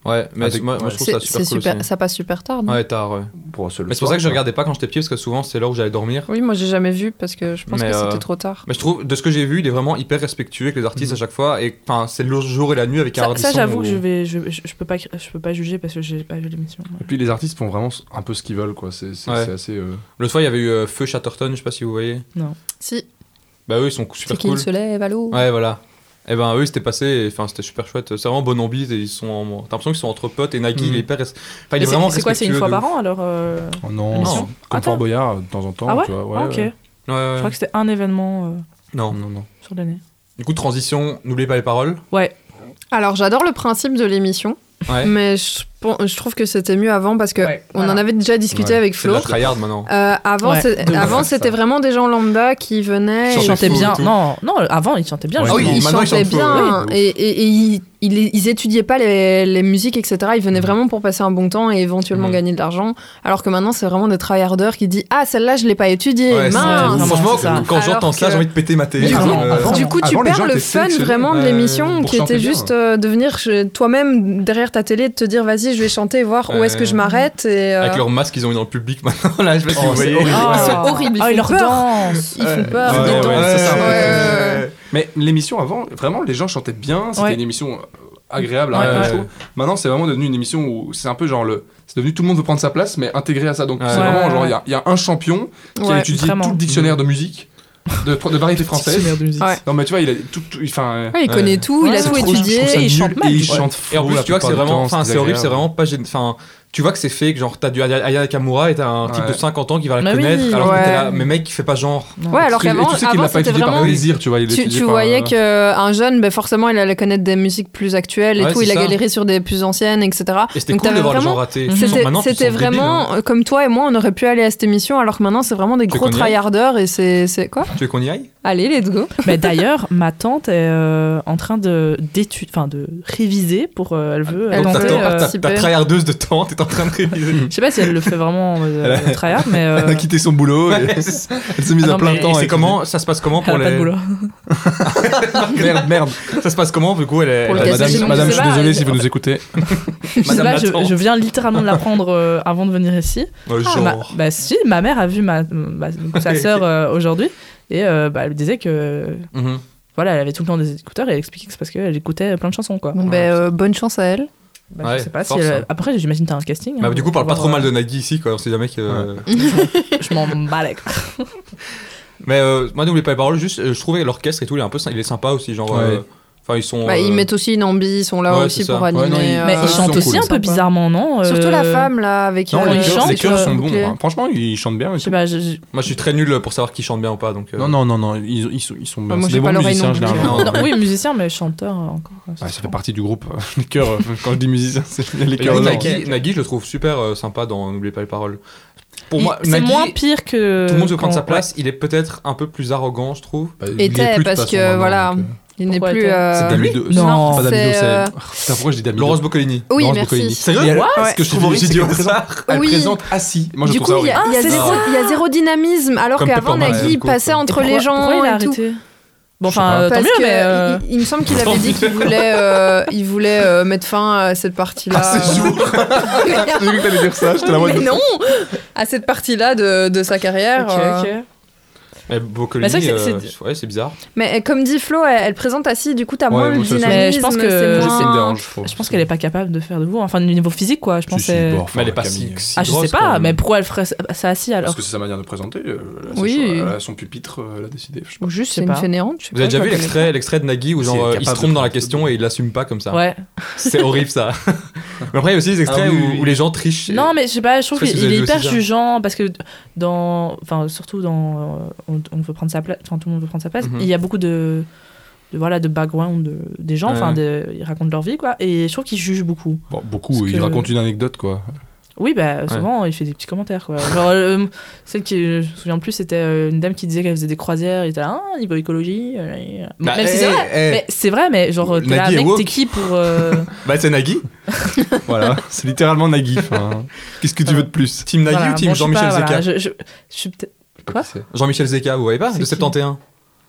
[SPEAKER 1] Ouais, mais
[SPEAKER 4] Avec-
[SPEAKER 1] moi, moi, je trouve ça
[SPEAKER 3] C'est
[SPEAKER 1] super
[SPEAKER 3] c'est
[SPEAKER 1] cool.
[SPEAKER 3] super,
[SPEAKER 1] aussi.
[SPEAKER 3] ça passe super tard. non
[SPEAKER 1] Ouais, tard, ouais.
[SPEAKER 4] Pour, le
[SPEAKER 1] Mais c'est
[SPEAKER 4] soir,
[SPEAKER 1] pour ça que je
[SPEAKER 4] quoi.
[SPEAKER 1] regardais pas quand j'étais petit, parce que souvent c'est l'heure où j'allais dormir.
[SPEAKER 3] Oui, moi j'ai jamais vu parce que je pense
[SPEAKER 1] Mais,
[SPEAKER 3] que
[SPEAKER 1] euh,
[SPEAKER 3] c'était trop tard.
[SPEAKER 1] Mais je trouve, de ce que j'ai vu, il est vraiment hyper respectueux avec les artistes à chaque fois. Et enfin, c'est le jour et la nuit avec un
[SPEAKER 2] Ça, ça,
[SPEAKER 1] hardisson
[SPEAKER 2] j'avoue que
[SPEAKER 1] où-
[SPEAKER 2] je vais, je, je, je peux pas, je peux pas juger parce que j'ai pas vu l'émission. ouais.
[SPEAKER 4] Et puis les artistes font vraiment un peu ce qu'ils veulent, quoi. C'est c'est-
[SPEAKER 1] Ouais.
[SPEAKER 4] c'est assez. euh,
[SPEAKER 1] Le soir, il y avait eu euh, Feu Chatterton, je sais pas si vous voyez.
[SPEAKER 3] Si,
[SPEAKER 1] Bah, eux, ils sont
[SPEAKER 3] c'est
[SPEAKER 1] super
[SPEAKER 3] qu'il
[SPEAKER 1] cool.
[SPEAKER 3] se lève à l'eau.
[SPEAKER 1] Ouais, voilà. Et ben, eux, c'était passé, et, enfin, c'était super chouette. C'est vraiment bon ambiance, et ils sont en- T'as l'impression qu'ils sont entre potes, et Nike,
[SPEAKER 4] Mhm.
[SPEAKER 1] il est hyper. res- Enfin, il est
[SPEAKER 2] Mais c'est-
[SPEAKER 1] vraiment.
[SPEAKER 2] C'est quoi, c'est une
[SPEAKER 1] respectueux
[SPEAKER 2] fois
[SPEAKER 1] de
[SPEAKER 2] par
[SPEAKER 1] ouf.
[SPEAKER 2] an alors euh,
[SPEAKER 4] Oh non,
[SPEAKER 1] Émission
[SPEAKER 4] non. comme
[SPEAKER 2] Attends.
[SPEAKER 4] Fort Boyard euh, de temps en temps,
[SPEAKER 2] Ah ouais,
[SPEAKER 4] tu vois.
[SPEAKER 2] Ah, Ok,
[SPEAKER 4] ouais.
[SPEAKER 1] Ouais, ouais.
[SPEAKER 2] je crois que c'était un événement euh,
[SPEAKER 1] Non.
[SPEAKER 4] Non, non.
[SPEAKER 2] sur l'année.
[SPEAKER 1] Du coup, transition, n'oubliez pas les paroles.
[SPEAKER 2] Ouais,
[SPEAKER 3] Alors j'adore le principe de l'émission,
[SPEAKER 1] Ouais.
[SPEAKER 3] mais je, pon- je trouve que c'était mieux avant parce que
[SPEAKER 2] Ouais,
[SPEAKER 3] on en
[SPEAKER 2] voilà.
[SPEAKER 3] avait déjà discuté
[SPEAKER 4] Ouais.
[SPEAKER 3] avec
[SPEAKER 1] C'est de
[SPEAKER 3] Flo.
[SPEAKER 1] la tryhard maintenant.
[SPEAKER 3] Euh, avant,
[SPEAKER 2] Ouais.
[SPEAKER 3] c'est-
[SPEAKER 1] Ouais,
[SPEAKER 3] avant
[SPEAKER 1] ça.
[SPEAKER 3] c'était vraiment des gens lambda qui venaient.
[SPEAKER 1] Ils
[SPEAKER 2] ils
[SPEAKER 1] chantaient
[SPEAKER 2] chantaient
[SPEAKER 3] et-
[SPEAKER 1] faux et
[SPEAKER 2] bien.
[SPEAKER 1] tout.
[SPEAKER 2] Non, non, avant ils chantaient bien.
[SPEAKER 4] Ouais,
[SPEAKER 3] Ah oui,
[SPEAKER 2] justement.
[SPEAKER 1] ils
[SPEAKER 3] ils
[SPEAKER 1] maintenant, ils
[SPEAKER 3] chantaient
[SPEAKER 1] chantent faux,
[SPEAKER 3] bien hein,
[SPEAKER 1] ouais, de ouf.
[SPEAKER 3] et, et- et ils, ils- ils étudiaient pas les, les musiques, etc. Ils venaient vraiment pour passer un bon temps et éventuellement
[SPEAKER 1] Mhm.
[SPEAKER 3] gagner de l'argent. Alors que maintenant, c'est vraiment des tryharders qui disent Ah, celle-là, je l'ai pas étudiée,
[SPEAKER 1] Ouais, c'est-
[SPEAKER 3] mince
[SPEAKER 2] vraiment
[SPEAKER 1] Franchement,
[SPEAKER 2] ça.
[SPEAKER 1] quand j'entends
[SPEAKER 3] Alors
[SPEAKER 1] ça,
[SPEAKER 3] que-
[SPEAKER 1] j'ai envie de péter ma télé.
[SPEAKER 3] Du
[SPEAKER 2] Mais
[SPEAKER 3] coup,
[SPEAKER 1] hein,
[SPEAKER 2] avant,
[SPEAKER 1] euh,
[SPEAKER 2] avant,
[SPEAKER 3] du coup, tu
[SPEAKER 4] Avant, les gens
[SPEAKER 3] perds le
[SPEAKER 4] étaient
[SPEAKER 3] fun
[SPEAKER 4] sélectionnés,
[SPEAKER 3] vraiment de
[SPEAKER 4] euh,
[SPEAKER 3] l'émission
[SPEAKER 4] pour
[SPEAKER 3] qui
[SPEAKER 4] chanter
[SPEAKER 3] était
[SPEAKER 4] bien.
[SPEAKER 3] juste euh, de venir chez- toi-même derrière ta télé, de te dire Vas-y, je vais chanter, voir où est-ce que je
[SPEAKER 1] Euh,
[SPEAKER 3] m'arrête. Et, euh,
[SPEAKER 1] Avec leur masque, ils ont mis dans le public maintenant. Là, je sais pas si vous voyez.
[SPEAKER 4] horrible.
[SPEAKER 3] Ils sont
[SPEAKER 2] Ah.
[SPEAKER 3] horribles, ils
[SPEAKER 2] Ah,
[SPEAKER 3] font
[SPEAKER 2] ils leur
[SPEAKER 3] peur.
[SPEAKER 2] dansent.
[SPEAKER 3] Ils font
[SPEAKER 1] Ouais,
[SPEAKER 3] peur.
[SPEAKER 1] ouais,
[SPEAKER 3] ils
[SPEAKER 1] ouais,
[SPEAKER 3] dansent.
[SPEAKER 1] ça, c'est un peu-
[SPEAKER 3] Ouais, ouais, ouais.
[SPEAKER 4] Mais l'émission avant, vraiment, les gens chantaient bien. C'était
[SPEAKER 2] Ouais.
[SPEAKER 4] une émission euh, agréable à
[SPEAKER 1] Ouais,
[SPEAKER 4] regarder, je
[SPEAKER 1] ouais.
[SPEAKER 4] trouve. Maintenant, c'est vraiment devenu une émission où c'est un peu genre le. C'est devenu tout le monde veut prendre sa place, mais intégré à ça. Donc
[SPEAKER 1] Ouais.
[SPEAKER 4] c'est
[SPEAKER 1] Ouais,
[SPEAKER 4] vraiment
[SPEAKER 2] ouais,
[SPEAKER 4] genre,
[SPEAKER 2] ouais.
[SPEAKER 4] il y a- il y, a un champion qui a
[SPEAKER 3] Ouais,
[SPEAKER 4] étudié
[SPEAKER 2] vraiment.
[SPEAKER 4] tout le dictionnaire de musique, de, de variété française.
[SPEAKER 3] Ouais.
[SPEAKER 4] Non, mais tu vois, il a tout. tout- Enfin. euh,
[SPEAKER 3] Ouais, il connaît tout, il
[SPEAKER 2] Ouais,
[SPEAKER 3] a
[SPEAKER 2] c'est
[SPEAKER 3] tout
[SPEAKER 2] trop-
[SPEAKER 4] je trouve
[SPEAKER 3] étudié.
[SPEAKER 4] ça
[SPEAKER 2] et il
[SPEAKER 4] nul,
[SPEAKER 2] chante mal,
[SPEAKER 4] Et il
[SPEAKER 2] tu vois.
[SPEAKER 4] chante
[SPEAKER 1] Et en
[SPEAKER 4] faux
[SPEAKER 1] plus,
[SPEAKER 4] la
[SPEAKER 1] tu vois que c'est
[SPEAKER 4] plupart du
[SPEAKER 1] vraiment.
[SPEAKER 4] temps,
[SPEAKER 1] Enfin, c'est horrible, c'est vraiment pas gênant. Enfin, tu vois que c'est fake. Genre, t'as du Aya Aya Nakamura et t'as un type
[SPEAKER 4] Ouais.
[SPEAKER 1] de 50 ans qui va la
[SPEAKER 2] Mais oui,
[SPEAKER 1] connaître. alors que
[SPEAKER 3] ouais.
[SPEAKER 1] t'es là, mais mec, il fait pas genre.
[SPEAKER 3] Ouais, alors
[SPEAKER 4] Et
[SPEAKER 3] qu'avant,
[SPEAKER 4] tu sais qu'il
[SPEAKER 3] avant,
[SPEAKER 4] l'a pas
[SPEAKER 3] c'était
[SPEAKER 4] étudié par
[SPEAKER 3] vraiment.
[SPEAKER 4] plaisir, tu vois. il l'a
[SPEAKER 3] Tu,
[SPEAKER 4] étudié
[SPEAKER 3] tu
[SPEAKER 4] par,
[SPEAKER 3] voyais
[SPEAKER 4] euh,
[SPEAKER 3] qu'un jeune, ben forcément, il allait connaître des musiques plus actuelles et
[SPEAKER 1] Ouais,
[SPEAKER 3] tout. Il
[SPEAKER 1] c'est
[SPEAKER 3] a
[SPEAKER 1] ça.
[SPEAKER 3] galéré sur des plus anciennes, etc.
[SPEAKER 1] Et c'était
[SPEAKER 3] Donc
[SPEAKER 1] cool de
[SPEAKER 3] t'avais
[SPEAKER 1] voir les gens
[SPEAKER 3] vraiment-
[SPEAKER 1] rater.
[SPEAKER 2] Mhm.
[SPEAKER 1] Ils sont-
[SPEAKER 3] C'était
[SPEAKER 1] maintenant, ils
[SPEAKER 3] c'était
[SPEAKER 1] sont débiles, hein.
[SPEAKER 3] vraiment euh, comme toi et moi, on aurait pu aller à cette émission, alors que maintenant c'est vraiment des
[SPEAKER 1] Tu
[SPEAKER 3] gros
[SPEAKER 1] connais
[SPEAKER 3] tryharders et c'est c'est- quoi
[SPEAKER 1] Tu veux qu'on y aille
[SPEAKER 3] Allez, let's go.
[SPEAKER 2] Mais d'ailleurs, ma tante est euh, en train de d'étudier, enfin de réviser pour. euh, elle veut.
[SPEAKER 3] Elle
[SPEAKER 1] Donc, t'as
[SPEAKER 3] en
[SPEAKER 2] tenter,
[SPEAKER 3] fait,
[SPEAKER 1] ton-
[SPEAKER 2] euh,
[SPEAKER 1] t'as-
[SPEAKER 3] si
[SPEAKER 1] t'as
[SPEAKER 3] peu.
[SPEAKER 1] tryhardeuse de temps, t'es en train de réviser.
[SPEAKER 2] je sais pas si elle le fait vraiment euh,
[SPEAKER 4] Elle a-
[SPEAKER 2] tryhard, mais. euh,
[SPEAKER 4] Elle a quitté son boulot et elle s'est mise
[SPEAKER 2] Ah non,
[SPEAKER 4] à plein
[SPEAKER 2] mais-
[SPEAKER 4] temps.
[SPEAKER 1] Et c'est
[SPEAKER 4] avec-
[SPEAKER 1] comment Ça se passe comment
[SPEAKER 2] elle
[SPEAKER 1] pour
[SPEAKER 2] a pas de
[SPEAKER 1] les.
[SPEAKER 2] boulot.
[SPEAKER 4] Merde, merde.
[SPEAKER 1] Ça se passe comment Du coup, elle est.
[SPEAKER 3] Pour le
[SPEAKER 1] elle-
[SPEAKER 3] casser,
[SPEAKER 4] Madame,
[SPEAKER 3] c'est bon,
[SPEAKER 4] madame, je
[SPEAKER 3] c'est
[SPEAKER 4] suis
[SPEAKER 3] pas-
[SPEAKER 4] désolé si vous nous écoutez.
[SPEAKER 2] Je sais
[SPEAKER 1] Madame
[SPEAKER 2] pas, je,
[SPEAKER 1] Nathan.
[SPEAKER 2] je viens littéralement de l'apprendre euh, avant de venir ici.
[SPEAKER 1] Euh,
[SPEAKER 2] Ma-
[SPEAKER 1] Genre.
[SPEAKER 2] bah si, ma mère a vu ma, ma- donc sa sœur euh, aujourd'hui et euh, bah, elle me disait que
[SPEAKER 1] Mhm.
[SPEAKER 2] voilà, elle avait tout le temps des écouteurs et elle expliquait que c'est parce qu'elle écoutait plein de chansons quoi.
[SPEAKER 3] Bon, ben euh, bonne chance à elle.
[SPEAKER 2] Bah,
[SPEAKER 1] Ouais,
[SPEAKER 2] je sais pas si
[SPEAKER 1] force,
[SPEAKER 2] elle-
[SPEAKER 1] hein.
[SPEAKER 2] Après, j'imagine que t'as un casting.
[SPEAKER 1] Bah,
[SPEAKER 2] hein,
[SPEAKER 1] du coup,
[SPEAKER 2] pour
[SPEAKER 1] parle pas trop
[SPEAKER 2] voir,
[SPEAKER 1] mal de Nagui ici, quoi. On sait jamais que. euh,
[SPEAKER 2] euh, Je m'en bats les couilles.
[SPEAKER 1] Mais euh, moi, n'oubliez pas les paroles, juste, euh, je trouvais l'orchestre et tout, il est un peu sy- il est sympa aussi, genre.
[SPEAKER 4] Ouais.
[SPEAKER 1] euh, Enfin, ils sont.
[SPEAKER 3] Bah, Ils
[SPEAKER 1] euh,
[SPEAKER 3] mettent aussi une ambi, ils sont là
[SPEAKER 1] ouais,
[SPEAKER 3] aussi
[SPEAKER 1] c'est
[SPEAKER 3] pour
[SPEAKER 1] ça.
[SPEAKER 3] animer.
[SPEAKER 4] Ouais, non, ils-
[SPEAKER 3] euh,
[SPEAKER 2] Mais
[SPEAKER 4] ils
[SPEAKER 2] ils chantent
[SPEAKER 4] sont
[SPEAKER 2] aussi
[SPEAKER 4] cool.
[SPEAKER 2] un peu bizarrement, non euh,
[SPEAKER 3] Surtout la femme là avec.
[SPEAKER 4] Non,
[SPEAKER 2] Euh,
[SPEAKER 4] les
[SPEAKER 2] ils
[SPEAKER 4] chœurs,
[SPEAKER 2] chantent,
[SPEAKER 4] les chœurs
[SPEAKER 2] euh,
[SPEAKER 4] sont bons.
[SPEAKER 3] bouclés.
[SPEAKER 4] hein. Franchement, ils chantent bien.
[SPEAKER 2] Je
[SPEAKER 4] et
[SPEAKER 2] sais
[SPEAKER 4] tout.
[SPEAKER 2] pas, je- je-
[SPEAKER 1] Moi, je suis très nul pour savoir qui chante bien ou pas, donc. euh,
[SPEAKER 4] Non, non, non, non, ils, ils sont, ils sont bien.
[SPEAKER 3] moi,
[SPEAKER 4] C'est
[SPEAKER 3] j'ai
[SPEAKER 4] des
[SPEAKER 3] pas
[SPEAKER 4] bons
[SPEAKER 3] l'oreille
[SPEAKER 4] musiciens,
[SPEAKER 3] non plus.
[SPEAKER 4] généralement.
[SPEAKER 2] Non, oui, musicien, mais chanteur euh, encore. euh,
[SPEAKER 4] Ouais, Ah, ça
[SPEAKER 2] c'est
[SPEAKER 4] fait
[SPEAKER 2] bon.
[SPEAKER 4] partie du groupe. Les chœurs, euh, quand je dis musiciens, c'est les
[SPEAKER 1] Et du
[SPEAKER 4] chœurs.
[SPEAKER 1] coup,
[SPEAKER 4] non.
[SPEAKER 1] Nagui, Nagui, je le trouve super euh, sympa dans N'oubliez pas les paroles. Pour moi,
[SPEAKER 2] C'est
[SPEAKER 1] Nagui,
[SPEAKER 2] moins pire que.
[SPEAKER 1] tout le monde veut prendre
[SPEAKER 2] quand-
[SPEAKER 1] sa place, il est peut-être un peu plus arrogant, je trouve.
[SPEAKER 4] Bah, il est
[SPEAKER 3] Et
[SPEAKER 4] plus, de
[SPEAKER 3] t'es,
[SPEAKER 4] toute
[SPEAKER 3] parce
[SPEAKER 4] façon,
[SPEAKER 3] que,
[SPEAKER 4] maintenant,
[SPEAKER 3] voilà.
[SPEAKER 4] donc, euh,
[SPEAKER 3] Il n'est
[SPEAKER 2] Pourquoi
[SPEAKER 3] plus.
[SPEAKER 2] était-
[SPEAKER 3] euh,
[SPEAKER 4] C'est Damido.
[SPEAKER 2] Non,
[SPEAKER 4] c'est pas Damido,
[SPEAKER 3] c'est, euh,
[SPEAKER 4] c'est. Putain, pourquoi je dis Damido
[SPEAKER 1] Laurence Boccolini.
[SPEAKER 3] Oui,
[SPEAKER 4] Laurence Boccolini.
[SPEAKER 3] merci.
[SPEAKER 1] Sérieux
[SPEAKER 4] Et elle-
[SPEAKER 1] Ouais.
[SPEAKER 4] Ce que je
[SPEAKER 1] Je
[SPEAKER 4] trouve
[SPEAKER 1] trouve
[SPEAKER 4] c'est
[SPEAKER 1] idiot,
[SPEAKER 4] qu'elle
[SPEAKER 1] ça.
[SPEAKER 4] présente- Elle
[SPEAKER 3] Oui.
[SPEAKER 4] présente assis. Moi, je
[SPEAKER 3] du coup,
[SPEAKER 4] trouve ça
[SPEAKER 3] il y a,
[SPEAKER 4] horrible.
[SPEAKER 3] il y a
[SPEAKER 2] Ah, c'est
[SPEAKER 3] zéro,
[SPEAKER 2] ça.
[SPEAKER 3] il y a zéro dynamisme, alors
[SPEAKER 1] Comme
[SPEAKER 3] qu'avant
[SPEAKER 1] Peppermint,
[SPEAKER 3] Nagui
[SPEAKER 1] du coup,
[SPEAKER 3] passait
[SPEAKER 1] quoi.
[SPEAKER 3] entre
[SPEAKER 2] Et
[SPEAKER 3] les
[SPEAKER 2] pourquoi-
[SPEAKER 3] gens
[SPEAKER 2] pourquoi il a
[SPEAKER 3] et tout.
[SPEAKER 2] arrêté Bon,
[SPEAKER 4] Je sais
[SPEAKER 2] enfin,
[SPEAKER 4] pas.
[SPEAKER 2] euh, tant
[SPEAKER 3] Parce
[SPEAKER 2] mieux,
[SPEAKER 3] que
[SPEAKER 2] mais. euh,
[SPEAKER 3] il, il me semble qu'il
[SPEAKER 1] Tant
[SPEAKER 3] avait dit
[SPEAKER 1] mieux.
[SPEAKER 3] qu'il voulait, euh, il voulait euh, mettre fin à cette partie-là.
[SPEAKER 4] Ah, c'est jour. J'ai cru que t'allais dire ça. J'étais là, moi,
[SPEAKER 3] mais non À cette partie-là de, de sa carrière. euh,
[SPEAKER 2] Ok, ok.
[SPEAKER 1] Mais Boccolini,
[SPEAKER 2] Mais c'est vrai que c'est-
[SPEAKER 1] euh, ouais, c'est bizarre.
[SPEAKER 3] Mais euh, comme dit Flo, elle, elle présente assis, du coup, t'as
[SPEAKER 4] Ouais,
[SPEAKER 3] moins le
[SPEAKER 4] moi, ça, ça-
[SPEAKER 2] Mais
[SPEAKER 3] dynamisme.
[SPEAKER 2] je pense que-
[SPEAKER 3] c'est
[SPEAKER 4] Ça euh, me
[SPEAKER 3] moins-
[SPEAKER 4] dérange. faut-
[SPEAKER 2] Je pense qu'elle est pas capable de faire de vous. Enfin, du niveau physique, quoi. Je
[SPEAKER 4] Si,
[SPEAKER 2] pense.
[SPEAKER 4] si,
[SPEAKER 2] euh,
[SPEAKER 4] bon, enfin,
[SPEAKER 1] mais elle est pas
[SPEAKER 4] Camille,
[SPEAKER 1] si-
[SPEAKER 4] euh,
[SPEAKER 1] si
[SPEAKER 2] Ah, je
[SPEAKER 1] grosse,
[SPEAKER 2] sais
[SPEAKER 1] quand
[SPEAKER 2] pas,
[SPEAKER 1] même.
[SPEAKER 2] mais pourquoi elle ferait ça- ça assis alors
[SPEAKER 4] Parce que c'est sa manière de présenter. euh, elle a ses
[SPEAKER 3] Oui.
[SPEAKER 4] choix, Elle a son pupitre, euh, elle a décidé. Je sais pas.
[SPEAKER 3] Ou juste,
[SPEAKER 2] Je sais
[SPEAKER 3] c'est une
[SPEAKER 2] pas.
[SPEAKER 3] fainéante. je sais
[SPEAKER 1] Vous avez
[SPEAKER 3] pas,
[SPEAKER 1] déjà
[SPEAKER 3] je
[SPEAKER 1] vu
[SPEAKER 3] la connais
[SPEAKER 1] l'extrait, l'extrait de Nagui où
[SPEAKER 4] Si,
[SPEAKER 1] genre
[SPEAKER 4] elle est
[SPEAKER 1] euh, il se
[SPEAKER 4] capable de
[SPEAKER 1] trompe dans la
[SPEAKER 4] prendre-
[SPEAKER 1] question et il l'assume pas comme ça.
[SPEAKER 2] Ouais.
[SPEAKER 1] C'est horrible ça. Mais après, il y a aussi des extraits
[SPEAKER 4] Ah oui,
[SPEAKER 1] où,
[SPEAKER 4] oui.
[SPEAKER 1] où les gens trichent.
[SPEAKER 2] Non, mais je sais pas, je trouve
[SPEAKER 1] Je sais pas si
[SPEAKER 2] qu'il
[SPEAKER 1] vous
[SPEAKER 2] est
[SPEAKER 1] avez vu
[SPEAKER 2] hyper
[SPEAKER 1] aussi ça.
[SPEAKER 2] jugeant parce que dans. Enfin, surtout dans. euh, On, on veut prendre sa place. Enfin, tout le monde veut prendre sa place.
[SPEAKER 1] Mhm.
[SPEAKER 2] Il y a beaucoup de. de voilà, de background de- des gens. Enfin, de- ils racontent leur vie, quoi. Et je trouve qu'ils jugent beaucoup.
[SPEAKER 4] Bon,
[SPEAKER 2] Parce
[SPEAKER 4] beaucoup. Il
[SPEAKER 2] que-
[SPEAKER 4] raconte une anecdote, quoi.
[SPEAKER 2] Oui, bah, souvent, il fait des petits commentaires, quoi. Genre, euh, celle qui. euh, Je me souviens plus, c'était euh, une dame qui disait qu'elle faisait des croisières. Il était là, ah, niveau écologie. euh, euh.
[SPEAKER 1] Bah,
[SPEAKER 2] Même si
[SPEAKER 1] eh,
[SPEAKER 2] c'est vrai.
[SPEAKER 1] eh,
[SPEAKER 2] Mais c'est vrai, mais genre, t'es là,
[SPEAKER 1] Nagui est
[SPEAKER 2] mec,
[SPEAKER 1] woke.
[SPEAKER 2] t'es qui pour. euh,
[SPEAKER 1] Bah, c'est Nagui.
[SPEAKER 4] Voilà, c'est littéralement Nagui. enfin, Qu'est-ce que tu veux de plus
[SPEAKER 1] Team Nagui
[SPEAKER 2] voilà,
[SPEAKER 1] ou team
[SPEAKER 2] bon, je sais
[SPEAKER 1] Jean-Michel
[SPEAKER 2] pas, voilà,
[SPEAKER 1] Zeka
[SPEAKER 2] je- je- je suis peut-être. Quoi
[SPEAKER 1] Jean-Michel Zeka, vous voyez pas
[SPEAKER 2] C'est
[SPEAKER 1] De
[SPEAKER 2] qui
[SPEAKER 1] 71.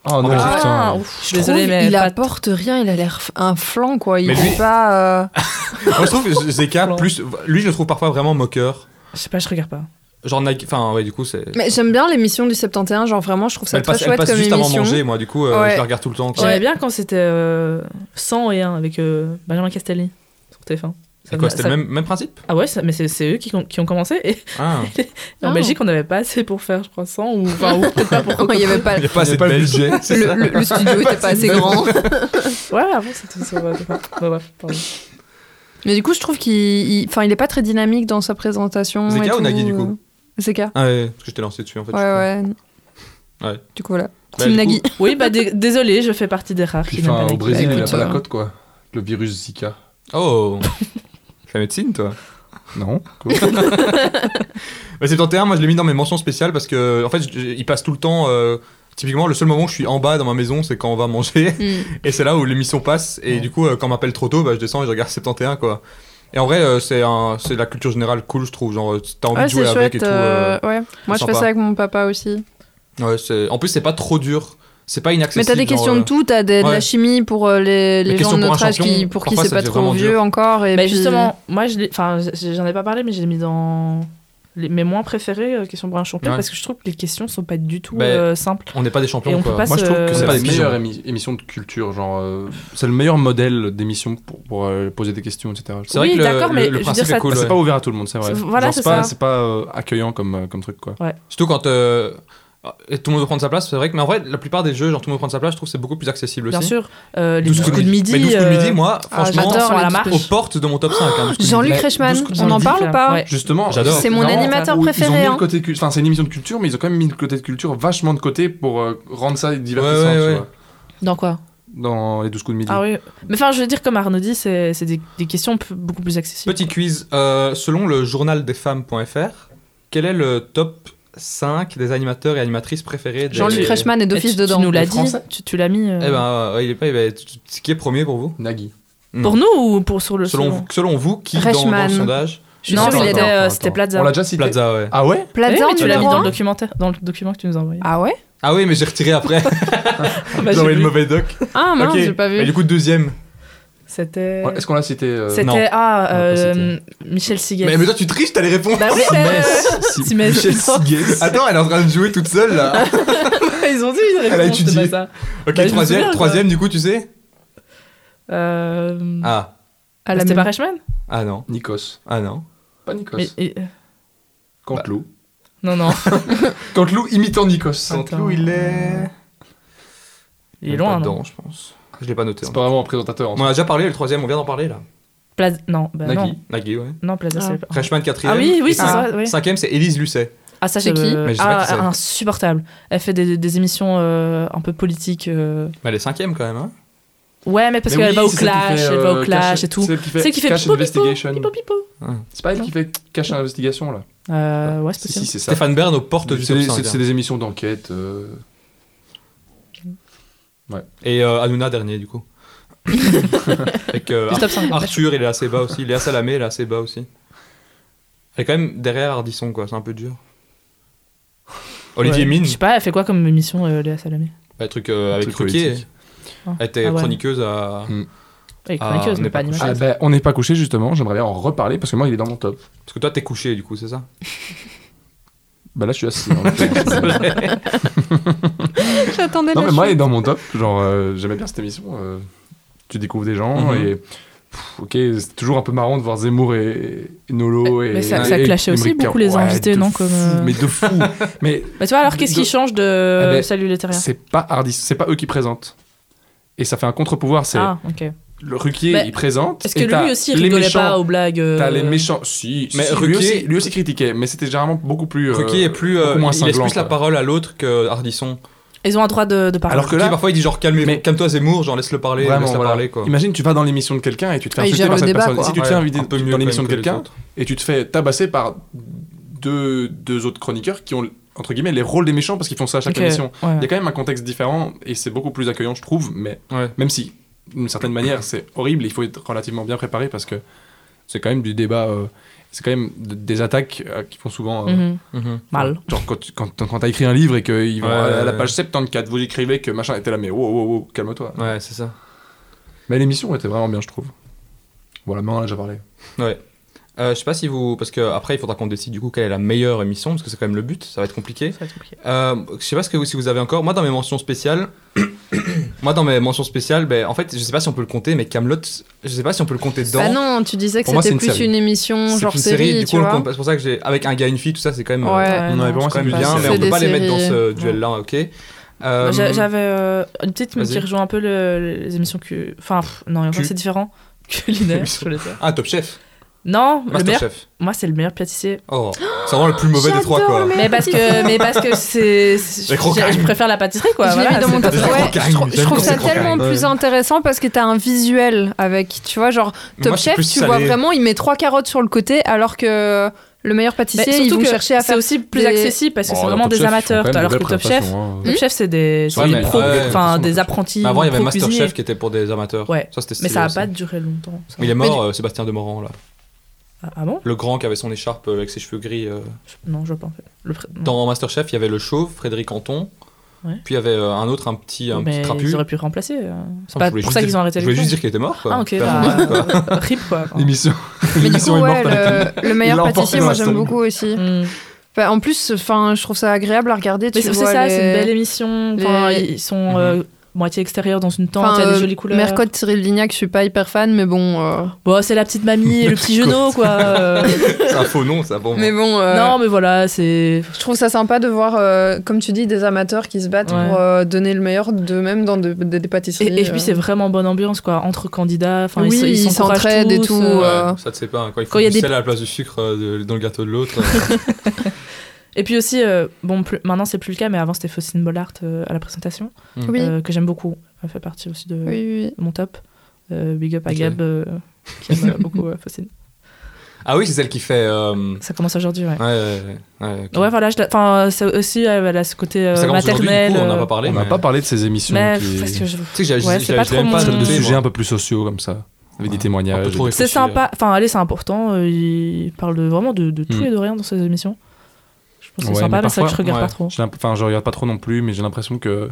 [SPEAKER 4] Ah non,
[SPEAKER 1] Ah,
[SPEAKER 4] putain.
[SPEAKER 2] Ah, ouf, je suis désolée, mais.
[SPEAKER 3] il
[SPEAKER 2] pas-
[SPEAKER 3] apporte rien, il a l'air f- un flanc quoi. Il
[SPEAKER 1] Mais
[SPEAKER 3] est
[SPEAKER 1] lui- Ah.
[SPEAKER 3] pas. euh,
[SPEAKER 1] Moi, je trouve que Zeka, plus. Lui, je le trouve parfois vraiment moqueur.
[SPEAKER 2] Je sais pas, je regarde pas.
[SPEAKER 1] Genre, Nike- enfin, ouais, du coup, c'est.
[SPEAKER 3] Mais j'aime bien l'émission du 71, genre vraiment, je trouve ça
[SPEAKER 1] elle
[SPEAKER 3] très
[SPEAKER 1] passe, elle
[SPEAKER 3] chouette
[SPEAKER 1] passe
[SPEAKER 3] comme
[SPEAKER 1] juste
[SPEAKER 3] émission.
[SPEAKER 1] avant manger, moi, du coup, euh,
[SPEAKER 3] Ouais.
[SPEAKER 1] je la regarde tout le temps. quoi.
[SPEAKER 2] J'aimais bien quand c'était euh, 100 et 1 avec euh, Benjamin Castelli sur TF1.
[SPEAKER 1] C'est quoi, c'était
[SPEAKER 2] Ça-
[SPEAKER 1] le même, même principe
[SPEAKER 2] Ah ouais, ça- mais c'est- c'est eux qui, con- qui ont commencé. Et
[SPEAKER 1] Ah,
[SPEAKER 2] en
[SPEAKER 3] Ah.
[SPEAKER 2] Belgique, on n'avait pas assez pour faire, je crois, 100 ou, enfin, ou peut-être pas pour.
[SPEAKER 3] il y avait pas
[SPEAKER 1] il n'y
[SPEAKER 3] le,
[SPEAKER 1] a pas assez de
[SPEAKER 4] le
[SPEAKER 1] belges. c'est ça
[SPEAKER 3] le- le studio était pas assez grand.
[SPEAKER 2] Ouais, avant, c'était sur. euh, TF1. Ouais, bref, pardon.
[SPEAKER 3] Mais du coup, je trouve qu'il, il- enfin, il est pas très dynamique dans sa présentation.
[SPEAKER 1] Zeka
[SPEAKER 3] et
[SPEAKER 1] ou
[SPEAKER 3] tout,
[SPEAKER 1] Nagui, du
[SPEAKER 3] euh,
[SPEAKER 1] coup
[SPEAKER 3] Zeka.
[SPEAKER 1] Ah ouais, parce que je t'ai lancé dessus en fait.
[SPEAKER 3] Ouais, ouais.
[SPEAKER 1] Ouais.
[SPEAKER 3] Du coup, voilà.
[SPEAKER 1] Bah,
[SPEAKER 3] Team
[SPEAKER 1] du
[SPEAKER 3] Nagui.
[SPEAKER 2] Oui, bah dé- désolé, je fais partie des rares
[SPEAKER 4] Puis
[SPEAKER 2] qui n'aiment
[SPEAKER 4] enfin,
[SPEAKER 2] pas la
[SPEAKER 4] au Brésil, il a
[SPEAKER 3] écoute,
[SPEAKER 4] pas la
[SPEAKER 3] euh,
[SPEAKER 4] cote, quoi. Le virus Zika.
[SPEAKER 1] Oh La médecine, toi
[SPEAKER 4] Non.
[SPEAKER 1] Bah, c'est 31, moi je l'ai mis dans mes mentions spéciales parce que, en fait, je- je- il passe tout le temps. euh, typiquement, le seul moment où je suis en bas dans ma maison, c'est quand on va manger. Et c'est là où l'émission passe. Et du coup, euh, quand on m'appelle trop tôt, bah, je descends et je regarde 71, quoi. Et en vrai, euh, c'est un- c'est la culture générale cool, je trouve. Genre, euh, t'as envie
[SPEAKER 3] Ouais,
[SPEAKER 1] de jouer
[SPEAKER 3] c'est
[SPEAKER 1] avec
[SPEAKER 3] chouette.
[SPEAKER 1] et tout.
[SPEAKER 3] euh,
[SPEAKER 1] euh,
[SPEAKER 3] Ouais. Moi, je fais
[SPEAKER 1] sympa.
[SPEAKER 3] ça avec mon papa aussi.
[SPEAKER 1] ouais, c'est- en plus, c'est pas trop dur. C'est pas
[SPEAKER 3] euh. Mais
[SPEAKER 1] inaccessible.
[SPEAKER 3] t'as des
[SPEAKER 1] genre,
[SPEAKER 3] questions de
[SPEAKER 1] euh,
[SPEAKER 3] tout, t'as des- de
[SPEAKER 1] ouais.
[SPEAKER 3] la chimie pour euh, les, les gens
[SPEAKER 1] questions
[SPEAKER 3] de
[SPEAKER 1] pour
[SPEAKER 3] notre
[SPEAKER 1] un
[SPEAKER 3] âge qui,
[SPEAKER 1] champion,
[SPEAKER 3] pour qui
[SPEAKER 1] parfois,
[SPEAKER 3] c'est
[SPEAKER 1] ça
[SPEAKER 3] pas
[SPEAKER 1] devient
[SPEAKER 3] trop
[SPEAKER 1] vraiment
[SPEAKER 3] vieux
[SPEAKER 1] dur.
[SPEAKER 3] encore. Et
[SPEAKER 2] Bah,
[SPEAKER 3] puis-
[SPEAKER 2] justement, moi, je l'ai- enfin, j- j'en ai pas parlé, mais je l'ai mis dans les- mes moins préférés, euh, questions pour un champion,
[SPEAKER 1] Ouais. Bah,
[SPEAKER 2] parce que je trouve que les questions sont pas du tout
[SPEAKER 1] Mais-
[SPEAKER 2] euh, simples.
[SPEAKER 1] On n'est pas des
[SPEAKER 2] Et
[SPEAKER 1] champions,
[SPEAKER 2] on peut
[SPEAKER 1] quoi.
[SPEAKER 2] pas
[SPEAKER 4] Moi,
[SPEAKER 2] se-
[SPEAKER 4] je trouve que c'est
[SPEAKER 1] Pas
[SPEAKER 4] la
[SPEAKER 1] des pigeons.
[SPEAKER 4] meilleure émi- émission de culture. Genre, euh, c'est le meilleur modèle d'émission pour, pour, euh, poser des questions, etc. Je trouve.
[SPEAKER 1] C'est vrai
[SPEAKER 2] Oui,
[SPEAKER 1] que le,
[SPEAKER 2] d'accord,
[SPEAKER 1] le-
[SPEAKER 2] mais
[SPEAKER 1] le
[SPEAKER 2] je veux
[SPEAKER 1] principe
[SPEAKER 2] dire, ça-
[SPEAKER 1] est cool.
[SPEAKER 4] C'est
[SPEAKER 1] ouais.
[SPEAKER 4] pas ouvert à tout le monde, c'est vrai.
[SPEAKER 2] C'est- voilà,
[SPEAKER 4] Genre,
[SPEAKER 2] c'est
[SPEAKER 4] pas,
[SPEAKER 2] ça.
[SPEAKER 4] C'est pas euh, accueillant comme, euh, comme truc, quoi.
[SPEAKER 1] Surtout quand euh, tout le monde veut prendre sa place, c'est vrai que, mais en vrai, la plupart des jeux, genre tout le monde veut prendre sa place, je trouve que c'est beaucoup plus accessible
[SPEAKER 2] Bien
[SPEAKER 1] aussi.
[SPEAKER 2] sûr, euh, les
[SPEAKER 1] 12
[SPEAKER 2] coups de midi.
[SPEAKER 1] Mais 12 coups de midi,
[SPEAKER 2] euh,
[SPEAKER 1] moi,
[SPEAKER 2] ah,
[SPEAKER 1] franchement,
[SPEAKER 3] j'adore
[SPEAKER 2] j'adore
[SPEAKER 3] les
[SPEAKER 2] la
[SPEAKER 3] coups
[SPEAKER 2] marche.
[SPEAKER 3] de
[SPEAKER 1] aux portes de mon top 5. hein, 12 coups de
[SPEAKER 3] Jean-Luc
[SPEAKER 1] midi.
[SPEAKER 3] Reichman,
[SPEAKER 2] 12 coups de
[SPEAKER 3] on en
[SPEAKER 2] midi,
[SPEAKER 3] parle ou
[SPEAKER 2] là.
[SPEAKER 3] pas
[SPEAKER 2] Ouais.
[SPEAKER 4] Justement,
[SPEAKER 1] J'adore.
[SPEAKER 3] C'est mon
[SPEAKER 4] vraiment-
[SPEAKER 3] animateur
[SPEAKER 4] où Ils ont mis
[SPEAKER 3] préféré.
[SPEAKER 4] le
[SPEAKER 3] hein.
[SPEAKER 4] côté culture. Enfin, c'est une émission de culture, mais ils ont quand même mis le côté de culture vachement de côté pour euh, rendre ça divertissant,
[SPEAKER 1] Ouais, ouais,
[SPEAKER 4] tu
[SPEAKER 1] ouais.
[SPEAKER 4] vois.
[SPEAKER 2] Dans quoi
[SPEAKER 4] Dans les 12 coups de midi.
[SPEAKER 2] Ah oui. Mais enfin, je veux dire, comme Arnaud dit, c'est c'est des, des questions p- beaucoup plus accessibles.
[SPEAKER 1] Petit quiz. euh, selon le journal des femmes.fr, quel est le top 5 des animateurs et animatrices préférés des...
[SPEAKER 3] Jean-Luc Reichmann est
[SPEAKER 2] Mais tu-
[SPEAKER 3] d'office dedans.
[SPEAKER 2] Tu nous l'as
[SPEAKER 4] Les
[SPEAKER 2] dit,
[SPEAKER 4] Français
[SPEAKER 2] tu, tu l'as mis. euh,
[SPEAKER 1] Eh ben, euh, il est pas. il va être- ce qui est premier pour vous
[SPEAKER 4] Nagui.
[SPEAKER 2] Pour nous ou pour sur le
[SPEAKER 1] selon,
[SPEAKER 2] selon
[SPEAKER 1] vous, selon vous, qui dans- dans,
[SPEAKER 3] Reichmann.
[SPEAKER 1] le sondage
[SPEAKER 2] Je suis
[SPEAKER 3] Non,
[SPEAKER 2] sûre
[SPEAKER 3] mais
[SPEAKER 2] qu'il
[SPEAKER 3] attends,
[SPEAKER 2] était, euh,
[SPEAKER 4] attends,
[SPEAKER 2] c'était
[SPEAKER 4] attends.
[SPEAKER 2] Plaza.
[SPEAKER 4] On l'a déjà cité.
[SPEAKER 1] Plaza, ouais.
[SPEAKER 4] Ah ouais
[SPEAKER 2] Eh oui,
[SPEAKER 3] Plaza,
[SPEAKER 2] mais
[SPEAKER 3] on
[SPEAKER 2] tu
[SPEAKER 3] est
[SPEAKER 2] l'as mis
[SPEAKER 3] numéro
[SPEAKER 2] dans
[SPEAKER 3] un
[SPEAKER 2] le documentaire, dans le document que tu nous as envoyé.
[SPEAKER 3] Ah ouais
[SPEAKER 1] Ah oui, mais j'ai retiré après.
[SPEAKER 2] Bah,
[SPEAKER 1] j'ai
[SPEAKER 2] j'ai
[SPEAKER 1] envoyé
[SPEAKER 2] vu.
[SPEAKER 1] le mauvais doc.
[SPEAKER 3] Ah mince,
[SPEAKER 1] Ok.
[SPEAKER 3] j'ai pas
[SPEAKER 1] Mais
[SPEAKER 3] vu.
[SPEAKER 1] du coup, deuxième.
[SPEAKER 2] C'était.
[SPEAKER 4] Ouais, Est-ce qu'on l'a cité euh,
[SPEAKER 2] C'était
[SPEAKER 1] non.
[SPEAKER 2] ah euh,
[SPEAKER 4] Non,
[SPEAKER 2] Michel Siget.
[SPEAKER 1] Mais, mais toi, tu triches, t'as les réponses.
[SPEAKER 2] Bah oui, mais-
[SPEAKER 4] Si-
[SPEAKER 2] Simès.
[SPEAKER 4] Michel Sigues.
[SPEAKER 1] Attends, elle est en train de jouer toute seule là.
[SPEAKER 2] ils ont dit une
[SPEAKER 1] Elle a
[SPEAKER 2] réponse, c'est
[SPEAKER 1] étudié.
[SPEAKER 2] pas ça.
[SPEAKER 1] Ok,
[SPEAKER 2] Bah, je me
[SPEAKER 1] troisième,
[SPEAKER 2] souviens, quoi.
[SPEAKER 1] troisième, du coup, tu sais
[SPEAKER 2] Euh...
[SPEAKER 1] Ah,
[SPEAKER 3] À la
[SPEAKER 2] c'était
[SPEAKER 3] même-
[SPEAKER 2] pas Reichmann
[SPEAKER 1] ah non,
[SPEAKER 4] Nikos.
[SPEAKER 1] ah non.
[SPEAKER 4] Pas Nikos.
[SPEAKER 2] Mais- et-
[SPEAKER 4] Cantelou.
[SPEAKER 2] Non, non,
[SPEAKER 4] Cantelou imitant Nikos.
[SPEAKER 2] Attends. Cantelou, il
[SPEAKER 1] est.
[SPEAKER 2] il est loin.
[SPEAKER 1] Pas
[SPEAKER 2] Non,
[SPEAKER 1] dedans, je pense. Je l'ai pas noté.
[SPEAKER 4] C'est
[SPEAKER 1] hein.
[SPEAKER 4] pas vraiment un présentateur. en
[SPEAKER 1] On en a déjà parlé, le troisième, on vient d'en parler là.
[SPEAKER 2] Plaza... non, bah,
[SPEAKER 4] Nagui.
[SPEAKER 2] non.
[SPEAKER 1] Nagui, ouais.
[SPEAKER 2] non, Plaza,
[SPEAKER 3] Ah.
[SPEAKER 2] c'est pas.
[SPEAKER 1] Freshman quatrième.
[SPEAKER 2] Ah oui, oui,
[SPEAKER 1] Et
[SPEAKER 2] c'est
[SPEAKER 1] cin-
[SPEAKER 2] ça, oui.
[SPEAKER 1] Cinquième, c'est Élise Lucet.
[SPEAKER 2] Ah, ça,
[SPEAKER 3] C'est
[SPEAKER 2] je-
[SPEAKER 3] qui
[SPEAKER 2] euh,
[SPEAKER 1] Mais je sais pas qui c'est.
[SPEAKER 2] Ah, insupportable. Elle fait des, des émissions euh, un peu politiques. euh.
[SPEAKER 1] Bah, elle est cinquième quand même. Hein.
[SPEAKER 2] Ouais, mais parce
[SPEAKER 4] Mais
[SPEAKER 2] qu'elle
[SPEAKER 4] oui,
[SPEAKER 2] va au
[SPEAKER 4] c'est celle qui
[SPEAKER 2] clash,
[SPEAKER 4] fait,
[SPEAKER 2] elle va au
[SPEAKER 4] euh,
[SPEAKER 2] clash
[SPEAKER 4] Cash-
[SPEAKER 2] et tout.
[SPEAKER 4] C'est celle qui fait,
[SPEAKER 2] C'est qui fait
[SPEAKER 4] Cash
[SPEAKER 2] pipo, pipo,
[SPEAKER 4] Investigation.
[SPEAKER 2] pipo, pipo.
[SPEAKER 4] C'est pas elle qui fait Cash Investigation là
[SPEAKER 2] Euh, ouais, c'est
[SPEAKER 4] Si, si,
[SPEAKER 2] possible.
[SPEAKER 4] c'est ça.
[SPEAKER 1] Stéphane Bern aux portes
[SPEAKER 4] C'est
[SPEAKER 1] du top
[SPEAKER 4] des-
[SPEAKER 1] 5,
[SPEAKER 4] C'est
[SPEAKER 1] hein.
[SPEAKER 4] c'est des émissions d'enquête. euh,
[SPEAKER 1] Et euh, Hanouna, dernier du coup. Avec euh,
[SPEAKER 2] Du top 5.
[SPEAKER 1] Arthur, il est assez bas aussi. Léa Salamé, elle est assez bas aussi. Elle est quand même derrière Ardisson, quoi. C'est un peu dur. Olivier
[SPEAKER 2] Ouais.
[SPEAKER 1] Mine,
[SPEAKER 2] Je sais pas, elle fait quoi comme émission, euh, Léa Salamé
[SPEAKER 1] un truc euh, avec
[SPEAKER 4] truc
[SPEAKER 1] Ruquier.
[SPEAKER 4] politique.
[SPEAKER 2] Ah.
[SPEAKER 1] Elle était
[SPEAKER 2] Ah ouais.
[SPEAKER 1] chroniqueuse à.
[SPEAKER 2] Elle est
[SPEAKER 1] Ah,
[SPEAKER 2] chroniqueuse,
[SPEAKER 1] on
[SPEAKER 2] mais
[SPEAKER 1] est
[SPEAKER 2] pas
[SPEAKER 1] pas couché.
[SPEAKER 4] Ah,
[SPEAKER 2] animatrice.
[SPEAKER 4] ben, on n'est pas couché justement, j'aimerais bien en reparler parce que moi il est dans mon top.
[SPEAKER 1] Parce que toi, t'es couché du coup, c'est ça
[SPEAKER 4] Bah là je suis assis. en l'occurrence.
[SPEAKER 3] J'attendais
[SPEAKER 4] non
[SPEAKER 3] la
[SPEAKER 4] mais moi il est
[SPEAKER 3] chute.
[SPEAKER 4] dans mon top, genre euh, j'aimais bien cette émission. euh, tu découvres des gens
[SPEAKER 1] Mhm.
[SPEAKER 4] et pff, ok c'est toujours un peu marrant de voir Zemmour et, et Nolo et.
[SPEAKER 2] Mais ça,
[SPEAKER 4] et-
[SPEAKER 2] ça
[SPEAKER 4] et-
[SPEAKER 2] clashait
[SPEAKER 4] et
[SPEAKER 2] aussi
[SPEAKER 4] Émeric
[SPEAKER 2] beaucoup
[SPEAKER 4] Caron.
[SPEAKER 2] les
[SPEAKER 4] Ouais,
[SPEAKER 2] invités,
[SPEAKER 4] de
[SPEAKER 2] non
[SPEAKER 4] fou,
[SPEAKER 2] comme, euh,
[SPEAKER 4] Mais de fou. mais
[SPEAKER 2] Bah tu vois, alors qu'est-ce qui
[SPEAKER 4] De-
[SPEAKER 2] change de
[SPEAKER 4] Eh ben,
[SPEAKER 2] Salut les terriens
[SPEAKER 4] c'est pas Hardy, c'est pas eux qui présentent. Et ça fait un contre-pouvoir, c'est
[SPEAKER 2] Ah, ok.
[SPEAKER 4] le Ruquier
[SPEAKER 2] Bah,
[SPEAKER 4] il présente.
[SPEAKER 2] Est-ce que
[SPEAKER 4] et t'as
[SPEAKER 2] lui aussi
[SPEAKER 4] les
[SPEAKER 2] rigolait
[SPEAKER 4] méchants,
[SPEAKER 2] pas aux blagues euh,
[SPEAKER 4] T'as les méchants. Si,
[SPEAKER 1] Mais
[SPEAKER 4] si,
[SPEAKER 1] Ruquier-
[SPEAKER 4] lui, aussi, lui aussi critiquait, mais c'était généralement beaucoup plus. euh,
[SPEAKER 1] Ruquier est plus. euh,
[SPEAKER 4] beaucoup moins
[SPEAKER 1] il laisse
[SPEAKER 4] cinglant,
[SPEAKER 1] plus la
[SPEAKER 4] quoi.
[SPEAKER 1] parole à l'autre que Ardisson.
[SPEAKER 2] Ils ont un droit de, de parler.
[SPEAKER 4] Alors que
[SPEAKER 1] Ruquier,
[SPEAKER 4] là-
[SPEAKER 1] parfois, il dit genre calme-toi,
[SPEAKER 4] Mais-
[SPEAKER 1] calme Zemmour, genre laisse-le parler,
[SPEAKER 4] Vraiment,
[SPEAKER 1] laisse-le
[SPEAKER 4] voilà.
[SPEAKER 1] parler quoi.
[SPEAKER 4] Imagine, tu vas dans l'émission de quelqu'un et tu te fais
[SPEAKER 3] Ah, il
[SPEAKER 4] insulter
[SPEAKER 3] gère
[SPEAKER 4] par
[SPEAKER 3] le
[SPEAKER 4] cette
[SPEAKER 3] débat,
[SPEAKER 4] personne.
[SPEAKER 3] quoi.
[SPEAKER 4] Si tu te
[SPEAKER 1] Ouais,
[SPEAKER 4] fais inviter
[SPEAKER 1] un peu mieux
[SPEAKER 4] dans
[SPEAKER 1] quand
[SPEAKER 4] l'émission de
[SPEAKER 1] même que les
[SPEAKER 4] quelqu'un
[SPEAKER 1] autres.
[SPEAKER 4] et tu te fais tabasser par deux, deux autres chroniqueurs qui ont, entre guillemets, les rôles des méchants parce qu'ils font ça à chaque
[SPEAKER 2] Ok,
[SPEAKER 4] émission.
[SPEAKER 2] ouais.
[SPEAKER 4] Il y a quand même un contexte différent et c'est beaucoup plus accueillant, je trouve, mais
[SPEAKER 1] Ouais.
[SPEAKER 4] même si, d'une certaine manière, c'est horrible, il faut être relativement bien préparé parce que c'est quand même du débat. euh, c'est quand même de- des attaques euh, qui font souvent. euh,
[SPEAKER 2] Mhm.
[SPEAKER 1] Mhm.
[SPEAKER 2] Mal.
[SPEAKER 4] Genre quand, tu- quand, quand t'as écrit un livre et qu'ils vont
[SPEAKER 1] Ouais,
[SPEAKER 4] à la- à la
[SPEAKER 1] ouais.
[SPEAKER 4] page 74, vous écrivez que machin était là, mais wow, wow, wow, calme-toi.
[SPEAKER 1] Ouais, c'est ça.
[SPEAKER 4] Mais l'émission était vraiment bien, je trouve. Voilà, maintenant on en a déjà parlé.
[SPEAKER 1] Ouais. Euh, je sais pas si vous. Parce que après, il faudra qu'on décide du coup quelle est la meilleure émission, parce que c'est quand même le but, ça va être compliqué.
[SPEAKER 2] Ça va être compliqué.
[SPEAKER 1] Euh, je sais pas ce que vous, si vous avez encore. Moi, dans mes mentions spéciales, moi dans mes mentions spéciales, ben, en fait, je sais pas si on peut le compter, mais Camelot, je sais pas si on peut le compter dedans.
[SPEAKER 3] Bah non, tu disais que
[SPEAKER 1] Pour moi,
[SPEAKER 3] c'était
[SPEAKER 1] c'est une
[SPEAKER 3] plus
[SPEAKER 1] série.
[SPEAKER 3] une émission,
[SPEAKER 1] c'est
[SPEAKER 3] genre
[SPEAKER 1] une
[SPEAKER 3] série,
[SPEAKER 1] du
[SPEAKER 3] tu
[SPEAKER 1] coup, on le
[SPEAKER 3] vois.
[SPEAKER 1] compte pas. c'est pour ça que j'ai avec un gars une fille, tout ça, c'est quand même, euh,
[SPEAKER 3] Ouais,
[SPEAKER 2] non,
[SPEAKER 4] mais pour moi,
[SPEAKER 1] quand
[SPEAKER 4] c'est
[SPEAKER 1] même
[SPEAKER 4] plus
[SPEAKER 1] bien,
[SPEAKER 4] une
[SPEAKER 1] mais
[SPEAKER 4] série.
[SPEAKER 1] on peut pas les
[SPEAKER 3] séries.
[SPEAKER 1] mettre dans ce
[SPEAKER 2] Non.
[SPEAKER 1] duel-là, ok. Euh,
[SPEAKER 2] J'a- J'avais euh, une petite mais qui
[SPEAKER 1] vas-y.
[SPEAKER 2] rejoint un peu le- les émissions que. Enfin, pff, non, enfin,
[SPEAKER 1] Tu-
[SPEAKER 2] c'est différent que l'INER, je voulais dire.
[SPEAKER 1] Ah, Top Chef,
[SPEAKER 2] Non, le
[SPEAKER 1] Master
[SPEAKER 2] meilleur-
[SPEAKER 1] Chef.
[SPEAKER 2] moi, c'est le meilleur pâtissier.
[SPEAKER 1] Oh, c'est vraiment le plus mauvais des trois, quoi.
[SPEAKER 3] J'adore le
[SPEAKER 2] Mais parce que, mais parce que c'est. c'est-
[SPEAKER 1] Les croquins.
[SPEAKER 2] Je je préfère la pâtisserie, quoi.
[SPEAKER 3] Je l'ai
[SPEAKER 2] voilà,
[SPEAKER 3] mis dans
[SPEAKER 2] c'est
[SPEAKER 3] mon
[SPEAKER 2] pas-
[SPEAKER 3] top. Ouais,
[SPEAKER 1] croquins,
[SPEAKER 3] je trouve-
[SPEAKER 1] j'aime
[SPEAKER 3] je trouve
[SPEAKER 1] les
[SPEAKER 3] ça
[SPEAKER 1] croquins.
[SPEAKER 3] tellement
[SPEAKER 1] Ouais.
[SPEAKER 3] plus intéressant parce que t'as un visuel avec, tu vois, genre
[SPEAKER 1] Moi,
[SPEAKER 3] Top
[SPEAKER 1] je suis
[SPEAKER 3] Chef,
[SPEAKER 1] plus
[SPEAKER 3] tu
[SPEAKER 1] salé.
[SPEAKER 3] vois vraiment, il met trois carottes sur le côté alors que le meilleur
[SPEAKER 2] Mais
[SPEAKER 3] pâtissier,
[SPEAKER 2] Bah, surtout
[SPEAKER 3] ils vont
[SPEAKER 2] que
[SPEAKER 3] chercher à
[SPEAKER 2] c'est
[SPEAKER 3] faire
[SPEAKER 2] aussi plus
[SPEAKER 3] des-
[SPEAKER 2] accessible parce que
[SPEAKER 4] Bon,
[SPEAKER 2] c'est
[SPEAKER 4] dans
[SPEAKER 2] vraiment
[SPEAKER 4] Top
[SPEAKER 2] des
[SPEAKER 4] Chef, Oh, ils font
[SPEAKER 2] amateurs,
[SPEAKER 4] quand même
[SPEAKER 2] alors
[SPEAKER 4] des
[SPEAKER 2] que
[SPEAKER 4] vraies
[SPEAKER 2] Top Chef,
[SPEAKER 4] prestations, hein.
[SPEAKER 2] Top Chef, c'est des, c'est
[SPEAKER 4] Ouais,
[SPEAKER 2] des
[SPEAKER 4] mais-
[SPEAKER 2] pros,
[SPEAKER 1] ouais,
[SPEAKER 2] enfin
[SPEAKER 4] ouais,
[SPEAKER 2] des
[SPEAKER 4] ouais.
[SPEAKER 2] apprentis.
[SPEAKER 1] Mais avant, il y avait
[SPEAKER 2] pros
[SPEAKER 1] Master
[SPEAKER 2] cuisiniers.
[SPEAKER 1] Chef qui était pour des amateurs.
[SPEAKER 2] Ouais.
[SPEAKER 1] Ça, c'était
[SPEAKER 2] Mais ça
[SPEAKER 1] a
[SPEAKER 2] a pas duré longtemps. ça.
[SPEAKER 1] Il est
[SPEAKER 3] Mais
[SPEAKER 1] mort, euh, Sébastien Demorand, là.
[SPEAKER 2] Ah, ah bon
[SPEAKER 1] Le grand qui avait son écharpe euh, avec ses cheveux gris. euh,
[SPEAKER 2] Je- Non, je vois pas en fait. Le pré- non.
[SPEAKER 1] Dans Masterchef, il y avait le chauve, Frédéric Anton.
[SPEAKER 2] Ouais.
[SPEAKER 1] Puis il y avait euh, un autre, un petit, un
[SPEAKER 2] mais
[SPEAKER 1] petit trapu.
[SPEAKER 2] ils auraient pu le remplacer. euh. C'est
[SPEAKER 1] Non,
[SPEAKER 2] pas
[SPEAKER 1] je voulais
[SPEAKER 2] pour
[SPEAKER 1] juste
[SPEAKER 2] ça
[SPEAKER 1] dire-
[SPEAKER 2] qu'ils ont arrêté
[SPEAKER 1] Je
[SPEAKER 2] le
[SPEAKER 1] voulais juste dire
[SPEAKER 2] film.
[SPEAKER 1] qu'il était mort. Quoi.
[SPEAKER 2] Ah ok,
[SPEAKER 1] Enfin,
[SPEAKER 2] bah, euh, rip quoi. Enfin,
[SPEAKER 4] L'émission.
[SPEAKER 3] Mais du coup,
[SPEAKER 4] L'émission est
[SPEAKER 3] ouais,
[SPEAKER 4] morte avec
[SPEAKER 3] le, le
[SPEAKER 4] Il
[SPEAKER 3] meilleur
[SPEAKER 4] l'a emporté
[SPEAKER 3] pâtissier,
[SPEAKER 4] dans
[SPEAKER 3] moi
[SPEAKER 4] la
[SPEAKER 3] j'aime
[SPEAKER 4] story.
[SPEAKER 3] beaucoup aussi.
[SPEAKER 2] hmm.
[SPEAKER 3] Bah, en plus, enfin, je trouve ça agréable à regarder.
[SPEAKER 2] Mais
[SPEAKER 3] Tu
[SPEAKER 2] c'est
[SPEAKER 3] vois
[SPEAKER 2] c'est ça,
[SPEAKER 3] les-
[SPEAKER 2] c'est une belle émission. Enfin,
[SPEAKER 3] les-
[SPEAKER 2] Ils sont euh,
[SPEAKER 1] Mhm.
[SPEAKER 2] moitié extérieurs dans une tente,
[SPEAKER 3] Enfin,
[SPEAKER 2] il y a
[SPEAKER 3] euh,
[SPEAKER 2] des jolies couleurs.
[SPEAKER 3] Mercotte, Cyril Lignac, je suis pas hyper fan, mais bon. euh,
[SPEAKER 2] Bon, c'est la petite mamie et le petit genou quoi. euh.
[SPEAKER 1] C'est un faux nom, ça, pour moi.
[SPEAKER 3] Mais bon. euh,
[SPEAKER 2] Non, mais voilà, c'est.
[SPEAKER 3] Je trouve ça sympa de voir, euh, comme tu dis, des amateurs qui se battent
[SPEAKER 2] Ouais.
[SPEAKER 3] pour euh, donner le meilleur d'eux-mêmes dans de- des- des pâtisseries.
[SPEAKER 2] Et, et puis
[SPEAKER 3] euh.
[SPEAKER 2] c'est vraiment bonne ambiance quoi entre candidats. Enfin,
[SPEAKER 3] Oui,
[SPEAKER 2] ils
[SPEAKER 3] ils
[SPEAKER 2] s'encouragent
[SPEAKER 3] s'entraident et
[SPEAKER 2] tous,
[SPEAKER 3] tout,
[SPEAKER 2] euh.
[SPEAKER 1] Ouais,
[SPEAKER 3] euh,
[SPEAKER 1] Ça, tu sais pas. hein, Quand il faut
[SPEAKER 2] quand il y a
[SPEAKER 1] du
[SPEAKER 2] des-
[SPEAKER 1] sel à la place du sucre euh, de- dans le gâteau de l'autre. euh,
[SPEAKER 2] Et puis aussi, euh, bon, plus- maintenant c'est plus le cas, mais avant c'était Faustine Bollard euh, à la présentation,
[SPEAKER 3] Oui.
[SPEAKER 2] euh, que j'aime beaucoup. Elle fait partie aussi de
[SPEAKER 3] Oui, oui, oui.
[SPEAKER 2] mon top. Euh, big up à
[SPEAKER 1] Ok.
[SPEAKER 2] Gab, euh, qui aime euh, beaucoup euh, Faustine.
[SPEAKER 1] Ah oui, c'est celle qui fait. euh,
[SPEAKER 2] Ça commence aujourd'hui, ouais.
[SPEAKER 1] Ouais, ouais, ouais, ok.
[SPEAKER 2] Ouais, voilà, je la- enfin, c'est aussi, euh, elle a ce côté euh,
[SPEAKER 1] Ça commence aujourd'hui,
[SPEAKER 2] maternel.
[SPEAKER 1] du coup, on n'a
[SPEAKER 2] euh,
[SPEAKER 1] pas parlé.
[SPEAKER 4] On n'a
[SPEAKER 1] mais-
[SPEAKER 4] pas parlé de ces émissions.
[SPEAKER 2] mais
[SPEAKER 4] qui-
[SPEAKER 2] Bah, parce que je-
[SPEAKER 1] Tu sais que j'ai-
[SPEAKER 2] Ouais,
[SPEAKER 1] j'ai-
[SPEAKER 2] c'est pas
[SPEAKER 1] j'ai même
[SPEAKER 2] trop
[SPEAKER 1] pas
[SPEAKER 2] mon-
[SPEAKER 1] noté,
[SPEAKER 4] de
[SPEAKER 2] Oui,
[SPEAKER 4] sujets
[SPEAKER 1] moi.
[SPEAKER 4] un peu plus sociaux comme ça, avec des témoignages.
[SPEAKER 1] Un peu trop
[SPEAKER 4] et
[SPEAKER 2] C'est
[SPEAKER 1] réfléchi,
[SPEAKER 2] sympa, enfin, allez, c'est important. euh, il parle de- vraiment de, de tout
[SPEAKER 4] Hmm.
[SPEAKER 2] et de rien dans ses émissions. Je pense que c'est
[SPEAKER 4] Ouais,
[SPEAKER 2] sympa,
[SPEAKER 4] mais
[SPEAKER 2] mais c'est vrai que je
[SPEAKER 4] parfois,
[SPEAKER 2] regarde
[SPEAKER 1] ouais.
[SPEAKER 2] pas trop.
[SPEAKER 4] tout. J'ai l'imp- Enfin, je regarde pas trop non plus, mais j'ai l'impression que.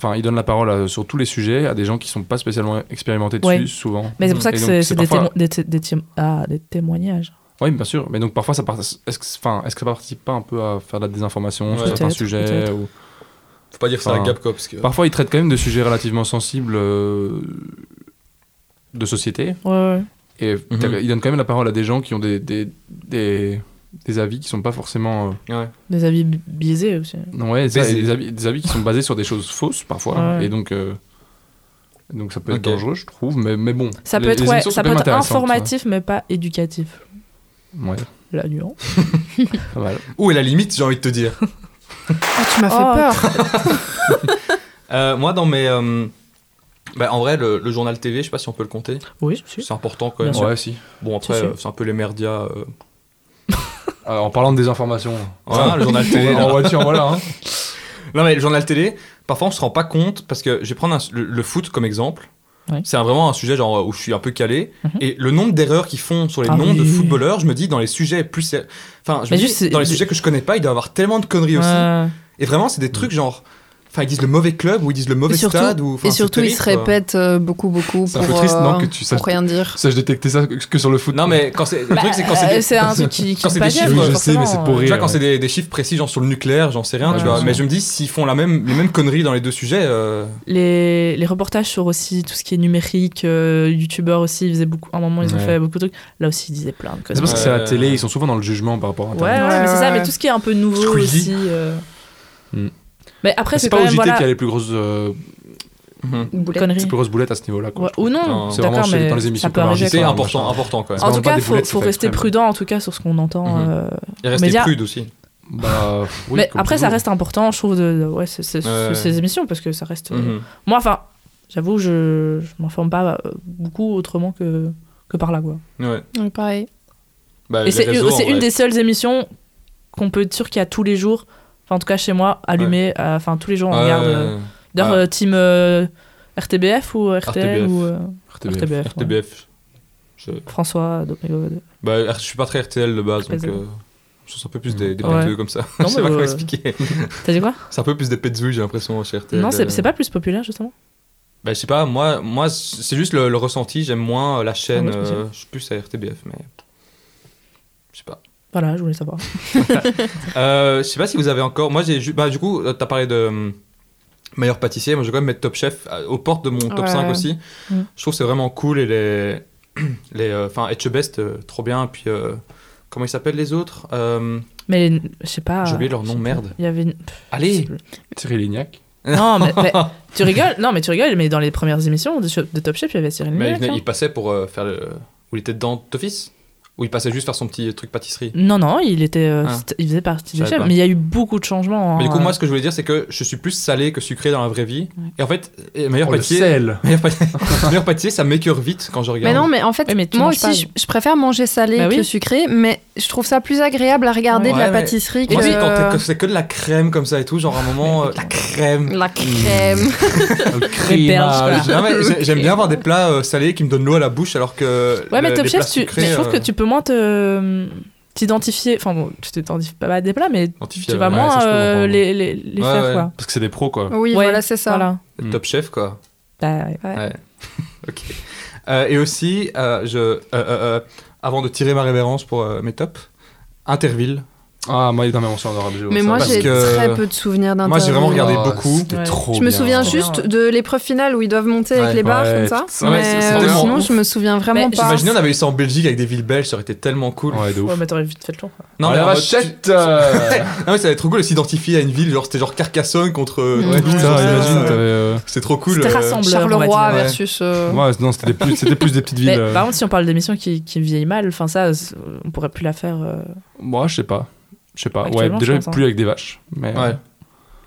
[SPEAKER 4] Enfin, il donne la parole à- sur tous les sujets à des gens qui sont pas spécialement expérimentés dessus,
[SPEAKER 2] Ouais. Bah-
[SPEAKER 4] souvent.
[SPEAKER 2] Mais c'est pour ça
[SPEAKER 4] Et
[SPEAKER 2] que
[SPEAKER 4] donc,
[SPEAKER 2] c'est
[SPEAKER 4] c'est
[SPEAKER 2] c'est des,
[SPEAKER 4] parfois-
[SPEAKER 2] témo- des, té- des témo- ah, des témoignages.
[SPEAKER 4] Oui, bien sûr. Mais donc parfois, ça part... est-ce que, enfin, est-ce que ça participe pas un peu à faire de la désinformation
[SPEAKER 1] Ouais.
[SPEAKER 4] sur certains
[SPEAKER 2] Peut-être,
[SPEAKER 4] sujets
[SPEAKER 2] peut-être.
[SPEAKER 4] ou...
[SPEAKER 1] Faut pas dire ça à
[SPEAKER 4] Enfin,
[SPEAKER 1] Gap quoi, parce que.
[SPEAKER 4] Parfois, il traite quand même de sujets relativement sensibles euh, de société.
[SPEAKER 2] Ouais, ouais.
[SPEAKER 4] Et
[SPEAKER 1] Mhm.
[SPEAKER 4] il donne quand même la parole à des gens qui ont des, des, des, des avis qui sont pas forcément. euh,
[SPEAKER 1] Ouais.
[SPEAKER 2] Des avis bi- biaisés aussi.
[SPEAKER 4] Non, ouais, ça,
[SPEAKER 1] Mais
[SPEAKER 4] et
[SPEAKER 1] c'est-
[SPEAKER 4] des, avis, des avis qui sont basés sur des choses fausses parfois.
[SPEAKER 2] Ouais.
[SPEAKER 4] Et donc, euh, donc ça peut être
[SPEAKER 1] Ok.
[SPEAKER 4] dangereux, je trouve. Mais, mais bon.
[SPEAKER 2] Ça
[SPEAKER 4] les-
[SPEAKER 2] peut être,
[SPEAKER 4] les
[SPEAKER 2] ouais,
[SPEAKER 4] émissions sont
[SPEAKER 2] ça
[SPEAKER 4] quand
[SPEAKER 2] peut
[SPEAKER 4] même
[SPEAKER 2] être
[SPEAKER 4] intéressantes, hein.
[SPEAKER 2] informatif, mais pas éducatif.
[SPEAKER 4] Ouais, Ouais,
[SPEAKER 2] La nuance.
[SPEAKER 4] pas mal.
[SPEAKER 1] Où est la limite, j'ai envie de te dire
[SPEAKER 3] Ah, tu m'as fait
[SPEAKER 2] Oh.
[SPEAKER 3] peur.
[SPEAKER 1] Euh, Moi, dans mes. euh, bah, en vrai, le, le journal TV, je sais pas si on peut le compter.
[SPEAKER 2] Oui, je suis.
[SPEAKER 1] C'est important quand même.
[SPEAKER 2] Bien sûr.
[SPEAKER 4] Ouais, si.
[SPEAKER 1] Bon, après,
[SPEAKER 2] Si, si.
[SPEAKER 1] euh, c'est un peu les merdias. euh,
[SPEAKER 4] Alors, en parlant de désinformation.
[SPEAKER 1] voilà, Ah, le journal télé.
[SPEAKER 4] en voiture, voilà. hein.
[SPEAKER 1] Non mais le journal télé, parfois on se rend pas compte parce que je vais prendre un- le, le foot comme exemple.
[SPEAKER 2] Ouais.
[SPEAKER 1] C'est un- vraiment un sujet genre où je suis un peu calé
[SPEAKER 2] Mhm.
[SPEAKER 1] et le nombre d'erreurs qu'ils font sur les
[SPEAKER 2] Ah
[SPEAKER 1] noms de
[SPEAKER 2] oui.
[SPEAKER 1] footballeurs, je me dis dans les sujets plus sé- enfin je
[SPEAKER 2] Mais
[SPEAKER 1] me dis,
[SPEAKER 2] juste, c'est-
[SPEAKER 1] dans les
[SPEAKER 2] c'est-
[SPEAKER 1] sujets que je connais pas, il doit y avoir tellement de conneries aussi.
[SPEAKER 2] Ouais.
[SPEAKER 1] Et vraiment c'est des trucs genre enfin ils disent le mauvais club ou ils disent le mauvais
[SPEAKER 3] Et surtout-
[SPEAKER 1] stade ou enfin,
[SPEAKER 3] Et
[SPEAKER 1] c'est
[SPEAKER 3] surtout,
[SPEAKER 1] terrible,
[SPEAKER 3] ils se
[SPEAKER 1] quoi.
[SPEAKER 3] répètent euh, beaucoup, beaucoup
[SPEAKER 4] C'est
[SPEAKER 3] pour,
[SPEAKER 4] un peu triste, non,
[SPEAKER 3] euh,
[SPEAKER 4] que tu saches-
[SPEAKER 3] pour rien dire.
[SPEAKER 4] Ça, je détectais ça que sur le foot.
[SPEAKER 1] Non mais quand c'est le
[SPEAKER 2] Bah,
[SPEAKER 1] truc c'est quand
[SPEAKER 2] euh,
[SPEAKER 1] c'est des-
[SPEAKER 2] un truc qui, qui
[SPEAKER 1] quand c'est
[SPEAKER 2] pas
[SPEAKER 1] des
[SPEAKER 2] gère,
[SPEAKER 1] chiffres, je
[SPEAKER 4] sais, mais c'est
[SPEAKER 2] forcément,
[SPEAKER 4] pour
[SPEAKER 2] euh.
[SPEAKER 1] tu vois,
[SPEAKER 4] rire,
[SPEAKER 1] quand c'est
[SPEAKER 4] ouais.
[SPEAKER 1] des, des chiffres précis, genre sur le nucléaire, j'en sais rien,
[SPEAKER 2] Ouais,
[SPEAKER 1] tu vois.
[SPEAKER 2] ouais.
[SPEAKER 1] Mais je me dis, s'ils font la même, les mêmes conneries dans les deux sujets, euh,
[SPEAKER 2] Les, les reportages sur aussi tout ce qui est numérique, euh, youtubeurs aussi, ils faisaient beaucoup. À un moment, ils ont
[SPEAKER 4] Ouais.
[SPEAKER 2] fait beaucoup de trucs. Là aussi, ils disaient plein de
[SPEAKER 4] C'est
[SPEAKER 2] conneries.
[SPEAKER 4] parce que c'est la
[SPEAKER 1] Euh,
[SPEAKER 4] télé, ils sont souvent dans le jugement par rapport à
[SPEAKER 2] Ouais, ouais,
[SPEAKER 4] Internet.
[SPEAKER 2] mais c'est
[SPEAKER 3] Ouais,
[SPEAKER 2] ça,
[SPEAKER 3] ouais.
[SPEAKER 2] mais tout ce qui est un peu nouveau
[SPEAKER 1] Squeezie.
[SPEAKER 2] aussi. euh.
[SPEAKER 4] Hmm.
[SPEAKER 2] Mais après,
[SPEAKER 4] C'est
[SPEAKER 2] c'est
[SPEAKER 4] pas
[SPEAKER 2] quand
[SPEAKER 4] au
[SPEAKER 2] même
[SPEAKER 4] JT qui a
[SPEAKER 2] voilà,
[SPEAKER 4] les plus grosses, euh,
[SPEAKER 1] mhm.
[SPEAKER 3] Boulet.
[SPEAKER 4] les
[SPEAKER 2] conneries.
[SPEAKER 4] plus grosses boulettes à ce niveau-là. quoi,
[SPEAKER 2] Ouais,
[SPEAKER 4] je trouve.
[SPEAKER 2] ou non,
[SPEAKER 1] Enfin,
[SPEAKER 4] c'est vraiment
[SPEAKER 2] d'accord,
[SPEAKER 4] chez-
[SPEAKER 2] mais
[SPEAKER 4] dans les émissions
[SPEAKER 2] ça peut
[SPEAKER 4] comme
[SPEAKER 2] arriver.
[SPEAKER 4] Arrêtez,
[SPEAKER 1] c'est
[SPEAKER 2] quoi.
[SPEAKER 4] hein.
[SPEAKER 1] important,
[SPEAKER 4] machin.
[SPEAKER 1] important quand même.
[SPEAKER 2] En
[SPEAKER 4] vraiment
[SPEAKER 2] tout
[SPEAKER 4] pas
[SPEAKER 2] cas,
[SPEAKER 4] des
[SPEAKER 2] faut,
[SPEAKER 4] boulettes, c'est
[SPEAKER 2] faut
[SPEAKER 4] fait
[SPEAKER 2] rester
[SPEAKER 4] exprès, mais-
[SPEAKER 2] prudent en tout cas sur ce qu'on entend.
[SPEAKER 1] Mhm.
[SPEAKER 2] euh,
[SPEAKER 1] Et rester
[SPEAKER 2] Mais dire-
[SPEAKER 1] prude aussi.
[SPEAKER 4] Bah, oui,
[SPEAKER 2] mais
[SPEAKER 4] comme
[SPEAKER 2] après, ça
[SPEAKER 4] toujours.
[SPEAKER 2] reste important, je trouve, de, de- ouais, c'est- c'est-
[SPEAKER 1] Ouais.
[SPEAKER 2] c'est- ces émissions, parce que ça reste. euh,
[SPEAKER 1] Mhm.
[SPEAKER 2] Moi, enfin, j'avoue, je, je m'informe pas euh, beaucoup autrement que, que par là, quoi.
[SPEAKER 1] Ouais.
[SPEAKER 3] Ouais, pareil.
[SPEAKER 1] Bah,
[SPEAKER 2] Et
[SPEAKER 1] les
[SPEAKER 2] c'est euh,
[SPEAKER 1] réseaux,
[SPEAKER 2] c'est
[SPEAKER 1] en
[SPEAKER 2] une
[SPEAKER 1] vrai.
[SPEAKER 2] des seules émissions qu'on peut être sûr qu'il y a tous les jours, enfin, en tout cas chez moi, allumée, euh, enfin, tous les jours, on
[SPEAKER 1] Ouais,
[SPEAKER 2] regarde. euh,
[SPEAKER 1] ouais,
[SPEAKER 2] D'ailleurs,
[SPEAKER 1] Ouais.
[SPEAKER 2] euh, team euh, RTBF ou RTL
[SPEAKER 1] RTBF.
[SPEAKER 2] ou euh,
[SPEAKER 4] RTBF.
[SPEAKER 2] RTBF, ouais.
[SPEAKER 1] RTBF. Je,
[SPEAKER 2] François Domingo.
[SPEAKER 1] bah, je suis pas très RTL de base, donc
[SPEAKER 2] Pas
[SPEAKER 1] euh, je suis un peu plus des, des
[SPEAKER 2] Ouais.
[SPEAKER 1] péteux comme ça. je
[SPEAKER 2] Non,
[SPEAKER 1] sais
[SPEAKER 2] mais
[SPEAKER 1] pas comment
[SPEAKER 2] euh,
[SPEAKER 1] expliquer.
[SPEAKER 2] T'as dit quoi
[SPEAKER 1] C'est un peu plus des pétzouilles, j'ai l'impression, chez RTL.
[SPEAKER 2] Non,
[SPEAKER 1] euh.
[SPEAKER 2] c'est c'est pas plus populaire justement.
[SPEAKER 1] Bah, je sais pas, moi, moi c'est juste le, le ressenti, j'aime moins euh, la chaîne,
[SPEAKER 2] Ah, moi, je
[SPEAKER 1] euh, je suis plus à RTBF, mais. Je sais pas.
[SPEAKER 2] Voilà, je voulais savoir.
[SPEAKER 1] Euh, je sais pas si vous avez encore. Moi, j'ai. ju- Bah, du coup, euh, t'as parlé de euh, meilleur pâtissier. Moi, je vais quand même mettre Top Chef euh, aux portes de mon top
[SPEAKER 3] Ouais.
[SPEAKER 1] 5 aussi.
[SPEAKER 2] Mm.
[SPEAKER 1] Je trouve que c'est vraiment cool et les. les euh, Enfin, Etchebest, euh, trop bien. Puis, euh, comment ils s'appellent les autres Euh,
[SPEAKER 2] Mais je sais pas.
[SPEAKER 1] J'ai oublié leur
[SPEAKER 2] euh,
[SPEAKER 1] nom,
[SPEAKER 2] je sais
[SPEAKER 1] merde.
[SPEAKER 2] plus. Il y avait une- pff, je sais
[SPEAKER 1] Allez
[SPEAKER 2] plus.
[SPEAKER 4] Thierry Lignac.
[SPEAKER 2] Non, mais, mais tu rigoles. Non, mais tu rigoles. Mais dans les premières émissions de, de Top Chef, il y avait Cyril
[SPEAKER 1] Mais il,
[SPEAKER 2] Lignac,
[SPEAKER 1] venait-
[SPEAKER 2] hein.
[SPEAKER 1] il passait pour euh, faire le. Où il était dedans d'office Ou il passait juste faire son petit truc pâtisserie
[SPEAKER 2] Non, non, il était, euh,
[SPEAKER 1] Ah.
[SPEAKER 2] st- il faisait partie
[SPEAKER 1] Je
[SPEAKER 2] du
[SPEAKER 1] savais
[SPEAKER 2] chef.
[SPEAKER 1] pas.
[SPEAKER 2] Mais il y a eu beaucoup de changements.
[SPEAKER 1] Mais
[SPEAKER 2] hein,
[SPEAKER 1] du coup,
[SPEAKER 2] euh,
[SPEAKER 1] moi, ce que je voulais dire, c'est que je suis plus salé que sucré dans la vraie vie.
[SPEAKER 2] Ouais.
[SPEAKER 1] Et en fait, euh, meilleur
[SPEAKER 4] Oh, le
[SPEAKER 1] pâtissier.
[SPEAKER 4] sel.
[SPEAKER 1] Meilleur pâtissier, meilleur pâtissier, ça m'écœure vite quand je regarde.
[SPEAKER 3] Mais non, mais en fait,
[SPEAKER 2] Oui, mais tu
[SPEAKER 3] moi
[SPEAKER 2] manges pas,
[SPEAKER 3] aussi, je, je préfère manger salé
[SPEAKER 2] Bah oui.
[SPEAKER 3] que sucré, mais je trouve ça plus agréable à regarder
[SPEAKER 1] Ouais.
[SPEAKER 3] de la
[SPEAKER 1] Ouais, mais-
[SPEAKER 3] pâtisserie que
[SPEAKER 1] Moi, c'est quand t'es- que c'est que de la crème comme ça et tout, genre à un moment, euh, la crème.
[SPEAKER 3] la crème.
[SPEAKER 4] ah,
[SPEAKER 2] voilà.
[SPEAKER 1] Non, mais j'ai- J'aime bien avoir des plats euh, salés qui me donnent l'eau à la bouche alors que.
[SPEAKER 2] Ouais, mais
[SPEAKER 1] le-
[SPEAKER 2] Top
[SPEAKER 1] les plats
[SPEAKER 2] Chef, tu,
[SPEAKER 1] sucrés,
[SPEAKER 2] mais je trouve
[SPEAKER 1] euh,
[SPEAKER 2] que tu peux moins te t'identifier. Enfin bon, tu t'identifies pas à des plats, mais tu
[SPEAKER 1] identifiables.
[SPEAKER 2] vas
[SPEAKER 4] ouais,
[SPEAKER 2] moins
[SPEAKER 4] ça, je peux
[SPEAKER 2] euh,
[SPEAKER 4] comprendre.
[SPEAKER 2] les, les, les
[SPEAKER 1] Ouais,
[SPEAKER 2] faire,
[SPEAKER 1] ouais.
[SPEAKER 2] quoi.
[SPEAKER 4] Parce que c'est des pros, quoi.
[SPEAKER 3] Oui,
[SPEAKER 2] Ouais,
[SPEAKER 3] voilà, c'est ça.
[SPEAKER 2] Voilà.
[SPEAKER 4] Mm.
[SPEAKER 1] Top Chef, quoi.
[SPEAKER 2] Bah, ouais.
[SPEAKER 3] Ouais.
[SPEAKER 1] Ouais. ok. Euh, et aussi, euh, je, euh, euh, euh, avant de tirer ma révérence pour euh, mes tops, Interville.
[SPEAKER 4] Ah, moi, il est dans ma mention honorable. j'ai
[SPEAKER 3] Mais
[SPEAKER 4] ça.
[SPEAKER 3] moi,
[SPEAKER 4] Parce
[SPEAKER 3] j'ai
[SPEAKER 4] que-
[SPEAKER 1] que-
[SPEAKER 3] très peu de souvenirs d'un
[SPEAKER 1] Moi, j'ai vraiment regardé
[SPEAKER 4] Oh,
[SPEAKER 1] beaucoup.
[SPEAKER 4] c'était
[SPEAKER 2] Ouais.
[SPEAKER 4] trop
[SPEAKER 3] Je me
[SPEAKER 4] bien. hein.
[SPEAKER 3] souviens
[SPEAKER 2] bien.
[SPEAKER 3] juste de l'épreuve finale où ils doivent monter
[SPEAKER 1] Ouais.
[SPEAKER 3] avec les barres
[SPEAKER 4] Ouais.
[SPEAKER 3] comme ça.
[SPEAKER 4] Ouais,
[SPEAKER 3] mais
[SPEAKER 4] c'est-
[SPEAKER 1] c'est
[SPEAKER 3] euh,
[SPEAKER 1] tellement
[SPEAKER 3] sinon,
[SPEAKER 1] ouf.
[SPEAKER 3] je me souviens vraiment
[SPEAKER 2] Mais
[SPEAKER 3] pas.
[SPEAKER 1] J'imagine on avait eu ça en Belgique avec des villes belges, ça aurait été tellement cool.
[SPEAKER 4] Ouais, de
[SPEAKER 2] Ouais,
[SPEAKER 4] ouf.
[SPEAKER 3] bah.
[SPEAKER 2] mais t'aurais vite fait le tour. quoi.
[SPEAKER 1] Non,
[SPEAKER 4] Ah,
[SPEAKER 1] mais
[SPEAKER 4] la
[SPEAKER 1] en mode, bah, tu-
[SPEAKER 4] vachette euh,
[SPEAKER 1] Ah ouais, ça va être trop cool de s'identifier à une ville, genre c'était genre Carcassonne contre. euh,
[SPEAKER 3] Ouais,
[SPEAKER 1] Toulouse,
[SPEAKER 4] Putain,
[SPEAKER 1] ça,
[SPEAKER 4] imagine,
[SPEAKER 1] j'imagine.
[SPEAKER 4] t'avais, euh,
[SPEAKER 1] C'est trop cool.
[SPEAKER 2] Hmm. C'était
[SPEAKER 1] euh,
[SPEAKER 2] rassemblé. on va
[SPEAKER 3] Charleroi
[SPEAKER 1] dire.
[SPEAKER 3] versus. euh,
[SPEAKER 4] Ouais, non, c'était plus, c'était plus des petites villes.
[SPEAKER 2] Mais
[SPEAKER 4] euh,
[SPEAKER 2] par contre, si on parle d'émissions qui, qui vieillent mal, enfin ça, c'est- on pourrait plus la faire. euh,
[SPEAKER 4] Moi, je sais pas. Je sais pas. Ouais,
[SPEAKER 2] Actuellement,
[SPEAKER 4] déjà,
[SPEAKER 2] je pense, hein.
[SPEAKER 4] plus avec des vaches. Mais...
[SPEAKER 1] Ouais.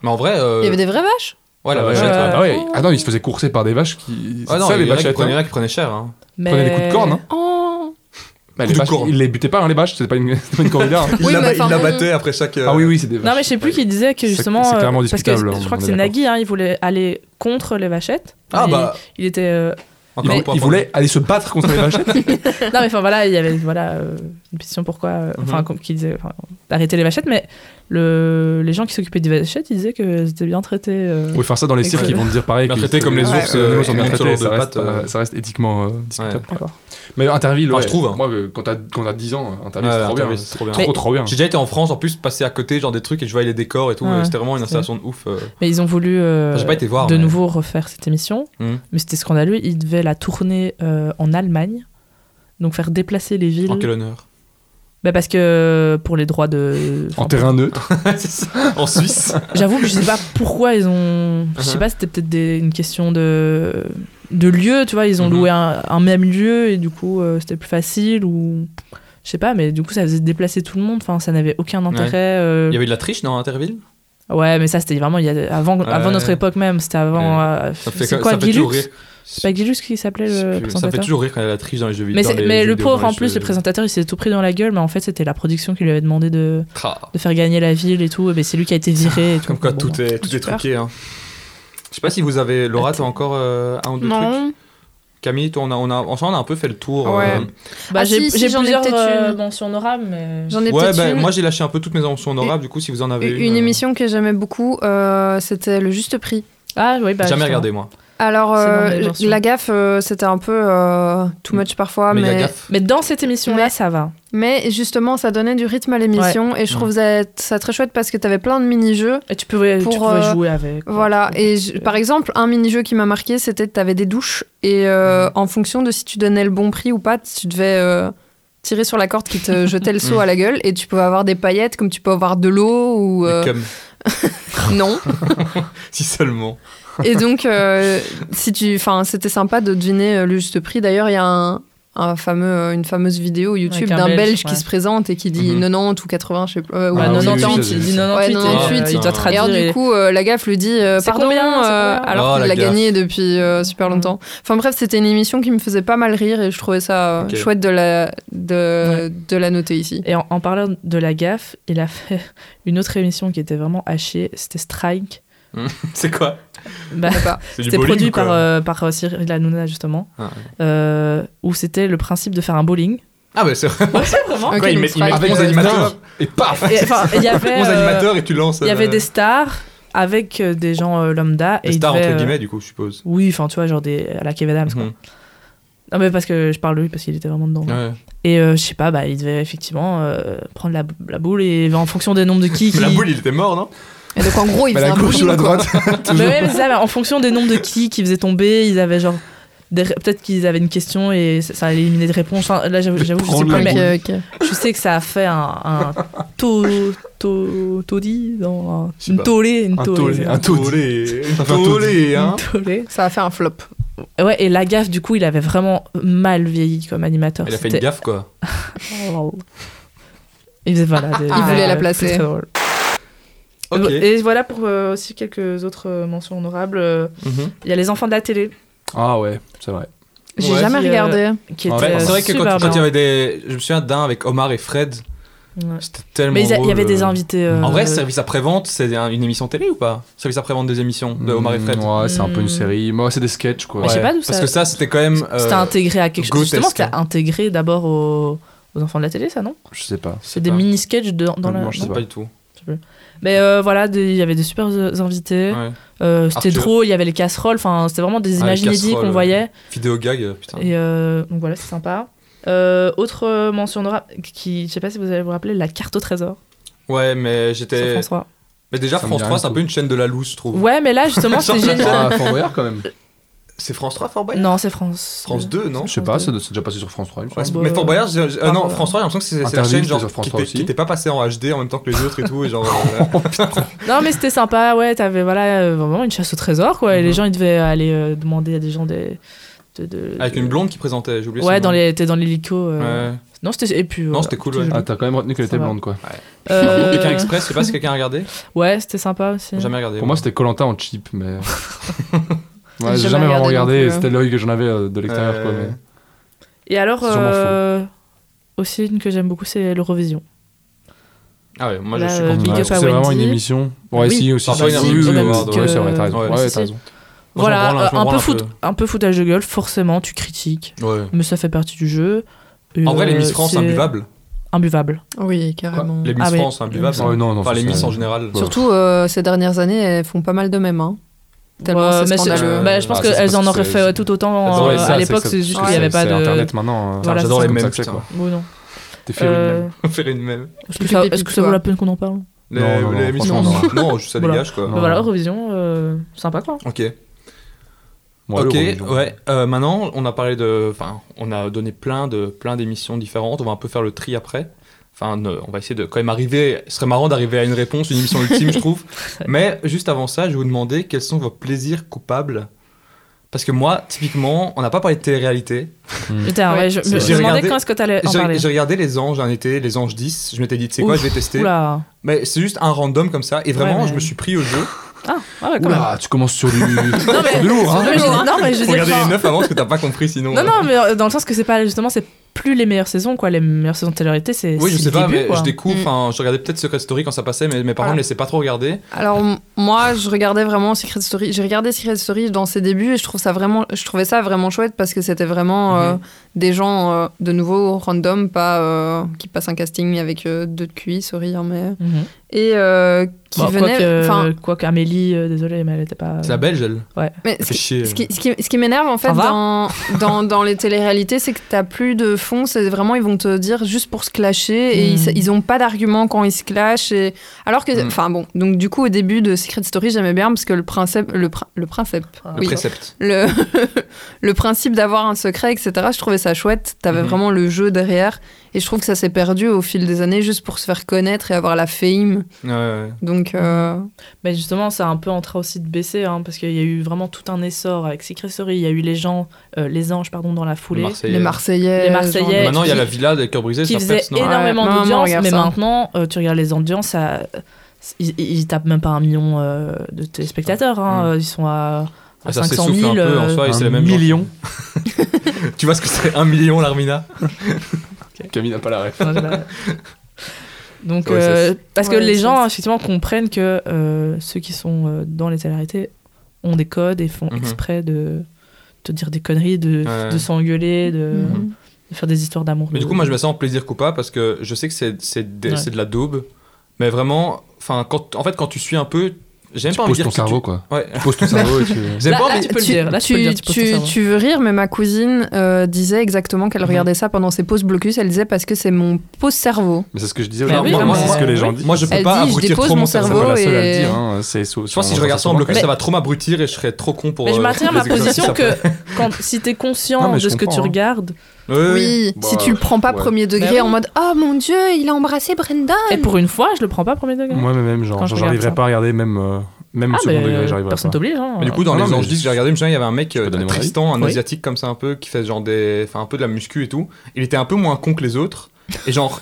[SPEAKER 1] Mais en vrai, euh,
[SPEAKER 3] Il y avait des vraies vaches
[SPEAKER 1] ouais, la
[SPEAKER 4] Ah,
[SPEAKER 1] vachette.
[SPEAKER 4] ouais.
[SPEAKER 1] ouais. Bah
[SPEAKER 4] Ah, ouais. Ah non, ils se faisaient courser par des vaches qui.
[SPEAKER 1] Ah non,
[SPEAKER 4] ça,
[SPEAKER 1] il
[SPEAKER 4] les
[SPEAKER 1] y en a qui
[SPEAKER 4] vachettes.
[SPEAKER 1] prenaient- il y en
[SPEAKER 4] hein.
[SPEAKER 1] a qui prenaient cher. Hein.
[SPEAKER 2] Mais...
[SPEAKER 4] prenaient des coups de corne, hein.
[SPEAKER 3] Oh
[SPEAKER 4] Bah,
[SPEAKER 1] Coup
[SPEAKER 4] les
[SPEAKER 1] de
[SPEAKER 4] vaches,
[SPEAKER 1] corne.
[SPEAKER 4] ils les butaient pas, hein, les vaches. C'était pas une, c'était pas une corrida. hein.
[SPEAKER 1] Il,
[SPEAKER 3] Oui,
[SPEAKER 1] la,
[SPEAKER 3] mais
[SPEAKER 1] il
[SPEAKER 3] enfin,
[SPEAKER 1] la
[SPEAKER 3] bon.
[SPEAKER 1] battait après chaque. euh,
[SPEAKER 4] Ah oui, oui, c'est des vaches.
[SPEAKER 2] Non, mais je sais plus qui disait que
[SPEAKER 4] C'est-
[SPEAKER 2] justement.
[SPEAKER 4] c'est
[SPEAKER 2] euh,
[SPEAKER 4] clairement
[SPEAKER 2] parce que
[SPEAKER 4] discutable,
[SPEAKER 2] je
[SPEAKER 4] on
[SPEAKER 2] crois que
[SPEAKER 4] est
[SPEAKER 2] c'est
[SPEAKER 4] d'accord.
[SPEAKER 2] Nagui, hein, il voulait aller contre les vachettes.
[SPEAKER 1] Ah
[SPEAKER 2] Il-
[SPEAKER 1] bah.
[SPEAKER 2] Il était. euh,
[SPEAKER 1] encore
[SPEAKER 4] Ils,
[SPEAKER 1] un
[SPEAKER 4] voulaient-
[SPEAKER 1] point
[SPEAKER 4] ils
[SPEAKER 1] pour
[SPEAKER 4] voulaient aller se battre contre les vachettes.
[SPEAKER 2] Non, mais enfin voilà, il y avait voilà, euh, une pétition pourquoi. euh, Enfin,
[SPEAKER 1] Mhm.
[SPEAKER 2] qu'on- qui disait enfin, d'arrêter les vachettes, mais le, les gens qui s'occupaient des vachettes, ils disaient que c'était bien traité. euh.
[SPEAKER 4] Oui, enfin, ça, dans les cirques,
[SPEAKER 2] Exact.
[SPEAKER 4] ils vont te dire pareil.
[SPEAKER 1] Bien
[SPEAKER 4] que-
[SPEAKER 1] traités comme
[SPEAKER 3] les ours,
[SPEAKER 4] les
[SPEAKER 1] euh,
[SPEAKER 4] animaux sont
[SPEAKER 1] et
[SPEAKER 4] bien
[SPEAKER 1] même sur
[SPEAKER 4] traités.
[SPEAKER 1] leur
[SPEAKER 4] Ça
[SPEAKER 1] deux
[SPEAKER 4] reste,
[SPEAKER 1] pattes, euh,
[SPEAKER 4] euh, ça reste éthiquement euh, discutable.
[SPEAKER 2] D'accord.
[SPEAKER 4] Mais Interville,
[SPEAKER 1] Enfin,
[SPEAKER 4] ouais.
[SPEAKER 1] je trouve, hein.
[SPEAKER 4] Moi, euh, quand t'as quand t'as 10 ans, euh, Interville,
[SPEAKER 1] Ouais,
[SPEAKER 4] c'est trop bien.
[SPEAKER 1] Interville, ah, c'est trop bien.
[SPEAKER 4] Trop, trop bien.
[SPEAKER 1] J'ai déjà été en France, en plus, passer à côté, genre des trucs, et je voyais les décors et tout.
[SPEAKER 2] Ouais.
[SPEAKER 1] et C'était vraiment une
[SPEAKER 2] C'est-
[SPEAKER 1] installation de ouf. euh.
[SPEAKER 2] Mais ils ont voulu euh,
[SPEAKER 1] Enfin, j'ai pas été voir,
[SPEAKER 2] de
[SPEAKER 1] mais-
[SPEAKER 2] nouveau refaire cette émission,
[SPEAKER 1] Mhm.
[SPEAKER 2] mais c'était scandaleux. Ils devaient la tourner euh, en Allemagne, donc faire déplacer les villes.
[SPEAKER 1] En quel honneur.
[SPEAKER 2] Bah, parce que pour les droits de.
[SPEAKER 4] En
[SPEAKER 2] enfin,
[SPEAKER 4] terrain neutre.
[SPEAKER 1] C'est ça. En Suisse.
[SPEAKER 2] J'avoue que je sais pas pourquoi ils ont. Je sais
[SPEAKER 1] Mhm.
[SPEAKER 2] pas, c'était peut-être des- une question de de lieu, tu vois. Ils ont
[SPEAKER 1] Mhm.
[SPEAKER 2] loué un, un même lieu et du coup euh, c'était plus facile ou je sais pas, mais du coup ça faisait déplacer tout le monde. Enfin, ça n'avait aucun intérêt. euh.
[SPEAKER 1] Il y avait de la triche dans Interville
[SPEAKER 2] Ouais, mais ça c'était vraiment il y a- avant avant
[SPEAKER 1] Ouais.
[SPEAKER 2] notre époque même. C'était avant. euh,
[SPEAKER 1] Ça fait,
[SPEAKER 2] c'est
[SPEAKER 1] ça
[SPEAKER 2] quoi
[SPEAKER 1] fait toujours
[SPEAKER 2] Gilux
[SPEAKER 1] rire.
[SPEAKER 2] C'est pas Gilux qui s'appelait
[SPEAKER 1] Je sais
[SPEAKER 2] le
[SPEAKER 1] plus. Ça fait
[SPEAKER 2] présentateur.
[SPEAKER 1] toujours rire quand il y a de la triche dans les jeux
[SPEAKER 2] Mais,
[SPEAKER 1] vidéo.
[SPEAKER 2] c'est-
[SPEAKER 1] dans les
[SPEAKER 2] mais
[SPEAKER 1] jeux euh.
[SPEAKER 2] le
[SPEAKER 1] vidéo,
[SPEAKER 2] pauvre
[SPEAKER 1] dans
[SPEAKER 2] en
[SPEAKER 1] les
[SPEAKER 2] plus,
[SPEAKER 1] jeux-
[SPEAKER 2] le présentateur, il s'est tout pris dans la gueule, mais en fait, c'était la production qui lui avait demandé de,
[SPEAKER 1] Tra.
[SPEAKER 2] de faire gagner la ville et tout. Mais c'est lui qui a été viré. Et tout.
[SPEAKER 1] Ah, Comme quoi,
[SPEAKER 2] Bon,
[SPEAKER 1] tout est, tout est
[SPEAKER 2] super.
[SPEAKER 1] truqué. hein. Je sais pas si vous avez. Laura, t'as encore euh, un ou deux trucs
[SPEAKER 3] Non.
[SPEAKER 1] Camille, toi, on a, on a, ensemble, on a un peu fait le tour. euh,
[SPEAKER 3] Ouais.
[SPEAKER 2] Bah,
[SPEAKER 3] Ah,
[SPEAKER 2] j'ai
[SPEAKER 3] si, si,
[SPEAKER 2] j'ai
[SPEAKER 3] j'en ai
[SPEAKER 2] plusieurs
[SPEAKER 3] peut-être
[SPEAKER 2] euh,
[SPEAKER 3] une.
[SPEAKER 2] mentions honorables, mais.
[SPEAKER 3] J'en ai
[SPEAKER 1] Ouais,
[SPEAKER 3] peut-être
[SPEAKER 1] bah,
[SPEAKER 3] une.
[SPEAKER 1] moi j'ai lâché un peu toutes mes mentions honorables, du coup, si vous en avez
[SPEAKER 3] Une,
[SPEAKER 1] une.
[SPEAKER 3] une
[SPEAKER 1] euh,
[SPEAKER 3] émission que j'aimais beaucoup, euh, c'était Le Juste Prix.
[SPEAKER 2] Ah oui, bah.
[SPEAKER 1] jamais
[SPEAKER 2] justement.
[SPEAKER 1] regardé, moi.
[SPEAKER 3] Alors,
[SPEAKER 2] C'est dans
[SPEAKER 3] euh,
[SPEAKER 2] mes versions.
[SPEAKER 3] la gaffe, euh, c'était un peu euh, too much parfois,
[SPEAKER 1] Méga
[SPEAKER 3] mais,
[SPEAKER 1] gaffe.
[SPEAKER 2] Ah, Mais dans cette émission-là, ça va.
[SPEAKER 3] mais justement, ça donnait du rythme à l'émission et je
[SPEAKER 1] Ouais.
[SPEAKER 3] trouve ça, ça très chouette parce que t'avais plein de mini-jeux.
[SPEAKER 2] Et tu pouvais, tu
[SPEAKER 3] Pour,
[SPEAKER 2] pouvais
[SPEAKER 3] euh,
[SPEAKER 2] jouer avec.
[SPEAKER 3] Voilà, et je- par exemple, un mini-jeu qui m'a marqué, c'était que t'avais des douches et euh, en fonction de si tu donnais le bon prix ou pas, tu devais euh, tirer sur la corde qui te jetait le seau à la gueule et tu pouvais avoir des paillettes comme tu peux avoir de l'eau ou
[SPEAKER 1] Mais
[SPEAKER 3] euh,
[SPEAKER 1] comme-
[SPEAKER 3] non.
[SPEAKER 1] si seulement.
[SPEAKER 3] Et donc, euh, si tu, enfin, c'était sympa de deviner euh, le juste prix. D'ailleurs, il y a un, un fameux, euh, une fameuse vidéo YouTube
[SPEAKER 2] Avec un
[SPEAKER 3] d'un Belge,
[SPEAKER 2] Belge,
[SPEAKER 3] qui
[SPEAKER 2] ouais.
[SPEAKER 3] se présente et qui dit
[SPEAKER 1] Mhm.
[SPEAKER 3] 90 ou 80, je sais pas. euh, ou
[SPEAKER 2] Ouais,
[SPEAKER 4] Ah, oui,
[SPEAKER 2] 98,
[SPEAKER 4] oui, oui,
[SPEAKER 2] il dit
[SPEAKER 4] oui.
[SPEAKER 2] 98.
[SPEAKER 3] Ouais,
[SPEAKER 2] et,
[SPEAKER 1] 98,
[SPEAKER 2] euh, il doit
[SPEAKER 1] hein.
[SPEAKER 2] traduire.
[SPEAKER 3] Et alors,
[SPEAKER 2] et-
[SPEAKER 3] du coup, euh, la gaffe lui dit euh,
[SPEAKER 2] C'est
[SPEAKER 3] pardon,
[SPEAKER 2] combien, c'est
[SPEAKER 3] euh,
[SPEAKER 2] combien
[SPEAKER 3] alors
[SPEAKER 1] Oh,
[SPEAKER 3] qu'il
[SPEAKER 1] la
[SPEAKER 3] l'a
[SPEAKER 1] gaffe.
[SPEAKER 3] gagné depuis euh, super
[SPEAKER 2] Mhm.
[SPEAKER 3] longtemps. Enfin bref, c'était une émission qui me faisait pas mal rire et je trouvais ça euh,
[SPEAKER 1] Ok.
[SPEAKER 3] chouette de la, de, de la noter ici.
[SPEAKER 2] Et en, en parlant de la gaffe, il a fait une autre émission qui était vraiment hachée. C'était Strike.
[SPEAKER 1] C'est quoi
[SPEAKER 2] Bah,
[SPEAKER 3] Je sais pas.
[SPEAKER 1] C'est
[SPEAKER 2] C'était produit par, euh, par euh, Cyril Hanouna, justement,
[SPEAKER 1] Ah, ouais.
[SPEAKER 2] euh, où c'était le principe de faire un bowling.
[SPEAKER 1] Ah, bah c'est vrai.
[SPEAKER 2] Ouais, vraiment.
[SPEAKER 3] Ok,
[SPEAKER 1] Quoi, ils
[SPEAKER 3] donc
[SPEAKER 1] mettent-
[SPEAKER 3] c'est
[SPEAKER 1] ils
[SPEAKER 3] pas
[SPEAKER 1] mettent
[SPEAKER 3] grave.
[SPEAKER 1] 11 animateurs et paf
[SPEAKER 2] Et, enfin, il y avait,
[SPEAKER 1] 11
[SPEAKER 2] euh,
[SPEAKER 1] animateurs et tu lances.
[SPEAKER 2] Il y avait
[SPEAKER 1] euh,
[SPEAKER 2] des stars avec euh, des gens euh, lambda.
[SPEAKER 1] des
[SPEAKER 2] et ils
[SPEAKER 1] stars,
[SPEAKER 2] devaient,
[SPEAKER 1] entre
[SPEAKER 2] euh,
[SPEAKER 1] guillemets, du coup, je suppose.
[SPEAKER 2] Oui, enfin, tu vois, genre des, à la Kevin Adams, quoi.
[SPEAKER 1] Mhm.
[SPEAKER 2] Non, mais parce que je parle de lui, parce qu'il était vraiment dedans.
[SPEAKER 1] Ouais.
[SPEAKER 2] Et euh, je sais pas, bah, il devait effectivement euh, prendre la, la boule et bah, en fonction des nombres de qui.
[SPEAKER 1] Mais la
[SPEAKER 2] qui-
[SPEAKER 1] boule, il était mort, non
[SPEAKER 3] Et donc en gros, il
[SPEAKER 4] Mais
[SPEAKER 3] faisait
[SPEAKER 4] Bah, la
[SPEAKER 3] un
[SPEAKER 4] gauche ou la
[SPEAKER 3] bowling, quoi.
[SPEAKER 4] droite
[SPEAKER 2] Ah, mais ouais, mais c'est ça, mais en fonction des nombres de qui qui faisaient tomber, ils avaient genre. des ré- Peut-être qu'ils avaient une question et ça, ça allait éliminer des réponses. Enfin, là, j'avoue, j'avoue, je sais
[SPEAKER 1] prendre
[SPEAKER 2] pas,
[SPEAKER 1] la
[SPEAKER 2] mais
[SPEAKER 1] boule.
[SPEAKER 3] Ok, ok.
[SPEAKER 2] je sais que ça a fait un, un taux, taux, taudis, non, un-
[SPEAKER 1] Je sais
[SPEAKER 2] une
[SPEAKER 1] pas.
[SPEAKER 2] taulée, une
[SPEAKER 4] Un
[SPEAKER 2] taulée,
[SPEAKER 4] taulée,
[SPEAKER 2] c'est
[SPEAKER 1] Taulé
[SPEAKER 2] ça.
[SPEAKER 4] un taudis. Ça fait un
[SPEAKER 1] Taulé, hein
[SPEAKER 2] Une taulée.
[SPEAKER 3] Ça a fait un flop.
[SPEAKER 2] Ouais, et la gaffe, du coup, il avait vraiment mal vieilli comme animateur.
[SPEAKER 1] Il a fait une
[SPEAKER 2] C'était-
[SPEAKER 1] gaffe, quoi.
[SPEAKER 2] Waouh. Il faisait voilà. des-
[SPEAKER 3] Il voulait la placer.
[SPEAKER 2] c'est très drôle.
[SPEAKER 1] Ok. Mmh.
[SPEAKER 2] Et voilà pour euh, aussi quelques autres euh, mentions honorables. Euh,
[SPEAKER 1] Mhm.
[SPEAKER 2] Il y a les enfants de la télé
[SPEAKER 4] Ah ouais, c'est vrai.
[SPEAKER 3] J'ai
[SPEAKER 1] Ouais.
[SPEAKER 3] jamais
[SPEAKER 2] Qui, euh,
[SPEAKER 3] regardé.
[SPEAKER 2] qui
[SPEAKER 4] Ouais,
[SPEAKER 2] étaient
[SPEAKER 1] Ouais,
[SPEAKER 2] euh,
[SPEAKER 1] c'est vrai que
[SPEAKER 2] super
[SPEAKER 1] quand, quand il y
[SPEAKER 2] marrants.
[SPEAKER 1] avait des. Je me souviens d'un avec Omar et Fred,
[SPEAKER 2] Ouais.
[SPEAKER 1] c'était tellement.
[SPEAKER 2] Mais il y a- il y
[SPEAKER 1] drôle,
[SPEAKER 2] avait des
[SPEAKER 1] euh.
[SPEAKER 2] invités. euh,
[SPEAKER 1] En vrai, Service après-vente, c'est un- une émission télé ou pas Service après-vente des émissions de Bah, Omar et Fred.
[SPEAKER 4] Mm, Ouais, c'est un peu
[SPEAKER 2] Mm.
[SPEAKER 4] une série. Moi, c'est des sketchs quoi.
[SPEAKER 2] Mais je sais
[SPEAKER 1] Ouais,
[SPEAKER 2] pas d'où
[SPEAKER 1] Parce
[SPEAKER 2] ça-
[SPEAKER 1] que ça, c'était quand même. euh,
[SPEAKER 2] C'était intégré à quelque chose.
[SPEAKER 1] grotesque.
[SPEAKER 2] Justement, c'était intégré d'abord aux... aux enfants de la télé, ça non
[SPEAKER 4] Je sais pas.
[SPEAKER 2] C'est des
[SPEAKER 1] pas.
[SPEAKER 2] mini-sketchs de- dans la.
[SPEAKER 4] Moi, je
[SPEAKER 1] Je
[SPEAKER 2] non
[SPEAKER 1] sais pas du tout.
[SPEAKER 2] Mais euh, voilà, des- il y avait des super euh, invités.
[SPEAKER 1] Ouais.
[SPEAKER 2] Euh, c'était
[SPEAKER 1] Arthur.
[SPEAKER 2] drôles, il y avait les casseroles. Enfin, c'était vraiment des
[SPEAKER 1] Ah, les
[SPEAKER 2] images inédites
[SPEAKER 1] casseroles,
[SPEAKER 2] qu'on
[SPEAKER 1] ouais.
[SPEAKER 2] voyait.
[SPEAKER 1] Vidéo gag, euh, putain.
[SPEAKER 2] Et euh, donc voilà, c'est sympa. Euh, autre mention honorable, qui, je sais pas si vous allez vous rappeler, la carte au trésor
[SPEAKER 1] Ouais, mais
[SPEAKER 2] sur
[SPEAKER 1] j'étais.
[SPEAKER 2] France 3.
[SPEAKER 1] Mais déjà,
[SPEAKER 4] Ça me
[SPEAKER 1] France
[SPEAKER 4] dit
[SPEAKER 1] 3,
[SPEAKER 4] rien
[SPEAKER 1] c'est un
[SPEAKER 4] du
[SPEAKER 1] peu une chaîne de la loose, je trouve.
[SPEAKER 2] Ouais, mais là justement,
[SPEAKER 1] Genre
[SPEAKER 2] c'est
[SPEAKER 1] la
[SPEAKER 2] génial.
[SPEAKER 4] Ah, Fort Boyard quand même.
[SPEAKER 1] C'est France 3, Fort Boyard
[SPEAKER 2] Non, c'est France.
[SPEAKER 1] France 2, non
[SPEAKER 4] Je sais pas, c'est c'est déjà passé sur France 3, il me
[SPEAKER 1] Ouais,
[SPEAKER 4] semble.
[SPEAKER 1] c'est-
[SPEAKER 2] Bah,
[SPEAKER 1] mais Fort Boyard, j'ai- j'ai- ah non,
[SPEAKER 2] euh,
[SPEAKER 1] France 3, j'ai l'impression que c'est- c'est la
[SPEAKER 4] Interdit,
[SPEAKER 1] chaîne
[SPEAKER 4] c'était
[SPEAKER 1] genre,
[SPEAKER 4] sur France
[SPEAKER 1] qui
[SPEAKER 4] 3
[SPEAKER 1] était-
[SPEAKER 4] aussi.
[SPEAKER 1] qui était pas passée en HD en même temps que les autres et tout. Et genre, euh,
[SPEAKER 2] Non, mais c'était sympa. Ouais, t'avais voilà euh, vraiment une chasse au trésor quoi. Et les
[SPEAKER 1] Mhm.
[SPEAKER 2] gens ils devaient aller euh, demander à des gens des. de- de-
[SPEAKER 1] avec une blonde qui présentait, j'ai oublié
[SPEAKER 2] Ouais,
[SPEAKER 1] son nom.
[SPEAKER 2] dans les, t'es dans l'hélico. euh,
[SPEAKER 1] Ouais.
[SPEAKER 2] Non, c'était et puis.
[SPEAKER 1] Non, c'était cool, ouais.
[SPEAKER 4] Ah, t'as quand même retenu qu'elle
[SPEAKER 2] Ça
[SPEAKER 4] était
[SPEAKER 2] va.
[SPEAKER 4] blonde quoi.
[SPEAKER 2] Euh,
[SPEAKER 1] Pékin Express, je sais pas si quelqu'un a regardé.
[SPEAKER 2] Ouais, c'était sympa aussi.
[SPEAKER 1] Jamais regardé.
[SPEAKER 4] Pour moi, c'était Colanta en cheap, mais. Ouais,
[SPEAKER 3] J'ai
[SPEAKER 4] j'ai
[SPEAKER 3] jamais
[SPEAKER 4] jamais vraiment
[SPEAKER 3] regardé non
[SPEAKER 4] regardé,
[SPEAKER 3] plus.
[SPEAKER 4] c'était l'œil que j'en avais euh, de l'extérieur quoi.
[SPEAKER 1] Euh,
[SPEAKER 4] mais-
[SPEAKER 2] Et alors
[SPEAKER 4] C'est sûrement
[SPEAKER 2] euh, aussi une que j'aime beaucoup, c'est l'Eurovision.
[SPEAKER 1] Ah ouais, moi
[SPEAKER 2] Là,
[SPEAKER 1] je suis
[SPEAKER 2] euh,
[SPEAKER 1] contre.
[SPEAKER 2] Big
[SPEAKER 1] Ouais.
[SPEAKER 2] Up à
[SPEAKER 4] C'est vraiment
[SPEAKER 2] Wendy.
[SPEAKER 4] une émission. Ouais,
[SPEAKER 2] Oui.
[SPEAKER 4] si, aussi.
[SPEAKER 1] Parfois,
[SPEAKER 4] si,
[SPEAKER 1] il y a
[SPEAKER 4] si,
[SPEAKER 1] un
[SPEAKER 4] oui,
[SPEAKER 1] petit
[SPEAKER 4] oui,
[SPEAKER 1] peu
[SPEAKER 4] oui,
[SPEAKER 1] de-
[SPEAKER 4] ouais, c'est vrai, t'as
[SPEAKER 2] euh,
[SPEAKER 4] raison.
[SPEAKER 1] ouais,
[SPEAKER 4] Ouais,
[SPEAKER 2] si,
[SPEAKER 4] t'as
[SPEAKER 2] si.
[SPEAKER 4] raison.
[SPEAKER 1] Moi, j'en branle,
[SPEAKER 2] Voilà,
[SPEAKER 1] je
[SPEAKER 2] euh,
[SPEAKER 1] m'en
[SPEAKER 2] un peu
[SPEAKER 1] branle
[SPEAKER 2] foot, un peu foutage de gueule, forcément, tu critiques,
[SPEAKER 1] Ouais.
[SPEAKER 2] mais ça fait partie du jeu.
[SPEAKER 1] En vrai, les
[SPEAKER 2] Euh,
[SPEAKER 1] Miss France,
[SPEAKER 2] c'est
[SPEAKER 1] imbuvable.
[SPEAKER 2] Imbuvable.
[SPEAKER 3] Oui, carrément.
[SPEAKER 1] Les Miss
[SPEAKER 2] Ah ouais.
[SPEAKER 1] France, imbuvable.
[SPEAKER 4] Ouais, non, non,
[SPEAKER 1] Enfin,
[SPEAKER 4] ça,
[SPEAKER 1] les
[SPEAKER 4] c'est-
[SPEAKER 1] Miss en général.
[SPEAKER 4] Ouais.
[SPEAKER 3] Surtout euh, ces dernières années, elles font pas mal de mêmes. Hein. Tellement
[SPEAKER 2] Ouais,
[SPEAKER 3] c'est
[SPEAKER 2] mais c'est-
[SPEAKER 3] scandaleux.
[SPEAKER 2] bah, je pense
[SPEAKER 1] Ah, ça, c'est
[SPEAKER 2] qu'elles
[SPEAKER 1] parce
[SPEAKER 2] en
[SPEAKER 1] que
[SPEAKER 2] auraient
[SPEAKER 1] c'est- Ah,
[SPEAKER 2] fait euh, tout autant
[SPEAKER 1] Elles
[SPEAKER 2] euh,
[SPEAKER 1] auraient-
[SPEAKER 4] Ouais,
[SPEAKER 2] à
[SPEAKER 4] ça,
[SPEAKER 2] l'époque,
[SPEAKER 4] que
[SPEAKER 2] c'est juste
[SPEAKER 4] ouais,
[SPEAKER 2] qu'il n'y avait
[SPEAKER 4] c'est-
[SPEAKER 2] pas
[SPEAKER 4] c'est
[SPEAKER 2] de.
[SPEAKER 4] Internet maintenant. euh,
[SPEAKER 2] Voilà,
[SPEAKER 4] c'est
[SPEAKER 1] J'adore les
[SPEAKER 4] comme ça
[SPEAKER 1] mêmes,
[SPEAKER 4] que c'est,
[SPEAKER 1] putain.
[SPEAKER 4] quoi.
[SPEAKER 2] Bon, non.
[SPEAKER 4] T'es féru de
[SPEAKER 2] Euh,
[SPEAKER 4] mêmes.
[SPEAKER 1] Faire une même.
[SPEAKER 2] Est-ce que, ça, est-ce que ça vaut la peine qu'on en parle
[SPEAKER 1] Les,
[SPEAKER 4] Non, non, non,
[SPEAKER 1] les Miss
[SPEAKER 4] franchement,
[SPEAKER 1] France. Non, juste ça
[SPEAKER 2] Voilà.
[SPEAKER 1] dégage quoi.
[SPEAKER 4] Non.
[SPEAKER 2] Bah Voilà, Eurovision, euh, sympa quoi.
[SPEAKER 1] Ok.
[SPEAKER 4] Ouais,
[SPEAKER 1] ok,
[SPEAKER 4] l'Eurovision.
[SPEAKER 1] ouais. Euh, maintenant, on a parlé de. Enfin, on a donné plein de plein d'émissions différentes. On va un peu faire le tri après. Enfin, ne- on va essayer de quand même arriver. Ce serait marrant d'arriver à une réponse, une émission ultime, je trouve. Mais juste avant ça, je vais vous demander quels sont vos plaisirs coupables. Parce que moi, typiquement, on n'a pas parlé de télé-réalité.
[SPEAKER 2] Putain,
[SPEAKER 3] Ouais.
[SPEAKER 2] ouais, je je
[SPEAKER 1] J'ai
[SPEAKER 2] me demandais
[SPEAKER 1] regardé-
[SPEAKER 2] quand est-ce que t'allais en
[SPEAKER 1] J'ai
[SPEAKER 2] parler.
[SPEAKER 1] j'ai regardé Les Anges un été, Les Anges 10. Je m'étais dit, tu sais quoi,
[SPEAKER 2] Ouf,
[SPEAKER 1] je vais tester.
[SPEAKER 2] Oula.
[SPEAKER 1] Mais c'est juste un random comme ça. Et vraiment,
[SPEAKER 2] Ouais, mais-
[SPEAKER 1] je me suis pris au jeu.
[SPEAKER 2] Ah, ah ouais, quand même.
[SPEAKER 4] Oula, tu commences sur du. sur
[SPEAKER 2] mais-
[SPEAKER 4] du lourd,
[SPEAKER 2] Non,
[SPEAKER 4] hein.
[SPEAKER 2] mais je- Non, mais je veux
[SPEAKER 1] Ah. Faut
[SPEAKER 2] dire.
[SPEAKER 1] regarder les
[SPEAKER 2] enfin,
[SPEAKER 1] 9 avant parce que t'as pas compris sinon.
[SPEAKER 2] Non,
[SPEAKER 1] euh.
[SPEAKER 2] non, mais euh, dans le sens que c'est pas justement, c'est plus les meilleures saisons quoi. Les meilleures saisons de télé-réalité, c'est.
[SPEAKER 1] Oui, je
[SPEAKER 2] c'est
[SPEAKER 1] sais
[SPEAKER 2] le
[SPEAKER 1] pas,
[SPEAKER 2] début,
[SPEAKER 1] mais
[SPEAKER 2] quoi.
[SPEAKER 1] je découvre.
[SPEAKER 3] Mm.
[SPEAKER 1] Enfin, je regardais peut-être Secret Story quand ça passait, mais mes parents
[SPEAKER 3] Voilà.
[SPEAKER 1] ne me laissaient pas trop regarder.
[SPEAKER 3] Alors m- moi, je regardais vraiment Secret Story. J'ai regardé Secret Story dans ses débuts et je trouve ça vraiment, je trouvais ça vraiment chouette parce que c'était vraiment euh,
[SPEAKER 1] Mhm.
[SPEAKER 3] des gens euh, de nouveau random, pas euh, qui passent un casting avec euh, deux de QI, sorry, hein, mais
[SPEAKER 2] Mhm.
[SPEAKER 3] et euh, qui
[SPEAKER 2] Bon,
[SPEAKER 3] venaient.
[SPEAKER 2] quoique-
[SPEAKER 3] Enfin,
[SPEAKER 2] quoi qu'Amélie, euh, désolée, mais elle était pas.
[SPEAKER 1] C'est la belge, elle.
[SPEAKER 3] mais
[SPEAKER 1] Elle
[SPEAKER 3] ce
[SPEAKER 1] fait
[SPEAKER 3] qui,
[SPEAKER 1] chier. euh,
[SPEAKER 3] ce qui, ce qui- ce qui m'énerve en fait
[SPEAKER 2] Ça va
[SPEAKER 3] dans, dans, dans les téléréalités, c'est que t'as plus de fond. C'est vraiment ils vont te dire juste pour se clasher et
[SPEAKER 2] Mm.
[SPEAKER 3] ils, sa- ils ont pas d'argument quand ils se clashent. Et... Alors que,
[SPEAKER 1] Mm.
[SPEAKER 3] enfin bon, donc du coup au début de Secret Story, j'aimais bien parce que le principe, le, prin- le principe,
[SPEAKER 2] Ah.
[SPEAKER 1] Le
[SPEAKER 3] oui,
[SPEAKER 1] précepte.
[SPEAKER 3] le, le principe d'avoir un secret, etc. Je trouvais ça chouette. T'avais
[SPEAKER 2] Hmm.
[SPEAKER 1] Mhm.
[SPEAKER 3] vraiment le jeu derrière et je trouve que ça s'est perdu au fil des années juste pour se faire connaître et avoir la fame.
[SPEAKER 1] Ouais, ouais.
[SPEAKER 3] Donc euh,
[SPEAKER 2] Mais justement, ça a un peu en train aussi de baisser, hein, parce qu'il y a eu vraiment tout un essor avec Secret Story. Il y a eu les gens, euh, les anges, pardon, dans la
[SPEAKER 1] Le
[SPEAKER 2] foulée.
[SPEAKER 1] Marseillais.
[SPEAKER 3] les Marseillais,
[SPEAKER 2] Les Marseillais,
[SPEAKER 3] genre-
[SPEAKER 1] euh, Maintenant, il y a
[SPEAKER 2] qui-
[SPEAKER 1] la villa des cœurs brisés,
[SPEAKER 2] qui
[SPEAKER 1] ça
[SPEAKER 2] faisait
[SPEAKER 1] pète, non
[SPEAKER 2] énormément
[SPEAKER 3] Ouais, ma maman
[SPEAKER 2] d'audience,
[SPEAKER 3] regarde
[SPEAKER 2] mais
[SPEAKER 3] ça.
[SPEAKER 2] maintenant, euh, tu regardes les audiences, ça, ils, ils tapent même pas un million euh, de téléspectateurs, hein,
[SPEAKER 1] Mm.
[SPEAKER 2] euh, ils sont à, à
[SPEAKER 1] Ah, Ça
[SPEAKER 2] 500
[SPEAKER 1] s'essouffle
[SPEAKER 2] 000.
[SPEAKER 1] un peu en
[SPEAKER 2] euh,
[SPEAKER 1] soi, et c'est la même chose.
[SPEAKER 4] million.
[SPEAKER 1] Tu vois ce que c'est un million, l'Armina
[SPEAKER 4] Camille n'a pas la ref.
[SPEAKER 2] enfin, voilà. Donc,
[SPEAKER 4] Ouais,
[SPEAKER 2] euh,
[SPEAKER 4] ça,
[SPEAKER 2] parce que
[SPEAKER 3] Ouais,
[SPEAKER 2] les
[SPEAKER 3] ça,
[SPEAKER 2] gens,
[SPEAKER 3] c'est-
[SPEAKER 2] effectivement, comprennent que euh, ceux qui sont euh, dans les salariés ont des codes et font
[SPEAKER 1] Mhm.
[SPEAKER 2] exprès de te dire des conneries, de
[SPEAKER 1] Ouais.
[SPEAKER 2] de s'engueuler, de,
[SPEAKER 3] Mhm.
[SPEAKER 2] de faire des histoires d'amour.
[SPEAKER 1] Mais
[SPEAKER 2] de-
[SPEAKER 1] du coup, moi, je me sens en plaisir coupable parce que je sais que c'est c'est des-
[SPEAKER 2] Ouais.
[SPEAKER 1] c'est de la daube. Mais vraiment, enfin, quand, en fait, quand tu suis un peu, j'aime
[SPEAKER 4] Tu
[SPEAKER 1] pas envie de
[SPEAKER 4] poses
[SPEAKER 1] dire
[SPEAKER 4] ton
[SPEAKER 1] que
[SPEAKER 4] cerveau,
[SPEAKER 1] tu...
[SPEAKER 4] quoi.
[SPEAKER 1] Ouais.
[SPEAKER 4] Tu poses ton cerveau et tu.
[SPEAKER 1] J'aime
[SPEAKER 2] Là-
[SPEAKER 1] pas
[SPEAKER 2] là,
[SPEAKER 1] envie... Eh,
[SPEAKER 2] tu peux le dire, là, tu peux le dire, tu peux le
[SPEAKER 3] tu-
[SPEAKER 2] savoir.
[SPEAKER 3] tu veux rire, mais ma cousine euh, disait exactement qu'elle
[SPEAKER 1] Mhm.
[SPEAKER 3] regardait ça pendant ses pauses blocus. Elle disait parce que c'est mon pause cerveau.
[SPEAKER 4] Mais c'est ce que je disais.
[SPEAKER 2] Mais
[SPEAKER 4] au
[SPEAKER 2] Ah oui,
[SPEAKER 4] début,
[SPEAKER 2] vraiment,
[SPEAKER 4] c'est ce que les
[SPEAKER 2] ouais.
[SPEAKER 4] gens disent.
[SPEAKER 1] Moi, je peux
[SPEAKER 3] Elle
[SPEAKER 1] pas
[SPEAKER 3] dit, je
[SPEAKER 1] abrutir
[SPEAKER 3] dépose
[SPEAKER 1] trop
[SPEAKER 3] mon
[SPEAKER 1] mon
[SPEAKER 4] C'est
[SPEAKER 1] cerveau.
[SPEAKER 4] pas la
[SPEAKER 3] cerveau
[SPEAKER 4] seule à le
[SPEAKER 3] et-
[SPEAKER 4] dire. hein, C'est sou-
[SPEAKER 1] Je pense que si je
[SPEAKER 4] souvent-
[SPEAKER 1] regarde ça en
[SPEAKER 4] souvent-
[SPEAKER 1] blocus,
[SPEAKER 2] Mais-
[SPEAKER 1] ça va trop m'abrutir et je serais trop con pour.
[SPEAKER 2] Mais je
[SPEAKER 1] euh,
[SPEAKER 2] maintiens
[SPEAKER 1] les
[SPEAKER 2] ma
[SPEAKER 1] exercices
[SPEAKER 2] position
[SPEAKER 1] après.
[SPEAKER 2] que quand, si t'es conscient
[SPEAKER 4] Non, mais
[SPEAKER 2] de
[SPEAKER 4] je
[SPEAKER 2] ce que tu
[SPEAKER 4] comprends, hein.
[SPEAKER 2] regardes,
[SPEAKER 1] Oui, oui, oui.
[SPEAKER 3] Oui,
[SPEAKER 4] Bah,
[SPEAKER 3] si tu le prends pas
[SPEAKER 4] ouais.
[SPEAKER 3] premier degré
[SPEAKER 2] Bah oui.
[SPEAKER 3] en mode Oh mon dieu, il a embrassé Brenda.
[SPEAKER 2] et pour une fois, je le prends pas premier degré.
[SPEAKER 4] Moi, même, genre,
[SPEAKER 2] Quand je regarde
[SPEAKER 4] genre,
[SPEAKER 2] ça.
[SPEAKER 4] j'arriverais pas à regarder même. euh, Même
[SPEAKER 2] Ah,
[SPEAKER 4] au
[SPEAKER 2] mais,
[SPEAKER 4] second degré, j'arriverais
[SPEAKER 2] personne
[SPEAKER 4] pas.
[SPEAKER 2] t'oblige. Hein.
[SPEAKER 1] euh, Mais du coup, dans
[SPEAKER 4] Non, non,
[SPEAKER 1] les
[SPEAKER 4] mais
[SPEAKER 1] anges
[SPEAKER 4] je-
[SPEAKER 1] 10, j'ai regardé, je me souviens, il y avait un mec, euh,
[SPEAKER 4] peux donner mon avis
[SPEAKER 1] Tristan, un
[SPEAKER 2] Oui.
[SPEAKER 1] asiatique comme ça, un peu, qui fait genre des. Enfin, un peu de la muscu et tout. Il était un peu moins con que les autres. Et genre,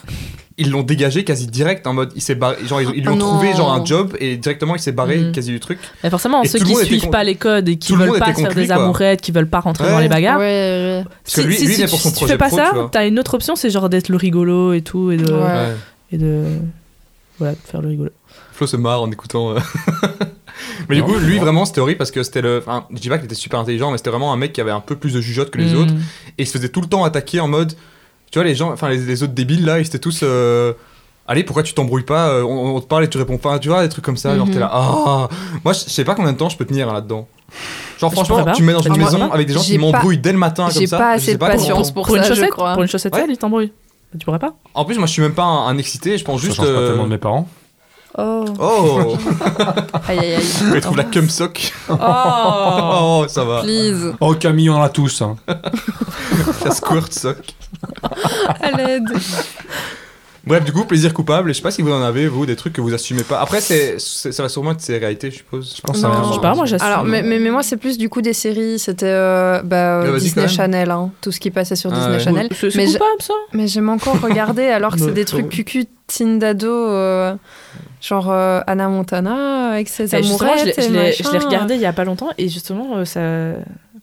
[SPEAKER 1] ils l'ont dégagé quasi direct en mode. Il s'est barré. Genre, ils, ils lui
[SPEAKER 2] Ah
[SPEAKER 1] ont
[SPEAKER 3] Oh non.
[SPEAKER 1] trouvé genre un job et directement il s'est barré
[SPEAKER 2] Mhm.
[SPEAKER 1] quasi du truc.
[SPEAKER 2] Mais forcément,
[SPEAKER 1] Et
[SPEAKER 2] ceux
[SPEAKER 1] tout le
[SPEAKER 2] qui
[SPEAKER 1] monde était
[SPEAKER 2] suivent
[SPEAKER 1] con-
[SPEAKER 2] pas les codes et qui
[SPEAKER 1] Tout le
[SPEAKER 2] veulent
[SPEAKER 1] monde
[SPEAKER 2] pas
[SPEAKER 1] était
[SPEAKER 2] se faire
[SPEAKER 1] conclu,
[SPEAKER 2] des
[SPEAKER 1] quoi.
[SPEAKER 2] amourettes, qui veulent pas rentrer
[SPEAKER 1] Ouais.
[SPEAKER 2] dans les
[SPEAKER 3] Ouais,
[SPEAKER 2] bagarres,
[SPEAKER 3] ouais.
[SPEAKER 1] Parce que lui-
[SPEAKER 2] si,
[SPEAKER 1] lui,
[SPEAKER 2] si
[SPEAKER 1] il est
[SPEAKER 2] tu,
[SPEAKER 1] pour son
[SPEAKER 2] si tu
[SPEAKER 1] projet
[SPEAKER 2] fais pas
[SPEAKER 1] pro, tu
[SPEAKER 2] ça,
[SPEAKER 1] vois.
[SPEAKER 2] t'as une autre option, c'est genre d'être le rigolo et tout, et de,
[SPEAKER 3] Ouais.
[SPEAKER 1] Ouais.
[SPEAKER 2] et de, voilà, de faire le rigolo.
[SPEAKER 1] Flo se marre en écoutant. euh. mais du
[SPEAKER 4] Non,
[SPEAKER 1] coup,
[SPEAKER 4] je
[SPEAKER 1] lui,
[SPEAKER 4] vois.
[SPEAKER 1] vraiment, c'était horrible parce que c'était le. Enfin, je dis pas qu'il était super intelligent, mais c'était vraiment un mec qui avait un peu plus de jugeote que les
[SPEAKER 2] Mm.
[SPEAKER 1] autres. Et il se faisait tout le temps attaquer en mode. Tu vois, les gens. Enfin, les, les autres débiles là, ils étaient tous. euh, Allez, pourquoi tu t'embrouilles pas euh, on, on te parle et tu réponds pas. Tu vois, des trucs comme ça. Genre,
[SPEAKER 3] Mhm.
[SPEAKER 1] t'es là. Ah Moi, je je sais pas combien de temps je peux tenir hein, là-dedans. Genre,
[SPEAKER 2] Je
[SPEAKER 1] franchement,
[SPEAKER 2] pourrais pas.
[SPEAKER 1] tu me mets dans une
[SPEAKER 3] Ah, moi,
[SPEAKER 1] maison avec des gens qui
[SPEAKER 3] j'ai pas-
[SPEAKER 1] m'embrouillent dès le matin comme
[SPEAKER 3] j'ai
[SPEAKER 1] ça.
[SPEAKER 3] pas
[SPEAKER 1] je
[SPEAKER 3] assez
[SPEAKER 1] sais
[SPEAKER 3] de
[SPEAKER 1] pas comment-
[SPEAKER 3] patience. pour ça,
[SPEAKER 2] une
[SPEAKER 3] je
[SPEAKER 2] chaussette,
[SPEAKER 3] crois.
[SPEAKER 2] Pour une chaussette
[SPEAKER 1] Ouais.
[SPEAKER 2] sale, il t'embrouille. Bah, Tu pourrais pas
[SPEAKER 1] En plus, moi, je suis même pas un, un excité. Je pense
[SPEAKER 4] Ça
[SPEAKER 1] juste.
[SPEAKER 4] change pas
[SPEAKER 1] euh,
[SPEAKER 4] tellement de mes parents.
[SPEAKER 2] Oh.
[SPEAKER 1] Oh
[SPEAKER 3] Aïe, aïe, aïe.
[SPEAKER 1] Il trouve la cum sock.
[SPEAKER 2] Oh.
[SPEAKER 1] Oh, ça va.
[SPEAKER 3] Please,
[SPEAKER 4] Oh, Camille, on en a tous. hein.
[SPEAKER 1] La squirt sock.
[SPEAKER 3] à l'aide.
[SPEAKER 1] Bref, du coup, plaisir coupable. Et je sais pas si vous en avez, vous, des trucs que vous assumez pas. Après, c'est, c'est- ça va sûrement être ses réalités, je suppose. Je
[SPEAKER 4] Non,
[SPEAKER 1] ça va-
[SPEAKER 4] je sais
[SPEAKER 2] pas, moi, j'assume.
[SPEAKER 3] Alors, mais, mais, mais moi, c'est plus du coup des séries. C'était euh, bah, euh,
[SPEAKER 1] Mais Ah, vas-y,
[SPEAKER 3] Disney
[SPEAKER 1] quand même.
[SPEAKER 3] Channel, hein, tout ce qui passait sur
[SPEAKER 1] Ah
[SPEAKER 3] Disney
[SPEAKER 1] ouais.
[SPEAKER 3] Channel.
[SPEAKER 2] C'est
[SPEAKER 3] Mais
[SPEAKER 2] c'est coupable, ça
[SPEAKER 3] Mais j'aime encore regarder alors que c'est
[SPEAKER 2] Ouais,
[SPEAKER 3] des
[SPEAKER 2] ça va.
[SPEAKER 3] trucs cucu tindado, euh, genre euh, Anna Montana avec ses
[SPEAKER 2] Bah, justement, je l'ai-
[SPEAKER 3] amourettes. et
[SPEAKER 2] je l'ai- je
[SPEAKER 3] machin.
[SPEAKER 2] l'ai regardé il y a pas longtemps et justement euh, ça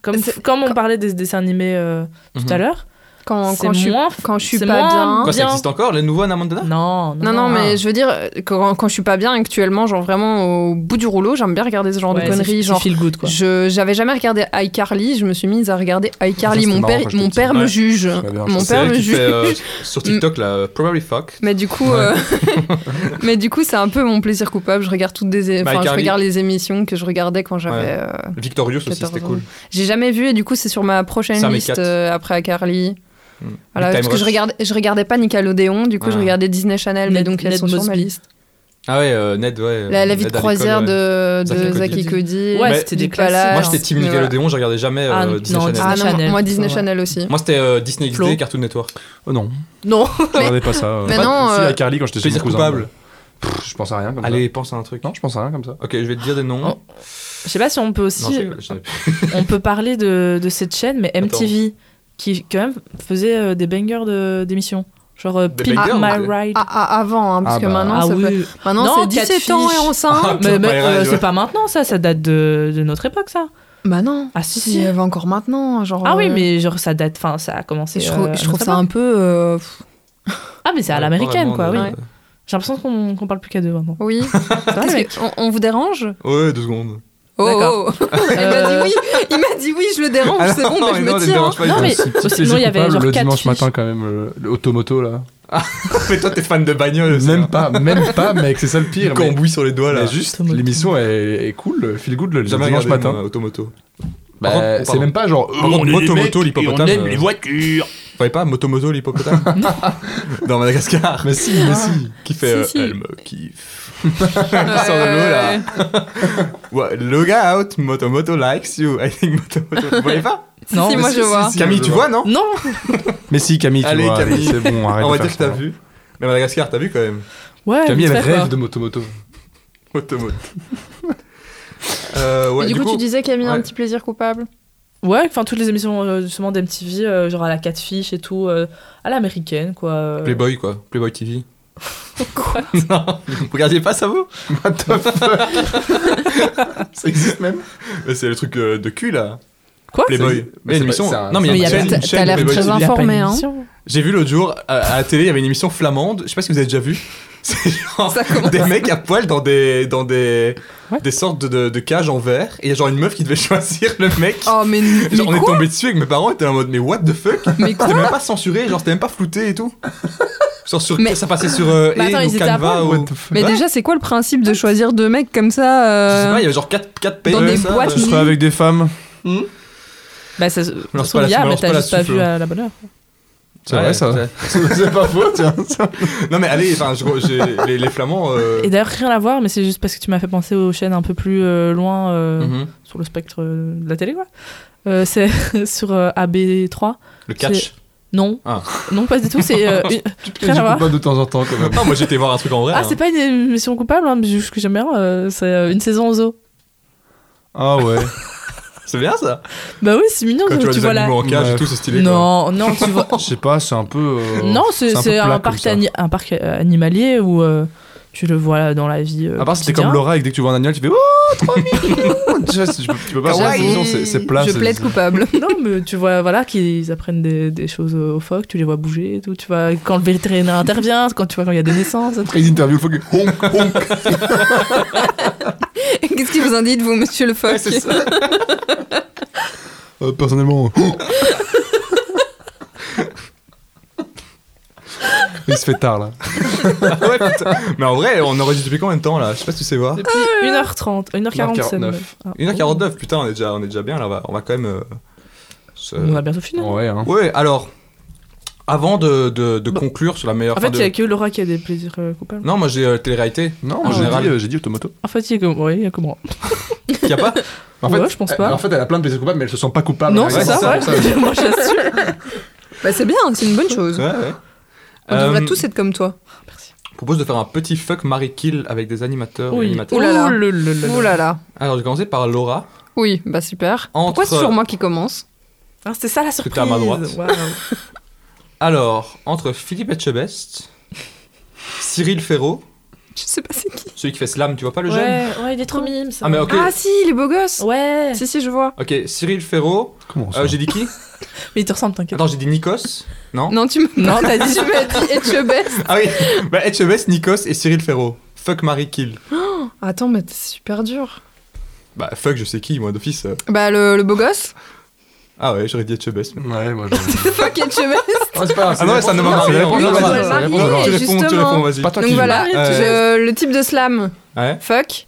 [SPEAKER 2] comme
[SPEAKER 3] C'est-
[SPEAKER 2] comme on parlait des dessins animés euh,
[SPEAKER 1] Mhm.
[SPEAKER 2] tout à l'heure
[SPEAKER 3] quand,
[SPEAKER 2] c'est
[SPEAKER 3] quand je suis,
[SPEAKER 2] moins
[SPEAKER 3] quand je suis
[SPEAKER 2] c'est
[SPEAKER 3] pas
[SPEAKER 2] moins
[SPEAKER 3] bien.
[SPEAKER 1] Quoi, ça
[SPEAKER 2] bien.
[SPEAKER 1] existe encore, les nouveaux Anna Montana
[SPEAKER 2] non
[SPEAKER 3] Non, non, mais je veux dire, euh, quand, quand je suis pas bien actuellement, genre vraiment au bout du rouleau, j'ime bien regarder ce genre
[SPEAKER 2] Ouais,
[SPEAKER 3] de conneries.
[SPEAKER 2] c'est-
[SPEAKER 3] Genre,
[SPEAKER 2] c'est feel good quoi
[SPEAKER 3] je j'avais jamais regardé iCarly, je me suis mise à regarder
[SPEAKER 4] Ça,
[SPEAKER 3] iCarly.
[SPEAKER 4] c'était
[SPEAKER 3] Mon
[SPEAKER 4] marrant
[SPEAKER 3] père,
[SPEAKER 4] quand j'étais
[SPEAKER 3] mon
[SPEAKER 4] petit.
[SPEAKER 3] père me
[SPEAKER 1] Ouais.
[SPEAKER 3] juge.
[SPEAKER 4] bien, ça,
[SPEAKER 3] Mon
[SPEAKER 1] C'est
[SPEAKER 3] père
[SPEAKER 1] elle
[SPEAKER 3] me
[SPEAKER 1] qui
[SPEAKER 3] juge.
[SPEAKER 1] fait, euh, sur TikTok, la euh, Probably Fuck.
[SPEAKER 3] Mais du coup,
[SPEAKER 1] Ouais.
[SPEAKER 3] euh, mais du coup, c'est un peu mon plaisir coupable. Je regarde toutes des,
[SPEAKER 1] Bah,
[SPEAKER 3] enfin, je
[SPEAKER 1] Carly.
[SPEAKER 3] regarde les émissions que je regardais quand j'avais.
[SPEAKER 1] Ouais.
[SPEAKER 3] euh,
[SPEAKER 1] Victorious aussi,
[SPEAKER 3] 14
[SPEAKER 1] c'était
[SPEAKER 3] ans.
[SPEAKER 1] cool.
[SPEAKER 3] J'ai jamais vu et du coup, c'est sur ma prochaine
[SPEAKER 1] Sam et
[SPEAKER 3] liste
[SPEAKER 1] Cat.
[SPEAKER 3] euh, après Carly.
[SPEAKER 1] Hmm.
[SPEAKER 3] Voilà,
[SPEAKER 1] Big Time
[SPEAKER 3] parce que
[SPEAKER 1] Rush.
[SPEAKER 3] je regardais, je regardais pas Nickelodeon, du coup, je
[SPEAKER 1] Ah.
[SPEAKER 3] regardais Disney Channel, mais
[SPEAKER 2] Ned-
[SPEAKER 3] donc elles
[SPEAKER 2] Ned
[SPEAKER 3] sont sur ma
[SPEAKER 2] Mosby.
[SPEAKER 3] liste.
[SPEAKER 1] Ah ouais, euh, Ned, ouais. euh,
[SPEAKER 3] La, la vie de
[SPEAKER 1] Ned à l'école,
[SPEAKER 3] croisière
[SPEAKER 1] ouais.
[SPEAKER 3] de,
[SPEAKER 1] Zach
[SPEAKER 3] de
[SPEAKER 1] et
[SPEAKER 3] Zach et
[SPEAKER 2] Cody.
[SPEAKER 3] Cody.
[SPEAKER 2] Ouais,
[SPEAKER 3] euh,
[SPEAKER 2] c'était
[SPEAKER 3] du
[SPEAKER 2] des classiques.
[SPEAKER 3] Palace.
[SPEAKER 1] Moi, j'étais Team
[SPEAKER 3] Mais voilà.
[SPEAKER 1] Nickelodeon, je regardais jamais euh,
[SPEAKER 2] Ah, non,
[SPEAKER 1] Disney
[SPEAKER 2] non,
[SPEAKER 1] Channel.
[SPEAKER 3] Ah non,
[SPEAKER 2] Channel,
[SPEAKER 3] moi
[SPEAKER 2] plutôt,
[SPEAKER 3] Disney
[SPEAKER 2] ouais.
[SPEAKER 3] Channel aussi.
[SPEAKER 1] Moi, c'était euh, Disney XD,
[SPEAKER 2] Flo.
[SPEAKER 1] Cartoon Network.
[SPEAKER 4] Oh non,
[SPEAKER 3] Non.
[SPEAKER 4] je regardais pas ça. euh.
[SPEAKER 3] Mais
[SPEAKER 4] Pas-
[SPEAKER 3] non,
[SPEAKER 4] Si,
[SPEAKER 3] euh,
[SPEAKER 4] à Carly, quand j'étais chez
[SPEAKER 1] Plaisir
[SPEAKER 4] mon cousin.
[SPEAKER 1] coupable.
[SPEAKER 4] Pff, Je pense à rien comme ça.
[SPEAKER 1] Allez, pense à un truc.
[SPEAKER 4] Non, je pense à rien comme ça.
[SPEAKER 1] Ok, je vais te dire des
[SPEAKER 3] Oh,
[SPEAKER 1] noms.
[SPEAKER 2] je sais pas si on peut
[SPEAKER 1] Non,
[SPEAKER 2] aussi
[SPEAKER 1] c'est- je savais plus.
[SPEAKER 2] on peut parler de, de cette chaîne mais
[SPEAKER 1] Attends.
[SPEAKER 2] MTV qui quand même faisait euh, des bangers de- d'émissions genre euh,
[SPEAKER 1] Des
[SPEAKER 2] Pimp
[SPEAKER 1] bangers,
[SPEAKER 2] My
[SPEAKER 1] ok.
[SPEAKER 2] Ride
[SPEAKER 3] Ah, ah, avant, hein, parce
[SPEAKER 4] Ah
[SPEAKER 3] que
[SPEAKER 4] bah.
[SPEAKER 3] maintenant,
[SPEAKER 2] Ah
[SPEAKER 3] ça
[SPEAKER 2] oui
[SPEAKER 3] fait-
[SPEAKER 2] Non,
[SPEAKER 3] maintenant c'est
[SPEAKER 2] quatre
[SPEAKER 3] 17 ans et
[SPEAKER 2] fiches.
[SPEAKER 3] enceinte.
[SPEAKER 1] Ah,
[SPEAKER 2] mais, mais,
[SPEAKER 1] Pimp My
[SPEAKER 2] euh,
[SPEAKER 1] Ride, ouais.
[SPEAKER 2] c'est pas maintenant ça ça date de, de notre époque ça
[SPEAKER 3] Bah non.
[SPEAKER 2] ah si
[SPEAKER 3] Si,
[SPEAKER 2] si
[SPEAKER 3] elle va encore maintenant. Genre,
[SPEAKER 2] ah oui
[SPEAKER 3] euh,
[SPEAKER 2] mais genre ça date enfin ça a
[SPEAKER 3] Je
[SPEAKER 2] commencé
[SPEAKER 3] trouve,
[SPEAKER 2] euh,
[SPEAKER 3] je trouve
[SPEAKER 2] à
[SPEAKER 3] ça un peu. euh, pff,
[SPEAKER 2] Ah, mais c'est à
[SPEAKER 1] Ouais,
[SPEAKER 2] l'américaine,
[SPEAKER 1] pas
[SPEAKER 2] quoi, oui.
[SPEAKER 1] vraiment,
[SPEAKER 2] J'ai l'impression qu'on qu'on parle plus qu'à deux maintenant.
[SPEAKER 3] oui. Qu'est-ce
[SPEAKER 2] mec.
[SPEAKER 3] que- on, on vous dérange
[SPEAKER 1] euh, Ouais, deux secondes.
[SPEAKER 3] Oh,
[SPEAKER 2] D'accord.
[SPEAKER 3] oh. Il m'a dit oui. Il m'a dit oui, je le dérange. C'est bon,
[SPEAKER 1] Ah non,
[SPEAKER 3] bah, je
[SPEAKER 1] mais non,
[SPEAKER 3] me
[SPEAKER 1] ne
[SPEAKER 3] tire. hein.
[SPEAKER 1] dérange pas,
[SPEAKER 2] Non,
[SPEAKER 1] il
[SPEAKER 2] mais
[SPEAKER 1] dérange.
[SPEAKER 4] Petit
[SPEAKER 2] sinon,
[SPEAKER 4] Euh, plaisir
[SPEAKER 2] il y avait
[SPEAKER 4] coupable,
[SPEAKER 2] genre
[SPEAKER 4] le
[SPEAKER 2] quatre
[SPEAKER 4] dimanche
[SPEAKER 2] filles.
[SPEAKER 4] matin quand même, euh, l'automoto là.
[SPEAKER 1] Mais toi, t'es fan de bagnole. aussi,
[SPEAKER 4] Même
[SPEAKER 1] hein.
[SPEAKER 4] pas, même pas, mec, c'est ça le pire. mais-
[SPEAKER 1] Cambouis sur les doigts, là.
[SPEAKER 4] Mais juste,
[SPEAKER 2] Automoto.
[SPEAKER 4] l'émission est, est cool, feel good le
[SPEAKER 1] Jamais
[SPEAKER 4] dimanche
[SPEAKER 1] regardé,
[SPEAKER 4] matin.
[SPEAKER 1] moi, euh, Automoto.
[SPEAKER 4] Bah,
[SPEAKER 1] Par contre-
[SPEAKER 4] c'est même pas genre.
[SPEAKER 1] Par contre, Motomoto, l'hippopotame. euh,
[SPEAKER 4] voitures
[SPEAKER 1] Vous voyez pas Motomoto l'hippopotame Dans Madagascar.
[SPEAKER 4] Mais si, mais si.
[SPEAKER 1] Qui fait
[SPEAKER 3] Si,
[SPEAKER 1] euh,
[SPEAKER 3] si.
[SPEAKER 1] Elle me kiffe. Qui sort de l'eau
[SPEAKER 3] Euh,
[SPEAKER 1] là. Ouais, look out, Motomoto likes you. I think Motomoto. Vous voyez pas
[SPEAKER 3] Si,
[SPEAKER 2] Non,
[SPEAKER 3] si,
[SPEAKER 2] mais
[SPEAKER 3] moi je vois.
[SPEAKER 1] Camille, tu vois, non
[SPEAKER 2] Non
[SPEAKER 4] Mais si, Camille, tu
[SPEAKER 1] Allez,
[SPEAKER 4] vois.
[SPEAKER 1] Camille.
[SPEAKER 4] C'est bon, arrête.
[SPEAKER 1] On va
[SPEAKER 4] de
[SPEAKER 1] dire que
[SPEAKER 4] faire
[SPEAKER 1] t'as
[SPEAKER 4] ça.
[SPEAKER 1] vu. Mais Madagascar, t'as vu quand même
[SPEAKER 2] Ouais,
[SPEAKER 4] Camille,
[SPEAKER 2] vite
[SPEAKER 4] elle
[SPEAKER 2] fait,
[SPEAKER 4] rêve
[SPEAKER 2] quoi.
[SPEAKER 4] de Motomoto.
[SPEAKER 1] Motomoto. Euh, ouais,
[SPEAKER 3] Et du, coup, tu disais Camille
[SPEAKER 1] ouais.
[SPEAKER 3] un petit plaisir coupable.
[SPEAKER 2] Ouais, enfin, toutes les émissions euh, justement d'MTV, euh, genre à la catfish et tout, euh, à l'américaine, quoi. euh.
[SPEAKER 1] Playboy quoi, Playboy TV.
[SPEAKER 2] Quoi
[SPEAKER 1] non, vous regardiez pas ça vous
[SPEAKER 4] What the fuck Ça existe même
[SPEAKER 1] Mais C'est le truc euh, de cul là.
[SPEAKER 2] Quoi
[SPEAKER 1] Playboy.
[SPEAKER 4] Mais
[SPEAKER 1] une
[SPEAKER 4] c'est
[SPEAKER 1] émission.
[SPEAKER 4] pas- c'est un-
[SPEAKER 1] Non, mais
[SPEAKER 3] Mais
[SPEAKER 1] il y
[SPEAKER 3] y
[SPEAKER 1] a
[SPEAKER 3] a
[SPEAKER 1] une chaîne-
[SPEAKER 3] pas- t'as-
[SPEAKER 1] une chaîne
[SPEAKER 3] t'as l'air
[SPEAKER 1] Playboy
[SPEAKER 3] très
[SPEAKER 1] aussi.
[SPEAKER 3] informé. informé, hein.
[SPEAKER 1] J'ai vu l'autre jour à, à la télé, il y avait une émission flamande. Je sais pas si vous avez déjà vu. C'est genre
[SPEAKER 3] Ça commence.
[SPEAKER 1] des mecs à poil dans des dans des
[SPEAKER 2] Ouais.
[SPEAKER 1] des sortes de, de, de cages en verre. Et il y a genre une meuf qui devait choisir le mec.
[SPEAKER 3] Oh, mais, mais
[SPEAKER 1] Genre, on est
[SPEAKER 3] quoi
[SPEAKER 1] tombé dessus avec mes parents, étaient en mode mais what the fuck
[SPEAKER 3] Mais
[SPEAKER 1] C'était même pas censuré, genre c'était même pas flouté et tout. Genre sur,
[SPEAKER 3] Mais-
[SPEAKER 1] ça passait sur euh,
[SPEAKER 2] Hein Mais attends,
[SPEAKER 1] Hey,
[SPEAKER 2] ils
[SPEAKER 1] ou
[SPEAKER 2] étaient à
[SPEAKER 1] Canva
[SPEAKER 4] Oh.
[SPEAKER 2] poil
[SPEAKER 1] ou-
[SPEAKER 3] Mais
[SPEAKER 1] Ouais, Ah,
[SPEAKER 3] déjà, c'est quoi le principe de choisir deux mecs comme ça
[SPEAKER 1] je sais
[SPEAKER 3] euh,
[SPEAKER 1] pas, il y avait genre 4 quatre pages.
[SPEAKER 3] dans des
[SPEAKER 1] ça,
[SPEAKER 3] boîtes
[SPEAKER 1] euh,
[SPEAKER 4] Je serais avec des femmes.
[SPEAKER 2] Bah, ça se
[SPEAKER 1] pas
[SPEAKER 2] trouve,
[SPEAKER 1] la-
[SPEAKER 2] hier,
[SPEAKER 1] lance
[SPEAKER 2] mais
[SPEAKER 1] pas
[SPEAKER 2] t'as
[SPEAKER 1] la
[SPEAKER 2] juste pas
[SPEAKER 1] souffle.
[SPEAKER 2] vu à la bonne heure.
[SPEAKER 4] C'est
[SPEAKER 1] Ouais,
[SPEAKER 4] vrai ça.
[SPEAKER 1] c'est- C'est pas faux, tiens. ça. Non mais allez, enfin, je- j'ai- les, les Flamands. euh,
[SPEAKER 2] Et d'ailleurs, rien à voir, mais c'est juste parce que tu m'as fait penser aux chaînes un peu plus euh, loin euh,
[SPEAKER 1] mhm.
[SPEAKER 2] sur le spectre euh, de la télé, quoi. Euh, c'est sur euh, AB3.
[SPEAKER 1] Le catch.
[SPEAKER 2] Non.
[SPEAKER 1] Ah.
[SPEAKER 2] Non, pas du tout. C'est euh, une-
[SPEAKER 4] Je
[SPEAKER 2] rien à voir.
[SPEAKER 4] pas de temps en temps quand même.
[SPEAKER 1] Non, moi j'étais voir un truc en vrai.
[SPEAKER 2] Ah,
[SPEAKER 1] hein.
[SPEAKER 2] c'est pas une émission coupable, hein, mais juste que j'aime bien. euh, c'est euh, une saison en zoo.
[SPEAKER 4] Ah ouais.
[SPEAKER 1] C'est bien ça.
[SPEAKER 2] Bah oui, c'est mignon.
[SPEAKER 1] Quand tu vois des
[SPEAKER 2] la-
[SPEAKER 1] animaux en cage et
[SPEAKER 4] Ouais.
[SPEAKER 1] tout, c'est stylé. quoi.
[SPEAKER 2] Non, non, tu vois.
[SPEAKER 4] Je sais pas, c'est un peu. euh,
[SPEAKER 2] non, c'est
[SPEAKER 4] peu
[SPEAKER 2] c'est
[SPEAKER 4] plat
[SPEAKER 2] un,
[SPEAKER 4] comme
[SPEAKER 2] parc
[SPEAKER 4] ça.
[SPEAKER 2] ani- un parc euh, animalier où euh, tu le vois dans la vie. euh,
[SPEAKER 4] À part si t'es
[SPEAKER 2] quotidien.
[SPEAKER 4] comme Laura et que dès que tu vois un animal, tu fais Oh, trop mignon Tu vois, tu peux, tu peux pas faire
[SPEAKER 3] Kawaii.
[SPEAKER 4] cette émission, c'est- c'est plat.
[SPEAKER 3] Ah Je
[SPEAKER 4] c'est-
[SPEAKER 3] plaide
[SPEAKER 4] c'est-
[SPEAKER 3] coupable.
[SPEAKER 2] Non, mais tu vois, voilà, qu'ils apprennent des, des choses aux phoques, tu les vois bouger et tout. Tu vois, quand le vétérinaire intervient, quand tu vois, quand il y a des naissances.
[SPEAKER 4] Après, ils interviewent le faux que. Honk, honk.
[SPEAKER 3] Qu'est-ce qui vous en dites, vous, monsieur le phoque
[SPEAKER 1] Ouais, c'est ça.
[SPEAKER 4] Euh, personnellement. Il se fait tard là.
[SPEAKER 1] Ah ouais, putain. Mais en vrai, on enregistre depuis combien de temps là Je sais pas si tu sais voir.
[SPEAKER 2] Depuis 1h30, 1h47.
[SPEAKER 4] 1h49.
[SPEAKER 1] 1h49, putain, on est déjà, on est déjà bien là. On va- On va quand même. euh, se-
[SPEAKER 2] On va bientôt finir.
[SPEAKER 4] Ouais, hein.
[SPEAKER 1] Ouais, alors, avant de, de- de
[SPEAKER 2] Bon.
[SPEAKER 1] conclure sur la meilleure.
[SPEAKER 2] Bah, En fait,
[SPEAKER 1] fin
[SPEAKER 2] il
[SPEAKER 1] de-
[SPEAKER 2] n'y a que Laura qui a des plaisirs euh, coupables.
[SPEAKER 1] Non, moi j'ai euh, télé-réalité.
[SPEAKER 4] Non,
[SPEAKER 1] En
[SPEAKER 4] moi, j'ai
[SPEAKER 1] général.
[SPEAKER 4] dit, euh, j'ai dit Automoto.
[SPEAKER 2] En fait, il y a que, ouais, il y a que moi.
[SPEAKER 1] Y a pas
[SPEAKER 4] En
[SPEAKER 2] Ouais,
[SPEAKER 4] fait,
[SPEAKER 2] je pense
[SPEAKER 4] elle-
[SPEAKER 2] pas.
[SPEAKER 4] En fait, elle a plein de plaisirs coupables, mais elle se sent pas coupable.
[SPEAKER 2] non,
[SPEAKER 4] bah, Ouais,
[SPEAKER 2] c'est ça,
[SPEAKER 1] c'est ça,
[SPEAKER 2] ouais. moi, j'assume.
[SPEAKER 3] Bah, c'est bien, c'est une bonne chose.
[SPEAKER 1] Ouais, ouais.
[SPEAKER 3] On
[SPEAKER 1] Euh,
[SPEAKER 3] devrait tous être comme toi.
[SPEAKER 2] Merci.
[SPEAKER 1] Je propose de faire un petit fuck Marie Kill avec des animateurs. et
[SPEAKER 2] Oui.
[SPEAKER 1] animatrices.
[SPEAKER 3] Ouh là là.
[SPEAKER 2] Ouh là là là.
[SPEAKER 3] Ouh là là.
[SPEAKER 1] Alors, je vais commencer par Laura.
[SPEAKER 3] Oui, bah super.
[SPEAKER 1] Entre-
[SPEAKER 3] Pourquoi c'est toujours moi qui commence
[SPEAKER 2] Ah, C'était ça la surprise.
[SPEAKER 1] C'était à ma droite.
[SPEAKER 2] Waouh.
[SPEAKER 1] Alors, entre Philippe Etchebest, Cyril Ferraud,
[SPEAKER 3] Je sais pas c'est qui.
[SPEAKER 1] celui qui fait slam, tu vois pas le jeune
[SPEAKER 2] Ouais, ouais, il est trop mime. ça.
[SPEAKER 1] Ah, mais ok.
[SPEAKER 3] Ah si, les beaux gosses
[SPEAKER 2] Ouais.
[SPEAKER 3] Si, si, je vois.
[SPEAKER 1] Ok, Cyril Ferraud.
[SPEAKER 4] Comment
[SPEAKER 1] Euh,
[SPEAKER 4] ça
[SPEAKER 1] j'ai dit qui
[SPEAKER 2] Mais il te ressemble, t'inquiète.
[SPEAKER 1] Attends, j'ai dit Nikos Non
[SPEAKER 3] Non, tu m'as
[SPEAKER 2] Non, t'as dit.
[SPEAKER 3] tu m'as dit Etchebest.
[SPEAKER 1] Ah oui bah, Etchebest, Nikos et Cyril Ferraud. Fuck Marie Kill.
[SPEAKER 3] Attends, mais c'est super dur.
[SPEAKER 1] Bah, fuck, je sais qui, moi, d'office. euh.
[SPEAKER 3] Bah, le, le beau gosse
[SPEAKER 1] Ah ouais, j'aurais dit Etchebest. mais-
[SPEAKER 4] Ouais, moi je.
[SPEAKER 3] Fuck Etchebest
[SPEAKER 4] Ah, c'est pas grave,
[SPEAKER 1] Ah non, ça ne m'a
[SPEAKER 4] c'est la
[SPEAKER 1] pas
[SPEAKER 3] non, non, non,
[SPEAKER 4] réponse, c'est la réponse, c'est la
[SPEAKER 3] non,
[SPEAKER 4] réponse,
[SPEAKER 3] non,
[SPEAKER 4] c'est la
[SPEAKER 1] Tu
[SPEAKER 3] Et
[SPEAKER 4] réponse.
[SPEAKER 1] réponds, tu
[SPEAKER 3] justement.
[SPEAKER 1] réponds, vas-y.
[SPEAKER 4] C'est pas toi
[SPEAKER 3] Donc
[SPEAKER 4] qui
[SPEAKER 3] voilà,
[SPEAKER 1] Euh,
[SPEAKER 3] je- le type de slam.
[SPEAKER 1] Ouais.
[SPEAKER 3] Fuck.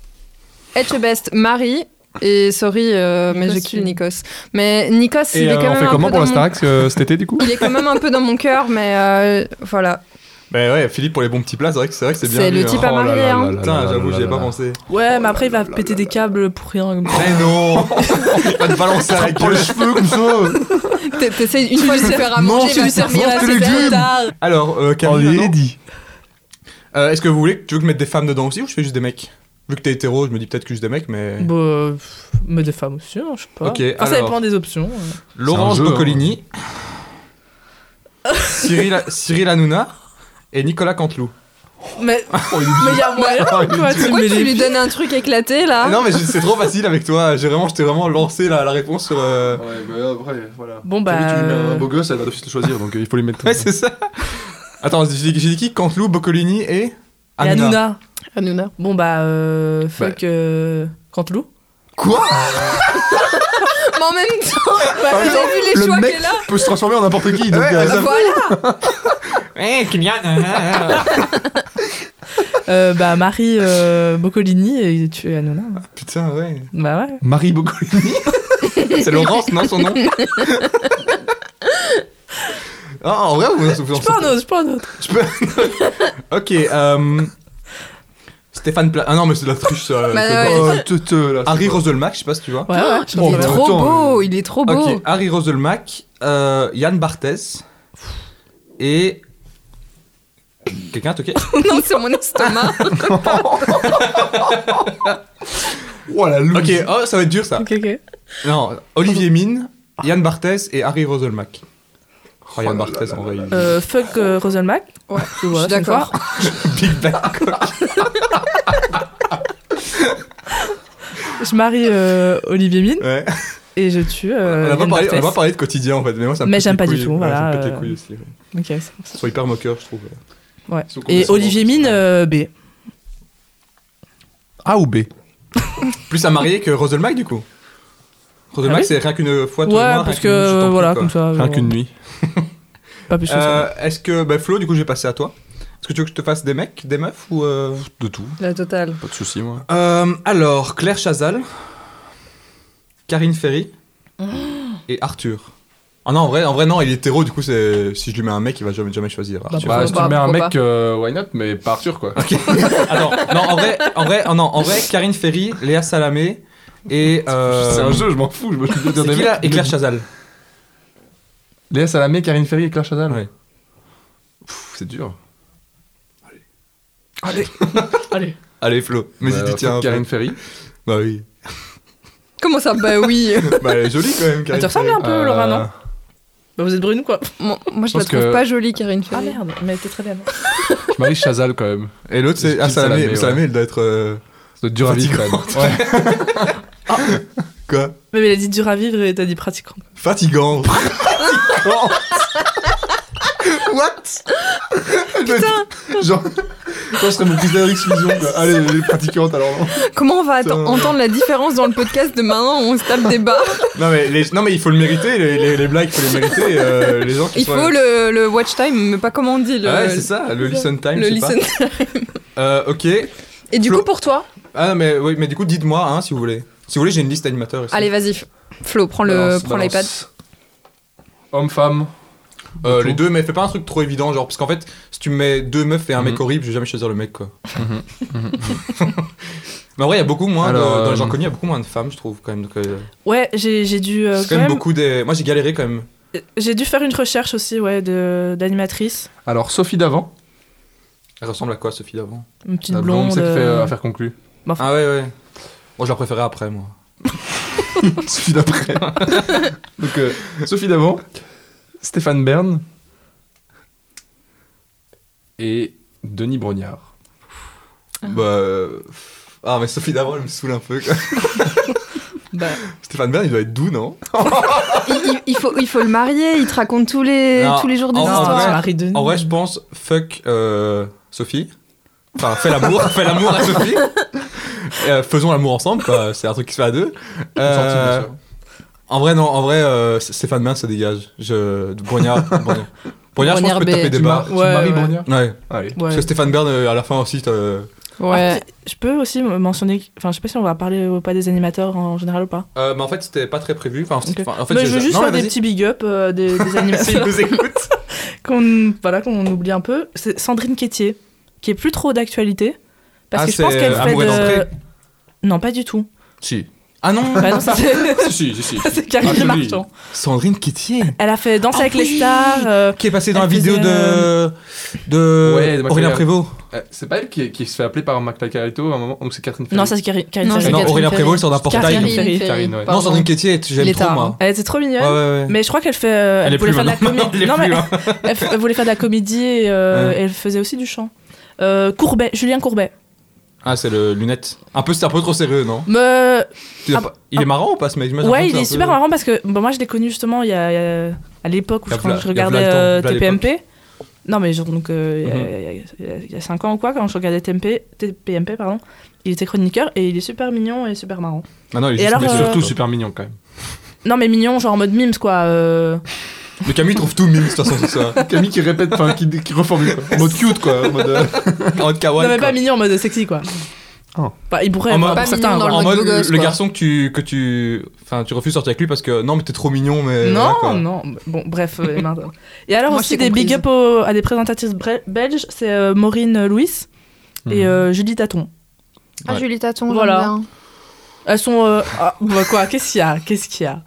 [SPEAKER 3] Etchebest, Marie. Et sorry, euh, mais
[SPEAKER 2] Nikos,
[SPEAKER 3] j'ai kill
[SPEAKER 2] oui.
[SPEAKER 3] Nikos. Mais Nikos, il
[SPEAKER 4] Et
[SPEAKER 3] est
[SPEAKER 4] euh,
[SPEAKER 3] quand même.
[SPEAKER 4] on fait
[SPEAKER 3] un
[SPEAKER 4] comment
[SPEAKER 3] peu dans
[SPEAKER 4] pour la
[SPEAKER 3] mon-
[SPEAKER 4] Starax euh, cet été du coup
[SPEAKER 3] Il est quand même un peu dans mon cœur, mais euh, voilà.
[SPEAKER 1] Bah ouais, Philippe pour les bons petits plats, c'est vrai que c'est vrai que c'est bien.
[SPEAKER 3] C'est
[SPEAKER 1] lui,
[SPEAKER 3] le
[SPEAKER 1] hein.
[SPEAKER 3] type à
[SPEAKER 4] Oh là
[SPEAKER 3] marier.
[SPEAKER 4] là
[SPEAKER 3] hein.
[SPEAKER 4] là là
[SPEAKER 1] Putain,
[SPEAKER 4] là
[SPEAKER 1] j'avoue,
[SPEAKER 4] là
[SPEAKER 1] j'y ai
[SPEAKER 4] là
[SPEAKER 1] pas
[SPEAKER 4] là.
[SPEAKER 1] pensé.
[SPEAKER 2] Ouais, mais après, il va péter des câbles pour rien. comme ça.
[SPEAKER 1] Mais non Il va te balancer à la
[SPEAKER 4] Prends les
[SPEAKER 1] gueule.
[SPEAKER 4] cheveux comme ça
[SPEAKER 3] T'es- T'essayes une fois de le faire à
[SPEAKER 4] Non,
[SPEAKER 3] manger,
[SPEAKER 4] tu
[SPEAKER 3] va
[SPEAKER 4] lui
[SPEAKER 3] te servir
[SPEAKER 4] sers-
[SPEAKER 3] à
[SPEAKER 4] mange
[SPEAKER 3] se
[SPEAKER 4] tes
[SPEAKER 3] faire-
[SPEAKER 4] légumes.
[SPEAKER 2] Tard.
[SPEAKER 1] Alors, euh,
[SPEAKER 4] Oh,
[SPEAKER 1] Camille,
[SPEAKER 4] les
[SPEAKER 1] maintenant,
[SPEAKER 4] Eddie
[SPEAKER 1] euh, est-ce que vous voulez que tu veux que mettre des femmes dedans aussi ou je fais juste des mecs Vu que t'es hétéro, je me dis peut-être que juste des mecs, mais.
[SPEAKER 2] Bah, euh, pff, mais des femmes aussi, hein, je sais pas.
[SPEAKER 1] Ok,
[SPEAKER 2] Enfin, ça
[SPEAKER 1] alors.
[SPEAKER 2] dépend des options. euh.
[SPEAKER 1] Laurence
[SPEAKER 4] C'est un jeu,
[SPEAKER 1] Boccolini, Cyril, Cyril Hanouna et Nicolas Canteloup.
[SPEAKER 2] Mais il y a moyen, quoi. Tu
[SPEAKER 3] Pourquoi
[SPEAKER 2] mets
[SPEAKER 3] tu
[SPEAKER 2] les
[SPEAKER 3] lui donnes un truc éclaté là
[SPEAKER 1] Ah, Non, mais je- c'est trop facile avec toi. J'ai vraiment, je t'ai vraiment lancé la, la réponse sur. euh,
[SPEAKER 4] Ouais, bah après, voilà.
[SPEAKER 2] Bon, bah,
[SPEAKER 4] T'as vu, tu lui mets
[SPEAKER 2] euh,
[SPEAKER 4] un beau gosse, elle va d'office le choisir, donc euh, il faut lui mettre.
[SPEAKER 1] Ouais, c'est ça. Attends, j'ai j'ai dit qui Canteloup, Boccolini et.
[SPEAKER 2] Et Hanouna.
[SPEAKER 3] Hanouna.
[SPEAKER 2] Bon, bah, euh, fuck. euh, Canteloup.
[SPEAKER 3] Mais en même temps,
[SPEAKER 4] Par
[SPEAKER 3] vous
[SPEAKER 4] exemple,
[SPEAKER 3] avez vu les
[SPEAKER 4] le
[SPEAKER 3] choix
[SPEAKER 4] mec-
[SPEAKER 3] qu'elle a
[SPEAKER 4] peut se transformer en n'importe qui. Donc,
[SPEAKER 1] Ouais,
[SPEAKER 4] euh,
[SPEAKER 1] ça-
[SPEAKER 3] Voilà
[SPEAKER 1] Eh, Kylian
[SPEAKER 2] Euh, bah, Marie euh, Boccolini et tu es Hanouna.
[SPEAKER 1] Putain, ouais.
[SPEAKER 2] Bah ouais.
[SPEAKER 4] Marie Boccolini.
[SPEAKER 1] C'est Laurence, non, son nom Ah, en vrai, vous vous en
[SPEAKER 2] Je prends un autre, je prends un autre.
[SPEAKER 1] Je peux. ok, euh... Stéphane Pla. Ah non, mais c'est de la triche, ça.
[SPEAKER 3] Bah,
[SPEAKER 1] c'est
[SPEAKER 3] ouais.
[SPEAKER 1] bon.
[SPEAKER 4] Oh, te- te, là, c'est
[SPEAKER 1] Harry
[SPEAKER 4] pas-
[SPEAKER 1] Roselmack, je sais pas si tu vois.
[SPEAKER 2] Ouais, ouais.
[SPEAKER 3] Il
[SPEAKER 4] Oh,
[SPEAKER 3] est
[SPEAKER 4] mais
[SPEAKER 3] trop
[SPEAKER 4] attends,
[SPEAKER 3] beau, il est trop beau.
[SPEAKER 1] Ok, Harry Roselmack, euh, Yann Barthès et. Quelqu'un a toqué
[SPEAKER 3] Non, c'est mon estomac.
[SPEAKER 4] Oh la loose.
[SPEAKER 1] Ok, oh, ça va être dur ça.
[SPEAKER 2] Ok, ok.
[SPEAKER 1] Non, Olivier Mine, Yann Barthès et Harry Roselmack. Oh, Yann
[SPEAKER 4] Oh là
[SPEAKER 1] Barthès
[SPEAKER 4] là
[SPEAKER 1] en vrai. il-
[SPEAKER 2] Euh, fuck euh, Roselmack.
[SPEAKER 3] Ouais,
[SPEAKER 2] Je
[SPEAKER 3] je suis d'accord.
[SPEAKER 1] Big Bang.
[SPEAKER 2] Je marie euh, Olivier Mine
[SPEAKER 1] Ouais.
[SPEAKER 2] et je tue. euh,
[SPEAKER 1] on, a pas parlé,
[SPEAKER 2] Yann
[SPEAKER 1] on a
[SPEAKER 2] Barthès.
[SPEAKER 1] pas parlé de quotidien en fait, mais moi ça me
[SPEAKER 2] Mais
[SPEAKER 1] pète
[SPEAKER 2] j'aime
[SPEAKER 1] les
[SPEAKER 2] pas du
[SPEAKER 1] couilles.
[SPEAKER 2] tout,
[SPEAKER 1] Ouais,
[SPEAKER 2] voilà,
[SPEAKER 1] Ça me pète les
[SPEAKER 2] euh,
[SPEAKER 1] couilles aussi. ouais.
[SPEAKER 2] Ok, c'est pour
[SPEAKER 1] Ils
[SPEAKER 2] ça.
[SPEAKER 1] sont hyper moqueurs, je trouve.
[SPEAKER 2] Ouais.
[SPEAKER 4] Ils sont
[SPEAKER 2] Et
[SPEAKER 4] complètement-
[SPEAKER 2] Olivier Mine, euh, B.
[SPEAKER 4] A ou B
[SPEAKER 1] Plus à marier que Roselmack du coup. Roselmack
[SPEAKER 2] Ah oui
[SPEAKER 1] c'est rien qu'une fois
[SPEAKER 2] Ouais,
[SPEAKER 1] tous les mois,
[SPEAKER 2] parce
[SPEAKER 1] rien qu'une- je t'en
[SPEAKER 2] que
[SPEAKER 1] prie,
[SPEAKER 2] voilà,
[SPEAKER 1] quoi.
[SPEAKER 2] comme ça.
[SPEAKER 4] Rien
[SPEAKER 2] genre,
[SPEAKER 4] qu'une nuit.
[SPEAKER 2] Pas plus que ça.
[SPEAKER 1] Euh, Est-ce que bah, Flo, du coup, j'ai passé à toi. Est-ce que tu veux que je te fasse des mecs, des meufs ou euh,
[SPEAKER 4] De tout.
[SPEAKER 3] La totale.
[SPEAKER 4] Pas de soucis, moi.
[SPEAKER 1] Euh, Alors, Claire Chazal, Karine Ferry et Arthur. Ah non, en vrai, en vrai non, il est hétéro. Du coup, c'est si je lui mets un mec, il va jamais jamais choisir. Arthur.
[SPEAKER 4] Bah,
[SPEAKER 3] Pourquoi
[SPEAKER 4] si tu
[SPEAKER 3] pas,
[SPEAKER 4] mets un
[SPEAKER 3] pourquoi
[SPEAKER 4] mec,
[SPEAKER 3] pas.
[SPEAKER 4] euh, why not, mais pas Arthur, quoi.
[SPEAKER 1] Ok. Attends, non, en vrai, en vrai, oh non, en vrai, Karine Ferry, Léa Salamé et euh,
[SPEAKER 4] C'est un jeu, je m'en fous. Je me suis dit,
[SPEAKER 1] c'est
[SPEAKER 4] des
[SPEAKER 1] qui,
[SPEAKER 4] mecs.
[SPEAKER 1] là Et Claire Chazal.
[SPEAKER 4] Léa Salamé, Karine Ferry et Claire Chazal.
[SPEAKER 1] Ouais.
[SPEAKER 4] Pff, C'est dur.
[SPEAKER 2] Allez.
[SPEAKER 1] Allez Flo, mais
[SPEAKER 4] Bah,
[SPEAKER 1] il dit
[SPEAKER 4] faut
[SPEAKER 1] tiens.
[SPEAKER 4] que Karine Ferry.
[SPEAKER 1] Bah oui.
[SPEAKER 3] Comment ça Bah oui.
[SPEAKER 1] Bah elle est jolie quand même. Karine
[SPEAKER 2] te ressemble
[SPEAKER 1] Ferry.
[SPEAKER 2] Un peu, Laura,
[SPEAKER 4] Euh,
[SPEAKER 2] non Bah, vous êtes brune, quoi.
[SPEAKER 3] Moi, moi, je,
[SPEAKER 4] Je
[SPEAKER 3] la
[SPEAKER 4] pense
[SPEAKER 3] trouve
[SPEAKER 4] que-
[SPEAKER 3] pas jolie, Karine
[SPEAKER 2] Ah
[SPEAKER 3] Ferry.
[SPEAKER 2] merde, mais t'es très belle.
[SPEAKER 4] Je marie Chazal, quand même.
[SPEAKER 1] Et l'autre c'est
[SPEAKER 4] Gilles
[SPEAKER 1] ah, Salamé.
[SPEAKER 4] Salamé, ouais.
[SPEAKER 1] Salamé, elle doit être euh,
[SPEAKER 4] Ça doit être dur à vivre, quand
[SPEAKER 1] Fatigante.
[SPEAKER 4] même. Ouais.
[SPEAKER 1] quoi
[SPEAKER 2] Mais elle a dit dur à vivre et t'as dit pratiquant.
[SPEAKER 1] Fatigant. Fatigant. What Putain. Genre, je serais mon critère d'exclusion. quoi. Allez, elle est pratiquante alors. Non,
[SPEAKER 3] Comment on va atten-
[SPEAKER 1] Putain.
[SPEAKER 3] entendre la différence dans le podcast de maintenant où on se tape des barres
[SPEAKER 1] non mais les- non mais il faut le mériter. Les, les, les blagues, il faut les mériter. euh, les gens qui
[SPEAKER 3] Il
[SPEAKER 1] sont.
[SPEAKER 3] faut le, le watch time, mais pas comment on dit. Le,
[SPEAKER 1] Ah ouais, c'est ça, le listen time.
[SPEAKER 3] le
[SPEAKER 1] je sais
[SPEAKER 3] listen.
[SPEAKER 1] Pas. Euh, ok.
[SPEAKER 3] Et du
[SPEAKER 1] Flo-
[SPEAKER 3] coup, pour toi,
[SPEAKER 1] Ah non, mais oui, mais du coup, dites-moi hein, si vous voulez. Si vous voulez, j'ai une liste animateur ici.
[SPEAKER 3] allez, vas-y. Flo, prends le,
[SPEAKER 4] Balance,
[SPEAKER 3] prends
[SPEAKER 4] balance.
[SPEAKER 3] l'iPad.
[SPEAKER 4] Homme, femme.
[SPEAKER 1] Euh,
[SPEAKER 4] Beaucoup.
[SPEAKER 1] les deux, mais fais pas un truc trop évident, genre, parce qu'en fait, si tu mets deux meufs et un mec
[SPEAKER 4] Mhm.
[SPEAKER 1] horrible, je vais jamais choisir le mec, quoi. mais en vrai, il y a beaucoup moins, de-
[SPEAKER 4] Alors,
[SPEAKER 1] dans les gens
[SPEAKER 4] euh,
[SPEAKER 1] connus, il y a beaucoup moins de femmes, je trouve, quand même. donc, euh,
[SPEAKER 2] Ouais, j'ai j'ai dû, euh,
[SPEAKER 1] c'est
[SPEAKER 2] quand
[SPEAKER 1] quand même
[SPEAKER 2] même-
[SPEAKER 1] beaucoup des. Moi, j'ai galéré quand même.
[SPEAKER 2] j'ai dû faire une recherche aussi, ouais, de- d'animatrice.
[SPEAKER 4] Alors, Sophie Davant.
[SPEAKER 1] Elle ressemble à quoi, Sophie d'avant
[SPEAKER 2] Une petite
[SPEAKER 4] La
[SPEAKER 2] blonde.
[SPEAKER 4] blonde, celle qui fait
[SPEAKER 2] euh,
[SPEAKER 4] euh, affaire conclue.
[SPEAKER 1] Ah ouais, ouais. Moi, je la préférais après, moi.
[SPEAKER 4] Sophie d'après. Donc, euh, Sophie d'avant, Stéphane Bern et Denis Brognard.
[SPEAKER 1] Bah. euh, Ah, mais Sophie d'avant, elle me saoule un peu, quoi.
[SPEAKER 2] bah,
[SPEAKER 1] Stéphane Bern, il doit être doux, non
[SPEAKER 3] Il, il- il faut, il faut le marier, il te raconte tous les,
[SPEAKER 1] Non,
[SPEAKER 3] tous les jours des
[SPEAKER 1] en- en
[SPEAKER 2] non,
[SPEAKER 3] histoires.
[SPEAKER 1] vrai-
[SPEAKER 2] Marie-Denis.
[SPEAKER 1] Ah, En vrai, je pense, fuck euh, Sophie. Enfin, fais l'amour, fais l'amour à Sophie. Euh, faisons l'amour ensemble, quoi. C'est un truc qui se fait à deux. Euh,
[SPEAKER 4] Sorti, bien sûr.
[SPEAKER 1] en vrai, non, en vrai, euh, Stéphane Bain, ça dégage. Je... Brognard, Brognard. Brognard, je pense que
[SPEAKER 3] Brognard
[SPEAKER 1] je peux te
[SPEAKER 3] B.
[SPEAKER 1] taper des
[SPEAKER 4] Tu mar-
[SPEAKER 1] barres.
[SPEAKER 4] tu
[SPEAKER 2] Ouais,
[SPEAKER 4] maries
[SPEAKER 2] ouais.
[SPEAKER 4] Brognard
[SPEAKER 1] Ouais.
[SPEAKER 4] Allez.
[SPEAKER 1] parce
[SPEAKER 2] Ouais.
[SPEAKER 1] que Stéphane Bern, euh, à la fin aussi, t'as-
[SPEAKER 3] Ouais.
[SPEAKER 2] Ah, Je peux aussi mentionner, enfin, je sais pas si on va parler ou pas des animateurs en général ou pas.
[SPEAKER 1] Euh, mais en fait, c'était pas très prévu. Enfin, c'était- enfin, en fait,
[SPEAKER 2] mais
[SPEAKER 1] j'ai-
[SPEAKER 2] je veux juste
[SPEAKER 1] non,
[SPEAKER 2] faire
[SPEAKER 1] mais
[SPEAKER 2] des
[SPEAKER 1] vas-y.
[SPEAKER 2] petits big up euh, des, des
[SPEAKER 1] S'il
[SPEAKER 2] animateurs
[SPEAKER 1] nous écoute.
[SPEAKER 2] qu'on voilà, qu'on oublie un peu. C'est Sandrine Quétier, qui est plus trop d'actualité. Parce
[SPEAKER 1] Ah,
[SPEAKER 2] que je pense
[SPEAKER 1] c'est,
[SPEAKER 2] qu'elle
[SPEAKER 1] euh,
[SPEAKER 2] fait
[SPEAKER 1] Amour et
[SPEAKER 2] de.
[SPEAKER 1] Dentée
[SPEAKER 2] Non, pas du tout.
[SPEAKER 1] Si. Ah non
[SPEAKER 2] Bah non, c'est
[SPEAKER 4] Si, si, si, si.
[SPEAKER 2] c'est Karine
[SPEAKER 4] Ah, c'est lui.
[SPEAKER 2] Marchand.
[SPEAKER 1] Sandrine Kittier
[SPEAKER 2] Elle a fait Danse
[SPEAKER 1] Ah
[SPEAKER 2] avec
[SPEAKER 1] oui
[SPEAKER 2] les stars. euh,
[SPEAKER 1] Qui est passée dans
[SPEAKER 2] Elle
[SPEAKER 1] la vidéo
[SPEAKER 2] faisait,
[SPEAKER 1] de. de.
[SPEAKER 4] Ouais, de Mac
[SPEAKER 1] Aurélien
[SPEAKER 4] Lagarde.
[SPEAKER 1] Prévost.
[SPEAKER 4] Euh, C'est pas elle qui, qui se fait appeler par Mac Lacareto à un moment Donc, c'est Catherine Ferry.
[SPEAKER 2] Non, ça c'est Karine. Karine
[SPEAKER 3] Non,
[SPEAKER 2] Ferry.
[SPEAKER 3] c'est
[SPEAKER 1] Non,
[SPEAKER 3] Catherine
[SPEAKER 1] Aurélien
[SPEAKER 3] Ferry.
[SPEAKER 1] Prévost sur d'un portail.
[SPEAKER 2] Catherine Ferry.
[SPEAKER 4] Catherine, ouais.
[SPEAKER 1] Non,
[SPEAKER 3] pardon.
[SPEAKER 1] Sandrine Quétier,
[SPEAKER 3] Il
[SPEAKER 1] j'aime
[SPEAKER 3] est
[SPEAKER 1] trop,
[SPEAKER 3] tard,
[SPEAKER 1] moi.
[SPEAKER 2] Elle était trop mignonne.
[SPEAKER 1] Ouais, ouais, ouais.
[SPEAKER 2] Mais je crois qu'elle fait. euh,
[SPEAKER 1] Elle
[SPEAKER 2] elle,
[SPEAKER 1] est
[SPEAKER 2] voulait
[SPEAKER 1] plus
[SPEAKER 2] faire de la
[SPEAKER 1] maintenant. Elle
[SPEAKER 2] comédie.
[SPEAKER 1] est plus,
[SPEAKER 2] mais
[SPEAKER 1] hein.
[SPEAKER 2] elle, f- elle voulait faire de la comédie et euh,
[SPEAKER 1] Ouais.
[SPEAKER 2] elle faisait aussi du chant. Euh, Courbet, Julien Courbet.
[SPEAKER 1] Ah, c'est le lunette. Un peu, c'est un peu trop sérieux, non
[SPEAKER 2] Mais
[SPEAKER 1] Tu l'as
[SPEAKER 2] Ah,
[SPEAKER 1] pas- Il est marrant ou pas ce mec Je me
[SPEAKER 2] Ouais,
[SPEAKER 1] raconte,
[SPEAKER 2] il
[SPEAKER 1] c'est un
[SPEAKER 2] est
[SPEAKER 1] peu-
[SPEAKER 2] super marrant parce que bon, moi je l'ai connu justement il y a, il y a- à l'époque où
[SPEAKER 1] Il y a
[SPEAKER 2] je, quand
[SPEAKER 1] v'là-
[SPEAKER 2] je
[SPEAKER 1] il y a v'là
[SPEAKER 2] regardais
[SPEAKER 1] le temps,
[SPEAKER 2] euh,
[SPEAKER 1] v'là
[SPEAKER 2] TPMP. Non mais genre donc euh, il y a-
[SPEAKER 1] Mm-hmm.
[SPEAKER 2] il y a- il y a 5 ans ou quoi quand je regardais TMP, TPMP pardon, il était chroniqueur et il est super mignon et super marrant.
[SPEAKER 1] Ah non, il est
[SPEAKER 2] Et
[SPEAKER 1] juste
[SPEAKER 2] alors,
[SPEAKER 4] Mais
[SPEAKER 1] mignon,
[SPEAKER 2] euh,
[SPEAKER 4] surtout
[SPEAKER 1] surtout.
[SPEAKER 4] super mignon quand même.
[SPEAKER 2] Non mais mignon genre en mode mimes quoi. euh.
[SPEAKER 1] Mais Camille trouve tout mime, de toute façon, c'est ça.
[SPEAKER 4] Camille qui répète, enfin qui, qui reformule quoi. En mode cute quoi. En mode, euh,
[SPEAKER 1] En mode kawaii.
[SPEAKER 2] non mais pas
[SPEAKER 1] quoi.
[SPEAKER 2] mignon en mode sexy quoi.
[SPEAKER 4] Oh.
[SPEAKER 2] Bah, il pourrait
[SPEAKER 1] En
[SPEAKER 2] avoir
[SPEAKER 1] mode-
[SPEAKER 2] pour
[SPEAKER 3] Pas
[SPEAKER 2] certains,
[SPEAKER 3] mignon
[SPEAKER 2] quoi.
[SPEAKER 3] dans
[SPEAKER 1] En
[SPEAKER 3] le
[SPEAKER 1] mode,
[SPEAKER 3] beau
[SPEAKER 1] le,
[SPEAKER 3] gosse,
[SPEAKER 1] le
[SPEAKER 3] quoi.
[SPEAKER 1] garçon que tu, que tu, enfin, tu refuses de sortir avec lui parce que non, mais t'es trop mignon, mais. voilà,
[SPEAKER 2] euh, Non,
[SPEAKER 1] quoi.
[SPEAKER 2] non, bon, bref. euh, Emma. et alors
[SPEAKER 3] Moi, je
[SPEAKER 2] aussi
[SPEAKER 3] t'ai
[SPEAKER 2] des big
[SPEAKER 3] comprise.
[SPEAKER 2] up au- à des présentatrices bre- belges, c'est euh, Maureen Louis
[SPEAKER 1] Mm-hmm.
[SPEAKER 2] et euh, Julie Taton.
[SPEAKER 3] Ah,
[SPEAKER 1] Ouais.
[SPEAKER 3] Julie Taton,
[SPEAKER 2] Voilà.
[SPEAKER 3] voilà.
[SPEAKER 2] Elles sont. euh, ah, bah quoi Qu'est-ce qu'il y a Qu'est-ce qu'il y a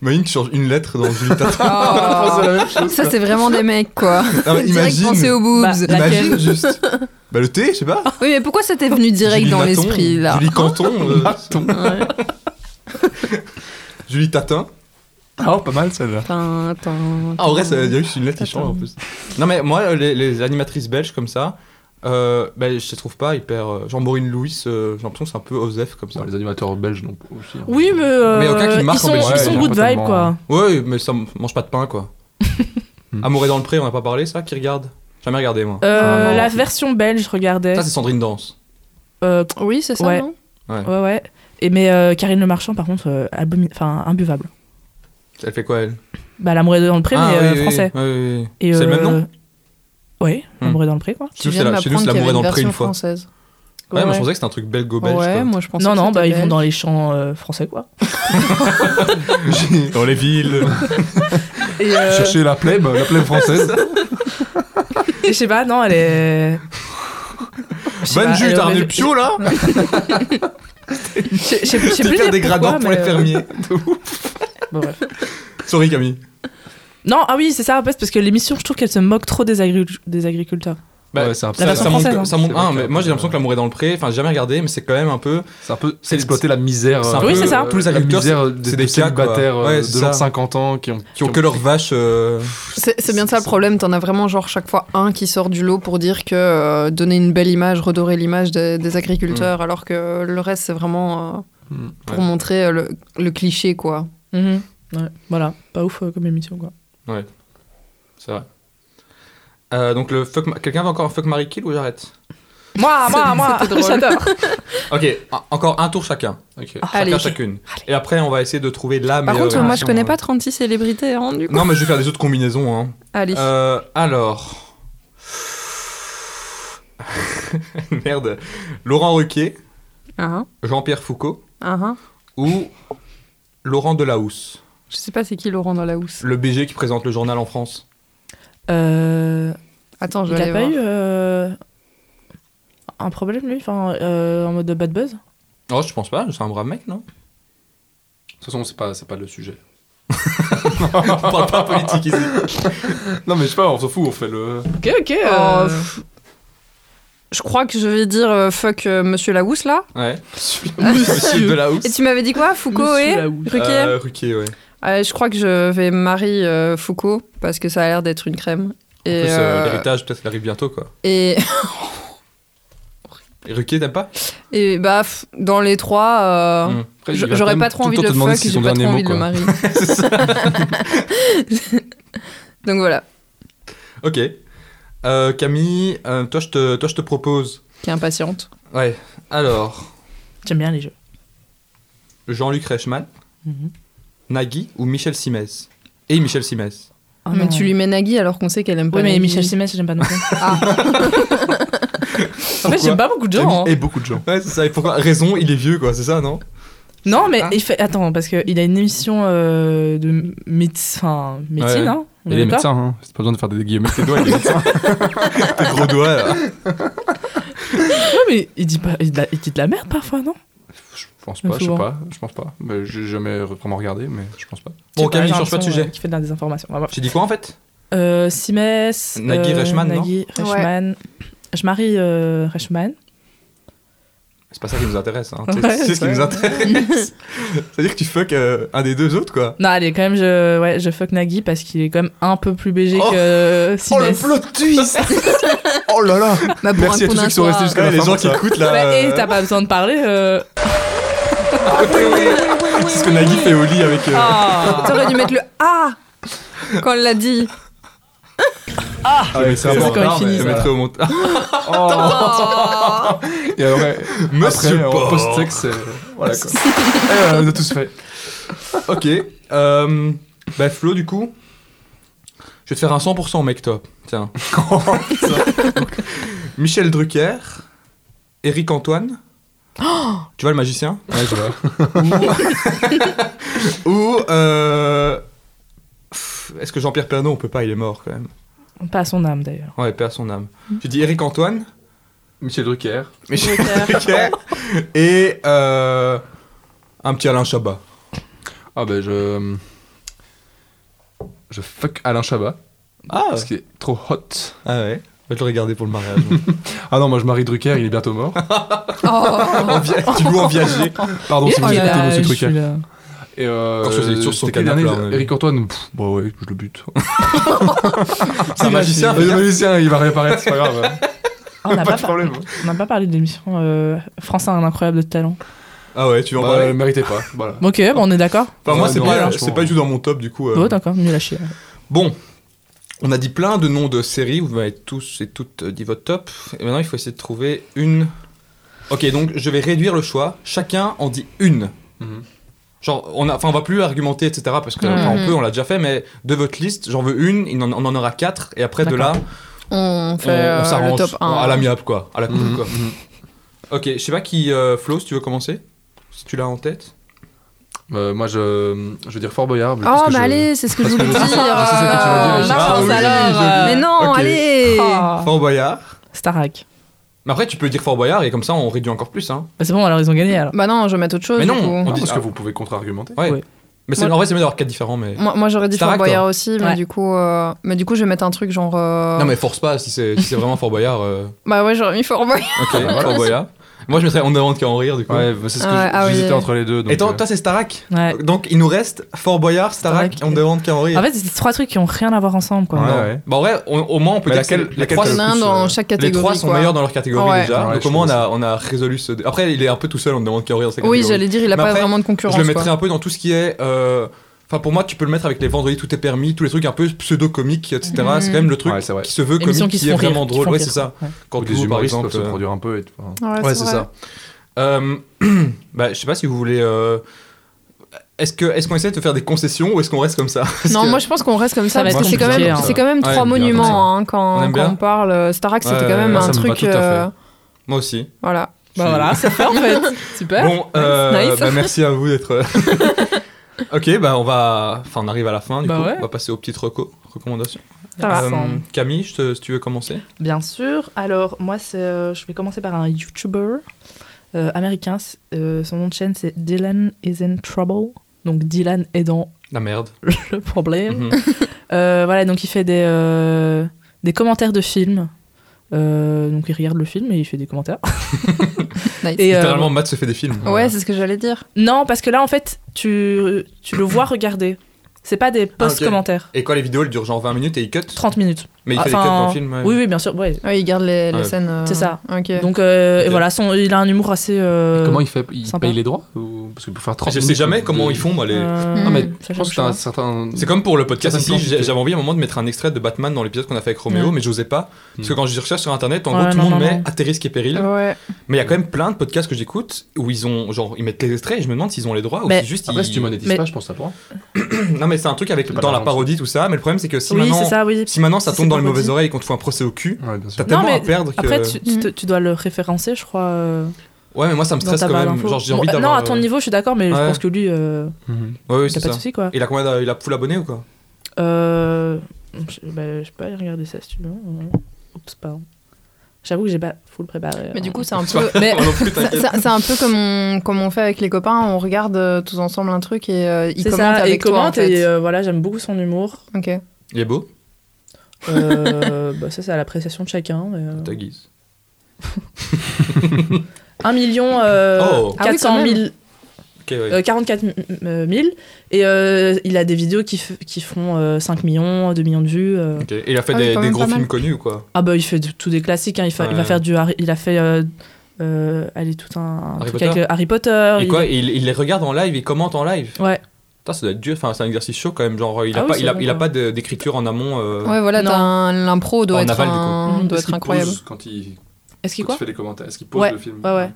[SPEAKER 1] Imagine, tu changes une lettre dans Julie Tatin.
[SPEAKER 4] c'est la
[SPEAKER 3] Oh.
[SPEAKER 4] même chose.
[SPEAKER 3] Ça, c'est vraiment des mecs, quoi.
[SPEAKER 1] Non, mais
[SPEAKER 3] Direct penser
[SPEAKER 1] imagine.
[SPEAKER 3] aux boobs.
[SPEAKER 2] Bah,
[SPEAKER 1] Imagine
[SPEAKER 2] laquelle
[SPEAKER 1] juste. Bah, le thé, je sais pas.
[SPEAKER 3] Oui, mais pourquoi ça t'est venu direct
[SPEAKER 1] Julie
[SPEAKER 3] dans
[SPEAKER 1] Maton,
[SPEAKER 3] l'esprit, là
[SPEAKER 1] Julie Canton, euh,
[SPEAKER 4] Maton.
[SPEAKER 1] Julie Tatin.
[SPEAKER 4] Ah, pas mal celle-là.
[SPEAKER 3] Tin, tin,
[SPEAKER 1] Ah, en vrai,
[SPEAKER 3] tin.
[SPEAKER 1] euh, ça- il y a juste une lettre qui change en plus. Non, mais moi, les, les animatrices belges comme ça, euh, ben, je les trouve pas hyper. euh, Genre Maureen Louis, euh, j'ai l'impression que c'est un peu Osef comme ça.
[SPEAKER 4] les animateurs belges non plus aussi. hein.
[SPEAKER 2] Oui, mais,
[SPEAKER 1] Mais aucun qui
[SPEAKER 2] euh,
[SPEAKER 1] marque
[SPEAKER 2] ils
[SPEAKER 1] en
[SPEAKER 2] sont,
[SPEAKER 1] Belgique,
[SPEAKER 2] ils
[SPEAKER 1] il y
[SPEAKER 2] sont
[SPEAKER 1] en a
[SPEAKER 2] good
[SPEAKER 4] pas
[SPEAKER 2] vibe,
[SPEAKER 4] tellement.
[SPEAKER 2] quoi.
[SPEAKER 1] Ouais, mais ça m- mange pas de pain quoi. Amour et dans le pré, on n'a pas parlé ça Qui regarde Jamais regardé moi.
[SPEAKER 2] Euh,
[SPEAKER 4] Ah, non.
[SPEAKER 2] la version belge, regardez.
[SPEAKER 1] Ça c'est Sandrine Danse.
[SPEAKER 2] Euh,
[SPEAKER 3] Oui, c'est ça,
[SPEAKER 2] Ouais.
[SPEAKER 3] non
[SPEAKER 2] ouais, ouais. Et mais euh, Karine Le Marchand, par contre, euh, abomi- enfin imbuvable.
[SPEAKER 1] Elle fait quoi elle
[SPEAKER 2] Bah, l'amour est dans le pré,
[SPEAKER 1] Ah,
[SPEAKER 2] mais
[SPEAKER 1] oui,
[SPEAKER 2] euh,
[SPEAKER 1] oui,
[SPEAKER 2] français.
[SPEAKER 1] oui, oui, oui.
[SPEAKER 2] Et,
[SPEAKER 1] C'est le même
[SPEAKER 2] euh,
[SPEAKER 1] nom Hmm.
[SPEAKER 2] Oui, l'amour est dans le pré, quoi.
[SPEAKER 1] Chez nous, c'est la- chez nous, c'est
[SPEAKER 3] m'apprendre qu'il
[SPEAKER 1] l'amour
[SPEAKER 3] y
[SPEAKER 1] est
[SPEAKER 3] avait
[SPEAKER 1] dans le
[SPEAKER 3] une
[SPEAKER 1] pré
[SPEAKER 3] version
[SPEAKER 1] une fois.
[SPEAKER 3] française.
[SPEAKER 1] Ouais, moi je
[SPEAKER 2] Ouais.
[SPEAKER 1] pensais que c'était un truc belgo-belge.
[SPEAKER 3] Ouais, moi je pense
[SPEAKER 2] Non, non, bah, ils vont dans les champs euh, français, quoi.
[SPEAKER 1] quoi. dans les villes.
[SPEAKER 2] Et, euh,
[SPEAKER 4] Chercher la plèbe, la plèbe française.
[SPEAKER 2] et je sais pas, non, elle est. Je sais pas,
[SPEAKER 1] Bonne
[SPEAKER 2] elle est
[SPEAKER 1] jute, Arnul
[SPEAKER 2] horrible.
[SPEAKER 1] Pio là
[SPEAKER 2] Je sais- je sais je sais plus
[SPEAKER 1] Hyper
[SPEAKER 2] dire
[SPEAKER 1] dégradant
[SPEAKER 2] pourquoi,
[SPEAKER 1] pour
[SPEAKER 2] mais,
[SPEAKER 1] les
[SPEAKER 2] euh,
[SPEAKER 1] fermiers.
[SPEAKER 2] bon, bref.
[SPEAKER 1] Sorry Camille.
[SPEAKER 2] Non, ah oui, c'est ça, en fait, parce que l'émission, je trouve qu'elle se moque trop des, agri- des agriculteurs.
[SPEAKER 1] Bah,
[SPEAKER 4] Ouais, c'est un peu
[SPEAKER 2] la
[SPEAKER 1] ça,
[SPEAKER 2] version
[SPEAKER 1] ça monte,
[SPEAKER 2] française, hein.
[SPEAKER 1] ça monte-
[SPEAKER 4] C'est
[SPEAKER 1] ah,
[SPEAKER 4] vrai
[SPEAKER 1] mais
[SPEAKER 4] que-
[SPEAKER 1] moi j'ai l'impression que l'amour est dans le pré. Enfin, j'ai jamais regardé, mais c'est quand même un peu.
[SPEAKER 4] C'est un peu
[SPEAKER 1] c'est-
[SPEAKER 4] exploiter la misère. euh,
[SPEAKER 1] c'est un
[SPEAKER 2] Oui,
[SPEAKER 1] peu-
[SPEAKER 2] c'est ça.
[SPEAKER 1] Tous les
[SPEAKER 4] la
[SPEAKER 1] agriculteurs c'est-
[SPEAKER 4] misère des,
[SPEAKER 1] des
[SPEAKER 4] des
[SPEAKER 1] cas, quoi.
[SPEAKER 4] célibataires euh,
[SPEAKER 1] Ouais, c'est
[SPEAKER 4] de gens de
[SPEAKER 1] ça.
[SPEAKER 4] 50 ans qui ont,
[SPEAKER 1] qui ont que leurs vaches. euh,
[SPEAKER 3] C'est c'est bien ça le problème, t'en as vraiment genre chaque fois un qui sort du lot pour dire que euh, donner une belle image, redorer l'image des, des agriculteurs, alors que le reste c'est vraiment euh,
[SPEAKER 4] Hmm,
[SPEAKER 3] pour
[SPEAKER 1] Mm. ouais.
[SPEAKER 3] montrer euh, le, le cliché quoi.
[SPEAKER 2] Mhm. Ouais, voilà, pas ouf euh, comme émission, quoi.
[SPEAKER 1] C'est vrai. Euh, donc le fuck. ma- Quelqu'un veut encore un fuck Marie Kill ou j'arrête
[SPEAKER 2] Moi, moi, moi,
[SPEAKER 3] c'était drôle.
[SPEAKER 2] j'adore.
[SPEAKER 1] Ok, en- encore un tour chacun.
[SPEAKER 4] ok.
[SPEAKER 1] Chacun,
[SPEAKER 3] Allez.
[SPEAKER 1] chacune. Et après, on va essayer de trouver la
[SPEAKER 3] Par
[SPEAKER 1] meilleure.
[SPEAKER 3] contre, moi je
[SPEAKER 1] version,
[SPEAKER 3] connais
[SPEAKER 1] euh.
[SPEAKER 3] pas 36 célébrités hein, du coup.
[SPEAKER 1] Non, mais je vais faire des autres combinaisons. Hein.
[SPEAKER 3] Allez.
[SPEAKER 1] Euh, alors. Merde. Laurent Ruquier,
[SPEAKER 3] Ah,
[SPEAKER 1] Jean-Pierre Foucault
[SPEAKER 3] ah, ah.
[SPEAKER 1] ou Laurent Delahousse,
[SPEAKER 3] Je sais pas c'est qui Laurent dans la housse.
[SPEAKER 1] le BG qui présente le journal en France.
[SPEAKER 2] Euh,
[SPEAKER 3] Attends, je
[SPEAKER 2] il
[SPEAKER 3] vais
[SPEAKER 2] a
[SPEAKER 3] aller
[SPEAKER 2] pas
[SPEAKER 3] voir.
[SPEAKER 2] eu euh, un problème, lui, enfin, euh, en mode de bad buzz
[SPEAKER 1] Oh, je pense pas, c'est un brave mec, non
[SPEAKER 4] De toute façon, c'est pas, c'est pas le sujet.
[SPEAKER 1] On parle pas politique ici.
[SPEAKER 4] Non, mais je sais pas, on s'en fout, on fait le.
[SPEAKER 2] Ok, ok.
[SPEAKER 3] euh, Je crois que je vais dire euh, fuck euh, Monsieur la housse là.
[SPEAKER 1] Ouais. Monsieur Delahousse.
[SPEAKER 3] Et tu m'avais dit quoi Foucault et Ruquier
[SPEAKER 1] Euh, Ruquier, ouais.
[SPEAKER 3] Euh, je crois que je vais marier euh, Foucault parce que ça a l'air d'être une crème.
[SPEAKER 1] En
[SPEAKER 3] Et,
[SPEAKER 1] plus, euh,
[SPEAKER 3] euh,
[SPEAKER 1] l'héritage, peut-être, il arrive bientôt, quoi.
[SPEAKER 3] et,
[SPEAKER 1] Et Ruquier, t'aimes pas
[SPEAKER 3] et bah, pff, dans les trois, euh,
[SPEAKER 1] Hmm.
[SPEAKER 4] Après,
[SPEAKER 3] je-
[SPEAKER 4] il va
[SPEAKER 3] j'aurais
[SPEAKER 4] quand
[SPEAKER 3] pas
[SPEAKER 4] même
[SPEAKER 3] trop
[SPEAKER 4] tout
[SPEAKER 3] envie
[SPEAKER 4] le temps
[SPEAKER 3] de
[SPEAKER 4] te
[SPEAKER 3] le
[SPEAKER 4] demander
[SPEAKER 3] fuck,
[SPEAKER 4] si
[SPEAKER 3] j'ai
[SPEAKER 4] son
[SPEAKER 3] pas trop
[SPEAKER 4] dernier
[SPEAKER 3] envie
[SPEAKER 4] mot,
[SPEAKER 3] de le
[SPEAKER 4] quoi.
[SPEAKER 3] marier.
[SPEAKER 1] C'est ça.
[SPEAKER 3] Donc voilà,
[SPEAKER 1] Ok. Euh, Camille, euh, toi, je te, toi, je te propose.
[SPEAKER 3] qui est impatiente.
[SPEAKER 1] Ouais. Alors,
[SPEAKER 2] J'aime bien les jeux.
[SPEAKER 1] Jean-Luc Reichmann,
[SPEAKER 2] Mhm.
[SPEAKER 1] Nagui ou Michel Simès Et Michel Simès.
[SPEAKER 2] Ah
[SPEAKER 3] mais
[SPEAKER 2] non.
[SPEAKER 3] tu lui mets Nagui alors qu'on sait qu'elle aime pas Ah.
[SPEAKER 2] Oui, mais
[SPEAKER 3] Nagui.
[SPEAKER 2] Michel Simès, j'aime pas non plus. en fait,
[SPEAKER 1] Pourquoi
[SPEAKER 2] j'aime pas beaucoup de gens. hein.
[SPEAKER 4] Et beaucoup de gens.
[SPEAKER 1] Ouais, c'est ça. Et pourquoi Raison, il est vieux, quoi, c'est ça, non
[SPEAKER 2] Non, mais
[SPEAKER 1] Ah.
[SPEAKER 2] il fait. Attends, parce qu'il a une émission euh, de médecin, médecine,
[SPEAKER 1] Ouais.
[SPEAKER 2] hein on
[SPEAKER 4] Et
[SPEAKER 2] est
[SPEAKER 4] les
[SPEAKER 2] d'accord
[SPEAKER 4] médecins, hein. c'est pas besoin de faire des guillemets avec les doigts, les médecins.
[SPEAKER 1] Tes gros doigts, là.
[SPEAKER 2] Ouais, mais il dit, pas, il, dit de la- il dit de la merde parfois, non
[SPEAKER 4] Je pense
[SPEAKER 2] Mais
[SPEAKER 4] pas, je sais
[SPEAKER 2] souvent.
[SPEAKER 4] pas, je pense pas. Mais J'ai jamais vraiment regardé, mais je pense pas.
[SPEAKER 1] Bon,
[SPEAKER 2] Je sais
[SPEAKER 1] Camille,
[SPEAKER 2] j'ai
[SPEAKER 1] change pas de
[SPEAKER 2] l'impression,
[SPEAKER 1] sujet.
[SPEAKER 2] euh, Qui fait de la désinformation. Enfin, bref.
[SPEAKER 1] J'ai dit quoi, en fait
[SPEAKER 2] Euh, Simès.
[SPEAKER 1] Nagui
[SPEAKER 2] euh,
[SPEAKER 1] Reichmann, non
[SPEAKER 2] Nagui Reichmann. Je marie euh, Reichmann.
[SPEAKER 1] C'est pas ça qui nous intéresse, hein.
[SPEAKER 2] Ouais,
[SPEAKER 1] c'est c'est ce qui
[SPEAKER 2] ouais.
[SPEAKER 1] nous intéresse. C'est-à-dire que tu fuck euh, un des deux autres, quoi.
[SPEAKER 2] Non, allez, quand même, je, ouais, je fuck Nagui parce qu'il est quand même un peu plus BG
[SPEAKER 1] Oh
[SPEAKER 2] que Simès.
[SPEAKER 1] twist Oh là là
[SPEAKER 3] Bah, pour
[SPEAKER 4] Merci
[SPEAKER 3] un
[SPEAKER 4] à tous ceux qui sont
[SPEAKER 3] condenseur,
[SPEAKER 4] restés jusqu'à la
[SPEAKER 1] Ouais, Les
[SPEAKER 4] fin
[SPEAKER 1] gens
[SPEAKER 4] pour
[SPEAKER 1] qui
[SPEAKER 4] ça.
[SPEAKER 1] écoutent, là.
[SPEAKER 2] Ouais, et
[SPEAKER 1] euh,
[SPEAKER 2] t'as pas besoin de parler. euh,
[SPEAKER 1] C'est ce que Nagui fait au lit avec. euh,
[SPEAKER 2] ah.
[SPEAKER 3] T'aurais dû mettre le A quand elle l'a dit.
[SPEAKER 1] Ah, mais c'est
[SPEAKER 4] C'est
[SPEAKER 2] quand il finit,
[SPEAKER 1] Je
[SPEAKER 2] ça.
[SPEAKER 1] mettrai au montage.
[SPEAKER 3] Oh.
[SPEAKER 4] Et alors, ouais,
[SPEAKER 1] Monsieur Ah,
[SPEAKER 4] après, en
[SPEAKER 1] Porc.
[SPEAKER 4] post-sexe, euh, voilà quoi. Eh, euh, on a tous fait.
[SPEAKER 1] Ok. Euh, bah, Flo, du coup, je vais te faire un 100% mec, toi. Tiens. Michel Drucker, Eric Antoine. tu vois le magicien
[SPEAKER 4] Ouais, je vois.
[SPEAKER 1] Ou. euh, pff, Est-ce que Jean-Pierre Pernaud, on peut pas, il est mort quand même.
[SPEAKER 2] Pas à son âme d'ailleurs.
[SPEAKER 1] Ouais, perd son âme. Tu dis Eric Antoine,
[SPEAKER 4] Michel Drucker.
[SPEAKER 1] Michel Drucker et euh, un petit Alain Chabat.
[SPEAKER 4] Ah ben je. Je fuck Alain Chabat.
[SPEAKER 1] Ah,
[SPEAKER 4] Parce qu'il est trop hot.
[SPEAKER 1] ah ouais. Je vais le regarder pour le mariage. moi.
[SPEAKER 4] Ah non, moi je marie Drucker, il est bientôt mort.
[SPEAKER 3] Oh.
[SPEAKER 1] En via- du coup, en viager.
[SPEAKER 4] Pardon si vous
[SPEAKER 3] Oh là
[SPEAKER 4] écoutez,
[SPEAKER 3] là,
[SPEAKER 4] monsieur
[SPEAKER 2] je
[SPEAKER 1] hein.
[SPEAKER 2] suis
[SPEAKER 4] Drucker.
[SPEAKER 2] là.
[SPEAKER 4] Et euh.
[SPEAKER 1] Encore sur les- sur son
[SPEAKER 4] c'était quel
[SPEAKER 1] canapé,
[SPEAKER 4] dernier,
[SPEAKER 1] là, ouais.
[SPEAKER 4] Eric Antoine, pff, bah ouais, je le bute.
[SPEAKER 1] Ah, C'est un magicien.
[SPEAKER 3] Ah,
[SPEAKER 4] Le magicien, il va réapparaître, c'est pas grave.
[SPEAKER 2] Ah, on n'a
[SPEAKER 1] Pas
[SPEAKER 2] pas,
[SPEAKER 1] de
[SPEAKER 2] par-
[SPEAKER 1] problème.
[SPEAKER 2] on n'a pas parlé de l'émission euh, France a un incroyable talent.
[SPEAKER 1] Ah ouais, tu en
[SPEAKER 4] Bah,
[SPEAKER 1] parles.
[SPEAKER 4] elle méritait pas. Voilà.
[SPEAKER 2] Ok, bah, on est d'accord.
[SPEAKER 1] Enfin, moi,
[SPEAKER 4] Ouais,
[SPEAKER 1] c'est
[SPEAKER 4] non,
[SPEAKER 1] pas,
[SPEAKER 4] franchement.
[SPEAKER 1] c'est pas du tout dans mon top, du coup. euh.
[SPEAKER 2] Ouais, d'accord, mieux lâcher.
[SPEAKER 1] Bon, on a dit plein de noms de séries, vous m'avez tous et toutes euh, dit votre top. Et maintenant, il faut essayer de trouver une. Ok, donc je vais réduire le choix. Chacun en dit une.
[SPEAKER 4] Mhm.
[SPEAKER 1] Genre, on, a, enfin, on va plus argumenter, etc. Parce que enfin,
[SPEAKER 3] Mhm.
[SPEAKER 1] on peut, on l'a déjà fait, mais de votre liste, j'en veux une, il en- on en aura quatre, et après de là,
[SPEAKER 3] On
[SPEAKER 1] on,
[SPEAKER 3] fait
[SPEAKER 1] on
[SPEAKER 3] euh,
[SPEAKER 1] s'arrange
[SPEAKER 3] le top 1.
[SPEAKER 1] à l'amiable, quoi. À la coupe,
[SPEAKER 4] Mhm.
[SPEAKER 1] quoi. Ok, je sais pas qui. euh, Flo, si tu veux commencer Si tu l'as en tête
[SPEAKER 4] Euh, moi, je, je veux dire Fort Boyard. parce
[SPEAKER 3] Oh,
[SPEAKER 4] que
[SPEAKER 3] mais
[SPEAKER 4] je-
[SPEAKER 3] allez, c'est ce que je voulais dire.
[SPEAKER 4] Ah, c'est ce que tu m'as dit,
[SPEAKER 3] Euh,
[SPEAKER 4] mais
[SPEAKER 1] j'ai- Ah
[SPEAKER 3] mince
[SPEAKER 1] oui,
[SPEAKER 3] alors. euh,
[SPEAKER 1] joli.
[SPEAKER 3] Mais non,
[SPEAKER 1] Ok.
[SPEAKER 3] allez.
[SPEAKER 2] Ah.
[SPEAKER 1] Fort Boyard.
[SPEAKER 2] Starak.
[SPEAKER 1] Mais après, tu peux dire Fort Boyard, et comme ça, on réduit encore plus, hein.
[SPEAKER 2] Bah, c'est bon, alors ils ont gagné alors.
[SPEAKER 3] Bah non, je vais mettre autre chose.
[SPEAKER 1] Mais
[SPEAKER 3] du
[SPEAKER 1] non,
[SPEAKER 3] coup.
[SPEAKER 1] on
[SPEAKER 4] Ah,
[SPEAKER 1] dit-
[SPEAKER 4] parce
[SPEAKER 1] ah.
[SPEAKER 4] que vous pouvez contre-argumenter.
[SPEAKER 1] Ouais.
[SPEAKER 2] Oui.
[SPEAKER 1] Mais c'est-
[SPEAKER 3] Moi-
[SPEAKER 1] en vrai, c'est mieux d'avoir quatre différents, mais.
[SPEAKER 3] Moi, moi, j'aurais dit
[SPEAKER 1] Starak,
[SPEAKER 3] Fort
[SPEAKER 1] toi.
[SPEAKER 3] Boyard aussi, mais
[SPEAKER 2] Ouais.
[SPEAKER 3] du coup, euh, mais du coup, je vais mettre un truc genre. euh,
[SPEAKER 1] hein. Non, mais force pas, si c'est si c'est vraiment Fort Boyard. euh,
[SPEAKER 3] Bah ouais, j'aurais mis Fort Boyard.
[SPEAKER 1] Ok, Fort Boyard. Moi, je mettrais On ne demande qu'à en rire, du coup.
[SPEAKER 4] Ouais, bah, c'est ce que
[SPEAKER 3] Ouais,
[SPEAKER 4] j-
[SPEAKER 3] ah oui.
[SPEAKER 4] j'hésitais entre les deux. donc,
[SPEAKER 1] Et toi,
[SPEAKER 4] euh,
[SPEAKER 1] toi, c'est Starak
[SPEAKER 2] Ouais.
[SPEAKER 1] Donc, il nous reste Fort Boyard, Starak,
[SPEAKER 2] Starak.
[SPEAKER 1] On ne demande qu'à en rire.
[SPEAKER 2] En fait, c'est trois trucs qui ont rien à voir ensemble quoi.
[SPEAKER 4] Ouais.
[SPEAKER 1] Non. Bah, en vrai, on- au moins, on peut
[SPEAKER 4] Mais
[SPEAKER 1] dire que
[SPEAKER 4] laquelle-
[SPEAKER 1] les
[SPEAKER 4] laquelle
[SPEAKER 1] trois
[SPEAKER 3] Il y en a
[SPEAKER 1] sont
[SPEAKER 3] un
[SPEAKER 1] plus,
[SPEAKER 3] dans
[SPEAKER 1] euh,
[SPEAKER 3] chaque
[SPEAKER 1] Les
[SPEAKER 3] catégorie.
[SPEAKER 1] trois sont
[SPEAKER 3] quoi.
[SPEAKER 1] meilleurs dans leur catégorie
[SPEAKER 3] Ouais.
[SPEAKER 1] déjà.
[SPEAKER 4] Ouais,
[SPEAKER 1] donc
[SPEAKER 4] je
[SPEAKER 1] au moins on a,
[SPEAKER 4] trouve
[SPEAKER 1] on a résolu ce. dé- Après il est un peu tout seul, on ne demande qu'à rire. dans sa
[SPEAKER 3] Oui,
[SPEAKER 1] catégorie.
[SPEAKER 3] j'allais dire, il a
[SPEAKER 1] Mais
[SPEAKER 3] pas
[SPEAKER 1] après,
[SPEAKER 3] vraiment de concurrence.
[SPEAKER 1] Je le
[SPEAKER 3] quoi.
[SPEAKER 1] mettrais un peu dans tout ce qui est. euh, Enfin, pour moi, tu peux le mettre avec les vendredis, tout est permis, tous les trucs un peu pseudo-comiques, etc.
[SPEAKER 3] Mhm.
[SPEAKER 1] C'est quand même le truc
[SPEAKER 4] Ouais, c'est vrai.
[SPEAKER 1] qui se veut
[SPEAKER 2] Émissions
[SPEAKER 1] comique,
[SPEAKER 2] qui se
[SPEAKER 1] qui est
[SPEAKER 2] font rire.
[SPEAKER 1] vraiment
[SPEAKER 2] qui
[SPEAKER 1] drôle.
[SPEAKER 2] font
[SPEAKER 1] Ouais,
[SPEAKER 2] rire,
[SPEAKER 1] c'est ça.
[SPEAKER 2] quoi. Ouais.
[SPEAKER 1] Quand
[SPEAKER 4] ou
[SPEAKER 1] tu
[SPEAKER 4] des
[SPEAKER 1] joues, par
[SPEAKER 4] humoristes
[SPEAKER 1] exemple.
[SPEAKER 4] peuvent se
[SPEAKER 1] euh,
[SPEAKER 4] produire un peu. Et... tout. Enfin,
[SPEAKER 1] Ouais, c'est
[SPEAKER 3] vrai.
[SPEAKER 1] ça. Euh, bah, je sais pas si vous voulez. euh, Est-ce que est-ce qu'on essaie de faire des concessions ou est-ce qu'on reste comme ça Parce
[SPEAKER 3] Non,
[SPEAKER 1] que-
[SPEAKER 3] moi je pense qu'on reste comme ça,
[SPEAKER 2] Ça va
[SPEAKER 3] parce que
[SPEAKER 2] être
[SPEAKER 3] c'est quand
[SPEAKER 2] compliqué,
[SPEAKER 3] même,
[SPEAKER 2] hein.
[SPEAKER 3] c'est quand même
[SPEAKER 1] Ouais,
[SPEAKER 3] trois
[SPEAKER 1] on aime bien
[SPEAKER 3] monuments hein,
[SPEAKER 1] On
[SPEAKER 3] quand,
[SPEAKER 1] aime
[SPEAKER 3] quand
[SPEAKER 1] bien.
[SPEAKER 3] on parle. euh, Starac, c'était
[SPEAKER 1] Ouais,
[SPEAKER 3] quand même
[SPEAKER 1] ouais,
[SPEAKER 4] ça
[SPEAKER 3] un
[SPEAKER 4] me va
[SPEAKER 3] truc.
[SPEAKER 4] tout à fait.
[SPEAKER 3] euh,
[SPEAKER 1] moi aussi.
[SPEAKER 3] Voilà.
[SPEAKER 2] Bah voilà, c'est fait en fait. Super.
[SPEAKER 1] Bon, euh,
[SPEAKER 3] nice.
[SPEAKER 1] bah, merci à vous d'être. ok, bah on va. Enfin, on arrive à la fin. Du
[SPEAKER 2] Bah
[SPEAKER 1] coup,
[SPEAKER 2] ouais. Ah,
[SPEAKER 1] on va passer aux petites reco- recommandations.
[SPEAKER 3] Ça va.
[SPEAKER 1] Euh,
[SPEAKER 2] Ensemble.
[SPEAKER 1] Camille, je te- si tu veux commencer.
[SPEAKER 2] Bien sûr. Alors, moi, c'est, euh, je vais commencer par un YouTuber euh, américain. C'est- euh, son nom de chaîne, c'est Dylan is in trouble. Donc, Dylan est dans
[SPEAKER 1] La merde.
[SPEAKER 2] le problème.
[SPEAKER 1] Mhm.
[SPEAKER 2] Euh, voilà, donc il fait des, euh, des commentaires de films. Euh, donc, il regarde le film et il fait des commentaires.
[SPEAKER 3] Nice.
[SPEAKER 2] Et, euh,
[SPEAKER 1] Littéralement, Matt se fait des films.
[SPEAKER 3] Ouais, c'est ce que j'allais dire.
[SPEAKER 2] non, parce que là, en fait, tu, tu le vois regarder. C'est
[SPEAKER 1] Ah,
[SPEAKER 2] pas des post-commentaires.
[SPEAKER 1] Et quoi, les vidéos, elles durent genre 20 minutes et ils cut
[SPEAKER 2] 30 minutes.
[SPEAKER 1] Mais il fait
[SPEAKER 2] Enfin,
[SPEAKER 1] des cuts dans le film. ouais.
[SPEAKER 2] Oui, oui, bien sûr. ouais.
[SPEAKER 3] Ouais, il garde les, les
[SPEAKER 1] Ouais.
[SPEAKER 3] scènes. euh,
[SPEAKER 2] C'est ça.
[SPEAKER 3] Ok.
[SPEAKER 2] Donc, euh,
[SPEAKER 1] Ok.
[SPEAKER 2] et voilà, son, il a un humour assez. euh,
[SPEAKER 4] Comment il fait Il
[SPEAKER 2] sympa.
[SPEAKER 4] paye les droits ou- Parce que pour faire 30
[SPEAKER 1] Je sais
[SPEAKER 4] minutes
[SPEAKER 1] jamais
[SPEAKER 4] de-
[SPEAKER 1] comment ils font, moi. Les...
[SPEAKER 2] euh,
[SPEAKER 3] Non,
[SPEAKER 4] Non, mais
[SPEAKER 2] ça,
[SPEAKER 4] Ah, je pense que
[SPEAKER 2] sais
[SPEAKER 4] t'as un
[SPEAKER 2] pas.
[SPEAKER 4] certain.
[SPEAKER 1] C'est comme pour le podcast
[SPEAKER 4] Certaines
[SPEAKER 1] ici, j'ai-
[SPEAKER 4] quantités.
[SPEAKER 1] j'avais envie à un moment de mettre un extrait de Batman dans l'épisode qu'on a fait avec Roméo,
[SPEAKER 2] Ouais.
[SPEAKER 1] mais j'osais pas. Parce que quand je recherche sur internet, en
[SPEAKER 2] Ouais,
[SPEAKER 1] gros, tout le
[SPEAKER 2] non,
[SPEAKER 1] monde
[SPEAKER 2] non,
[SPEAKER 1] met
[SPEAKER 2] non.
[SPEAKER 1] à tes risques et périls.
[SPEAKER 3] Ouais.
[SPEAKER 1] Mais il y a quand même plein de podcasts que j'écoute où ils ont, genre, ils mettent les extraits et je me demande s'ils ont les droits ou
[SPEAKER 2] Mais-
[SPEAKER 1] si juste
[SPEAKER 4] Après,
[SPEAKER 1] ils.
[SPEAKER 4] si tu monétises
[SPEAKER 2] Mais-
[SPEAKER 4] pas, je pense que ça pourra.
[SPEAKER 1] Non, mais c'est un truc avec
[SPEAKER 4] C'est pas
[SPEAKER 1] dans la
[SPEAKER 4] grave, ça.
[SPEAKER 1] parodie, tout ça. Mais le problème, c'est que si
[SPEAKER 2] Oui,
[SPEAKER 1] maintenant.
[SPEAKER 2] c'est ça, oui.
[SPEAKER 1] Si maintenant ça
[SPEAKER 2] Si
[SPEAKER 1] tombe
[SPEAKER 2] c'est
[SPEAKER 1] dans les
[SPEAKER 2] parodie.
[SPEAKER 1] mauvaises oreilles et qu'on te fout un procès au cul,
[SPEAKER 4] Ouais, bien sûr.
[SPEAKER 1] t'as
[SPEAKER 2] Non,
[SPEAKER 1] tellement à
[SPEAKER 2] mais
[SPEAKER 1] perdre que.
[SPEAKER 2] Après, tu,
[SPEAKER 3] Mm.
[SPEAKER 2] tu te- tu dois le référencer, je crois. euh,
[SPEAKER 1] Ouais, mais moi ça me
[SPEAKER 2] dans
[SPEAKER 1] stresse
[SPEAKER 2] ta
[SPEAKER 1] quand
[SPEAKER 2] barre
[SPEAKER 1] même.
[SPEAKER 2] d'infos.
[SPEAKER 1] Genre, j'ai
[SPEAKER 2] Bon,
[SPEAKER 1] envie
[SPEAKER 2] euh,
[SPEAKER 1] d'avoir.
[SPEAKER 2] Non, à ton
[SPEAKER 1] euh,
[SPEAKER 2] niveau, je suis d'accord, mais je
[SPEAKER 1] Ouais.
[SPEAKER 2] pense que lui, euh,
[SPEAKER 1] Ouais, ouais,
[SPEAKER 2] t'as
[SPEAKER 1] c'est
[SPEAKER 2] pas
[SPEAKER 1] ça.
[SPEAKER 2] de soucis, quoi.
[SPEAKER 1] Il a combien d'a- Il a full abonné ou quoi
[SPEAKER 2] Euh, je, bah, je peux aller regarder ça si tu veux. Oups, pardon. J'avoue que j'ai pas full préparé.
[SPEAKER 3] Mais du
[SPEAKER 2] hein.
[SPEAKER 3] coup, c'est un
[SPEAKER 1] C'est
[SPEAKER 3] peu.
[SPEAKER 1] pas-
[SPEAKER 3] mais-
[SPEAKER 1] Oh, non plus,
[SPEAKER 3] Ça-
[SPEAKER 1] t'inquiète.
[SPEAKER 3] ça- C'est un peu comme on, comme on fait avec les copains, on regarde euh, tous ensemble un truc et euh, ils
[SPEAKER 2] c'est
[SPEAKER 3] commentent
[SPEAKER 2] ça,
[SPEAKER 3] avec
[SPEAKER 2] et commente,
[SPEAKER 3] toi en
[SPEAKER 2] et
[SPEAKER 3] fait.
[SPEAKER 2] euh, voilà, j'aime beaucoup son humour.
[SPEAKER 3] Ok.
[SPEAKER 1] Il est beau
[SPEAKER 2] Euh, bah, ça, c'est à l'appréciation de chacun. mais, euh,
[SPEAKER 1] Ta guise.
[SPEAKER 2] 1 million euh,
[SPEAKER 1] Oh.
[SPEAKER 3] Ah oui, quand
[SPEAKER 2] 400 000
[SPEAKER 3] même.
[SPEAKER 1] Ok, ouais.
[SPEAKER 2] euh, 44 000 et euh, il a des vidéos qui, f- qui font euh, 5 millions, 2 millions de vues. euh.
[SPEAKER 1] Ok. Et il a fait
[SPEAKER 3] Ah, c'est
[SPEAKER 1] des,
[SPEAKER 3] quand
[SPEAKER 1] des
[SPEAKER 3] même
[SPEAKER 1] gros
[SPEAKER 3] pas mal.
[SPEAKER 1] films connus ou quoi
[SPEAKER 2] Ah bah il fait de- tout des classiques, hein. il, fait- il
[SPEAKER 1] Ouais.
[SPEAKER 2] va faire du Harry- il a fait euh, euh, allez, tout un, un
[SPEAKER 1] Harry
[SPEAKER 2] truc
[SPEAKER 1] Potter
[SPEAKER 2] avec euh, Harry Potter.
[SPEAKER 1] Et
[SPEAKER 2] il-
[SPEAKER 1] quoi il, il les regarde en live, il commente en live
[SPEAKER 2] Ouais.
[SPEAKER 1] Putain, ça doit être dur, enfin, c'est un exercice chaud quand même. Genre, il a
[SPEAKER 2] Ah oui,
[SPEAKER 1] pas,
[SPEAKER 2] c'est
[SPEAKER 1] il a,
[SPEAKER 2] vrai,
[SPEAKER 1] il a
[SPEAKER 2] ouais.
[SPEAKER 1] pas de- d'écriture en amont. euh,
[SPEAKER 3] Ouais, voilà,
[SPEAKER 2] Non.
[SPEAKER 3] t'as un- l'impro doit
[SPEAKER 1] En
[SPEAKER 3] être,
[SPEAKER 1] aval, du coup.
[SPEAKER 3] un-
[SPEAKER 2] Mhm.
[SPEAKER 3] doit être incroyable.
[SPEAKER 4] Quand il
[SPEAKER 2] Est-ce qu'il quoi
[SPEAKER 4] fait les commentaires, est-ce qu'il
[SPEAKER 2] pose Ouais,
[SPEAKER 4] le film
[SPEAKER 2] ouais, ouais.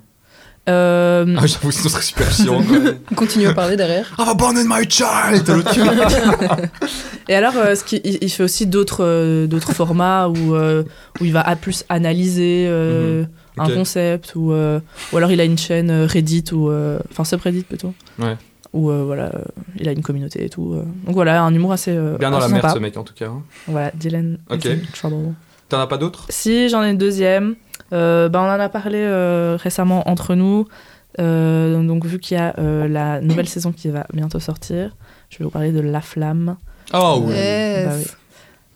[SPEAKER 2] Euh,
[SPEAKER 1] Ah, j'avoue, sinon ce serait super chiant. quoi.
[SPEAKER 3] Continue à parler derrière.
[SPEAKER 1] I've abandoned my child T'as l'autre qui-
[SPEAKER 2] Et alors, euh, ce qui- il, il fait aussi d'autres euh, d'autres formats où, euh, où il va à plus analyser
[SPEAKER 1] Mm-hmm.
[SPEAKER 2] euh, un
[SPEAKER 1] Ok.
[SPEAKER 2] concept ou, euh, ou alors il a une chaîne euh, Reddit ou euh, enfin subreddit plutôt.
[SPEAKER 1] Ouais.
[SPEAKER 2] Où euh, voilà, euh, il a une communauté et tout. euh. Donc voilà, un humour assez, euh,
[SPEAKER 1] Bien dans la
[SPEAKER 2] assez
[SPEAKER 1] merde,
[SPEAKER 2] sympa.
[SPEAKER 1] ce mec, en tout cas. hein.
[SPEAKER 2] Voilà, Dylan.
[SPEAKER 1] Ok.
[SPEAKER 2] Ethan Trouble.
[SPEAKER 1] T'en as pas d'autres
[SPEAKER 2] Si j'en ai une deuxième, euh, ben, on en a parlé euh, récemment entre nous. Euh, donc vu qu'il y a euh, la nouvelle saison qui va bientôt sortir, je vais vous parler de La Flamme.
[SPEAKER 1] Ah oui.
[SPEAKER 2] Ouais.
[SPEAKER 3] Yes.
[SPEAKER 2] Bah oui.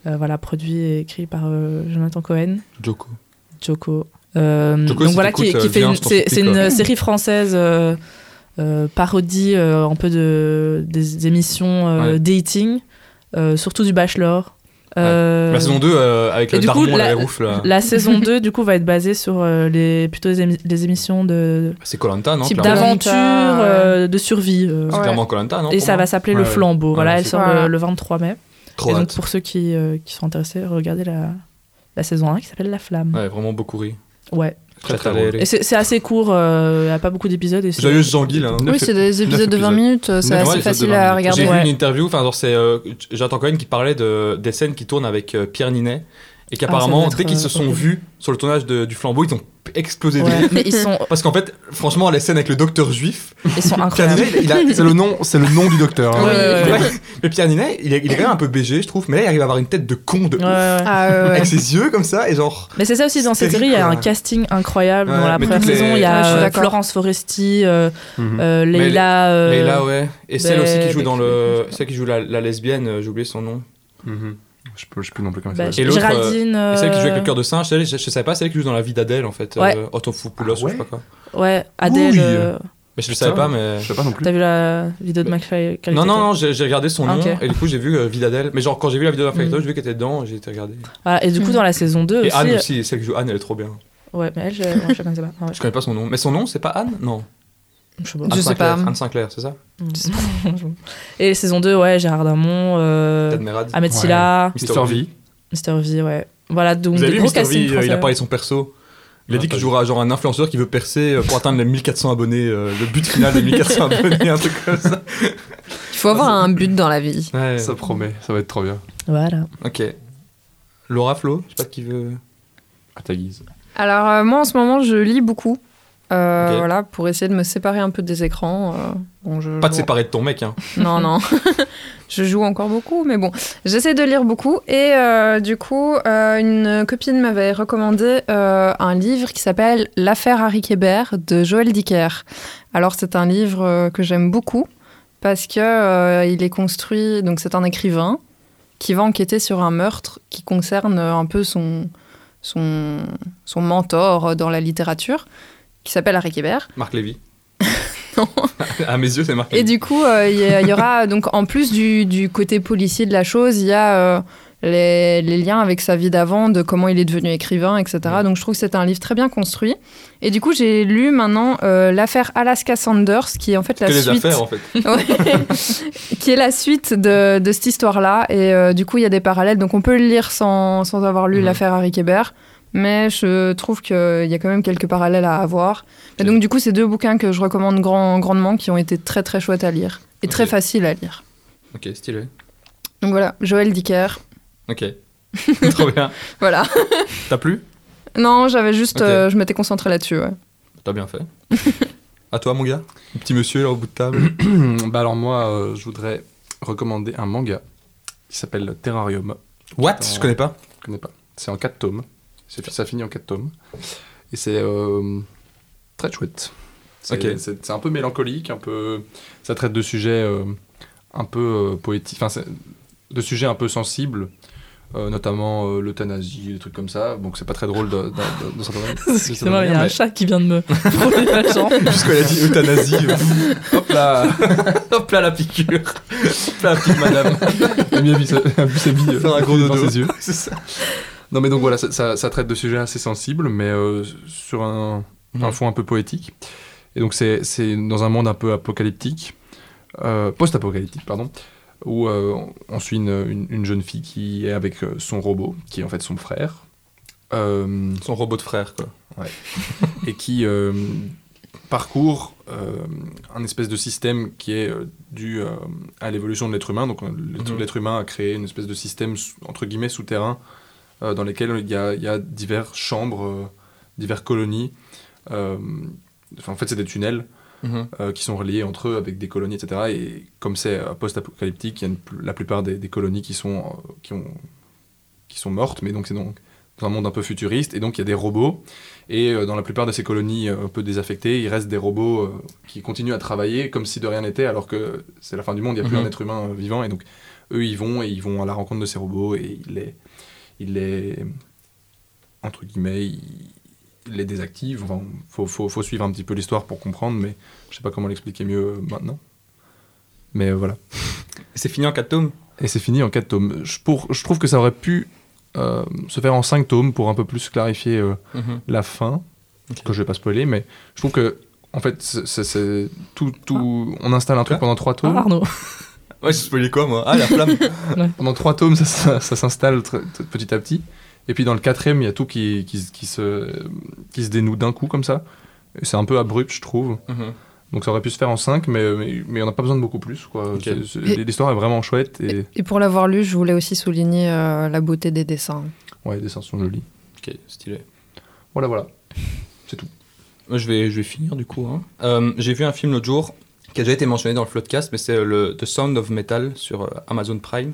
[SPEAKER 2] Euh, voilà, produit et écrit par euh, Jonathan Cohen,
[SPEAKER 1] Joko.
[SPEAKER 2] Joko. Euh,
[SPEAKER 1] Joko,
[SPEAKER 2] donc
[SPEAKER 1] si
[SPEAKER 2] voilà,
[SPEAKER 1] t'écoutes,
[SPEAKER 2] qui, qui
[SPEAKER 1] euh,
[SPEAKER 2] fait
[SPEAKER 1] viens,
[SPEAKER 2] une-
[SPEAKER 1] je t'en
[SPEAKER 2] c'est
[SPEAKER 1] supplie,
[SPEAKER 2] c'est
[SPEAKER 1] quoi.
[SPEAKER 2] une série française euh, euh, parodie euh, un peu de des émissions euh,
[SPEAKER 1] Ouais.
[SPEAKER 2] dating, euh, surtout du Bachelor. Euh,
[SPEAKER 1] La saison 2, euh, avec
[SPEAKER 2] et
[SPEAKER 1] le
[SPEAKER 2] du coup,
[SPEAKER 1] Darmon et
[SPEAKER 2] la-
[SPEAKER 1] la Roufle, là.
[SPEAKER 2] la saison 2, du coup, va être basée sur euh, les, plutôt les, émi- les émissions de
[SPEAKER 1] C'est Colanta, non
[SPEAKER 2] type
[SPEAKER 1] clairement.
[SPEAKER 2] d'aventure, euh, de survie. euh.
[SPEAKER 1] C'est
[SPEAKER 3] Ouais.
[SPEAKER 1] clairement Colanta, non
[SPEAKER 2] Et
[SPEAKER 1] pour
[SPEAKER 2] ça
[SPEAKER 1] moi
[SPEAKER 2] va s'appeler
[SPEAKER 4] Ouais,
[SPEAKER 2] Le
[SPEAKER 4] ouais.
[SPEAKER 2] Flambeau.
[SPEAKER 4] Ouais,
[SPEAKER 2] voilà, elle
[SPEAKER 4] c'est-
[SPEAKER 2] sort
[SPEAKER 3] Voilà.
[SPEAKER 2] le, le 23 mai.
[SPEAKER 1] Trop
[SPEAKER 2] et donc,
[SPEAKER 1] hâte.
[SPEAKER 2] pour ceux qui, euh, qui sont intéressés, regardez la, la saison 1 qui s'appelle La Flamme.
[SPEAKER 1] Ouais, vraiment beaucoup ri.
[SPEAKER 2] Ouais.
[SPEAKER 4] Très,
[SPEAKER 1] Très,
[SPEAKER 4] très
[SPEAKER 1] très
[SPEAKER 4] drôle.
[SPEAKER 1] rire.
[SPEAKER 2] Et c'est c'est assez court, euh, il n'y a pas beaucoup d'épisodes. et c'est-
[SPEAKER 1] Joyeuse Jean-Guy, là. hein.
[SPEAKER 4] Neuf
[SPEAKER 3] Oui, c'est des épisodes de 20
[SPEAKER 4] épisodes.
[SPEAKER 3] minutes, euh, c'est
[SPEAKER 4] Neuf
[SPEAKER 3] assez
[SPEAKER 4] épisodes
[SPEAKER 3] facile
[SPEAKER 4] de 20
[SPEAKER 3] à
[SPEAKER 4] minutes.
[SPEAKER 3] regarder.
[SPEAKER 1] J'ai
[SPEAKER 2] Ouais.
[SPEAKER 1] vu une interview, enfin, genre, c'est euh, Jonathan Cohen qui parlait de, des scènes qui tournent avec euh, Pierre Ninet. Et
[SPEAKER 2] ça
[SPEAKER 1] qu'apparemment,
[SPEAKER 2] doit
[SPEAKER 1] dès
[SPEAKER 2] être,
[SPEAKER 1] qu'ils
[SPEAKER 2] euh,
[SPEAKER 1] se sont
[SPEAKER 2] horrible.
[SPEAKER 1] vus sur le tournage de- du flambeau, ils ont explosé de
[SPEAKER 2] Ouais,
[SPEAKER 1] rire.
[SPEAKER 2] mais ils sont,
[SPEAKER 1] Parce qu'en fait, franchement, les scènes avec le docteur juif,
[SPEAKER 2] ils sont
[SPEAKER 1] Pierre
[SPEAKER 2] incroyables.
[SPEAKER 1] Ninet, il a-
[SPEAKER 4] C'est le nom, c'est le nom du docteur. hein.
[SPEAKER 2] Ouais, ouais, ouais.
[SPEAKER 1] Ouais. Mais Pierre Ninet, il est, il est quand même un peu BG, je trouve, mais là, il arrive à avoir une tête de con de
[SPEAKER 2] Ouais,
[SPEAKER 1] ouf,
[SPEAKER 2] ouais.
[SPEAKER 3] Ah, ouais, ouais.
[SPEAKER 1] avec ses yeux comme ça, et genre.
[SPEAKER 2] Mais c'est ça aussi, dans cette
[SPEAKER 1] C'est
[SPEAKER 2] série, il y a un
[SPEAKER 1] terrible, quoi.
[SPEAKER 2] casting incroyable.
[SPEAKER 1] Ouais,
[SPEAKER 2] dans la
[SPEAKER 1] mais
[SPEAKER 2] première
[SPEAKER 1] toutes les-
[SPEAKER 2] saison, il y
[SPEAKER 3] Ouais, Ah, je suis
[SPEAKER 2] a euh,
[SPEAKER 3] d'accord.
[SPEAKER 2] Florence Foresti, euh,
[SPEAKER 4] Mhm.
[SPEAKER 2] euh, Leila. euh,
[SPEAKER 1] Mais là, ouais. Et celle
[SPEAKER 2] ben,
[SPEAKER 1] aussi qui joue
[SPEAKER 2] ben,
[SPEAKER 1] dans
[SPEAKER 2] je-
[SPEAKER 1] le.
[SPEAKER 2] je sais
[SPEAKER 1] Celle qui joue la, la lesbienne, euh, j'ai oublié son nom.
[SPEAKER 4] Mhm. Je peux, je peux non plus comment
[SPEAKER 2] bah,
[SPEAKER 4] ça s'appelle.
[SPEAKER 1] Et l'autre, euh,
[SPEAKER 2] Géraldine.
[SPEAKER 1] Et celle qui joue avec le
[SPEAKER 2] euh,
[SPEAKER 1] cœur de singe, celle, je, je savais pas, celle qui joue dans la vie d'Adèle en fait.
[SPEAKER 2] Ouais.
[SPEAKER 1] Euh, Otofopoulos,
[SPEAKER 4] Ah ouais
[SPEAKER 1] je sais pas quoi.
[SPEAKER 2] Ouais, Adèle.
[SPEAKER 4] Ouille.
[SPEAKER 2] euh,
[SPEAKER 1] Mais je le savais
[SPEAKER 4] Putain.
[SPEAKER 1] pas, mais.
[SPEAKER 4] Je sais pas non plus.
[SPEAKER 2] T'as vu la vidéo de McFly euh, quelle
[SPEAKER 1] Non,
[SPEAKER 2] était-
[SPEAKER 1] non, non, j'ai j'ai regardé son
[SPEAKER 2] Ah,
[SPEAKER 1] nom
[SPEAKER 2] ok.
[SPEAKER 1] et du coup j'ai vu euh, vie d'Adèle. Mais genre quand j'ai vu la vidéo
[SPEAKER 2] Mm.
[SPEAKER 1] d'Infecto, j'ai vu qu'elle était dedans et j'ai été regarder.
[SPEAKER 2] Voilà, Et du coup,
[SPEAKER 3] Mm.
[SPEAKER 2] dans la saison 2
[SPEAKER 1] Et
[SPEAKER 2] aussi.
[SPEAKER 1] Anne
[SPEAKER 2] euh,
[SPEAKER 1] aussi, celle qui joue Anne, elle est trop bien.
[SPEAKER 2] Ouais, mais elle, je non, je la connaissais pas. Ah ouais,
[SPEAKER 1] Je connais pas son nom. Mais son nom, c'est pas Anne Non.
[SPEAKER 2] je sais pas.
[SPEAKER 3] Je
[SPEAKER 1] Anne
[SPEAKER 3] sais
[SPEAKER 1] Sinclair.
[SPEAKER 3] pas.
[SPEAKER 1] Anne Sinclair, c'est ça
[SPEAKER 2] Et saison 2, ouais, Gérard Darmon, euh,
[SPEAKER 1] Tad Merad.
[SPEAKER 2] Ahmed Silla,
[SPEAKER 4] Histoire vie.
[SPEAKER 2] Mr. V, ouais. Voilà, donc
[SPEAKER 1] Vous avez
[SPEAKER 2] des
[SPEAKER 1] vu
[SPEAKER 2] gros
[SPEAKER 1] Mr. V,
[SPEAKER 2] castings
[SPEAKER 1] euh, il a
[SPEAKER 2] français.
[SPEAKER 1] parlé de son perso. Il a
[SPEAKER 4] Non,
[SPEAKER 1] dit
[SPEAKER 4] pas
[SPEAKER 1] qu'il
[SPEAKER 4] du
[SPEAKER 1] jouera genre un influenceur qui veut percer euh, pour atteindre les 1400 abonnés, euh, le but final des 1400 abonnés, un truc comme ça.
[SPEAKER 3] Il faut avoir un but dans la vie.
[SPEAKER 1] Ouais.
[SPEAKER 4] Ça promet, ça va être trop bien.
[SPEAKER 2] Voilà.
[SPEAKER 1] Ok. Laura Flo, je sais pas qui veut.
[SPEAKER 4] À ta guise.
[SPEAKER 3] Alors, euh, moi, en ce moment, je lis beaucoup. Euh,
[SPEAKER 1] Ok.
[SPEAKER 3] Voilà, pour essayer de me séparer un peu des écrans. euh, bon, je,
[SPEAKER 1] Pas de
[SPEAKER 3] je-
[SPEAKER 1] séparer de ton mec, hein.
[SPEAKER 3] Non, non. je joue encore beaucoup, mais bon, j'essaie de lire beaucoup. Et euh, du coup, euh, une copine m'avait recommandé euh, un livre qui s'appelle L'affaire Harry Kébert de Joël Dicker. Alors, c'est un livre euh, que j'aime beaucoup parce que euh, il est construit. Donc, c'est un écrivain qui va enquêter sur un meurtre qui concerne euh, un peu son son son mentor euh, dans la littérature qui s'appelle Harry Kébert.
[SPEAKER 1] Marc Lévy.
[SPEAKER 3] Non.
[SPEAKER 1] à mes yeux, c'est Marc
[SPEAKER 3] Et
[SPEAKER 1] Lévy.
[SPEAKER 3] du coup, euh, il y a- il y, aura donc en plus du, du côté policier de la chose, il y a euh, les, les liens avec sa vie d'avant, de comment il est devenu écrivain, etc. Donc je trouve que c'est un livre très bien construit. Et du coup, j'ai lu maintenant euh, l'affaire Alaska Sanders, qui est en fait la
[SPEAKER 1] que les
[SPEAKER 3] suite,
[SPEAKER 1] affaires, en fait.
[SPEAKER 3] Ouais. qui est la suite de, de cette histoire-là. Et euh, du coup, il y a des parallèles. Donc on peut le lire sans, sans avoir lu
[SPEAKER 1] Mhm.
[SPEAKER 3] l'affaire Harry Kébert. Mais je trouve qu'il y a quand même quelques parallèles à avoir. Et donc, du coup, c'est deux bouquins que je recommande grand- grandement, qui ont été très très chouettes à lire et très
[SPEAKER 1] Ok.
[SPEAKER 3] faciles à lire.
[SPEAKER 1] Ok, stylé.
[SPEAKER 3] Donc voilà, Joël Dicker.
[SPEAKER 1] Ok. Trop bien.
[SPEAKER 3] Voilà.
[SPEAKER 1] T'as plu
[SPEAKER 3] Non, j'avais juste.
[SPEAKER 1] Ok.
[SPEAKER 3] euh, je m'étais concentrée là-dessus. ouais.
[SPEAKER 1] T'as bien fait. à toi, mon gars. Le petit monsieur, là, au bout de table.
[SPEAKER 4] bah alors moi, euh, je voudrais recommander un manga qui s'appelle Terrarium.
[SPEAKER 1] What
[SPEAKER 4] Attends.
[SPEAKER 1] Je connais pas.
[SPEAKER 4] Je connais pas. C'est en 4 tomes. C'est- Ça finit en 4 tomes. Et c'est euh, très chouette. C'est
[SPEAKER 1] Ok.
[SPEAKER 4] c'est- c'est un peu mélancolique, un peu. Ça traite de sujets euh, un peu euh, poétiques, enfin, c'est- de sujets un peu sensibles, euh, notamment euh, l'euthanasie, des trucs comme ça. Donc c'est pas très drôle de, de, de- de certaines- de certaines
[SPEAKER 2] Excusez-moi, il y a
[SPEAKER 4] manières,
[SPEAKER 2] un
[SPEAKER 4] mais-
[SPEAKER 2] chat qui vient de me frôler la jambe.
[SPEAKER 1] Jusqu'à la dit euthanasie. euh. Hop là Hop là, la piqûre Hop là, la petite madame
[SPEAKER 4] Il a mis un bis- un bis à billes,
[SPEAKER 1] Faire un
[SPEAKER 4] euh,
[SPEAKER 1] gros
[SPEAKER 4] dans
[SPEAKER 1] dodo.
[SPEAKER 4] ses yeux.
[SPEAKER 1] C'est ça.
[SPEAKER 4] Non mais donc voilà, ça, ça- ça traite de sujets assez sensibles, mais euh, sur un, un
[SPEAKER 1] Mhm.
[SPEAKER 4] fond un peu poétique. Et donc c'est c'est dans un monde un peu apocalyptique, euh, post-apocalyptique, pardon, où euh, on- on suit une, une- une jeune fille qui est avec euh, son robot, qui est en fait son frère, euh,
[SPEAKER 1] Son robot de frère, quoi.
[SPEAKER 4] et qui euh, parcourt euh, un espèce de système qui est euh, dû euh, à l'évolution de l'être humain. Donc euh, l'être
[SPEAKER 1] Mhm.
[SPEAKER 4] l'être humain a créé une espèce de système sous- entre guillemets souterrain euh, dans lesquels il y a, il y a diverses chambres, euh, diverses colonies. Euh, enfin, en fait, c'est des tunnels euh, qui sont reliés entre eux avec des colonies, etc. Et comme c'est euh, post-apocalyptique, il y a une pl- la plupart des, des colonies qui sont, euh, qui, ont, qui sont mortes, mais donc c'est donc dans un monde un peu futuriste, et donc il y a des robots. Et euh, dans la plupart de ces colonies euh, un peu désaffectées, il reste des robots euh, qui continuent à travailler comme si de rien n'était, alors que c'est la fin du monde, il n'y a plus
[SPEAKER 1] Mhm.
[SPEAKER 4] un être humain euh, vivant, et donc eux, ils vont et ils vont à la rencontre de ces robots, et ils les, ils les entre guillemets, ils ils les désactivent. Enfin, faut, faut, faut suivre un petit peu l'histoire pour comprendre, mais je sais pas comment l'expliquer mieux euh, maintenant. Mais euh, voilà.
[SPEAKER 1] C'est fini en 4 tomes
[SPEAKER 4] Et c'est fini en 4 tomes. Je, pour, je trouve que ça aurait pu euh, se faire en 5 tomes pour un peu plus clarifier euh,
[SPEAKER 1] Mm-hmm.
[SPEAKER 4] la fin,
[SPEAKER 1] Ok.
[SPEAKER 4] que je vais pas spoiler, mais je trouve que, en fait, c'est- c'est- c'est tout, tout, on installe un truc
[SPEAKER 1] Quoi
[SPEAKER 4] pendant 3
[SPEAKER 2] Ah,
[SPEAKER 4] tomes.
[SPEAKER 2] Arnaud.
[SPEAKER 1] Ouais, je spoilais quoi moi Ah, la flamme
[SPEAKER 4] Pendant 3 tomes, ça, ça- ça s'installe tr- tr- petit à petit. Et puis dans le quatrième, il y a tout qui, qui, se- qui se, qui se dénoue d'un coup comme ça. Et C'est un peu abrupt, je trouve.
[SPEAKER 1] Mm-hmm.
[SPEAKER 4] Donc ça aurait pu se faire en 5, mais, mais, mais on n'a pas besoin de beaucoup plus. quoi.
[SPEAKER 1] Ok.
[SPEAKER 4] C'est- c'est-
[SPEAKER 3] Et-
[SPEAKER 4] L'histoire est vraiment chouette et
[SPEAKER 3] Et pour l'avoir lu, je voulais aussi souligner euh, la beauté des dessins.
[SPEAKER 4] ouais, les dessins sont jolis.
[SPEAKER 1] Ok, stylé.
[SPEAKER 4] Voilà, voilà.
[SPEAKER 1] Moi, Euh, je vais, je vais finir du coup. hein. Euh, J'ai vu un film l'autre jour qui a déjà été mentionné dans le Floodcast, mais c'est le The Sound of Metal sur euh, Amazon Prime.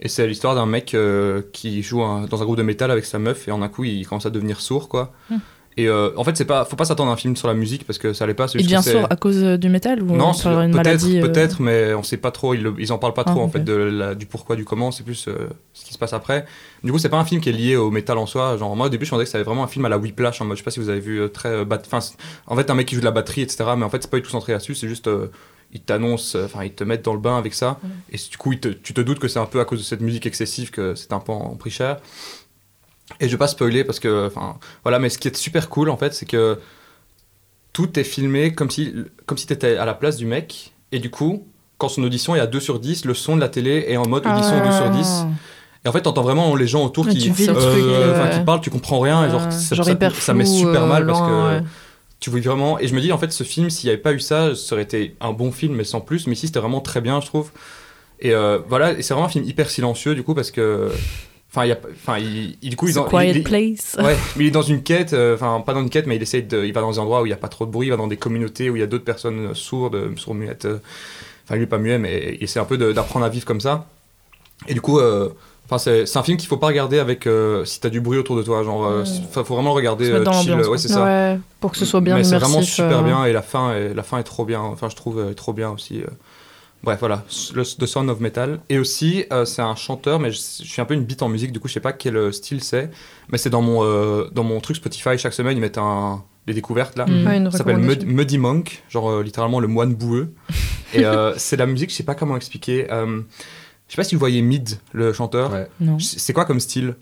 [SPEAKER 1] Et c'est l'histoire d'un mec euh, qui joue un- dans un groupe de métal avec sa meuf et en un coup il commence à devenir sourd quoi.
[SPEAKER 2] Hmm.
[SPEAKER 1] Et euh, en fait, c'est pas, faut pas s'attendre à un film sur la musique parce que ça allait pas. c'est
[SPEAKER 2] Il
[SPEAKER 1] juste que
[SPEAKER 2] devient
[SPEAKER 1] c'est-
[SPEAKER 2] sourd à cause euh, du métal ou
[SPEAKER 1] Non,
[SPEAKER 2] on
[SPEAKER 1] c'est-
[SPEAKER 2] parle d'une
[SPEAKER 1] peut-être,
[SPEAKER 2] maladie euh,
[SPEAKER 1] peut-être, mais on sait pas trop. Ils, le- ils en parlent pas
[SPEAKER 2] Ah,
[SPEAKER 1] trop en
[SPEAKER 2] ok.
[SPEAKER 1] fait de la- du pourquoi, du comment. C'est plus euh, ce qui se passe après. Du coup, c'est pas un film qui est lié au métal en soi. Genre moi au début, je pensais que c'était vraiment un film à la Whiplash en mode. Je sais pas si vous avez vu euh, très. euh, bat- Enfin, c'est- en fait, un mec qui joue de la batterie, etc. Mais en fait, c'est pas du tout centré là-dessus. C'est juste euh, ils t'annoncent, euh, enfin ils te mettent dans le bain avec ça. Et du coup, ils te- tu te doutes que c'est un peu à cause de cette musique excessive que c'est un peu en, en prix cher. Et je vais pas spoiler parce que, enfin, voilà, mais ce qui est super cool en fait, c'est que tout est filmé comme si, comme si t'étais à la place du mec. Et du coup, quand son audition est à 2 sur 10, le son de la télé est en mode audition 2 sur 10. Et en fait, t'entends vraiment les gens autour
[SPEAKER 2] Ouais,
[SPEAKER 1] qui,
[SPEAKER 2] Ah tu vis le
[SPEAKER 1] euh,
[SPEAKER 3] truc, euh,
[SPEAKER 1] enfin, qui parlent, tu comprends rien.
[SPEAKER 3] Ah.
[SPEAKER 1] et genre,
[SPEAKER 2] Ouais,
[SPEAKER 1] ça,
[SPEAKER 2] genre
[SPEAKER 1] ça-
[SPEAKER 2] hyper
[SPEAKER 1] ça met
[SPEAKER 2] flou,
[SPEAKER 1] super
[SPEAKER 2] euh,
[SPEAKER 1] mal parce que
[SPEAKER 2] lent, ouais.
[SPEAKER 1] tu vois vraiment. Et je me dis, en fait, ce film, s'il n'y avait pas eu ça, ça aurait été un bon film, mais sans plus. Mais ici, c'était vraiment très bien, je trouve. Et euh, voilà, et c'est vraiment un film hyper silencieux, du coup, parce que. Enfin, il y a- enfin, il- il- du coup, ils
[SPEAKER 2] C'est
[SPEAKER 1] ont.
[SPEAKER 2] Quiet
[SPEAKER 1] il- il-
[SPEAKER 2] Place.
[SPEAKER 1] Ouais, mais il est dans une quête, euh, enfin pas dans une quête, mais il essaie de, il va dans des endroits où il n'y a pas trop de bruit, il va dans des communautés où il y a d'autres personnes euh, sourdes, euh, sourdes muettes, euh, enfin lui pas muet, mais il essaie un peu de- d'apprendre à vivre comme ça. Et du coup, euh, enfin c'est c'est un film qu'il faut pas regarder avec euh, si t'as du bruit autour de toi, genre, euh,
[SPEAKER 2] Ouais.
[SPEAKER 1] c'est- enfin, faut vraiment le regarder
[SPEAKER 2] Se mettre
[SPEAKER 1] euh,
[SPEAKER 2] dans
[SPEAKER 1] chill,
[SPEAKER 2] l'ambiance,
[SPEAKER 1] ouais
[SPEAKER 2] quoi.
[SPEAKER 1] c'est ça.
[SPEAKER 3] Ouais, pour que ce soit bien
[SPEAKER 1] mais c'est
[SPEAKER 3] immersif.
[SPEAKER 1] vraiment super
[SPEAKER 3] euh,
[SPEAKER 1] bien et la fin, est, la fin est trop bien, enfin je trouve euh, est trop bien aussi. euh. Bref, voilà, le, The Sound of Metal. Et aussi, euh, c'est un chanteur, mais je, je suis un peu une bite en musique, du coup, je sais pas quel euh, style c'est. Mais c'est dans, mon euh, dans mon truc Spotify, chaque semaine, ils mettent un, des découvertes là.
[SPEAKER 2] Mm.
[SPEAKER 3] ouais, une
[SPEAKER 1] Ça s'appelle Mud-
[SPEAKER 3] recommandation.
[SPEAKER 1] Muddy Monk, genre euh, littéralement le moine boueux. Et euh, c'est de la musique, je sais pas comment expliquer. euh, je sais pas si vous voyez Mid, le chanteur.
[SPEAKER 4] Ouais.
[SPEAKER 2] Non.
[SPEAKER 1] C'est quoi comme style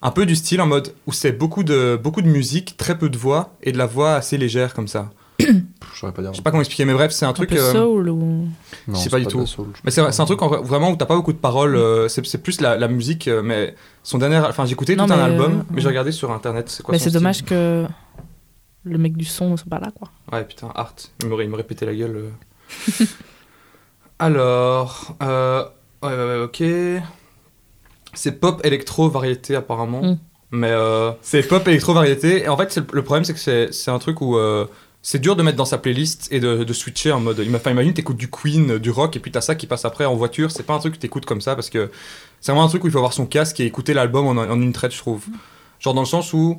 [SPEAKER 1] Un peu du style en mode où c'est beaucoup de, beaucoup de musique, très peu de voix, et de la voix assez légère comme ça.
[SPEAKER 4] Je saurais pas dire.
[SPEAKER 1] Je sais pas comment expliquer, mais bref, c'est un
[SPEAKER 2] Un
[SPEAKER 1] truc.
[SPEAKER 2] peu
[SPEAKER 1] euh,
[SPEAKER 2] soul ou.
[SPEAKER 4] Non,
[SPEAKER 1] Je sais
[SPEAKER 4] c'est
[SPEAKER 1] pas du
[SPEAKER 4] de
[SPEAKER 1] tout.
[SPEAKER 4] la soul, je
[SPEAKER 1] mais c'est
[SPEAKER 4] pense.
[SPEAKER 1] c'est un truc en- vraiment où t'as pas beaucoup de paroles, euh, c'est c'est plus la, la musique. euh, mais son dernier, enfin j'écoutais tout
[SPEAKER 2] Non,
[SPEAKER 1] un
[SPEAKER 2] mais,
[SPEAKER 1] album,
[SPEAKER 2] euh,
[SPEAKER 1] mais j'ai regardé sur internet. C'est quoi
[SPEAKER 2] Mais
[SPEAKER 1] son
[SPEAKER 2] c'est
[SPEAKER 1] style
[SPEAKER 2] dommage que le mec du son soit pas là, quoi.
[SPEAKER 1] Ouais putain, Art, il me, il me répétait la gueule. euh. Alors, euh, ouais, ouais, ouais, ok. C'est pop électro variété apparemment,
[SPEAKER 2] Mm.
[SPEAKER 1] mais euh, c'est pop électro variété. Et en fait, c'est le, le problème c'est que c'est- c'est un truc où euh, c'est dur de mettre dans sa playlist et de, de switcher en mode. Enfin, imagine, t'écoutes du Queen, euh, du rock, et puis t'as ça qui passe après en voiture. C'est pas un truc que t'écoutes comme ça parce que c'est vraiment un truc où il faut avoir son casque et écouter l'album en, en une traite, je trouve. Genre dans le sens où.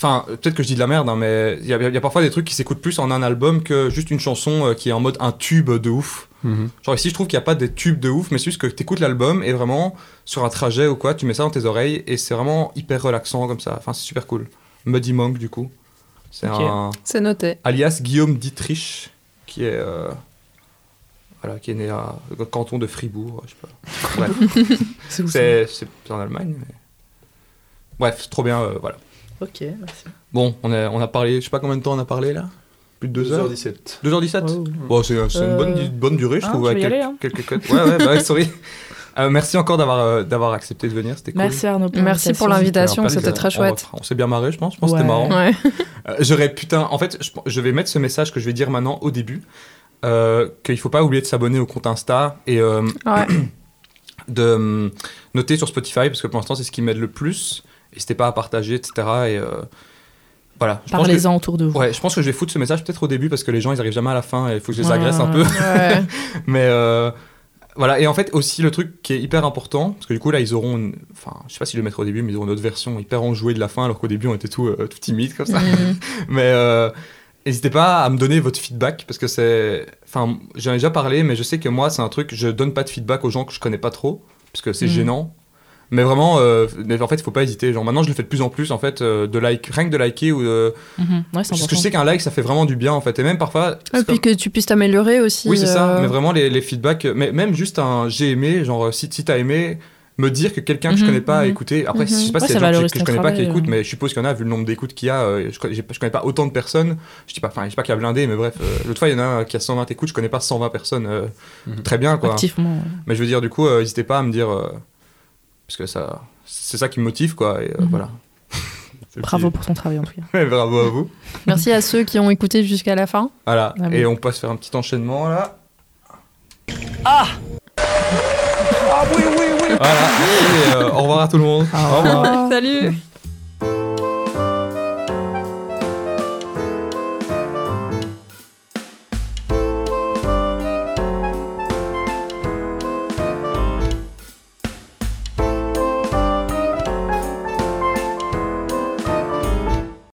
[SPEAKER 1] Enfin, euh, peut-être que je dis de la merde, hein, mais il y, a- il y a parfois des trucs qui s'écoutent plus en un album que juste une chanson euh, qui est en mode un tube de ouf.
[SPEAKER 4] Mhm.
[SPEAKER 1] Genre ici, je trouve qu'il n'y a pas des tubes de ouf, mais c'est juste que t'écoutes l'album et vraiment, sur un trajet ou quoi, tu mets ça dans tes oreilles et c'est vraiment hyper relaxant comme ça. Enfin, c'est super cool. Muddy Monk, du coup. C'est
[SPEAKER 2] Ok.
[SPEAKER 1] un
[SPEAKER 3] C'est noté.
[SPEAKER 1] alias Guillaume Dietrich, qui est, euh, voilà, qui est né à, au canton de Fribourg, je sais pas. Bref.
[SPEAKER 2] C'est où
[SPEAKER 1] C'est c'est en Allemagne. mais- Bref, c'est trop bien, euh, voilà.
[SPEAKER 2] Ok, merci.
[SPEAKER 1] Bon, on a, on a parlé, je sais pas combien de temps on a parlé là Plus de 2h17.
[SPEAKER 4] 2h17.
[SPEAKER 1] 2h17
[SPEAKER 2] Wow.
[SPEAKER 1] Bon, c'est c'est une bonne,
[SPEAKER 2] Euh,
[SPEAKER 1] du- bonne durée, je
[SPEAKER 2] hein,
[SPEAKER 1] trouve,
[SPEAKER 2] je
[SPEAKER 1] avec
[SPEAKER 2] vais y
[SPEAKER 1] quelques,
[SPEAKER 2] aller, hein.
[SPEAKER 1] quelques cotes. Ouais, ouais, bah ouais, sorry. Euh, merci encore d'avoir euh, d'avoir accepté de venir, c'était cool.
[SPEAKER 2] Merci Arnaud. pour
[SPEAKER 3] Merci pour l'invitation,
[SPEAKER 1] Alors,
[SPEAKER 3] c'était
[SPEAKER 1] parce que
[SPEAKER 3] très
[SPEAKER 1] on-
[SPEAKER 3] chouette.
[SPEAKER 1] On, s'est bien marré, je pense. Je pense que
[SPEAKER 2] Ouais.
[SPEAKER 1] c'était marrant.
[SPEAKER 3] Ouais.
[SPEAKER 1] Euh, J'aurais putain. En fait, je, je vais mettre ce message que je vais dire maintenant au début euh, qu'il faut pas oublier de s'abonner au compte Insta et euh,
[SPEAKER 3] Ouais.
[SPEAKER 1] de euh, noter sur Spotify parce que pour l'instant c'est ce qui m'aide le plus. N'hésitez pas à partager, etc. Et euh, voilà. Je pense que-
[SPEAKER 2] Parlez-en autour de vous.
[SPEAKER 1] Ouais, je pense que je vais foutre ce message peut-être au début parce que les gens ils arrivent jamais à la fin et il faut que je les
[SPEAKER 2] Ouais,
[SPEAKER 1] agresse un peu.
[SPEAKER 2] ouais,
[SPEAKER 3] Ouais.
[SPEAKER 1] Mais euh, voilà, et en fait aussi le truc qui est hyper important, parce que du coup là ils auront, une- enfin je sais pas si je le mettre au début, mais ils auront une autre version hyper enjouée de la fin, alors qu'au début on était tout, euh, tout timide comme ça.
[SPEAKER 3] Mhm.
[SPEAKER 1] Mais euh, n'hésitez pas à me donner votre feedback, parce que c'est, enfin j'en ai déjà parlé, mais je sais que moi c'est un truc, je donne pas de feedback aux gens que je connais pas trop, parce que c'est
[SPEAKER 2] Mhm.
[SPEAKER 1] gênant. Mais vraiment, euh, mais en fait, il faut pas hésiter. Genre maintenant, je le fais de plus en plus, en fait, euh, de like, rien que de liker ou de.
[SPEAKER 2] Mhm. Ouais, c'est
[SPEAKER 1] Parce que je
[SPEAKER 2] important.
[SPEAKER 1] sais qu'un like, ça fait vraiment du bien, en fait. Et même parfois. c'est
[SPEAKER 3] Et puis que tu puisses t'améliorer aussi.
[SPEAKER 1] Oui, c'est ça,
[SPEAKER 3] euh,
[SPEAKER 1] mais vraiment les, les feedbacks, euh, mais même juste un j'ai aimé, genre euh, si, si t'as aimé, me dire que quelqu'un que je
[SPEAKER 2] Mhm,
[SPEAKER 1] connais pas a
[SPEAKER 3] mhm.
[SPEAKER 1] écouté. Après,
[SPEAKER 3] Mhm.
[SPEAKER 1] je sais pas
[SPEAKER 2] Ouais,
[SPEAKER 1] si y a des
[SPEAKER 2] ça
[SPEAKER 1] gens que
[SPEAKER 2] valorise
[SPEAKER 1] je- que
[SPEAKER 2] ton
[SPEAKER 1] je connais pas qui
[SPEAKER 2] travail,
[SPEAKER 1] écoutent,
[SPEAKER 2] ouais.
[SPEAKER 1] mais je suppose qu'il y en a, vu le nombre d'écoutes qu'il y a, euh, je, connais- j'ai pas- je connais pas autant de personnes, je dis pas, enfin, je dis pas qu'il y a blindé, mais bref, euh, l'autre fois, il y en a un qui a 120 écoutes, je connais pas 120 personnes, euh,
[SPEAKER 4] Mhm.
[SPEAKER 1] très bien, quoi.
[SPEAKER 2] Activement. ouais.
[SPEAKER 1] Mais je veux dire, du coup, euh, n'hésitez pas à me dire, euh, parce que ça, c'est ça qui me motive, quoi, et euh,
[SPEAKER 2] Mhm.
[SPEAKER 1] voilà. C'est
[SPEAKER 2] Bravo
[SPEAKER 1] petit-
[SPEAKER 2] pour ton travail en tout cas.
[SPEAKER 1] Ouais, bravo à vous.
[SPEAKER 3] Merci à ceux qui ont écouté jusqu'à la fin.
[SPEAKER 1] Voilà,
[SPEAKER 2] Ah oui.
[SPEAKER 1] et on passe faire un petit enchaînement, là. Ah Ah oui, oui, oui Voilà, et euh, au revoir à tout le monde. Au revoir.
[SPEAKER 3] Salut